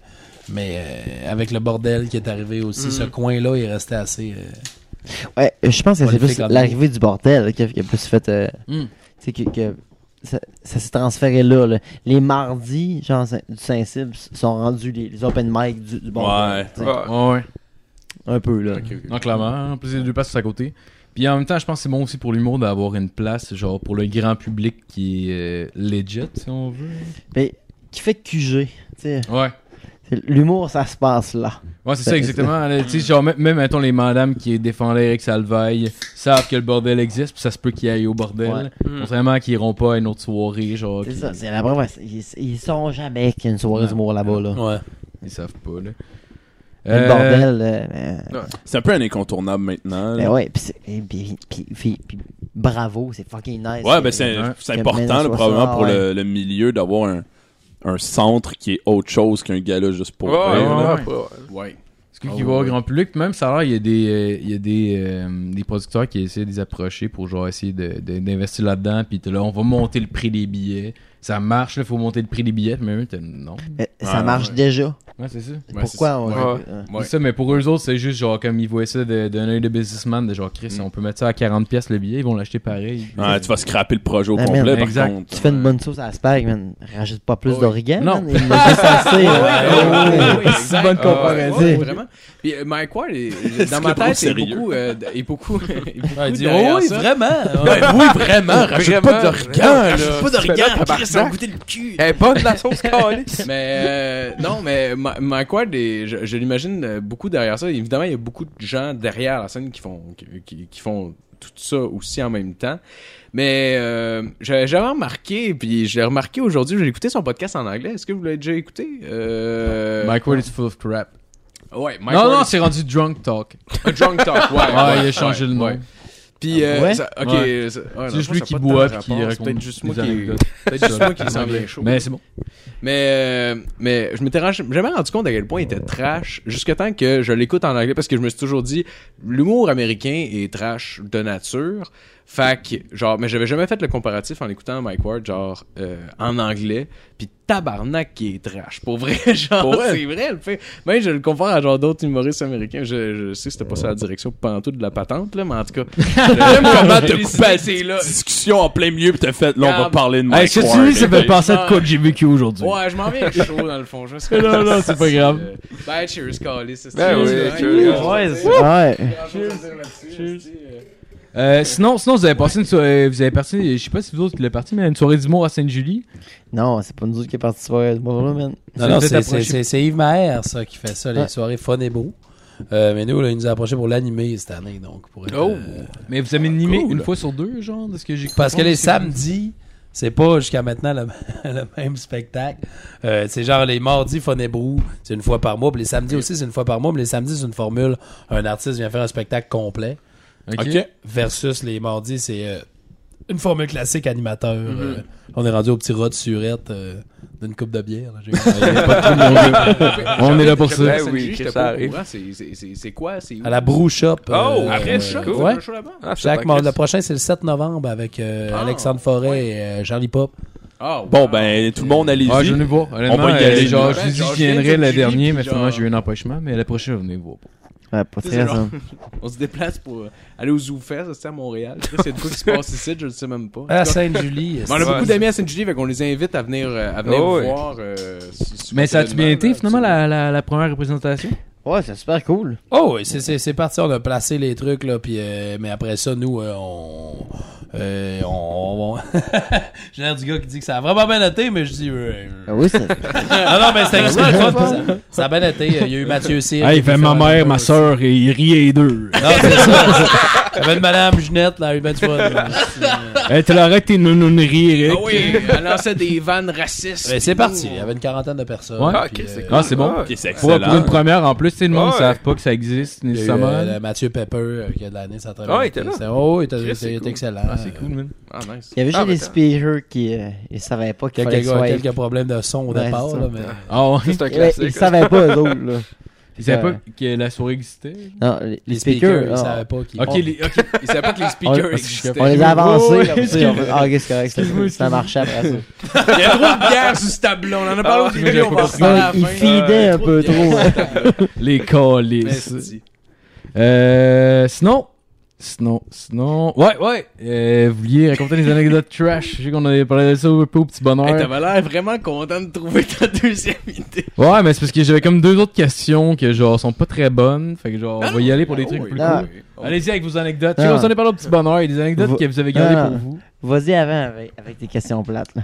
[SPEAKER 1] Mais euh, avec le bordel qui est arrivé aussi, ce coin-là, il restait assez. euh,
[SPEAKER 7] ouais, je pense que c'est
[SPEAKER 1] Prolifique
[SPEAKER 7] plus
[SPEAKER 1] en
[SPEAKER 7] l'arrivée du bordel qui a, qui a plus fait. euh,
[SPEAKER 1] Mm.
[SPEAKER 7] Tu sais, que, que ça, ça s'est transféré là, là. Les mardis, genre, du Saint-Cybe, sont rendus les, les open mic du, du bordel.
[SPEAKER 6] Ouais.
[SPEAKER 7] tu sais.
[SPEAKER 4] Ah,
[SPEAKER 3] Ouais.
[SPEAKER 7] Un peu, là.
[SPEAKER 3] Non, clairement. En plus, il y a deux places sur à côté. Puis en même temps, je pense que c'est bon aussi pour l'humour d'avoir une place, genre pour le grand public qui est euh, legit, si on veut.
[SPEAKER 7] Mais qui fait QG, tu sais.
[SPEAKER 3] Ouais.
[SPEAKER 7] C'est- L'humour, ça se passe là.
[SPEAKER 3] Ouais,
[SPEAKER 7] Ben,
[SPEAKER 3] c'est ça, exactement. Là, Tu sais, genre, même, même, mettons, les madames qui défendaient Eric Salveille savent que le bordel existe, puis ça se peut qu'ils aillent au bordel.
[SPEAKER 7] Ouais.
[SPEAKER 3] Contrairement qu'ils iront pas à une autre soirée, genre.
[SPEAKER 7] C'est
[SPEAKER 3] qu'ils-
[SPEAKER 7] ça, c'est la preuve. Ils, ils sont jamais qu'il y a une soirée d'humour là-bas, là.
[SPEAKER 1] Ouais.
[SPEAKER 3] Ils savent pas, là.
[SPEAKER 7] Le
[SPEAKER 3] Euh,
[SPEAKER 7] bordel, euh, euh,
[SPEAKER 6] c'est un peu un incontournable maintenant
[SPEAKER 7] ben
[SPEAKER 6] là.
[SPEAKER 7] ouais, pis, c'est- et puis- puis- puis- puis bravo, c'est fucking nice. Euh,
[SPEAKER 6] ouais ben c'est
[SPEAKER 3] Ouais.
[SPEAKER 6] c'est
[SPEAKER 7] Que
[SPEAKER 6] important là,
[SPEAKER 7] Ménage
[SPEAKER 6] probablement
[SPEAKER 7] soit
[SPEAKER 6] pour
[SPEAKER 7] ça,
[SPEAKER 6] le le milieu d'avoir un un centre qui est autre chose qu'un gala juste pour
[SPEAKER 4] ouais,
[SPEAKER 6] rire, là.
[SPEAKER 4] ouais,
[SPEAKER 3] ouais.
[SPEAKER 4] ouais, ouais.
[SPEAKER 5] Ouais.
[SPEAKER 3] Ce qui va au grand public, puis même ça a l'air, il y a des, euh, il y a des, euh, des producteurs qui essaient de les approcher pour genre essayer de- de- d'investir là-dedans, puis t'es là, on va monter le prix des billets. Ça marche, il faut monter le prix des billets, mais eux, t'es non.
[SPEAKER 7] Mais ça
[SPEAKER 6] Ouais,
[SPEAKER 7] marche
[SPEAKER 5] ouais.
[SPEAKER 7] déjà.
[SPEAKER 3] Ouais, c'est ça.
[SPEAKER 5] Ouais,
[SPEAKER 7] Pourquoi on.
[SPEAKER 5] c'est-
[SPEAKER 4] ouais.
[SPEAKER 7] euh,
[SPEAKER 5] Ouais.
[SPEAKER 3] C'est ça, mais pour eux autres, c'est juste genre comme ils voient ça de- d'un œil de businessman, de genre
[SPEAKER 5] Mm.
[SPEAKER 3] Chris, on peut mettre ça à 40 pièces le billet, ils vont l'acheter pareil.
[SPEAKER 5] Ah,
[SPEAKER 6] Ouais, tu vas scraper le projet au
[SPEAKER 7] Ah,
[SPEAKER 6] complet
[SPEAKER 7] merde,
[SPEAKER 6] par
[SPEAKER 3] exact.
[SPEAKER 6] contre
[SPEAKER 7] Tu fais une bonne sauce à Asperg, man. Rajoute pas plus
[SPEAKER 5] Ouais.
[SPEAKER 7] d'origan.
[SPEAKER 3] Non.
[SPEAKER 7] man. Il l'a juste assez, là.
[SPEAKER 5] Ouais, ouais, ouais,
[SPEAKER 7] C'est
[SPEAKER 5] exact.
[SPEAKER 7] une bonne
[SPEAKER 5] Ah, ouais,
[SPEAKER 7] comparaison.
[SPEAKER 5] ouais, vraiment. Puis euh, Mike Ward, est- dans
[SPEAKER 6] C'est
[SPEAKER 5] ma
[SPEAKER 6] trop
[SPEAKER 5] tête, est
[SPEAKER 6] sérieux.
[SPEAKER 5] beaucoup, euh, d- est beaucoup, est beaucoup
[SPEAKER 1] Ouais, il dit,
[SPEAKER 5] derrière
[SPEAKER 1] oh, oui,
[SPEAKER 5] ça.
[SPEAKER 6] Ouais,
[SPEAKER 1] vraiment.
[SPEAKER 6] oui vraiment rajoute
[SPEAKER 4] Vraiment, Ah,
[SPEAKER 6] pas d'organes là
[SPEAKER 4] Pas d'organes, Chris, ça goûté le cul. Eh, bonne la sauce calice.
[SPEAKER 5] Mais euh, non, mais Ma- Mike Ward, est- je, je l'imagine euh, beaucoup derrière ça. Évidemment, il y a beaucoup de gens derrière la scène qui font qui, qui- qui font tout ça aussi en même temps. Mais euh, j'avais jamais remarqué, puis je l'ai remarqué aujourd'hui. J'ai écouté son podcast en anglais. Est-ce que vous l'avez déjà écouté Euh,
[SPEAKER 3] Mike Ward is full of crap.
[SPEAKER 5] Ouais, Mike
[SPEAKER 3] non,
[SPEAKER 5] Ward,
[SPEAKER 3] non, c'est rendu drunk talk.
[SPEAKER 5] c'est un drunk talk. Ouais,
[SPEAKER 3] Ah,
[SPEAKER 5] ouais,
[SPEAKER 3] il a changé
[SPEAKER 5] ouais,
[SPEAKER 3] le nom.
[SPEAKER 5] ouais. Puis, euh,
[SPEAKER 7] Ouais?
[SPEAKER 5] ça- ok,
[SPEAKER 3] Ouais.
[SPEAKER 5] ça- ouais, dans le
[SPEAKER 3] juste
[SPEAKER 5] fond,
[SPEAKER 3] lui
[SPEAKER 5] ça a
[SPEAKER 3] qui
[SPEAKER 5] pas
[SPEAKER 3] boit
[SPEAKER 5] tant de
[SPEAKER 3] puis qui
[SPEAKER 5] rapport,
[SPEAKER 3] raconte
[SPEAKER 5] c'est Peut-être juste
[SPEAKER 3] des
[SPEAKER 5] moi qui,
[SPEAKER 3] anecdotes.
[SPEAKER 5] peut-être juste moi qui s'en vient chaud.
[SPEAKER 3] Mais c'est bon.
[SPEAKER 5] Mais, euh, mais je m'étais ra- jamais rendu compte à quel point il était trash jusqu'à temps que je l'écoute en anglais parce que je me suis toujours dit l'humour américain est trash de nature. Fait que, genre, mais j'avais jamais fait le comparatif en écoutant Mike Ward, genre, euh, en anglais. Puis tabarnak qui est trash. Pour vrai, genre, c'est vrai, le fait. Même je le compare à genre d'autres humoristes américains. Je, je sais que c'était pas ça la direction pantoute de la patente, là, mais en tout cas. J'aime comment te couper, c'est là.
[SPEAKER 6] discussion en plein milieu pis t'as fait là on va
[SPEAKER 5] Calme.
[SPEAKER 6] parler de
[SPEAKER 3] Hey,
[SPEAKER 6] Mike
[SPEAKER 3] ce que tu
[SPEAKER 6] Ward,
[SPEAKER 3] dis, ça fait
[SPEAKER 6] ok.
[SPEAKER 3] penser à de quoi que j'ai vécu aujourd'hui.
[SPEAKER 5] Ah. Ouais, je m'en viens chaud dans le fond. Je sais
[SPEAKER 3] Non, non, c'est pas grave.
[SPEAKER 5] Euh, Ben, cheers, Callis. c'est-
[SPEAKER 4] Ben oui,
[SPEAKER 5] Ouais,
[SPEAKER 4] cheers.
[SPEAKER 7] Oh Ouais.
[SPEAKER 4] Eh
[SPEAKER 3] Euh, sinon, sinon, vous avez passé une soirée, vous avez parti, je sais pas si vous autres l'avez parti, mais une soirée d'humour à Sainte-Julie.
[SPEAKER 7] Non, c'est pas nous autres qui est parti ce soir. là, man.
[SPEAKER 1] Non, non,
[SPEAKER 3] Vous êtes
[SPEAKER 1] c'est-
[SPEAKER 3] approché-
[SPEAKER 1] c'est c'est- c'est Yves Maher, ça, qui fait ça, les
[SPEAKER 7] Ouais.
[SPEAKER 1] soirées fun et beau. Euh, mais nous, là, il nous a approchés pour l'animer cette année, donc. Pour être,
[SPEAKER 5] Oh!
[SPEAKER 1] euh,
[SPEAKER 3] Mais vous avez animé
[SPEAKER 6] cool.
[SPEAKER 3] une fois sur deux, genre, de ce que j'ai
[SPEAKER 1] Parce que
[SPEAKER 3] compris,
[SPEAKER 1] les
[SPEAKER 3] c'est-
[SPEAKER 1] samedis, c'est pas jusqu'à maintenant le, le même spectacle. Euh, c'est genre les mardis Fonébrou, c'est une fois par mois. Puis les samedis aussi, c'est une fois par mois. Mais les samedis, c'est une formule. Un artiste vient faire un spectacle complet.
[SPEAKER 3] Ok.
[SPEAKER 1] Versus les mardis, c'est euh, une formule classique animateur.
[SPEAKER 3] Mm-hmm.
[SPEAKER 1] Euh, on est rendu au petit rat de surette euh, d'une coupe de bière. là. J'ai-
[SPEAKER 3] On est là pour ça.
[SPEAKER 5] Ben
[SPEAKER 4] Ben oui,
[SPEAKER 5] oui,
[SPEAKER 4] que ça
[SPEAKER 5] ça
[SPEAKER 4] arrive.
[SPEAKER 5] C'est c'est- c'est quoi? C'est où?
[SPEAKER 1] à la Brew Shop.
[SPEAKER 4] Oh,
[SPEAKER 1] euh,
[SPEAKER 4] à
[SPEAKER 5] Après le
[SPEAKER 1] euh,
[SPEAKER 5] choc,
[SPEAKER 4] cool.
[SPEAKER 5] vous
[SPEAKER 1] ouais.
[SPEAKER 5] avez un show là-bas?
[SPEAKER 4] Ah, c'est
[SPEAKER 1] Chaque
[SPEAKER 4] pas
[SPEAKER 1] mardi.
[SPEAKER 4] Chris.
[SPEAKER 1] Le prochain, c'est le 7 novembre avec euh,
[SPEAKER 5] Ah,
[SPEAKER 1] Alexandre Forêt
[SPEAKER 5] ouais.
[SPEAKER 1] et euh, Charlie Pop.
[SPEAKER 5] Ah, wow.
[SPEAKER 6] Bon, ben, tout le monde, allez-y.
[SPEAKER 3] Ah, je venais voir. Honnêtement,
[SPEAKER 6] On va y
[SPEAKER 3] euh,
[SPEAKER 6] aller.
[SPEAKER 3] genre,
[SPEAKER 5] Ouais,
[SPEAKER 3] je vous dis
[SPEAKER 5] genre,
[SPEAKER 3] que je
[SPEAKER 5] je viens
[SPEAKER 3] viendrais
[SPEAKER 5] de
[SPEAKER 3] le
[SPEAKER 5] Julie,
[SPEAKER 3] dernier,
[SPEAKER 5] puis
[SPEAKER 3] mais
[SPEAKER 5] genre-
[SPEAKER 3] finalement, j'ai eu un empêchement, mais la prochaine, venez voir.
[SPEAKER 7] Ouais, pas très
[SPEAKER 5] C'est genre-
[SPEAKER 7] raison.
[SPEAKER 5] On se déplace pour euh, aller au Zoo Fest, c'est à Montréal. Chris, C'est de quoi qui se passe ici, je ne sais même pas.
[SPEAKER 3] Euh,
[SPEAKER 5] En tout cas,
[SPEAKER 1] À Ah, Sainte-Julie.
[SPEAKER 5] mais on a
[SPEAKER 4] Ouais.
[SPEAKER 5] beaucoup d'amis à Sainte-Julie, fait qu'on les invite à venir, euh, à venir
[SPEAKER 4] Oh, ouais.
[SPEAKER 5] voir. euh, si- si
[SPEAKER 3] Mais
[SPEAKER 5] vous
[SPEAKER 3] ça
[SPEAKER 5] avez
[SPEAKER 3] a-tu bien
[SPEAKER 5] le
[SPEAKER 3] été,
[SPEAKER 5] mal,
[SPEAKER 3] finalement,
[SPEAKER 5] absolument.
[SPEAKER 3] la, la, la première représentation?
[SPEAKER 7] Ouais, c'est super cool.
[SPEAKER 1] Oh, oui, c'est- c'est c'est parti, on a placé les trucs, là, puis, euh, mais après ça, nous, euh, on, Euh, on, on- J'ai l'air du gars qui dit que ça a vraiment bien été, mais je dis. euh, euh.
[SPEAKER 7] Ah oui, c'est.
[SPEAKER 1] Ah non, mais c'était exprès, le fun, parce que ça, ça a bien été. Il y a eu Mathieu Cyr.
[SPEAKER 3] Hey, il
[SPEAKER 1] qui a
[SPEAKER 3] fait ma
[SPEAKER 1] un
[SPEAKER 3] mère,
[SPEAKER 1] peu
[SPEAKER 3] ma
[SPEAKER 1] aussi.
[SPEAKER 3] soeur, et il rit les deux.
[SPEAKER 1] Non, c'est ça. Il y avait une madame Ginette, là, elle a eu bien du fun. là.
[SPEAKER 3] hey, tu l'arrêtes tes nounouneries, Eric.
[SPEAKER 5] Ah oui, elle lançait des vannes racistes.
[SPEAKER 3] Ben,
[SPEAKER 1] Mais c'est parti, il y avait une quarantaine de personnes.
[SPEAKER 3] Ouais.
[SPEAKER 4] Ah, ok,
[SPEAKER 1] Puis,
[SPEAKER 4] c'est
[SPEAKER 1] euh,
[SPEAKER 4] cool.
[SPEAKER 3] Ah, c'est bon.
[SPEAKER 4] Ah,
[SPEAKER 6] Ok, c'est
[SPEAKER 3] Pour, pour
[SPEAKER 6] excellent.
[SPEAKER 3] une première, en plus, tu sais, le monde ne
[SPEAKER 4] Ouais.
[SPEAKER 3] savent pas que ça existe
[SPEAKER 1] il y a eu,
[SPEAKER 3] nécessairement.
[SPEAKER 1] euh, le Mathieu Pepper, euh, qui a de l'année, ça a
[SPEAKER 4] Ah, il était là.
[SPEAKER 1] Oh, il était,
[SPEAKER 4] Chris, c'est
[SPEAKER 1] il était
[SPEAKER 4] cool.
[SPEAKER 1] excellent.
[SPEAKER 3] Ah, c'est cool, man.
[SPEAKER 5] Ah, nice.
[SPEAKER 7] Il y avait juste
[SPEAKER 4] Ah, mais
[SPEAKER 7] des
[SPEAKER 4] t'as-
[SPEAKER 7] speakers qui euh, ils savaient pas qu'il fallait
[SPEAKER 1] Quelques,
[SPEAKER 7] qu'ils soient.
[SPEAKER 1] quelques problèmes de son au
[SPEAKER 7] Ouais,
[SPEAKER 1] départ,
[SPEAKER 7] c'est ça.
[SPEAKER 1] là, mais.
[SPEAKER 3] Ah ouais.
[SPEAKER 4] C'est un
[SPEAKER 7] Ouais,
[SPEAKER 4] classique.
[SPEAKER 7] ils
[SPEAKER 4] là.
[SPEAKER 7] savaient pas eux autres là.
[SPEAKER 3] Ils savaient
[SPEAKER 7] Ouais.
[SPEAKER 3] pas que la souris existait.
[SPEAKER 7] Non, les,
[SPEAKER 1] Les
[SPEAKER 7] speakers,
[SPEAKER 1] speakers, ils
[SPEAKER 7] ah,
[SPEAKER 1] savaient pas qui.
[SPEAKER 3] Ok,
[SPEAKER 1] on-
[SPEAKER 3] les- ok.
[SPEAKER 5] Il savait pas que les
[SPEAKER 3] On-
[SPEAKER 5] speakers
[SPEAKER 3] parce que-
[SPEAKER 5] existaient.
[SPEAKER 7] on les a avancés.
[SPEAKER 3] Ouais,
[SPEAKER 7] là, puis ça, on-
[SPEAKER 3] excuse-moi.
[SPEAKER 7] Ah, ok, c'est correct,
[SPEAKER 3] Excuse-moi,
[SPEAKER 7] ça, ça marchait après ça.
[SPEAKER 5] Il y a trop de bière sur ce tableau. On en a parlé
[SPEAKER 7] Ah
[SPEAKER 5] au début, on va en reparler à la
[SPEAKER 7] Ça, ils
[SPEAKER 5] fin.
[SPEAKER 7] feedaient un peu trop. hein.
[SPEAKER 3] Les calices.
[SPEAKER 5] Esti.
[SPEAKER 3] Euh, sinon, sinon, sinon. Ouais, ouais. Euh, vous vouliez raconter des anecdotes trash. Je sais qu'on avait parlé de ça un peu au petit bonheur.
[SPEAKER 5] Hey, T'avais l'air vraiment content de trouver ta deuxième idée.
[SPEAKER 3] ouais, mais c'est parce que j'avais comme deux autres questions que genre sont pas très bonnes. Fait que genre, on va y aller pour des trucs plus
[SPEAKER 7] Ah.
[SPEAKER 3] cool. Allez-y avec vos anecdotes.
[SPEAKER 7] Ah.
[SPEAKER 3] On s'en est parlé au petit bonheur. Il y a des anecdotes
[SPEAKER 7] Vous-
[SPEAKER 3] que vous avez gardées
[SPEAKER 7] Ah.
[SPEAKER 3] pour vous.
[SPEAKER 7] Vas-y avant avec, avec tes questions plates. Là.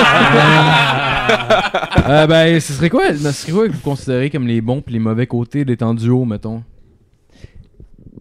[SPEAKER 3] Ah. Euh, ben, ce serait quoi, ce serait quoi que vous considérez comme les bons pis les mauvais côtés d'étant duo, mettons?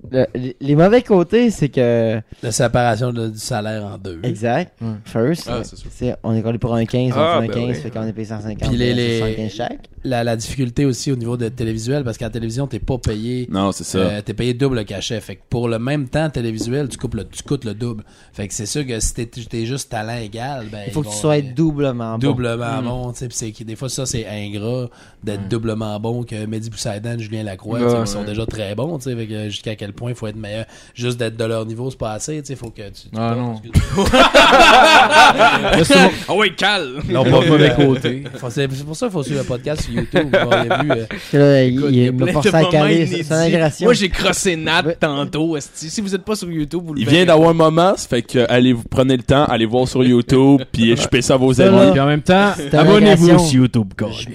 [SPEAKER 7] Le- les- les mauvais côtés, c'est que.
[SPEAKER 1] La séparation de- du salaire en deux.
[SPEAKER 7] Exact.
[SPEAKER 3] Ouais.
[SPEAKER 7] First,
[SPEAKER 5] Ah, c'est sûr.
[SPEAKER 7] c'est- on est collé pour un 15, on
[SPEAKER 4] Ah,
[SPEAKER 7] fait un
[SPEAKER 4] ben oui.
[SPEAKER 7] 15, fait qu'on est payé 150.
[SPEAKER 1] Puis les- les-
[SPEAKER 7] 75 chaque.
[SPEAKER 1] La, la difficulté aussi au niveau de télévisuel, parce qu'en télévision, t'es pas payé.
[SPEAKER 6] Non, c'est ça.
[SPEAKER 1] euh, t'es payé double cachet. Fait que pour le même temps télévisuel, tu, coupes le- tu coûtes le double. Fait que c'est sûr que si t'es, t'es juste talent égal, ben.
[SPEAKER 7] Il faut
[SPEAKER 1] ils
[SPEAKER 7] que
[SPEAKER 1] vont-
[SPEAKER 7] tu sois doublement bon.
[SPEAKER 1] doublement Ah bon, Hmm. tu sais, pis c'est que des fois ça c'est ingrat d'être doublement bon que Mehdi Poussaïdan, Julien Lacroix, tu sais,
[SPEAKER 4] Ouais,
[SPEAKER 1] qui sont
[SPEAKER 4] ouais.
[SPEAKER 1] déjà très bons, tu sais, fait que jusqu'à quel point il faut être meilleur, juste d'être de leur niveau c'est pas assez, tu sais, faut que tu, tu
[SPEAKER 3] Ah,
[SPEAKER 1] portes-
[SPEAKER 3] non.
[SPEAKER 1] excuse-moi.
[SPEAKER 5] Ah oui, Cal!
[SPEAKER 3] Non, pas mauvais côtés.
[SPEAKER 1] Faut- c'est c'est pour ça qu'il faut suivre le podcast sur YouTube, vous auriez vu, euh,
[SPEAKER 7] Parce que là, il-
[SPEAKER 5] Écoute,
[SPEAKER 7] il,
[SPEAKER 5] y a
[SPEAKER 7] m'a
[SPEAKER 5] plein
[SPEAKER 7] forcé
[SPEAKER 5] de
[SPEAKER 7] à
[SPEAKER 5] moments
[SPEAKER 7] caler.
[SPEAKER 5] inédits.
[SPEAKER 7] C'est c'est une agression.
[SPEAKER 5] Moi, j'ai crossé Nat
[SPEAKER 7] Ouais.
[SPEAKER 5] tantôt. esti. Si vous êtes pas sur YouTube, vous le
[SPEAKER 6] Il
[SPEAKER 5] verrez.
[SPEAKER 6] vient
[SPEAKER 3] ben-
[SPEAKER 6] d'avoir un moment, ça fait que allez, vous prenez le temps, allez voir sur YouTube, puis échappez ça à vos
[SPEAKER 7] Ça,
[SPEAKER 6] amis.
[SPEAKER 7] là.
[SPEAKER 3] Puis en même temps,
[SPEAKER 7] C'est une
[SPEAKER 3] abonnez-vous
[SPEAKER 7] agression.
[SPEAKER 3] sur YouTube, gosh.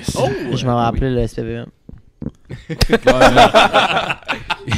[SPEAKER 7] je m'en rappelais le SPVM.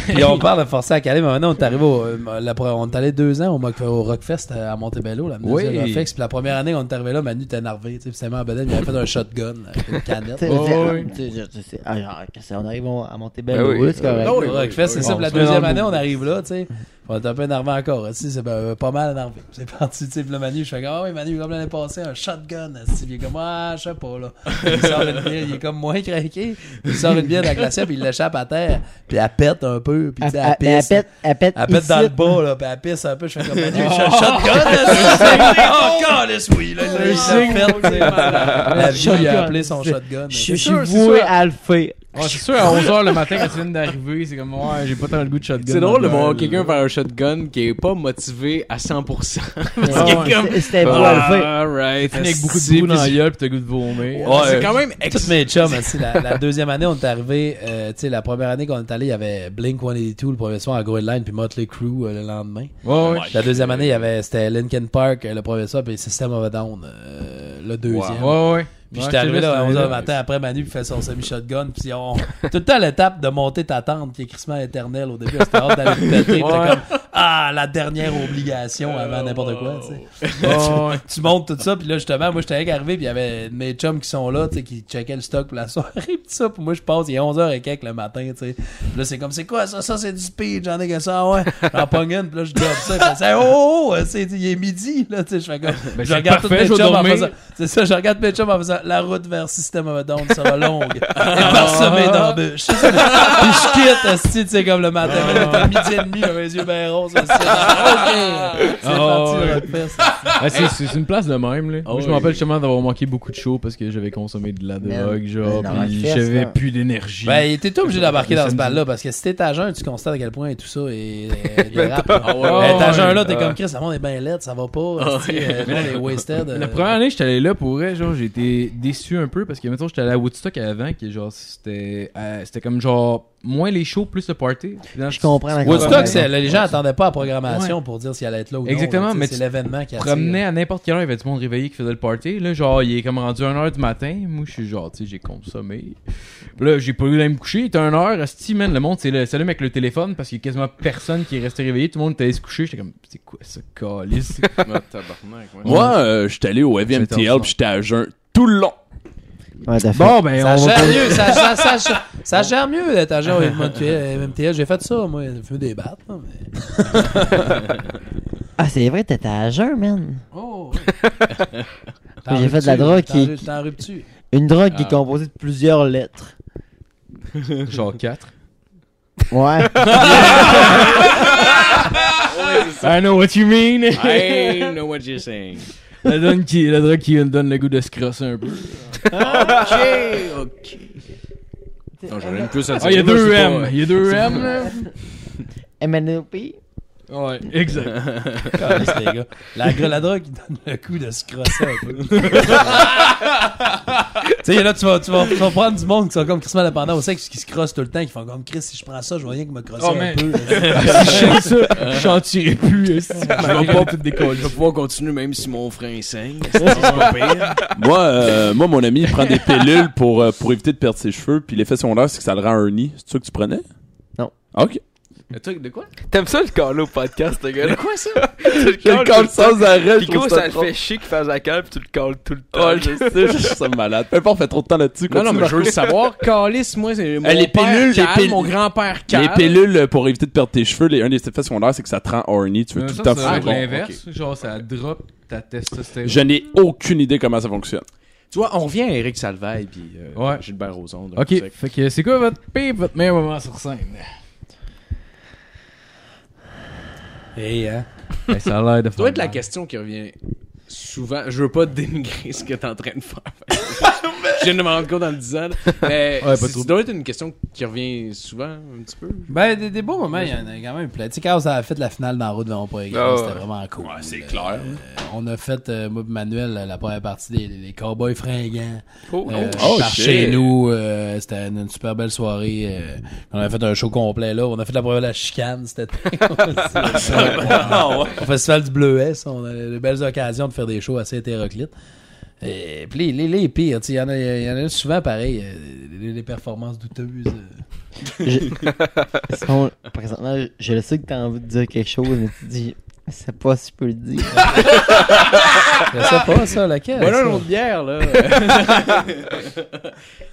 [SPEAKER 1] Puis on parle de forcer à caler, mais maintenant on est arrivé au, euh, la pre- on est allé deux ans au, Mock- au Rockfest euh, à à Montebello, la
[SPEAKER 3] Oui.
[SPEAKER 1] Rockfest, puis la première année on est arrivé là, Manu était énervé, tu sais, pis Simon Abedel, il avait fait un shotgun avec une canette.
[SPEAKER 7] Tu sais,
[SPEAKER 3] Oh,
[SPEAKER 7] je-
[SPEAKER 3] oui.
[SPEAKER 7] tu sais, je- tu sais, ah, genre, que ça, on arrive on- à monter
[SPEAKER 4] Ben
[SPEAKER 7] belle
[SPEAKER 4] oui.
[SPEAKER 7] c'est correct.
[SPEAKER 1] Non, oui, Rockfest,
[SPEAKER 3] Ah
[SPEAKER 1] c'est
[SPEAKER 3] oui.
[SPEAKER 1] ça.
[SPEAKER 3] On
[SPEAKER 1] Puis la
[SPEAKER 3] se met dans
[SPEAKER 1] deuxième
[SPEAKER 3] le
[SPEAKER 1] année,
[SPEAKER 3] mood.
[SPEAKER 1] on arrive là, tu sais. On est un peu énervé encore. Tu sais, c'est ben, pas mal énervé. C'est parti, tu sais. Puis le Manu, je fais comme, ah oui, Manu, comme l'année passée, un shotgun. esti. Puis Il est comme, ah, je sais pas, là. Il sort une bière, il est comme moins craqué. Il sort une bière de la glacière, puis il l'échappe à terre. Puis elle pète un peu. Puis tu sais,
[SPEAKER 7] Elle-
[SPEAKER 1] elle
[SPEAKER 7] elle- elle
[SPEAKER 1] pisse.
[SPEAKER 7] pète- Elle pète
[SPEAKER 1] Elle pète
[SPEAKER 7] ici. Oh.
[SPEAKER 1] dans le bas, là, puis elle pisse un peu. Je fais comme, Manu, j'ai un shotgun, esti. Oh, calice, oui, là, il l'a- il l'a fait, tu sais. La vie, il a appelé son shotgun.
[SPEAKER 7] Je je suis
[SPEAKER 3] sûr, c'est
[SPEAKER 7] voué
[SPEAKER 3] sûr.
[SPEAKER 7] à le faire.
[SPEAKER 3] Ouais, Oh, c'est sûr, à 11h le matin, quand tu viens d'arriver, c'est comme, ouais, j'ai pas tant le goût de shotgun.
[SPEAKER 5] C'est drôle de voir
[SPEAKER 3] mon
[SPEAKER 5] quelqu'un faire un shotgun qui est pas motivé à 100%.
[SPEAKER 3] Ouais,
[SPEAKER 5] comme-
[SPEAKER 7] C'était- C'était voué à le faire.
[SPEAKER 5] Ah, right.
[SPEAKER 3] avec beaucoup de
[SPEAKER 5] esti,
[SPEAKER 3] boue dans la
[SPEAKER 5] puis-
[SPEAKER 3] gueule pis t'as le goût de vomir.
[SPEAKER 5] Ouais, C'est quand même
[SPEAKER 1] Toutes
[SPEAKER 5] ex-
[SPEAKER 1] mes chums, aussi, la, la deuxième année, on est arrivé, euh, tu sais, la première année qu'on est allé, il y avait Blink 182 le premier soir à Gold Line, puis Motley Crue euh, le lendemain.
[SPEAKER 3] Ouais, ouais.
[SPEAKER 1] La deuxième année, il y avait, c'était Linkin Park euh, le premier soir, puis System of a Down euh, le deuxième.
[SPEAKER 3] Ouais, ouais.
[SPEAKER 1] Puis
[SPEAKER 3] Ouais,
[SPEAKER 1] j'étais arrivé
[SPEAKER 3] c'est
[SPEAKER 1] là
[SPEAKER 3] vrai,
[SPEAKER 1] à
[SPEAKER 3] c'est
[SPEAKER 1] 11h le
[SPEAKER 3] vrai.
[SPEAKER 1] matin après Manu puis fait son semi-shotgun puis on tout le temps l'étape de monter ta tente qui est crissement éternelle au début c'était hâte d'aller te péter puis t'es comme ah la dernière obligation avant n'importe quoi tu sais
[SPEAKER 3] Ouais, ouais.
[SPEAKER 1] tu montes tout ça, puis là, justement, moi, j'étais avec arrivé, puis il y avait mes chums qui sont là, tu sais, qui checkaient le stock pour la soirée, puis tout ça, puis moi, je passe, il est 11h et quelques le matin, tu sais. Puis là, c'est comme, c'est quoi ça? Ça, c'est du speed, j'en ai que ça, ah ouais. J'en pogne une, puis là, je dis ça, je fais, oh, oh, oh, c'est, il est midi, là, tu sais, je fais comme, je
[SPEAKER 3] Ben, c'est
[SPEAKER 1] regarde tous
[SPEAKER 3] parfait,
[SPEAKER 1] mes
[SPEAKER 3] je vais
[SPEAKER 1] chums en
[SPEAKER 3] dormir.
[SPEAKER 1] faisant, c'est ça, je regarde mes chums en faisant, la route vers System of a Down sera longue, et parsemée d'embûches. Ah. puis je quitte, esti, tu sais, comme le matin, à midi et demi, j'avais les yeux bien roses, esti, Ah, ok, c'est
[SPEAKER 3] Oh,
[SPEAKER 1] parti,
[SPEAKER 3] ouais.
[SPEAKER 1] le Rockfest.
[SPEAKER 3] Ah, c'est- c'est c'est une place de même, là. Moi, je me
[SPEAKER 5] oui.
[SPEAKER 3] rappelle justement d'avoir manqué beaucoup de shows parce que j'avais consommé de la
[SPEAKER 7] Man.
[SPEAKER 3] drogue, genre,
[SPEAKER 7] Mais dans
[SPEAKER 3] pis
[SPEAKER 7] la fesse,
[SPEAKER 3] j'avais
[SPEAKER 7] là.
[SPEAKER 3] plus d'énergie.
[SPEAKER 1] Ben, t'es tout obligé d'embarquer
[SPEAKER 3] Le
[SPEAKER 1] dans ce
[SPEAKER 3] samedi.
[SPEAKER 1] bal-là parce que si t'es à jeun, tu constates à quel point tout ça est. est- dérape.
[SPEAKER 5] Ah ouais.
[SPEAKER 1] Ben, t'es à
[SPEAKER 3] ouais.
[SPEAKER 1] jeun là, t'es comme Chris, le monde est bien laid, ça va pas. esti, euh, Le monde est wasted. euh.
[SPEAKER 3] La première année, j'étais allé là pour vrai, genre, j'étais déçu un peu parce que, mettons, j'étais allé à Woodstock avant, qui, genre, c'était euh, c'était comme genre moins les shows, plus le party. Dans-
[SPEAKER 7] Je comprends. la
[SPEAKER 1] Woodstock,
[SPEAKER 7] comparaison.
[SPEAKER 1] c'est- les gens attendaient pas la programmation pour dire s'il allait être là ou non.
[SPEAKER 3] Exactement,
[SPEAKER 1] là, tu sais,
[SPEAKER 3] mais
[SPEAKER 1] c'est
[SPEAKER 3] tu
[SPEAKER 1] l'événement qui a
[SPEAKER 3] promenais à n'importe quelle heure, il y avait du monde réveillé qui faisait le party. Là, genre, il est comme rendu 1h du matin. Moi, je suis genre, tu sais, j'ai consommé. Puis Là, j'ai pas eu l'air de me coucher. Il était 1h. Asti, man, le monde, c'est le s'allume avec le téléphone parce qu'il y a quasiment personne qui est resté réveillé. Tout le monde était allé se coucher. J'étais comme, c'est quoi ce calice?
[SPEAKER 5] Ah, tabarnak, ouais.
[SPEAKER 6] Moi, euh, j'étais allé au
[SPEAKER 3] J'étais
[SPEAKER 6] FMTL
[SPEAKER 3] en
[SPEAKER 6] puis j'étais à jeun tout le long.
[SPEAKER 7] Ouais, t'as fait.
[SPEAKER 3] bon, ben,
[SPEAKER 1] Ça
[SPEAKER 3] on va.
[SPEAKER 1] gère mieux, ça, ça, ça, ça- ça gère mieux d'être agent au MTL. MTL, J'ai fait ça, moi, fumer des battes. là, mais-
[SPEAKER 7] Ah, c'est vrai, t'étais à jeun, man.
[SPEAKER 1] Oh,
[SPEAKER 7] J'ai fait de la drogue qui-
[SPEAKER 1] T'en ruptu.
[SPEAKER 7] Une drogue
[SPEAKER 5] Ah.
[SPEAKER 7] qui est composée de plusieurs lettres.
[SPEAKER 3] Genre 4.
[SPEAKER 7] Ouais.
[SPEAKER 3] I know what you mean.
[SPEAKER 5] I know what you're saying.
[SPEAKER 3] la, donne qui, la drogue qui donne le goût de se crosser un peu.
[SPEAKER 5] ok, ok. Non, j'en ai une plus à
[SPEAKER 3] Ah, il y a
[SPEAKER 5] dire,
[SPEAKER 3] deux
[SPEAKER 5] là, c'est
[SPEAKER 3] M.
[SPEAKER 5] pas-
[SPEAKER 3] Il y a deux M, là.
[SPEAKER 7] MNOP.
[SPEAKER 3] Ouais, exact.
[SPEAKER 1] Calisse, les gars. La, la drogue qui donne le coup de se crosser un peu. tu sais, là, tu vas, tu, vas, tu vas prendre du monde qui sont comme Christmas dépendant au sexe qui se crossent tout le temps, qui font comme Chris, si je prends ça, je vois rien que me crosser
[SPEAKER 3] Oh,
[SPEAKER 1] un
[SPEAKER 3] man.
[SPEAKER 1] peu.
[SPEAKER 3] si je chante ça, je chantirai plus. esti.
[SPEAKER 5] Je vais pas tout décoller. Je vais pouvoir continuer même si mon frein saigne. C'est pas pire.
[SPEAKER 6] Moi, euh, moi, mon ami, il prend des pilules pour, euh, pour éviter de perdre ses cheveux. Puis l'effet secondaire, c'est que ça le rend nid. C'est ça que tu prenais?
[SPEAKER 7] Non.
[SPEAKER 6] Ok.
[SPEAKER 5] Le truc de quoi
[SPEAKER 4] T'aimes ça le caler au podcast, le gars?
[SPEAKER 5] De
[SPEAKER 4] là?
[SPEAKER 5] quoi ça
[SPEAKER 4] Tu le
[SPEAKER 6] Je
[SPEAKER 4] cales
[SPEAKER 6] le colle
[SPEAKER 4] tout le temps.
[SPEAKER 6] sans arrêt.
[SPEAKER 4] Puis
[SPEAKER 6] je trouve
[SPEAKER 4] gros, ça
[SPEAKER 6] ça
[SPEAKER 4] le
[SPEAKER 6] trop-
[SPEAKER 4] fait chier qu'il fasse la cale, puis tu le cales tout le temps.
[SPEAKER 6] Ouais, je sais, je suis malade. Peu importe, on fait trop de temps là-dessus.
[SPEAKER 5] Ah, Non, non,
[SPEAKER 6] continue.
[SPEAKER 5] mais je veux le savoir. Calice, moi, c'est mon
[SPEAKER 6] Eh, les
[SPEAKER 5] père
[SPEAKER 6] pilules, les
[SPEAKER 5] calme,
[SPEAKER 6] pilules.
[SPEAKER 5] mon grand-père calme.
[SPEAKER 6] Les pilules pour éviter de perdre tes cheveux, les, un des effets secondaires, c'est que ça te rend horny. Tu veux
[SPEAKER 3] Euh,
[SPEAKER 6] tout
[SPEAKER 3] ça,
[SPEAKER 6] le temps
[SPEAKER 3] ça
[SPEAKER 6] faire
[SPEAKER 3] a
[SPEAKER 6] le con.
[SPEAKER 3] l'inverse. Genre, ça drop ta testostérone.
[SPEAKER 6] Je n'ai aucune idée comment ça fonctionne.
[SPEAKER 5] Tu vois, on revient à Eric Salvaille puis euh,
[SPEAKER 3] Ouais.
[SPEAKER 5] Gilbert Rozon. donc,
[SPEAKER 3] Ok,
[SPEAKER 5] c'est-
[SPEAKER 3] fait que c'est quoi votre pire, votre meilleur moment sur scène?
[SPEAKER 1] Et, hein.
[SPEAKER 3] Ben, ça a l'air de
[SPEAKER 5] Ça doit être la question qui revient souvent. Je veux pas dénigrer ce que t'es en train de faire. je viens de me rendre compte en le disant. là. Mais
[SPEAKER 3] pas de
[SPEAKER 5] c'est-
[SPEAKER 3] trouble.
[SPEAKER 5] ça doit être une question qui revient souvent un petit peu.
[SPEAKER 1] Ben, des, des beaux moments, il y en a quand même plein. Tu sais, quand on a fait la finale dans la route devant pas
[SPEAKER 4] Ah ouais.
[SPEAKER 1] c'était vraiment cool.
[SPEAKER 6] c'est clair.
[SPEAKER 1] Euh, on a fait, euh, moi et Manuel, la première partie des, des Cowboys fringants.
[SPEAKER 4] Oh,
[SPEAKER 1] Euh,
[SPEAKER 6] Oh,
[SPEAKER 1] par
[SPEAKER 6] shit.
[SPEAKER 1] chez nous, euh, c'était une, une super belle soirée. euh, on a fait un show complet là. On a fait la première la chicane, c'était
[SPEAKER 6] Ah,
[SPEAKER 1] au festival du Bleuet. ça, on a de belles occasions de faire des shows assez hétéroclites. Et puis les, les, les pires, tu sais, il y en a, il y en a souvent pareil, euh, les, les performances douteuses. euh.
[SPEAKER 7] Je- Est-ce qu'on- Présentement, je- je le sais que t'as envie de dire quelque chose, mais tu dis, c'est pas si je peux le dire.
[SPEAKER 1] Je sais pas ça, laquelle.
[SPEAKER 5] Voilà
[SPEAKER 1] ça?
[SPEAKER 5] une autre bière, là.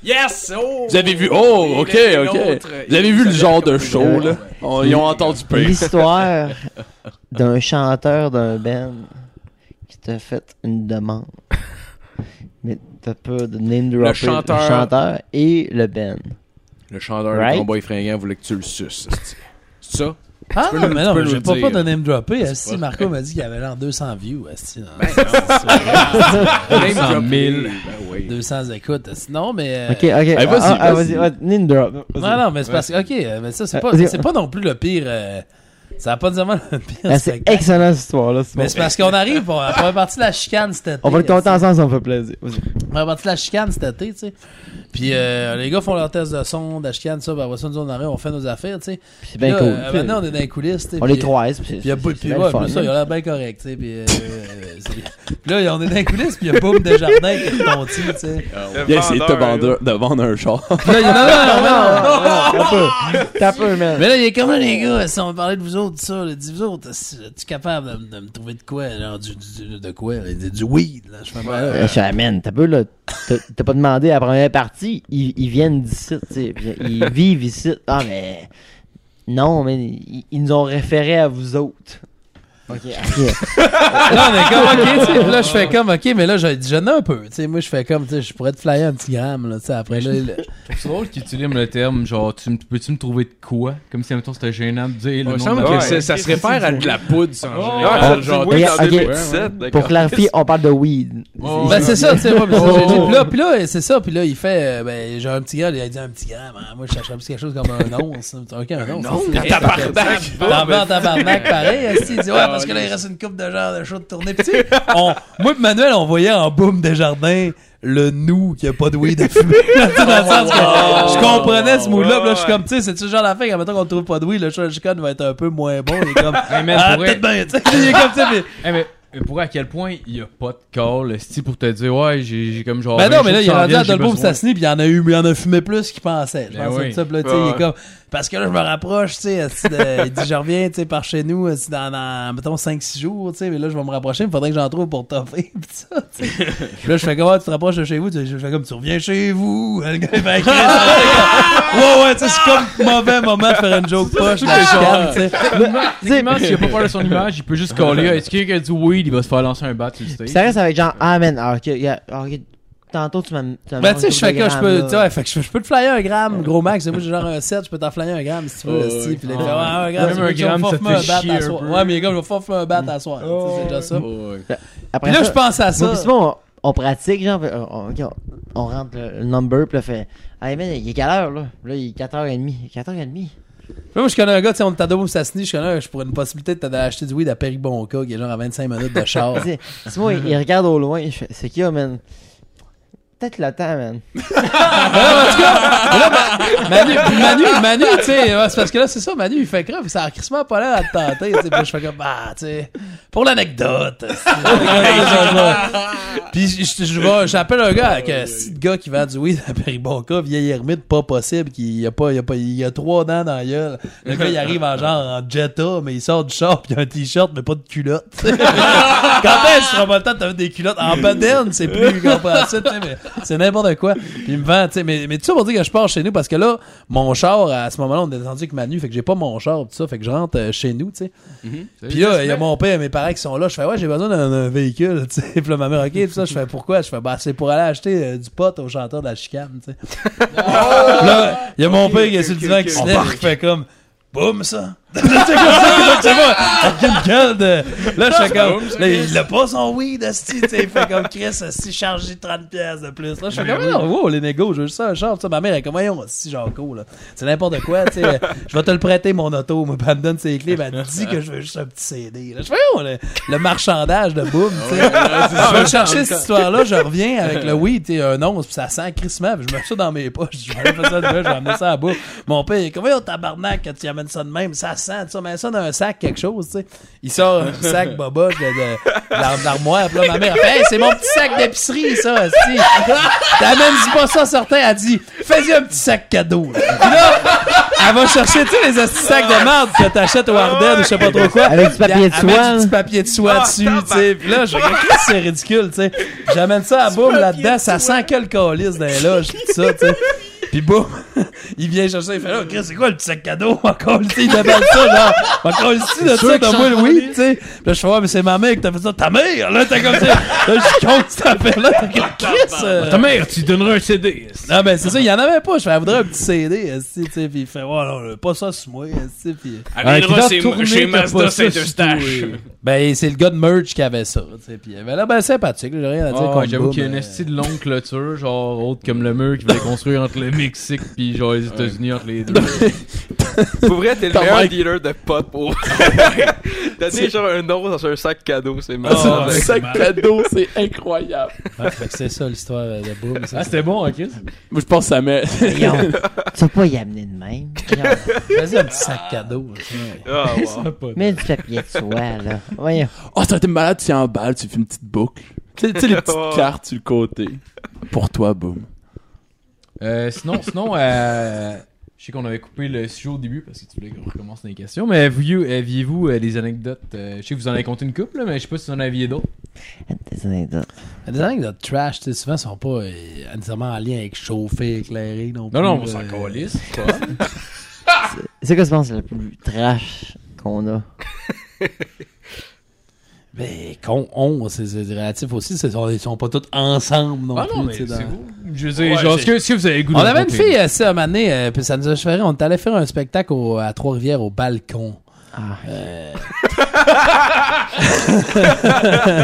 [SPEAKER 5] yes! Oh!
[SPEAKER 6] Vous avez vu, oh, ok,
[SPEAKER 5] Il y en a
[SPEAKER 6] ok.
[SPEAKER 5] une autre.
[SPEAKER 6] Vous avez vu le genre de show,
[SPEAKER 7] Ouais.
[SPEAKER 6] là? On- ils ont entendu pire.
[SPEAKER 7] L'histoire d'un chanteur d'un band qui t'a fait une demande. Mais t'as peur de name dropper le chanteur,
[SPEAKER 5] chanteur.
[SPEAKER 7] et le band.
[SPEAKER 5] Le chanteur
[SPEAKER 7] Right?
[SPEAKER 5] de Cowboy Fringant voulait que tu le suces. c'est- C'est ça?
[SPEAKER 1] Ah
[SPEAKER 5] peux
[SPEAKER 1] non,
[SPEAKER 5] le-
[SPEAKER 1] mais
[SPEAKER 5] tu
[SPEAKER 1] non,
[SPEAKER 5] peux
[SPEAKER 1] mais
[SPEAKER 5] le
[SPEAKER 1] j'ai pas
[SPEAKER 5] dire.
[SPEAKER 1] pas de name dropper. Asti,
[SPEAKER 5] pas
[SPEAKER 1] Marco m'a dit qu'il y avait genre 200 views. Asti, non,
[SPEAKER 5] Même
[SPEAKER 3] 100 000.
[SPEAKER 5] Ben oui.
[SPEAKER 1] 200 écoutes. asti. Non, mais. euh,
[SPEAKER 7] Ok, ok.
[SPEAKER 6] vas-y,
[SPEAKER 7] Ah, ah, ah,
[SPEAKER 6] vas-y.
[SPEAKER 7] vas-y, vas-y, name drop. Vas-y.
[SPEAKER 1] Non, non, mais c'est parce que, ok, euh, mais ça, c'est pas,
[SPEAKER 7] Vas-y.
[SPEAKER 1] c'est pas non plus le pire, euh, ça a pas nécessairement le pire
[SPEAKER 7] Ah, c'est
[SPEAKER 1] spectacle.
[SPEAKER 7] excellent cette histoire-là. c'est
[SPEAKER 1] Mais
[SPEAKER 7] bon.
[SPEAKER 1] c'est parce qu'on arrive, on, on est parti de la chicane cet été.
[SPEAKER 7] On va le compter
[SPEAKER 1] euh,
[SPEAKER 7] ensemble, ça me fait plaisir. Vas-y.
[SPEAKER 1] On est parti de la chicane cet été, tu sais. Puis euh, les gars font leur test de son, de la chicane, ça, ben, après ça, nous, on arrive, on fait nos affaires, tu sais.
[SPEAKER 7] Puis C'est bien
[SPEAKER 1] Là,
[SPEAKER 7] cool.
[SPEAKER 1] euh, maintenant, on est dans les coulisses, tu sais.
[SPEAKER 7] on
[SPEAKER 1] puis- euh,
[SPEAKER 7] les croise. Puis
[SPEAKER 1] Puis, y a pas, puis
[SPEAKER 7] bien
[SPEAKER 1] ouais,
[SPEAKER 7] le fun,
[SPEAKER 1] puis ça,
[SPEAKER 7] hein.
[SPEAKER 1] il a l'air bien correct, tu sais. Puis, euh, euh, c'est- puis là, on est dans les coulisses, puis il y a Boum Desjardins qui est retentit, tu sais.
[SPEAKER 6] Il a essayé de, te vendre, de vendre un char.
[SPEAKER 5] Ah,
[SPEAKER 1] Puis là, il y a- non, non, non, non,
[SPEAKER 7] T'as peur. T'as peur, man.
[SPEAKER 1] Mais là, il est comme là, les gars, si on parlait de vous autres, ça, là, dis vous autres, es-tu capable de, me- de me trouver de quoi, genre, du, du- du- de quoi, là, du, du weed, là, je fais mal, là.
[SPEAKER 7] Euh, Je suis man, t'as peu là. T'as t'as pas demandé à la première partie. Ils, ils viennent d'ici, tu sais. puis Ils vivent ici. Ah, mais. Non, mais ils, ils nous ont référé à vous autres. Ok, ok.
[SPEAKER 1] Là, on est comme, ok, tu sais, puis là, je fais comme, ok, mais là, je jeune un peu, tu sais, moi, je fais comme, tu sais, je pourrais te flyer un petit gramme, là, tu sais, après, là, le-
[SPEAKER 3] C'est drôle qu'ils utilisent le terme genre, tu me- peux-tu me trouver de quoi? Comme si, mettons, c'était gênant de dire le
[SPEAKER 5] Il me
[SPEAKER 3] nom
[SPEAKER 5] semble
[SPEAKER 3] de-
[SPEAKER 5] que
[SPEAKER 4] Ouais.
[SPEAKER 5] c'est- ça se réfère à de la poudre, ça, en
[SPEAKER 4] Ah,
[SPEAKER 5] général.
[SPEAKER 4] ça dit
[SPEAKER 5] genre,
[SPEAKER 4] oui,
[SPEAKER 7] ok,
[SPEAKER 4] dans
[SPEAKER 7] ok.
[SPEAKER 4] 2017, d'accord.
[SPEAKER 7] Pour clarifier, on parle de weed.
[SPEAKER 3] Oh,
[SPEAKER 1] Ben, c'est ça, tu sais, ouais, mais c'est ça, j'ai dit, puis là, puis là, c'est ça, puis là, il fait, euh, ben, j'ai un petit gars, il a dit un petit gramme, hein, moi, je chercherais plus quelque chose comme un once, hein, ok, un once.
[SPEAKER 5] Non,
[SPEAKER 1] T'en veux en tabarnak, pareil, esti, il dit, ouais, parce parce que là, il reste une coupe de genre de show de tournée. Puis, tu sais, on, moi et Manuel, on voyait en boom des jardins le nous qui a pas de weed à fumer. Tu sais, dans le sens que je comprenais ce mood-là. puis là, je suis comme, tu sais, c'est-tu le genre la fin quand maintenant qu'on trouve pas de weed, le show de chicane va être un peu moins bon. Il est comme,
[SPEAKER 3] Hey, man,
[SPEAKER 1] ah,
[SPEAKER 3] pour vrai.
[SPEAKER 1] peut-être bien, tu sais. Il est comme ça, mais.
[SPEAKER 3] Eh, mais mais pour à quel point il y a pas de call, le style pour te dire, ouais, j'ai j'ai comme genre.
[SPEAKER 1] Ben
[SPEAKER 3] 20
[SPEAKER 1] non, mais là,
[SPEAKER 3] choses qui
[SPEAKER 1] il est
[SPEAKER 3] s'en
[SPEAKER 1] rendu à
[SPEAKER 3] viennent, j'ai
[SPEAKER 1] Dolbo pis
[SPEAKER 3] besoin.
[SPEAKER 1] Sassini, pis il en a eu, il en a fumé plus qu'il pensait. Je
[SPEAKER 3] Ben
[SPEAKER 1] pense
[SPEAKER 3] oui.
[SPEAKER 1] que ça, pis là, tu sais, il est
[SPEAKER 4] Ouais.
[SPEAKER 1] comme. Parce que là, je me rapproche, tu sais, esti de- il dit, je reviens, tu sais, par chez nous, esti, dans, dans, mettons, 5-6 jours, tu sais, mais là, je vais me rapprocher, il faudrait que j'en trouve pour toffer, pis ça, tu sais. Pis là, je fais comme, Ah, tu te rapproches de chez vous, Tu- je fais comme, tu reviens chez vous. Le gars, il fait, Chris, Ouais, ouais, tu sais, c'est comme mauvais moment de faire une joke poche, là, je calme, tu sais.
[SPEAKER 3] Techniquement, s'il a pas peur de son image, il peut juste caller. Est-ce qu'il y a quelqu'un qui dit oui, il va se faire lancer un bat, tu le sais.
[SPEAKER 7] Puis ça reste avec genre, ah man, alors que, regarde, alors que tantôt tu m'as. m'as
[SPEAKER 1] Ben, tu sais,
[SPEAKER 7] montré
[SPEAKER 1] je fais
[SPEAKER 7] le
[SPEAKER 1] que je peux,
[SPEAKER 7] gramme,
[SPEAKER 1] tu
[SPEAKER 7] là.
[SPEAKER 1] vois, fait que je, je peux te flyer un gramme, gros max. Moi, j'ai genre un 7, je peux t'en flyer un gramme si tu veux. esti. Puis là, il fait, ouais, un gramme,
[SPEAKER 3] Même
[SPEAKER 1] c'est
[SPEAKER 3] un
[SPEAKER 1] pas grave,
[SPEAKER 3] gramme,
[SPEAKER 1] faut
[SPEAKER 3] ça
[SPEAKER 1] fumer
[SPEAKER 3] fait
[SPEAKER 1] un bat
[SPEAKER 3] chier
[SPEAKER 1] à
[SPEAKER 3] un
[SPEAKER 1] soir.
[SPEAKER 3] peu.
[SPEAKER 1] Ouais, mais les gars, je vais faire fumer un bat à soir. Tu sais, C'est déjà ça.
[SPEAKER 7] Après
[SPEAKER 1] Puis
[SPEAKER 7] ça,
[SPEAKER 1] là, je pense à
[SPEAKER 7] Moi
[SPEAKER 1] ça.
[SPEAKER 7] pis Simon, on, on pratique, genre, on, on- ok, on- on rentre le, le number, puis là, fait, hey man, il est quelle heure, là? Là, il est 4h30. 4h30.
[SPEAKER 1] Moi, je connais un gars, tu sais, on est à Dabo Sassini, je connais un, je pourrais une possibilité de t'acheter du weed à Péribonca, qui est genre à 25 minutes de char.
[SPEAKER 7] Tu sais, Simon, il, il regarde au loin, je fais, c'est qui, oh, man? Peut-être le temps, man.
[SPEAKER 1] Manu, Manu, Manu, tu sais, ouais, c'est parce que là, c'est ça, Manu, il fait crève, ça a crissement pas l'air à te tenter, tu sais, puis je fais comme, bah, tu sais, pour l'anecdote. c'est- puis je- je- je vais- j'appelle un gars avec un petit gars qui vend du weed à Péribonca, vieil ermite, pas possible, qui, il a pas, il a pas, il a trois dents dans la gueule. Le gars, il arrive en genre, en Jetta, mais il sort du short, puis il a un t-shirt, mais pas de culotte. Quand est-ce que tu pas le temps de te mettre des culottes en bedaine, c'est plus compréhensible, tu sais, mais c'est n'importe quoi. Puis il me vend, tu sais, mais, mais tout ça pour dire que je pars chez nous parce que là, mon char, à ce moment-là, on est descendu avec Manu, fait que j'ai pas mon char, tout ça, fait que je rentre euh, chez nous, tu sais. Puis là, il y a mon père et mes parents qui sont là, je fais, ouais, j'ai besoin d'un d'un véhicule, tu sais. Puis là, ma mère, ok, tout ça, je fais, pourquoi? Je fais, bah, c'est pour aller acheter euh, du pot au chanteur de la chicane, tu sais. Puis là, il y a mon père qui est sur le divan qui se lève, il fait comme, boum, ça. c'est comme ça, je sais pas, avec une gueule de... Là, je fais comme, là, il a pas son weed, esti, tu sais. Il fait comme, Chris, si chargé 30 pièces de plus. Là, je fais comme, non, wow, les négos, je veux juste un char, tu sais. Ma mère, elle est comme, voyons, si Jaco, là. C'est n'importe quoi, tu sais. Je vais te le prêter, mon auto. Moi, puis elle me donne ses clés, puis elle me dit que je veux juste un petit CD. Là, je fais, voyons, le, le marchandage de boum, tu sais. Je vais chercher Ah, cette histoire-là, je reviens avec le weed, tu sais, un once, puis ça sent crissement, puis je mets ça dans mes poches. Je vais aller faire ça demain, je vais amener ça à bout. Mon père, il est comme, voyons, tabarnak, que tu amènes ça de même, ça sent, tu sais, mets ça dans un sac, quelque chose, tu sais. Il sort un petit sac boboche de, de, de l'ar- de l'armoire, puis là, ma mère, elle fait, hey, c'est mon petit sac d'épicerie, ça, aussi. T'amènes pas ça, certain, elle dit, fais-y un petit sac cadeau. là. Puis là, elle va chercher, tu sais, les petits sacs de merde que t'achètes au Arden ou je sais pas trop quoi.
[SPEAKER 7] Avec du papier de
[SPEAKER 1] Elle met
[SPEAKER 7] soie,
[SPEAKER 1] du
[SPEAKER 7] là.
[SPEAKER 1] petit papier de soie dessus, tu sais. Puis là, je regarde, Christ, c'est ridicule, tu sais. J'amène ça à Boum là-dedans, ça sent que le calice dans les loges, pis ça, tu sais. Puis Boum, il vient chercher ça, il fait là, Chris, c'est quoi le petit sac cadeau? Encore, tu sais, il appelle ça, genre, encore ici, de ça, dans moi, le oui, tu sais. Puis là, je fais, ouais, mais c'est ma mère qui t'a fait ça, ta mère, là, t'es comme ça. Là, je compte cette affaire-là, t'es comme Chris. euh,
[SPEAKER 3] Bah, Ta mère, tu lui donneras un CD.
[SPEAKER 1] non, mais c'est ça, il y en avait pas. Je fais, elle voudrait un petit CD, esti, tu sais, pis il fait, ouais, non, pas ça sur moi, esti, pis...
[SPEAKER 3] Elle viendra chez- chez Mazda
[SPEAKER 6] Saint-Eustache.
[SPEAKER 1] Ben, c'est le gars de merch qui avait ça, tu sais, pis... Ben là, ben, sympathique, j'ai rien à dire
[SPEAKER 3] Ah,
[SPEAKER 1] contre
[SPEAKER 3] J'avoue
[SPEAKER 1] Boom,
[SPEAKER 3] qu'il y a une
[SPEAKER 1] euh.
[SPEAKER 3] esti de longue clôture, genre autre comme le mur qui voulait construire entre le Mexique puis genre les États-Unis entre les deux.
[SPEAKER 4] Pour vrai, t'es le
[SPEAKER 6] T'as
[SPEAKER 4] meilleur
[SPEAKER 6] Mike.
[SPEAKER 4] dealer de pot pour. T'as dit genre un once dans un sac cadeau, c'est
[SPEAKER 1] Ah,
[SPEAKER 4] marrant.
[SPEAKER 1] ouais.
[SPEAKER 6] sac cadeau, c'est incroyable.
[SPEAKER 1] Ouais, fait que c'est ça, l'histoire euh, de Boom. c'est-
[SPEAKER 3] c'était bon, ok?
[SPEAKER 6] Moi, je pense que ça met.
[SPEAKER 7] Voyons, tu vas pas y amener de même. Voyons,
[SPEAKER 1] Vas-y, un petit sac cadeau, là, tu sais.
[SPEAKER 4] Ah, wow.
[SPEAKER 7] Mets du papier de soie, là. Voyons.
[SPEAKER 6] Oh, ça aurait été malade, tu es en balle, tu fais une petite boucle. Tu sais, tu sais, les petites
[SPEAKER 4] Oh.
[SPEAKER 6] cartes sur le côté. Pour toi, boum.
[SPEAKER 3] Euh, sinon, sinon euh, je sais qu'on avait coupé le sujet au début parce que tu voulais qu'on recommence dans les questions, mais aviez- aviez-vous euh, des anecdotes euh, Je sais que vous en avez compté une couple, là, mais je sais pas si vous en aviez d'autres.
[SPEAKER 7] Des anecdotes.
[SPEAKER 1] Les anecdotes trash, tu sais, souvent, sont pas euh, nécessairement en lien avec chauffer, éclairer, non plus.
[SPEAKER 3] Non, non, on
[SPEAKER 1] euh.
[SPEAKER 3] s'en calisse.
[SPEAKER 7] C'est quoi, je pense, le plus trash qu'on a?
[SPEAKER 1] Ben, con, on, c'est c'est relatif aussi, c'est- on- ils sont pas tous ensemble, non
[SPEAKER 3] Ah
[SPEAKER 1] plus,
[SPEAKER 3] non, mais
[SPEAKER 1] tu sais,
[SPEAKER 3] c'est
[SPEAKER 1] dans-
[SPEAKER 3] vous. Je veux dire,
[SPEAKER 6] Ouais,
[SPEAKER 3] genre,
[SPEAKER 6] c'est-
[SPEAKER 3] est-ce que, est-ce que vous avez le goût
[SPEAKER 1] On
[SPEAKER 3] de
[SPEAKER 1] avait une
[SPEAKER 3] raconter?
[SPEAKER 1] fille ça à un moment donné, euh, puis ça nous a fait rire, on est allé faire un spectacle au- à Trois-Rivières au balcon.
[SPEAKER 7] Ah.
[SPEAKER 1] Euh.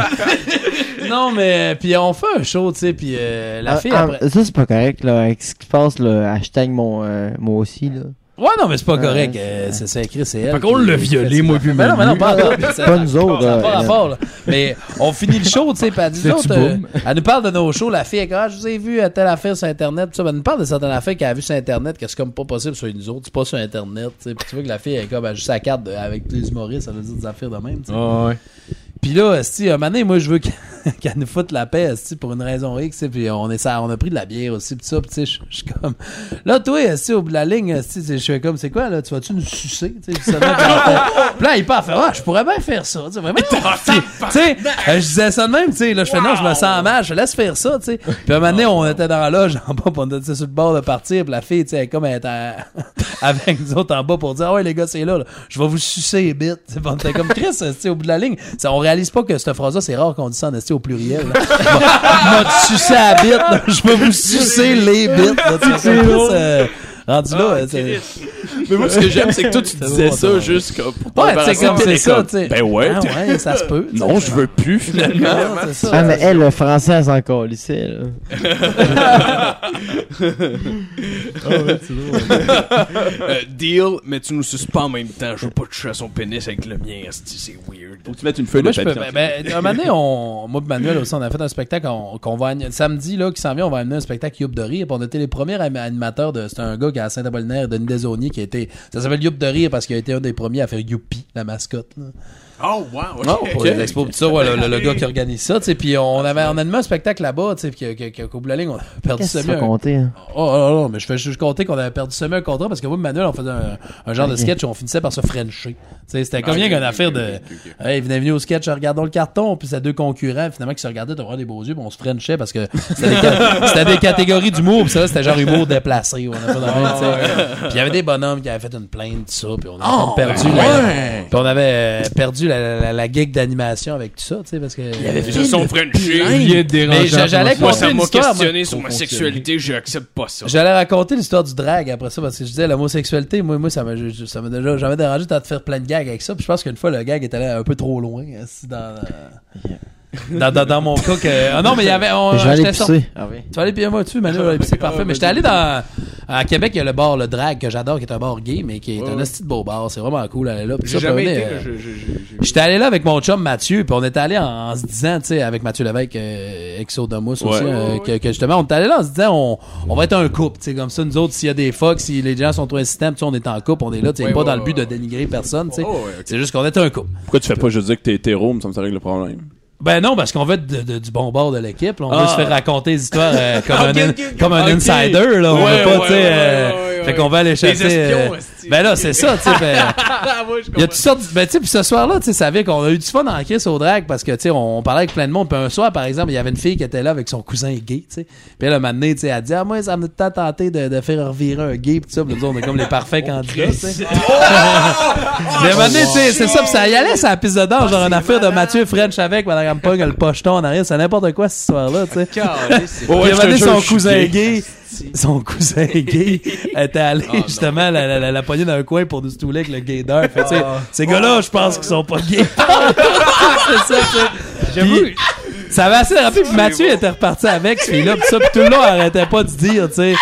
[SPEAKER 1] non mais euh, puis on fait un show tu sais puis euh, la
[SPEAKER 7] Ah,
[SPEAKER 1] fille
[SPEAKER 7] ah,
[SPEAKER 1] après
[SPEAKER 7] Ça, c'est pas correct, là. Avec ce qui se passe, là, hashtag mon, euh, moi aussi, là.
[SPEAKER 1] Ouais, non, mais c'est pas
[SPEAKER 7] Ouais.
[SPEAKER 1] correct. euh, c'est ça écrit, c'est elle.
[SPEAKER 3] Fait qu'on
[SPEAKER 1] qui-
[SPEAKER 3] l'a violé, moi, puis
[SPEAKER 1] Mais non, mais non, pas encore.
[SPEAKER 7] Pas nous autres.
[SPEAKER 1] Ça n'a
[SPEAKER 7] euh,
[SPEAKER 1] pas
[SPEAKER 7] euh,
[SPEAKER 1] rapport, là. Mais on finit le show, tu sais, pas nous
[SPEAKER 3] C'est-tu
[SPEAKER 1] autres. euh,
[SPEAKER 3] boum?
[SPEAKER 1] elle nous parle de nos shows, la fille, elle dit, ah, je vous ai vu à telle affaire sur Internet, tout ça. Ben, Elle nous parle de certaines affaires qu'elle a vues sur Internet, que c'est comme pas possible sur nous autres, c'est pas sur Internet, tu sais. Puis tu vois que la fille, elle est comme, elle joue sa carte de- avec tous les humoristes, ça veut dire des affaires de même, tu sais.
[SPEAKER 3] Ah ouais.
[SPEAKER 1] Puis là, si, un moment donné, moi, je veux qu'elle qu'elle nous foute la paix, esti, pour une raison X, tu sais, puis on, est, ça, on a pris de la bière aussi, pis ça, pis tu sais, je je suis comme... Là, toi, esti, au bout de la ligne, esti, tu sais, je suis comme, c'est quoi, là, tu vas-tu nous sucer, tu sais, justement, pis là, t'as- pis là, il part, fait, ah, je pourrais bien faire ça, tu sais, vraiment, tu sais, tu sais, euh, je disais ça de même, tu sais, là, je fais, non, je me sens mal, je laisse faire ça, tu sais, puis un moment donné, on était dans la loge, en bas, pis on était sur le bord de partir, pis la fille, tu sais, elle est comme, elle était à- avec nous autres en bas pour dire, ah ouais, les gars, c'est là, là, je vais vous sucer les bites, Tu sais, pis on était comme, Chris, esti, au bout de la ligne, ça, on réalise pas que cette phrase-là, c'est rare qu'on dise ça en esti au pluriel. là. M'a m'a sucé la bite, là. je vais vous sucer les bites. là. Tu sais, c'est plus, euh, rendu là, euh, c'est-
[SPEAKER 6] Mais moi, ce que j'aime, c'est que toi, tu disais ça juste comme pour
[SPEAKER 1] Ouais,
[SPEAKER 6] t'embarrasser,
[SPEAKER 1] c'est comme
[SPEAKER 6] puis
[SPEAKER 1] c'est
[SPEAKER 6] t'es
[SPEAKER 1] ça,
[SPEAKER 6] comme,
[SPEAKER 1] tu sais.
[SPEAKER 6] Ben ouais.
[SPEAKER 1] Ah
[SPEAKER 6] t'es-
[SPEAKER 1] ouais, ça se peut. tu sais.
[SPEAKER 6] Non, je veux plus, finalement.
[SPEAKER 1] Ah, c'est ça.
[SPEAKER 7] Ah, mais elle, le français, elle s'en calissait, là.
[SPEAKER 5] Euh, deal, mais tu nous suces pas en même temps. Je veux pas toucher à son pénis avec le mien, esti, c'est weird.
[SPEAKER 6] Faut que tu mettes une feuille
[SPEAKER 1] Moi,
[SPEAKER 6] de
[SPEAKER 1] je
[SPEAKER 6] papier.
[SPEAKER 1] peux- ben, ben, un moment donné, on, moi et Manuel aussi, on a fait un spectacle qu'on qu'on va amener- samedi là, qui s'en vient, on va amener un spectacle Youp de rire. Puis on était les premiers anim- animateurs de. C'était un gars qui est à Saint-Apollinaire, Denis Desaunier, qui a été. Ça s'appelle Youp de rire parce qu'il a été un des premiers à faire Youpi, la mascotte. là.
[SPEAKER 5] Oh, wow,
[SPEAKER 1] Non, pour les expos, pis tout ça, ouais, le, le- le gars qui organise ça, tu sais, puis on avait, on a animé un spectacle là-bas, tu sais, puis que- que- qu'au bout de la ligne, on a perdu
[SPEAKER 7] Qu'est-ce que tu
[SPEAKER 1] semi.
[SPEAKER 7] vas
[SPEAKER 1] un-
[SPEAKER 7] compter, hein?
[SPEAKER 1] Oh, oh, oh, mais je fais juste compter qu'on avait perdu semi un contrat parce que moi, et Manuel, on faisait un, un genre de
[SPEAKER 7] Ok.
[SPEAKER 1] sketch où on finissait par se frencher. Tu sais, c'était comme bien qu'une affaire de, hey, venez, venez au sketch, regardons le carton, puis c'est deux concurrents, finalement, qui se regardaient, t'as vraiment des beaux yeux, puis on se frenchait parce que c'était des, cat- c'était des catégories d'humour, puis ça, là, c'était genre humour déplacé, on a fait de même, tu sais. Puis il y avait des bonhommes qui avaient fait une plainte, tout ça, puis on a perdu la- puis on avait euh, perdu la, la, la, la gig d'animation avec tout ça, tu sais, parce que.
[SPEAKER 5] Je sont frenchés.
[SPEAKER 3] Il est dérangeant.
[SPEAKER 1] Mais j'a- j'allais
[SPEAKER 5] Moi,
[SPEAKER 1] compter
[SPEAKER 5] ça
[SPEAKER 1] une
[SPEAKER 5] m'a
[SPEAKER 1] histoire, moi.
[SPEAKER 5] questionné sur ma sexualité, je accepte pas ça.
[SPEAKER 1] J'allais raconter l'histoire du drag après ça parce que je disais l'homosexualité, moi, moi ça m'a je- ça m'a déjà jamais dérangé de te faire plein de gags avec ça. Puis je pense qu'une fois le gag est allé un peu trop loin hein, si dans, euh, dans, dans, dans mon cas que. Ah non mais il y avait on,
[SPEAKER 7] Je vais
[SPEAKER 1] j'étais
[SPEAKER 7] aller
[SPEAKER 1] sorti-
[SPEAKER 7] pisser. Ah oui.
[SPEAKER 1] Tu vas aller puis moi dessus, Manu, c'est parfait. Mais j'étais allé dans à Québec, il y a le bar le drag que j'adore qui est un bar gay mais qui est un hostie de beau bar, c'est vraiment cool aller là. Puis
[SPEAKER 5] J'ai
[SPEAKER 1] ça,
[SPEAKER 5] jamais
[SPEAKER 1] puis on
[SPEAKER 5] été.
[SPEAKER 1] est, euh,
[SPEAKER 5] là, je- je- je- je-
[SPEAKER 1] J'étais allé là avec mon chum Mathieu, puis on était allé en, en se disant, tu sais, avec Mathieu Lévesque, euh, Exodomus
[SPEAKER 6] Ouais.
[SPEAKER 1] aussi, euh, que, que justement, on était allé là en se disant, on, on va être un couple, tu sais, comme ça, nous autres, s'il y a des fucks, si les gens sont trop insistants, tu sais, on est en couple, on est là, tu sais,
[SPEAKER 5] Ouais,
[SPEAKER 1] pas
[SPEAKER 5] ouais,
[SPEAKER 1] dans le but
[SPEAKER 5] ouais,
[SPEAKER 1] de dénigrer personne, tu sais.
[SPEAKER 5] Oh, ouais, ok.
[SPEAKER 1] C'est juste qu'on est un couple.
[SPEAKER 6] Pourquoi tu fais pas juste dire que t'es hétéro, mais ça me règle le problème.
[SPEAKER 1] Ben non, parce qu'on veut être de- de- du bon bord de l'équipe. là. On
[SPEAKER 6] Ah.
[SPEAKER 1] veut se faire raconter des histoires euh, comme,
[SPEAKER 5] Ah, Ok,
[SPEAKER 1] un,
[SPEAKER 5] ok, ok.
[SPEAKER 1] comme un
[SPEAKER 5] Ok.
[SPEAKER 1] insider. Là. On
[SPEAKER 5] Ouais,
[SPEAKER 1] veut pas,
[SPEAKER 5] ouais,
[SPEAKER 1] tu sais...
[SPEAKER 5] ouais,
[SPEAKER 1] euh,
[SPEAKER 5] ouais, ouais,
[SPEAKER 1] fait
[SPEAKER 5] ouais.
[SPEAKER 1] qu'on va aller chasser...
[SPEAKER 5] espions,
[SPEAKER 1] euh,
[SPEAKER 5] hostie.
[SPEAKER 1] ben là, c'est ça, tu sais. fait-
[SPEAKER 5] Ah, ouais, je
[SPEAKER 1] Il y a
[SPEAKER 5] comprends.
[SPEAKER 1] toutes sortes. Ben, tu sais, puis ce soir-là, tu sais, ça vient qu'on a eu du fun en crise au drag parce que, tu sais, on, on parlait avec plein de monde. Puis un soir, par exemple, il y avait une fille qui était là avec son cousin gay, tu sais. Puis elle, un moment donné, tu sais, elle dit, ah, moi, ça me t'a tenté de, de faire revirer un gay, pis ça. Puis nous, on est comme les parfaits
[SPEAKER 5] Oh,
[SPEAKER 1] candidats, tu sais. Mais un moment donné, tu sais, c'est ça. Puis ça y allait, ça la piste de
[SPEAKER 5] Ah,
[SPEAKER 1] dents, genre une affaire de Mathieu French avec, Madame Pong, le pocheton en arrière. C'est n'importe quoi, cette histoire-là, tu sais.
[SPEAKER 5] Calisse.
[SPEAKER 1] Puis à un moment donné,
[SPEAKER 6] je te jure,
[SPEAKER 1] son
[SPEAKER 6] je suis
[SPEAKER 1] cousin
[SPEAKER 6] gay.
[SPEAKER 1] gay, son cousin gay était allé
[SPEAKER 6] Oh
[SPEAKER 1] justement la, la, la, la poignée d'un coin pour nous stouler avec le gaydar. Fait tu sais,
[SPEAKER 6] Oh.
[SPEAKER 1] ces gars-là, je pense qu'ils sont pas gays. c'est ça, tu sais. Puis, Ça avait assez de rapide, puis Mathieu était reparti avec ce fille-là, pis ça, pis tout le long, elle arrêtait pas de dire, tu sais.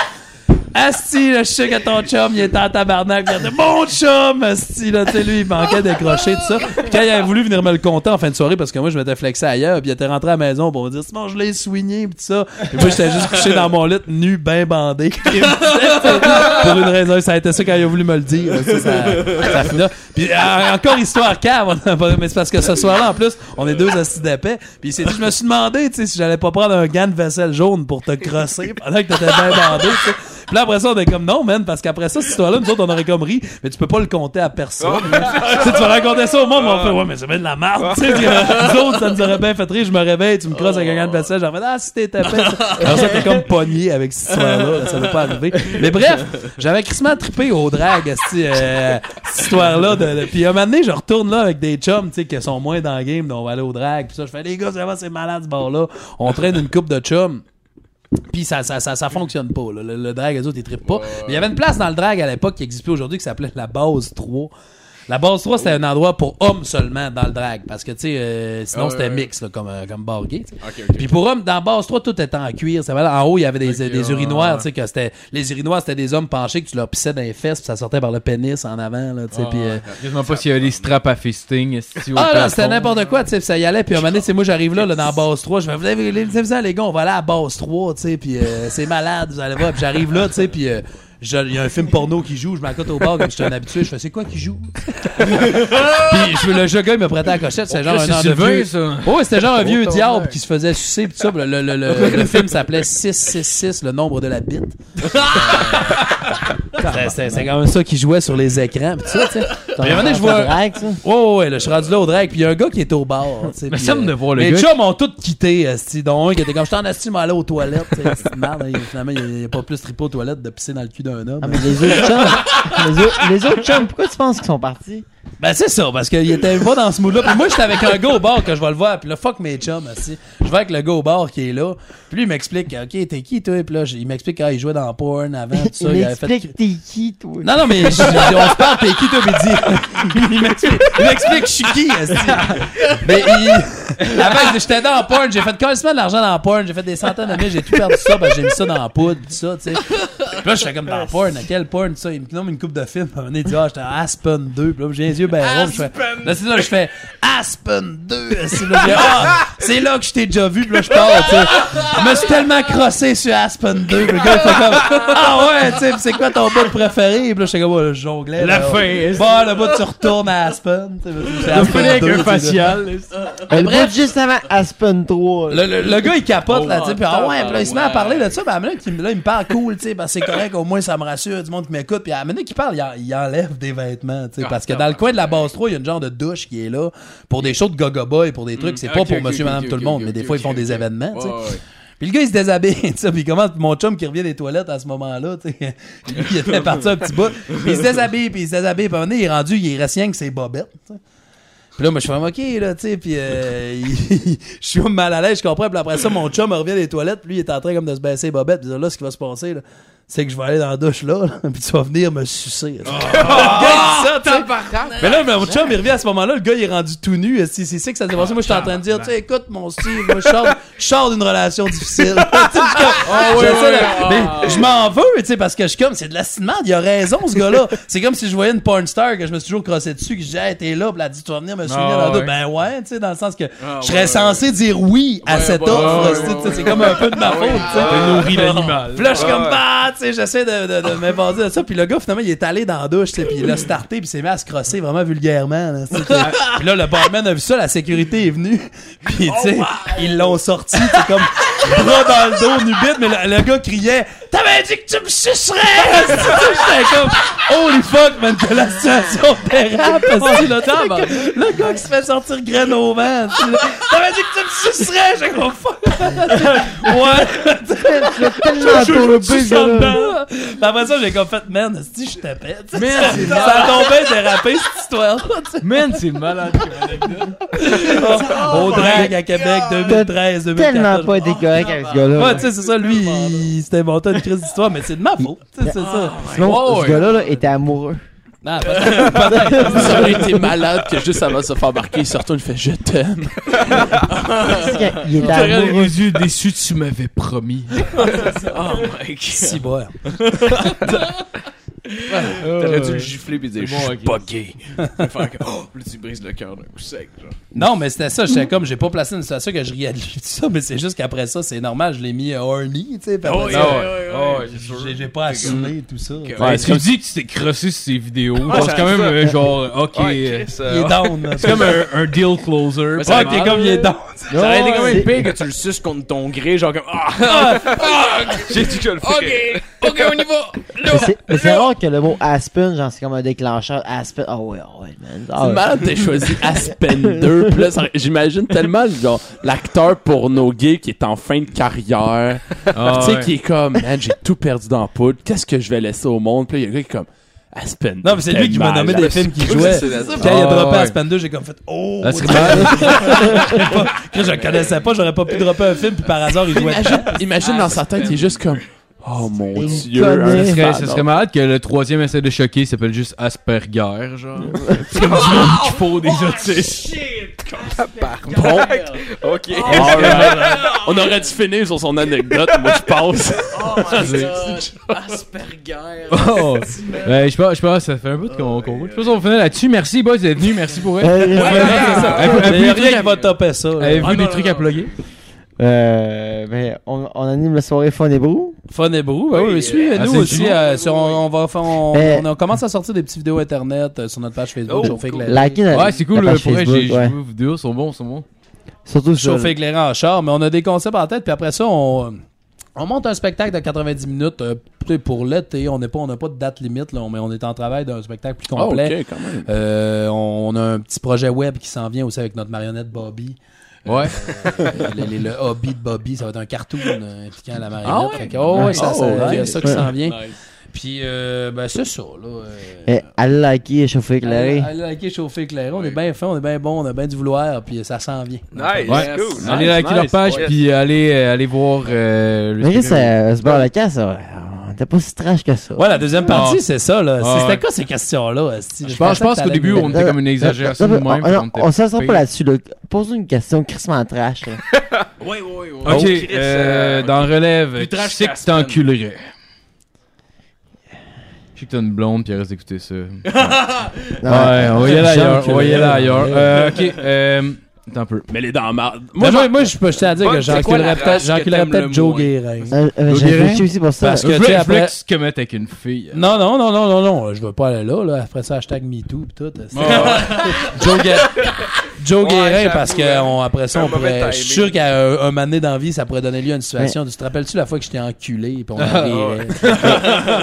[SPEAKER 1] Asti, là, je sais que ton chum, il était en tabarnak. Il était mon chum, Asti, là, tu sais, lui, il manquait de décrocher, tout ça. Puis quand il avait voulu venir me le compter en fin de soirée, parce que moi, je m'étais flexé ailleurs, puis il était rentré à la maison pour me dire, Simon, je l'ai soigné, pis tout ça. Et moi, j'étais juste couché dans mon lit, nu, ben bandé. pour une raison, ça a été ça quand il a voulu me le dire. Ça, ça, ça finit là. Puis euh, encore histoire cave, on a pas- mais c'est parce que ce soir-là, en plus, on est deux assis d'épais. Puis il s'est dit, je me suis demandé, tu sais, si j'allais pas prendre un gant de vaisselle jaune pour te crosser pendant que t'étais bien bandé, tu sais. Puis là, après ça, on est comme, non, man, parce qu'après ça, cette histoire-là, nous autres, on aurait comme ri, mais tu peux pas le compter à personne. tu sais, tu vas raconter ça au monde, mais on fait, ouais, mais c'est bien de la merde, tu sais. que Nous autres, ça nous aurait bien fait rire, je me réveille, tu me crosses avec un gant de vaisselle, j'en fais, ah, si t'étais épais. ça. Alors ça, t'es comme pogné avec cette histoire-là, ça va pas arriver. Mais bref, j'avais crissement trippé au drag, esti, euh, cette histoire-là. De, de- Puis un moment donné, je retourne là avec des chums, tu sais, qui sont moins dans le game, donc on va aller au drag. Puis ça, je fais, les gars, ça va, c'est malade ce bord-là. On traîne une coupe de chums. Puis ça, ça, ça, ça fonctionne pas. là. Le, le drag, eux autres, ils trippent pas. Mais il y avait une place dans le drag à l'époque qui existait plus aujourd'hui qui s'appelait la base 3. La base 3, c'était un endroit pour hommes seulement dans le drag. Parce que, tu sais, euh, sinon,
[SPEAKER 5] Ah,
[SPEAKER 1] c'était
[SPEAKER 5] ouais, ouais.
[SPEAKER 1] mix, là, comme, euh, comme bar gay, tu sais.
[SPEAKER 5] Ok, ok.
[SPEAKER 1] Puis pour hommes, dans base 3, tout était en cuir. Ça valait- en haut, il y avait des,
[SPEAKER 5] Ok,
[SPEAKER 1] des
[SPEAKER 5] ouais,
[SPEAKER 1] urinoirs,
[SPEAKER 5] ouais.
[SPEAKER 1] tu sais, que c'était, les urinoirs, c'était des hommes penchés que tu leur pissais dans les fesses, puis ça sortait par le pénis en avant, là, tu sais,
[SPEAKER 5] Ah,
[SPEAKER 1] puis, euh,
[SPEAKER 3] Je sais pas s'il y a des straps à fisting. si au
[SPEAKER 1] ah là,
[SPEAKER 3] plafond.
[SPEAKER 1] c'était n'importe quoi, tu sais, puis ça y allait, puis à un moment donné, tu sais, moi j'arrive là, là, dans base 3, je vais vous allez- vous allez- vous allez, les gars, on va aller à base 3, tu sais, puis euh, c'est malade, vous allez voir, puis j'arrive là, tu sais, puis euh, je- il y a un film porno qui joue, je m'accote au bar comme je suis un habitué, je fais c'est quoi qui joue Puis je le jeu gars il me prêtait la cochette, c'était genre un an de vieux.
[SPEAKER 3] ça.
[SPEAKER 1] Oh, c'était genre un vieux diable qui se faisait sucer pis tout ça. pis Le, le, le, le- le film s'appelait 666, le nombre de la bite. Euh, C'était- c'était- C'était quand même ça qui jouait sur les écrans pis tout ça, tu sais. Puis à un moment donné, je vois-
[SPEAKER 7] Drag, Ah, ça.
[SPEAKER 1] Ouais, ouais, ouais, là, je suis rendu là au drag, puis il y a un gars qui était au bar. tu sais,
[SPEAKER 3] Mais
[SPEAKER 1] puis, euh,
[SPEAKER 3] ça me de voir le
[SPEAKER 1] mes
[SPEAKER 3] gars
[SPEAKER 1] chums ont tous quitté, esti, dont un qui était comme, je t'en esti, m'aller aux toilettes. tu sais, esti de merde, hein, finalement, il n'y a, pas plus tripé aux toilettes de pisser dans le cul d'un homme.
[SPEAKER 7] Ah, mais les autres chums, les, autres- les autres chums, pourquoi tu penses qu'ils sont partis?
[SPEAKER 1] Ben, c'est ça, parce qu'il était pas dans ce mood-là. Puis moi, j'étais avec un gars au bar que je vais le voir. Puis là, fuck mes chums, assis. Je vais avec le gars au bar qui est là. Puis lui, il m'explique, OK, t'es qui, toi? Puis là, j- il m'explique, ah, il jouait dans porn avant, tout ça.
[SPEAKER 7] Hein, Il
[SPEAKER 1] il avait fait-
[SPEAKER 7] explique t'es qui, toi?
[SPEAKER 1] Non, non, mais je- je- on se parle, t'es qui, toi, mais dis- il m'explique, il m'explique, je suis qui, esti. Mais il, la base, j'étais dans la porn, j'ai fait quasiment de l'argent dans la porn, j'ai fait des centaines de mille, j'ai tout perdu ça, ben j'ai mis ça dans la poudre, pis ça, tu sais. Puis là, j'étais comme dans la porn, à quel porn, ça? Il me nomme une coupe de film, à un moment donné, il dit, ah, j'étais à Aspen 2, pis là, j'ai les yeux ben ronds, pis je fais, là, c'est ça, je fais, Aspen 2, esti. Là, j'ai, ah, c'est là que je t'ai déjà vu, pis là, je parle, tu sais. Je me suis tellement crossé sur Aspen 2, pis le gars, il fait comme, ah ouais, tu sais, pis c'est quoi ton bout préféré? Pis là, j'étais comme, ouais, je jonglais.
[SPEAKER 3] La
[SPEAKER 1] là.
[SPEAKER 3] fin. est-ce-
[SPEAKER 1] Bon, le bout, tu retournes à Aspen, tu sais, c'est
[SPEAKER 3] On
[SPEAKER 1] Aspen
[SPEAKER 3] finit avec
[SPEAKER 1] 2, tu
[SPEAKER 3] un
[SPEAKER 1] sais, là.
[SPEAKER 3] facial. est-ce-
[SPEAKER 7] Le bout Euh, juste avant Aspen 3.
[SPEAKER 1] Le, le-
[SPEAKER 5] euh,
[SPEAKER 1] le gars, il capote, là, tu sais, puis ah ouais,
[SPEAKER 5] attends,
[SPEAKER 1] puis là, il se met à
[SPEAKER 5] ouais.
[SPEAKER 1] parler de ça, puis à la minute qu'il- là, il me parle cool, tu sais, parce que c'est correct, au moins, ça me rassure, du monde qui m'écoute, puis à la minute qu'il parle, il, en- il enlève des vêtements, tu sais,
[SPEAKER 5] Ah,
[SPEAKER 1] parce que
[SPEAKER 5] attends,
[SPEAKER 1] dans le coin de la base 3, il y a une genre de douche qui est là pour des shows de gogo boy, pour des trucs, c'est pas
[SPEAKER 5] Mm. Ok,
[SPEAKER 1] pour
[SPEAKER 5] ok,
[SPEAKER 1] monsieur,
[SPEAKER 5] ok,
[SPEAKER 1] madame,
[SPEAKER 5] ok,
[SPEAKER 1] tout le
[SPEAKER 5] ok,
[SPEAKER 1] monde,
[SPEAKER 5] ok,
[SPEAKER 1] mais des
[SPEAKER 5] ok,
[SPEAKER 1] fois, ils font
[SPEAKER 5] ok,
[SPEAKER 1] des
[SPEAKER 5] ok.
[SPEAKER 1] événements, tu sais.
[SPEAKER 5] Ouais, ouais.
[SPEAKER 1] Puis le gars, il se déshabille, tu sais, puis il commence, mon chum qui revient des toilettes à ce moment-là, tu sais, il était parti un petit bout, puis il se déshabille, puis il se déshabille, puis à un moment donné, il est rendu, il reste rien que ses bobettes, tu sais. Puis là, moi, je suis vraiment OK, là, tu sais, puis euh, il- je suis mal à l'aise, je comprends, puis après ça, mon chum revient des toilettes, puis lui, il est en train comme de se baisser les bobettes, puis il dit, là, ce qui va se passer, là, c'est que je vais aller dans la douche, là, là, puis tu vas venir me sucer. là. Le gars, il dit ça, tu sais. Mais là, mais mon chum, il revient à ce moment-là, le gars, il est rendu tout nu. euh, C'est c'est ça que ça s'est passé. Moi, je suis en train de dire, tu sais, écoute, mon Steve, moi, je sors, je sors d'une relation difficile. Tu sais, je suis comme-
[SPEAKER 5] ouais,
[SPEAKER 1] j'essaie de-
[SPEAKER 5] ouais, ah.
[SPEAKER 1] Mais je m'en veux, tu sais, parce que je suis comme, c'est de l'assinement, il a raison, ce gars-là. C'est comme si je voyais une porn star que je me suis toujours crossé dessus, que j'ai hey, t'es là, puis elle a dit, tu vas venir me souvenir
[SPEAKER 3] Ah,
[SPEAKER 1] dans le dos.
[SPEAKER 3] ouais.
[SPEAKER 1] Ben ouais, tu sais, dans le sens que
[SPEAKER 5] Ah,
[SPEAKER 1] je serais
[SPEAKER 5] ouais,
[SPEAKER 1] censé dire oui à
[SPEAKER 5] Ouais,
[SPEAKER 1] cette
[SPEAKER 5] bah,
[SPEAKER 1] offre.
[SPEAKER 5] ouais,
[SPEAKER 1] tu sais,
[SPEAKER 5] ouais,
[SPEAKER 1] tu sais, C'est
[SPEAKER 5] ouais.
[SPEAKER 1] comme un peu de ma faute, tu sais.
[SPEAKER 3] T'as nourri l'animal.
[SPEAKER 1] Puis là, je suis
[SPEAKER 4] Ouais,
[SPEAKER 1] comme,
[SPEAKER 4] ouais.
[SPEAKER 1] bah, tu sais, j'essaie de, de, de m'évader de ça. Puis le gars, finalement, il est allé dans la douche, tu sais, puis il a starté, puis il s'est mis à se crosser vraiment vulgairement. Là, tu sais. puis, puis là, le barman a vu ça, la sécurité est venue. Puis, tu
[SPEAKER 4] Oh,
[SPEAKER 1] sais, ils l'ont sorti, c'est comme, bras dans le dos, nubite, mais le, le gars criait, t'avais dit que tu me sucerais! Tu sais, J'étais comme, holy fuck, man, que la situation dérape, Ah, parce que là, t'as- le gars qui se fait sortir graine au vent, tu sais, là, t'avais dit que tu me sucerais! J'ai comme, fuck! ouais!
[SPEAKER 7] Je suis tellement
[SPEAKER 1] Tout
[SPEAKER 7] tombé, ce
[SPEAKER 1] ça
[SPEAKER 7] gars-là.
[SPEAKER 1] dedans. Puis après ça, j'ai comme fait, man, si je tapais, tu sais, ça, ça a tombé dérapé cette histoire.
[SPEAKER 3] Man, c'est malade.
[SPEAKER 1] Oh Au drag à Québec 2013, 2014.
[SPEAKER 7] Tellement pas
[SPEAKER 3] oh,
[SPEAKER 7] été correct avec ce gars-là.
[SPEAKER 1] Ouais, tu sais, c'est ça, lui, il s'est inventé une crise d'histoire, mais c'est de ma faute. Tu sais, c'est ça.
[SPEAKER 7] Sinon, ce gars-là là, était amoureux.
[SPEAKER 1] Ah, peut-être.
[SPEAKER 6] Ça aurait été malade que juste avant de se faire embarquer, surtout il fait je t'aime.
[SPEAKER 7] Il était
[SPEAKER 3] T'aurais
[SPEAKER 7] amoureux.
[SPEAKER 3] les yeux déçus, tu m'avais promis.
[SPEAKER 6] Oh my god.
[SPEAKER 1] Si, ouais.
[SPEAKER 6] T'aurais dû le gifler pis dire
[SPEAKER 5] C'est
[SPEAKER 6] je
[SPEAKER 5] bon,
[SPEAKER 6] suis
[SPEAKER 5] ok.
[SPEAKER 6] pas gay.
[SPEAKER 5] Faire que- oh, là, tu brises le cœur d'un coup sec. genre.
[SPEAKER 1] Non, mais c'était ça. J'étais comme, j'ai pas placé une situation que je riais de lui, tout ça, mais c'est juste qu'après ça, c'est normal, je l'ai mis euh, horny, tu sais. puis après
[SPEAKER 5] Oh,
[SPEAKER 3] Ah
[SPEAKER 1] ça,
[SPEAKER 5] yeah, ouais, ouais, ouais, c'est sûr.
[SPEAKER 1] j'ai- J'ai pas assumé tout ça.
[SPEAKER 5] Que-
[SPEAKER 3] Ouais,
[SPEAKER 6] Ouais,
[SPEAKER 3] tu
[SPEAKER 6] c'est comme-
[SPEAKER 3] dis que tu t'es crossé sur ces vidéos. Je pense
[SPEAKER 4] ça
[SPEAKER 3] quand même,
[SPEAKER 4] arrive,
[SPEAKER 3] euh, genre, ok. euh,
[SPEAKER 4] Ouais, Chris,
[SPEAKER 1] Il
[SPEAKER 4] euh,
[SPEAKER 1] est down.
[SPEAKER 3] C'est comme un, un deal closer.
[SPEAKER 5] Mais ça-
[SPEAKER 1] Ouais, ok, comme il est down.
[SPEAKER 5] Ça aurait été quand
[SPEAKER 7] c'est-
[SPEAKER 5] même pire que tu le suces contre ton gré, genre comme Ah,
[SPEAKER 3] ah,
[SPEAKER 4] J'ai dit que je le ferais.
[SPEAKER 5] ok, ok, on y va.
[SPEAKER 7] Mais c'est- Mais c'est rare que le mot Aspen, genre, c'est comme un déclencheur. Aspen. Oh ouais, oh ouais, man. Ah
[SPEAKER 6] C'est
[SPEAKER 7] ouais.
[SPEAKER 6] malade t'as choisi Aspen 2. Puis là, ça- j'imagine tellement genre l'acteur porno gay qui est en fin de carrière,
[SPEAKER 3] Ah,
[SPEAKER 6] tu sais
[SPEAKER 3] ouais.
[SPEAKER 6] qui est comme man j'ai tout perdu dans la poudre, qu'est-ce que je vais laisser au monde. Puis là, il y a un gars qui est comme Aspen.
[SPEAKER 1] Non, mais c'est lui qui m'a nommé des films qu'il jouait.
[SPEAKER 4] C'est ça.
[SPEAKER 1] Quand il a
[SPEAKER 3] Ah,
[SPEAKER 1] droppé
[SPEAKER 3] ouais.
[SPEAKER 1] Aspen 2, j'ai comme fait Oh!
[SPEAKER 3] Ah, c'est
[SPEAKER 1] J'aurais pas- Chris, je le connaissais pas, j'aurais pas pu dropper un film, puis par hasard, il jouait.
[SPEAKER 6] Imagine dans sa tête, il est juste comme Oh mon
[SPEAKER 7] une
[SPEAKER 6] dieu.
[SPEAKER 7] conne-
[SPEAKER 6] un-
[SPEAKER 3] Ce serait, ce
[SPEAKER 7] non.
[SPEAKER 3] serait malade que le troisième essai de choquer il s'appelle juste Asperger, genre. C'est comme du monde qui faut des autistes.
[SPEAKER 6] Bon,
[SPEAKER 4] Ok.
[SPEAKER 6] alright. Oh, On aurait dû finir sur son anecdote, moi je pense.
[SPEAKER 3] Oh. Ben, je pense, je pense, que ça fait un bout qu'on qu'on roule. Je pense qu'on finit là-dessus. Merci, boys, d'être venus. Merci pour elle.
[SPEAKER 7] Euh,
[SPEAKER 1] Il y a rien qui va topper ça. là.
[SPEAKER 3] Avez-vous
[SPEAKER 5] Ah, non,
[SPEAKER 3] des
[SPEAKER 5] non,
[SPEAKER 3] trucs
[SPEAKER 5] non.
[SPEAKER 3] à plugger?
[SPEAKER 7] euh, ben, on, on anime la soirée Fun et Brou.
[SPEAKER 1] Fun et Brou, ben
[SPEAKER 5] Oui,
[SPEAKER 1] oui, mais suivez-nous
[SPEAKER 3] ah, c'est
[SPEAKER 1] aussi.
[SPEAKER 3] Julie.
[SPEAKER 1] euh, sur, on, on va faire- on,
[SPEAKER 7] Eh.
[SPEAKER 1] on commence à sortir des petites vidéos internet euh, sur notre page Facebook.
[SPEAKER 4] Oh,
[SPEAKER 1] Chauffer
[SPEAKER 4] cool.
[SPEAKER 1] éclairé.
[SPEAKER 7] Likez la-
[SPEAKER 3] Euh, Ouais, c'est cool.
[SPEAKER 7] la
[SPEAKER 3] euh,
[SPEAKER 7] page
[SPEAKER 3] Pour vrai, j'ai
[SPEAKER 7] Facebook, ouais.
[SPEAKER 3] j'ai vu vos vidéos, sont bons, sont bons.
[SPEAKER 7] Surtout sur
[SPEAKER 1] Chauffer éclairé en char, mais on a des concepts en tête. Puis après ça, on, on monte un spectacle de 90 minutes euh, tu sais, pour l'été. On n'est pas, on n'a pas de date limite, là, mais on est en travail d'un spectacle plus
[SPEAKER 6] Ah,
[SPEAKER 1] complet.
[SPEAKER 6] quand même.
[SPEAKER 1] Euh, on on a un petit projet web qui s'en vient aussi avec notre marionnette Bobby.
[SPEAKER 3] Ouais.
[SPEAKER 1] Euh, le, le- le hobby de Bobby, ça va être un cartoon euh, impliquant la marionnette.
[SPEAKER 3] Ah ouais?
[SPEAKER 1] Fait que, oh, ouais, ça,
[SPEAKER 6] Oh,
[SPEAKER 1] ça- il y a
[SPEAKER 6] ouais.
[SPEAKER 1] ça qui s'en vient.
[SPEAKER 6] Nice.
[SPEAKER 1] Puis, euh, ben, c'est ça, là. euh,
[SPEAKER 7] Eh, allez liker et chauffer éclairé.
[SPEAKER 1] Allez, allez liker, chauffer, éclairer. On est bien fin, on est bien bon, on a bien du vouloir, puis ça s'en vient.
[SPEAKER 4] Nice.
[SPEAKER 3] Ouais.
[SPEAKER 4] Cool.
[SPEAKER 3] Allez liker leur page, puis allez, euh, allez voir. euh, le
[SPEAKER 7] Mais juste,
[SPEAKER 3] spectacle.
[SPEAKER 7] euh, se barre la casse, euh, on était pas si trash que ça.
[SPEAKER 1] Ouais, la deuxième partie, c'est ça, là.
[SPEAKER 3] Ah,
[SPEAKER 1] C'était
[SPEAKER 3] ouais.
[SPEAKER 1] quoi ces questions-là? esti?
[SPEAKER 3] Je pense, je pense
[SPEAKER 1] pensais que
[SPEAKER 3] qu'au début,
[SPEAKER 1] t'allais
[SPEAKER 3] on
[SPEAKER 1] me-
[SPEAKER 3] était comme une exagération de
[SPEAKER 7] Euh,
[SPEAKER 3] nous-mêmes.
[SPEAKER 7] euh,
[SPEAKER 3] puis
[SPEAKER 7] On,
[SPEAKER 3] était
[SPEAKER 7] on s'en sort
[SPEAKER 3] pire.
[SPEAKER 7] pas là-dessus. là. Pose-nous une question crissement trash. là.
[SPEAKER 5] Oui, oui, oui.
[SPEAKER 3] Ok,
[SPEAKER 4] Chris,
[SPEAKER 3] euh,
[SPEAKER 4] euh,
[SPEAKER 3] dans Relève,
[SPEAKER 5] Plus
[SPEAKER 3] tu
[SPEAKER 5] trash
[SPEAKER 3] sais
[SPEAKER 5] que
[SPEAKER 3] que
[SPEAKER 5] la
[SPEAKER 3] t'enculerais. Je sais que t'as une blonde, puis elle reste d'écouter ça. Ouais, on va y aller ailleurs, on va y aller ailleurs. Euh, ok, euh, attends un peu.
[SPEAKER 6] Mais les dents marde.
[SPEAKER 1] Moi,
[SPEAKER 6] Moi,
[SPEAKER 1] moi, moi, je peux je tiens à dire
[SPEAKER 4] Ouais,
[SPEAKER 1] que
[SPEAKER 4] c'est quoi la
[SPEAKER 1] j'enculerais
[SPEAKER 4] race
[SPEAKER 1] peut-être
[SPEAKER 4] que
[SPEAKER 1] j'enculerais
[SPEAKER 4] t'aimes
[SPEAKER 1] peut-être
[SPEAKER 4] le
[SPEAKER 1] Joe
[SPEAKER 4] moins?
[SPEAKER 1] Guérin.
[SPEAKER 7] Euh, euh,
[SPEAKER 3] Vous
[SPEAKER 7] J'ai
[SPEAKER 3] direz?
[SPEAKER 7] réfléchi aussi pour ça.
[SPEAKER 1] Parce
[SPEAKER 3] Euh, Je voulais,
[SPEAKER 1] que,
[SPEAKER 3] je
[SPEAKER 1] tu sais,
[SPEAKER 3] voulais
[SPEAKER 1] après.
[SPEAKER 3] que tu te commettes avec une fille.
[SPEAKER 1] Non, non, non, non, non, non, je veux pas aller là, là. Après ça, hashtag MeToo pis tout.
[SPEAKER 4] Oh,
[SPEAKER 1] esti. Joe, Gué- Joe
[SPEAKER 4] Ah. Ouais,
[SPEAKER 1] Guérin,
[SPEAKER 4] j'avoue,
[SPEAKER 1] parce que
[SPEAKER 4] hein.
[SPEAKER 1] on- après ça,
[SPEAKER 4] Un
[SPEAKER 1] on pourrait.
[SPEAKER 4] mauvais
[SPEAKER 1] Je suis
[SPEAKER 4] timing.
[SPEAKER 1] sûr qu'à un, un moment donné dans la vie, ça pourrait donner lieu à une situation. Tu te rappelles-tu la fois que j'étais enculé pis on hein? en riait?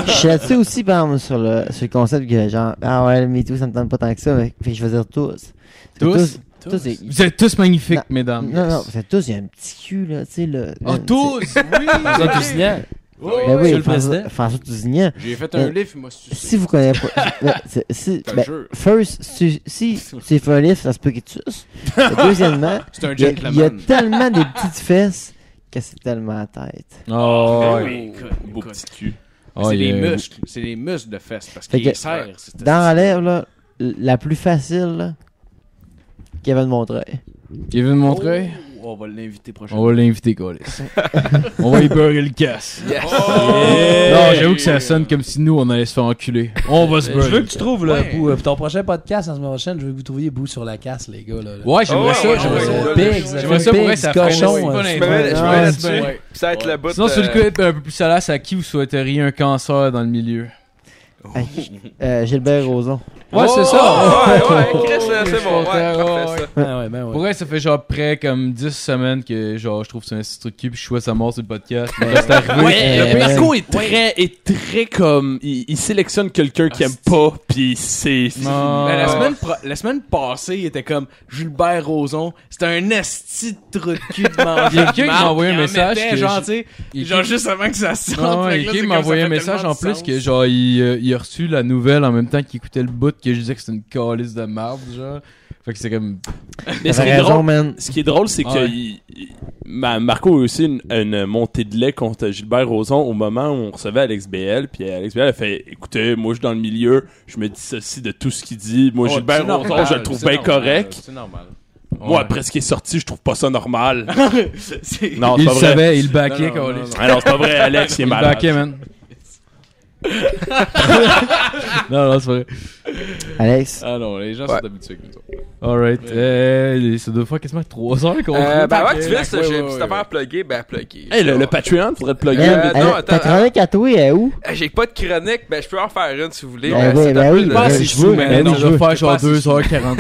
[SPEAKER 7] Je suis là-dessus aussi, par exemple, sur le, sur le concept que genre, ah ouais, mais tout, ça me tente pas tant que ça, mais fait que je veux dire tous.
[SPEAKER 3] Tous?
[SPEAKER 7] Tous, tous, c'est-
[SPEAKER 3] Vous êtes tous magnifiques,
[SPEAKER 7] Non.
[SPEAKER 3] mesdames.
[SPEAKER 7] Non, non, c'est tous, il y a un petit cul, là, tu sais, là.
[SPEAKER 3] Oh,
[SPEAKER 7] là,
[SPEAKER 3] tous! Oui!
[SPEAKER 1] François Tousignan.
[SPEAKER 7] tu-
[SPEAKER 5] Oui,
[SPEAKER 7] Ben oui,
[SPEAKER 1] Monsieur le
[SPEAKER 7] François-
[SPEAKER 1] Président.
[SPEAKER 7] François Tousignan.
[SPEAKER 5] J'ai fait
[SPEAKER 7] Euh,
[SPEAKER 5] un livre, moi, si tu
[SPEAKER 7] Si vous connaissez pas. ben, c'est- si,
[SPEAKER 5] te
[SPEAKER 7] ben,
[SPEAKER 5] jure.
[SPEAKER 7] first, si, si tu fais un livre, ça se peut qu'il te suce. Deuxièmement,
[SPEAKER 5] C'est un
[SPEAKER 7] il y, a- il y a
[SPEAKER 5] gentleman.
[SPEAKER 7] tellement des petites fesses que c'est tellement la tête.
[SPEAKER 3] Oh, ouais.
[SPEAKER 5] Oui, écoute,
[SPEAKER 6] beau
[SPEAKER 5] écoute.
[SPEAKER 6] petit cul.
[SPEAKER 3] Oh,
[SPEAKER 5] c'est
[SPEAKER 3] il y
[SPEAKER 5] des
[SPEAKER 3] a-
[SPEAKER 5] muscles, c'est des muscles de fesses parce
[SPEAKER 7] Fait
[SPEAKER 5] qu'il
[SPEAKER 7] que-
[SPEAKER 5] serre. c'est-
[SPEAKER 7] Dans la lèvre, là, la plus facile, là, Kevin Montreuil.
[SPEAKER 3] Kevin Montreuil,
[SPEAKER 5] Oh, on va l'inviter prochainement.
[SPEAKER 3] on va l'inviter, Colis. on va y beurrer le casse.
[SPEAKER 4] Yes.
[SPEAKER 3] Non, j'avoue que ça sonne comme si nous, on allait se faire enculer. On va se
[SPEAKER 1] Euh, Je veux
[SPEAKER 3] beurrer.
[SPEAKER 1] que tu trouves là,
[SPEAKER 5] Ouais.
[SPEAKER 1] bout, euh, pour ton prochain podcast la semaine prochaine, je veux que vous trouviez bout sur la casse, les gars. Là, là.
[SPEAKER 3] Ouais, j'aimerais
[SPEAKER 4] Oh,
[SPEAKER 3] ça,
[SPEAKER 4] ouais,
[SPEAKER 3] j'aimerais
[SPEAKER 4] ouais,
[SPEAKER 3] ça.
[SPEAKER 4] ouais.
[SPEAKER 1] Pigs,
[SPEAKER 3] J'aimerais ça pour vrai, ça ferait
[SPEAKER 1] cochon,
[SPEAKER 3] une bonne
[SPEAKER 1] euh,
[SPEAKER 4] Je me mets- je me mets
[SPEAKER 7] Ouais,
[SPEAKER 4] là-dessus.
[SPEAKER 3] ouais.
[SPEAKER 4] Puis ça va être la bout.
[SPEAKER 3] Sinon, sur le
[SPEAKER 4] euh,
[SPEAKER 3] clip un peu plus salace, à qui vous souhaiteriez un cancer dans le milieu?
[SPEAKER 7] Euh, Gilbert Rozon.
[SPEAKER 1] Ouais, c'est ça.
[SPEAKER 4] Oh, Ouais, ouais, Chris, euh, c'est bon.
[SPEAKER 3] Oh,
[SPEAKER 4] Ouais,
[SPEAKER 3] ouais,
[SPEAKER 4] parfait,
[SPEAKER 3] ouais.
[SPEAKER 4] ça.
[SPEAKER 1] Ah ouais, ben ouais.
[SPEAKER 3] Pour vrai, ça fait genre près comme 10 semaines que genre je trouve que c'est un petit truc de cul puis je suis sa mort sur le podcast. Mais là, c'est arrivé.
[SPEAKER 6] Ouais,
[SPEAKER 7] Euh,
[SPEAKER 6] le Mexico Eh ben, est très, est très comme. Il, il sélectionne quelqu'un qui aime pas, puis c'est.
[SPEAKER 3] Non.
[SPEAKER 5] Mais Ben, la, semaine pro- la semaine passée, il était comme Gilbert Rozon. C'était un esti de trou de cul de manger.
[SPEAKER 3] Il y a quelqu'un qui m'a envoyé un
[SPEAKER 5] Il en
[SPEAKER 3] message
[SPEAKER 5] mettait,
[SPEAKER 3] que
[SPEAKER 5] genre,
[SPEAKER 3] j'ai-
[SPEAKER 5] tu sais,
[SPEAKER 3] Il-
[SPEAKER 5] genre juste avant que ça sorte.
[SPEAKER 3] Non,
[SPEAKER 5] Fait
[SPEAKER 3] Ah ouais,
[SPEAKER 5] que là,
[SPEAKER 3] Kim
[SPEAKER 5] c'est
[SPEAKER 3] m'a
[SPEAKER 5] comme
[SPEAKER 3] envoyé
[SPEAKER 5] ça
[SPEAKER 3] un
[SPEAKER 5] fait
[SPEAKER 3] message
[SPEAKER 5] tellement
[SPEAKER 3] en
[SPEAKER 5] de
[SPEAKER 3] plus
[SPEAKER 5] sens.
[SPEAKER 3] que genre il, euh, il a reçu la nouvelle en même temps qu'il écoutait le bout que je disais que c'était une calice de marde genre. Fait que c'est comme
[SPEAKER 6] Mais ce qui
[SPEAKER 7] T'avais
[SPEAKER 6] est
[SPEAKER 7] raison,
[SPEAKER 6] drôle,
[SPEAKER 7] man.
[SPEAKER 6] ce qui est drôle,
[SPEAKER 5] Ah
[SPEAKER 6] c'est que
[SPEAKER 3] Ouais.
[SPEAKER 6] il- il- Ma- Marco a eu aussi une, une montée de lait contre Gilbert Rozon au moment où on recevait Alex BL. Puis Alex BL a fait Écoutez, moi je suis dans le milieu, je me dissocie de tout ce qu'il dit. Moi,
[SPEAKER 5] Oh,
[SPEAKER 6] Gilbert
[SPEAKER 5] c'est normal,
[SPEAKER 6] Rozon, je le trouve
[SPEAKER 5] c'est
[SPEAKER 6] bien
[SPEAKER 5] normal,
[SPEAKER 6] correct.
[SPEAKER 5] C'est normal.
[SPEAKER 6] Moi, après ce qui est sorti, je trouve pas ça normal.
[SPEAKER 5] C'est-
[SPEAKER 6] non,
[SPEAKER 3] il
[SPEAKER 6] Ah, c'est pas
[SPEAKER 3] le
[SPEAKER 6] vrai.
[SPEAKER 3] savait, il le backait
[SPEAKER 5] Non, non, non,
[SPEAKER 3] calice.
[SPEAKER 5] non.
[SPEAKER 6] Ah non, c'est pas vrai, Alex, il est
[SPEAKER 3] Il le
[SPEAKER 6] malade.
[SPEAKER 3] backait man. non non c'est pas vrai.
[SPEAKER 7] Alex.
[SPEAKER 5] Ah non, les gens
[SPEAKER 4] Ouais.
[SPEAKER 5] sont habitués avec nous. autres.
[SPEAKER 3] Alright, euh, ça doit faire quasiment 3 heures qu'on.
[SPEAKER 4] Euh, ben, avant
[SPEAKER 5] ouais.
[SPEAKER 4] que tu finisses,
[SPEAKER 5] Ouais,
[SPEAKER 4] j'ai
[SPEAKER 5] ouais,
[SPEAKER 4] une petite
[SPEAKER 5] ouais,
[SPEAKER 4] affaire
[SPEAKER 5] ouais.
[SPEAKER 4] à plugger. Ben, à plugger.
[SPEAKER 6] Hey, le, le Patreon, faudrait te plugger.
[SPEAKER 4] Euh,
[SPEAKER 7] Elle-
[SPEAKER 4] non,
[SPEAKER 7] elle-
[SPEAKER 4] attends,
[SPEAKER 7] Ta chronique à toi, elle est où?
[SPEAKER 4] Hey, J'ai pas de chronique, ben, je peux en faire une si vous voulez.
[SPEAKER 7] Ben
[SPEAKER 4] Ben,
[SPEAKER 7] oui,
[SPEAKER 4] c'est
[SPEAKER 7] ben
[SPEAKER 4] un peu
[SPEAKER 7] oui,
[SPEAKER 4] le-
[SPEAKER 7] ben oui.
[SPEAKER 5] assez
[SPEAKER 7] je veux,
[SPEAKER 5] sous,
[SPEAKER 7] mais
[SPEAKER 5] man.
[SPEAKER 7] non,
[SPEAKER 3] Eh, ça doit
[SPEAKER 5] je
[SPEAKER 3] faire
[SPEAKER 5] veux
[SPEAKER 3] genre
[SPEAKER 5] pas assez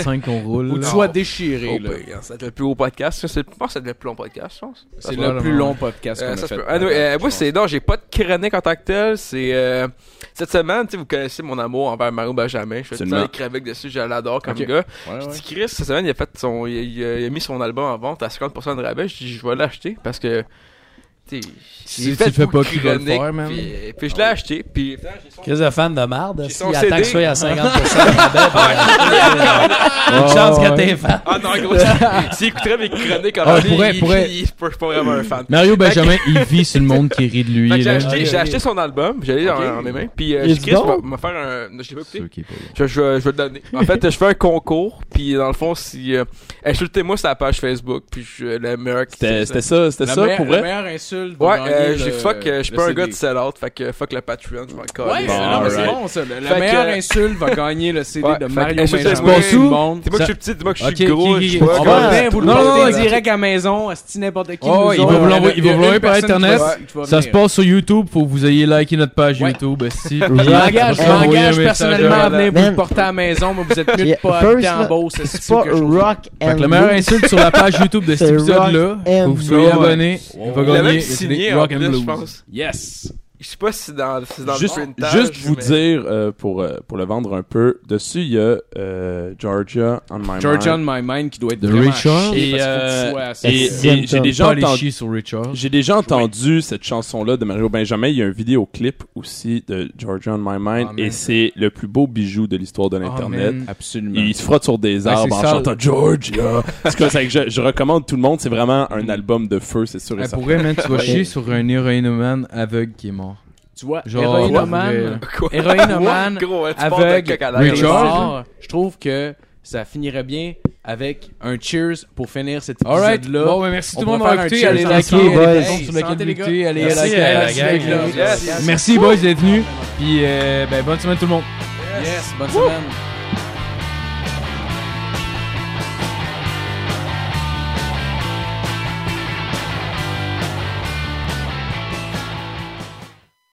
[SPEAKER 3] 2h45 qu'on roule.
[SPEAKER 5] Ou tu
[SPEAKER 3] là.
[SPEAKER 5] sois
[SPEAKER 4] Oh,
[SPEAKER 5] déchiré, là.
[SPEAKER 4] ben, regarde, ça va être le plus haut podcast. Ça, c'est- Je pense que c'est le plus long podcast, je pense.
[SPEAKER 5] C'est le
[SPEAKER 3] Probablement.
[SPEAKER 5] plus long podcast qu'on
[SPEAKER 4] Euh,
[SPEAKER 5] a
[SPEAKER 4] ça se
[SPEAKER 5] fait.
[SPEAKER 4] peut. Ah, non, euh, moi, c'est non, j'ai pas de chronique en tant que tel. C'est euh, cette semaine, tu sais, vous connaissez mon amour envers Mario Benjamin. Je fais tout le temps
[SPEAKER 6] Absolument.
[SPEAKER 4] des chroniques dessus, je l'adore comme
[SPEAKER 5] Ok.
[SPEAKER 4] gars.
[SPEAKER 5] Ouais,
[SPEAKER 4] Je
[SPEAKER 5] ouais.
[SPEAKER 4] dis Chris, cette semaine, il a fait son, il, il a- il a mis son album en vente à 50% de rabais. Je dis, je vais l'acheter parce que Tu sais,
[SPEAKER 3] Si
[SPEAKER 4] j'ai
[SPEAKER 3] tu
[SPEAKER 4] fait
[SPEAKER 3] le fais
[SPEAKER 4] beaucoup
[SPEAKER 3] pas,
[SPEAKER 4] de
[SPEAKER 3] qui va le
[SPEAKER 4] chroniques,
[SPEAKER 3] faire, man?
[SPEAKER 4] Puis, puis je l'ai acheté, puis
[SPEAKER 1] Chris de fan de marde,
[SPEAKER 4] J'ai
[SPEAKER 1] si
[SPEAKER 4] son
[SPEAKER 1] la
[SPEAKER 4] CD.
[SPEAKER 1] taxe fait à 50% de rabais, puis- euh, une
[SPEAKER 3] Oh,
[SPEAKER 1] chance que
[SPEAKER 3] ouais.
[SPEAKER 1] t'es fan.
[SPEAKER 4] Ah non, gros, s'il- s'il écouterait mes chroniques en
[SPEAKER 3] Ah,
[SPEAKER 4] anglais,
[SPEAKER 3] pourrait,
[SPEAKER 4] il-
[SPEAKER 3] pourrait.
[SPEAKER 4] il- je suis pas vraiment un fan.
[SPEAKER 3] Mario Benjamin, il vit sur le monde qui rit de lui.
[SPEAKER 4] Fait que j'ai
[SPEAKER 3] là.
[SPEAKER 4] acheté, j'ai acheté son album, j'ai allé dans,
[SPEAKER 6] Ok.
[SPEAKER 4] dans mes mains, puis euh,
[SPEAKER 7] Et
[SPEAKER 4] j'ai
[SPEAKER 7] dis
[SPEAKER 4] dit, Chris,
[SPEAKER 7] donc.
[SPEAKER 4] va- m'a faire un. non, Je l'ai pas écouté.
[SPEAKER 3] Ceux qui est pas là.
[SPEAKER 4] Je, je, je vais le donner. En fait, je fais un concours, puis dans le fond, si. euh, Insultez-moi sur la page Facebook, puis je, le meilleur qui
[SPEAKER 6] C'était
[SPEAKER 4] dit
[SPEAKER 6] c'était ça, c'était
[SPEAKER 5] La
[SPEAKER 6] ça
[SPEAKER 5] meilleure-
[SPEAKER 6] pour
[SPEAKER 5] La
[SPEAKER 6] vrai.
[SPEAKER 5] meilleure insulte. pour
[SPEAKER 4] Ouais,
[SPEAKER 5] gagner
[SPEAKER 4] euh,
[SPEAKER 5] le-
[SPEAKER 4] j'ai fuck, euh, je suis
[SPEAKER 5] le
[SPEAKER 4] pas un
[SPEAKER 5] CD.
[SPEAKER 4] gars de sell-out, fait que fuck le Patreon, je m'en
[SPEAKER 5] Ouais,
[SPEAKER 4] calisse.
[SPEAKER 5] c'est- non, mais c'est
[SPEAKER 6] Alright.
[SPEAKER 5] bon ça. La
[SPEAKER 4] Fait que-
[SPEAKER 5] meilleure insulte va gagner le CD
[SPEAKER 4] Ouais,
[SPEAKER 5] de
[SPEAKER 4] fait que
[SPEAKER 5] Mario
[SPEAKER 4] insulte,
[SPEAKER 5] Benjamin.
[SPEAKER 4] c'est
[SPEAKER 5] Tout le
[SPEAKER 4] bon.
[SPEAKER 5] monde.
[SPEAKER 4] Dis-moi que je suis petit, dis-moi que je suis
[SPEAKER 3] Ok,
[SPEAKER 4] gros,
[SPEAKER 3] ok,
[SPEAKER 4] je suis
[SPEAKER 3] ok.
[SPEAKER 4] pas
[SPEAKER 5] On
[SPEAKER 4] gros.
[SPEAKER 5] va bien vous le
[SPEAKER 3] Non, non,
[SPEAKER 5] porter
[SPEAKER 3] non,
[SPEAKER 5] direct à la maison, asti n'importe qui.
[SPEAKER 3] Oh,
[SPEAKER 5] nous
[SPEAKER 3] il
[SPEAKER 5] autres,
[SPEAKER 3] va vous
[SPEAKER 5] on
[SPEAKER 3] l'envoyer-
[SPEAKER 5] a-
[SPEAKER 3] il va vous
[SPEAKER 5] y a
[SPEAKER 3] l'envoyer
[SPEAKER 5] une
[SPEAKER 3] par
[SPEAKER 5] personne
[SPEAKER 3] Internet.
[SPEAKER 5] qui va- qui va
[SPEAKER 3] Ça
[SPEAKER 5] venir.
[SPEAKER 3] se passe sur YouTube, faut que vous ayez liké notre page
[SPEAKER 5] Ouais.
[SPEAKER 3] YouTube aussi.
[SPEAKER 5] Je m'engage, je
[SPEAKER 7] Rock,
[SPEAKER 5] m'engage personnellement
[SPEAKER 3] euh,
[SPEAKER 5] à venir vous
[SPEAKER 7] Man.
[SPEAKER 5] le porter à la maison, mais vous êtes mieux de
[SPEAKER 7] Yeah,
[SPEAKER 5] pas
[SPEAKER 7] first,
[SPEAKER 5] habiter en
[SPEAKER 7] là,
[SPEAKER 5] Beauce. asti,
[SPEAKER 7] C'est pas
[SPEAKER 5] quelque chose.
[SPEAKER 7] rock
[SPEAKER 3] Fait
[SPEAKER 7] and
[SPEAKER 3] que la meilleure
[SPEAKER 7] Blue.
[SPEAKER 3] insulte sur la page YouTube de cet
[SPEAKER 7] C'est
[SPEAKER 3] épisode-là,
[SPEAKER 7] Rock and
[SPEAKER 3] faut que vous soyez
[SPEAKER 7] Blue.
[SPEAKER 3] abonné. Il va
[SPEAKER 4] Il l'a
[SPEAKER 3] gagner
[SPEAKER 4] même
[SPEAKER 3] le
[SPEAKER 4] signé
[SPEAKER 3] CD
[SPEAKER 4] en
[SPEAKER 3] Rock and
[SPEAKER 4] plus, je
[SPEAKER 3] Blues.
[SPEAKER 4] pense.
[SPEAKER 6] Yes!
[SPEAKER 4] Je sais pas si c'est dans, si c'est dans
[SPEAKER 6] Juste,
[SPEAKER 4] le printage.
[SPEAKER 6] juste vous
[SPEAKER 4] mais-
[SPEAKER 6] dire, euh, pour, euh, pour le vendre un peu, dessus, il y a euh, Georgia on my
[SPEAKER 5] Georgia on
[SPEAKER 6] mind.
[SPEAKER 5] my mind qui doit être
[SPEAKER 3] De
[SPEAKER 5] vraiment
[SPEAKER 3] Richard.
[SPEAKER 5] chier,
[SPEAKER 6] Et,
[SPEAKER 5] parce qu'il faut que tu
[SPEAKER 6] euh,
[SPEAKER 5] sois assez-
[SPEAKER 6] Et, et j'ai déjà
[SPEAKER 3] Pas les
[SPEAKER 6] entendu...
[SPEAKER 3] chier sur Richard.
[SPEAKER 6] J'ai déjà entendu cette chanson-là de Mario Benjamin. Il y a un vidéoclip aussi de Georgia on My Mind
[SPEAKER 3] Ah,
[SPEAKER 5] Amen.
[SPEAKER 6] et c'est le plus beau bijou de l'histoire de l'Internet.
[SPEAKER 5] Amen.
[SPEAKER 3] Absolument.
[SPEAKER 6] Il se frotte sur des
[SPEAKER 3] Ah, Ouais,
[SPEAKER 6] arbres
[SPEAKER 3] c'est
[SPEAKER 6] en
[SPEAKER 3] ça.
[SPEAKER 6] chantant Georgia. C'est comme ça que je, je recommande tout le monde. C'est vraiment un album de feu, c'est sûr et
[SPEAKER 3] Ah,
[SPEAKER 6] certain.
[SPEAKER 3] Mm. pour vrai, man, tu vas
[SPEAKER 7] Ouais.
[SPEAKER 3] chier sur un héroïnomane aveugle qui est mort.
[SPEAKER 5] Tu vois,
[SPEAKER 3] Genre,
[SPEAKER 5] héroïnomane,
[SPEAKER 4] Quoi?
[SPEAKER 5] héroïnomane,
[SPEAKER 4] Ouais, gros, hein, tu portes un
[SPEAKER 5] aveugle,
[SPEAKER 4] coq à l'air,
[SPEAKER 3] Richard.
[SPEAKER 4] là.
[SPEAKER 5] mort, je trouve que ça finirait bien avec un cheers pour finir cet
[SPEAKER 3] Alright,
[SPEAKER 5] épisode-là.
[SPEAKER 3] bon, ben, merci tout le
[SPEAKER 5] On
[SPEAKER 3] monde
[SPEAKER 5] pourrait
[SPEAKER 3] d'avoir
[SPEAKER 5] faire un
[SPEAKER 3] écouté.
[SPEAKER 5] cheers
[SPEAKER 3] Allez liker,
[SPEAKER 5] ensemble.
[SPEAKER 3] allez
[SPEAKER 7] Boys.
[SPEAKER 3] répondre sur
[SPEAKER 5] Hey,
[SPEAKER 3] la
[SPEAKER 5] santé, les gars.
[SPEAKER 3] communauté, allez
[SPEAKER 1] Merci
[SPEAKER 3] liker,
[SPEAKER 1] à la
[SPEAKER 3] allez
[SPEAKER 1] gang.
[SPEAKER 3] liker.
[SPEAKER 4] Yes.
[SPEAKER 3] Merci, boys, d'être venus. Puis, euh, ben, bonne semaine, tout le monde.
[SPEAKER 5] Yes, bonne semaine.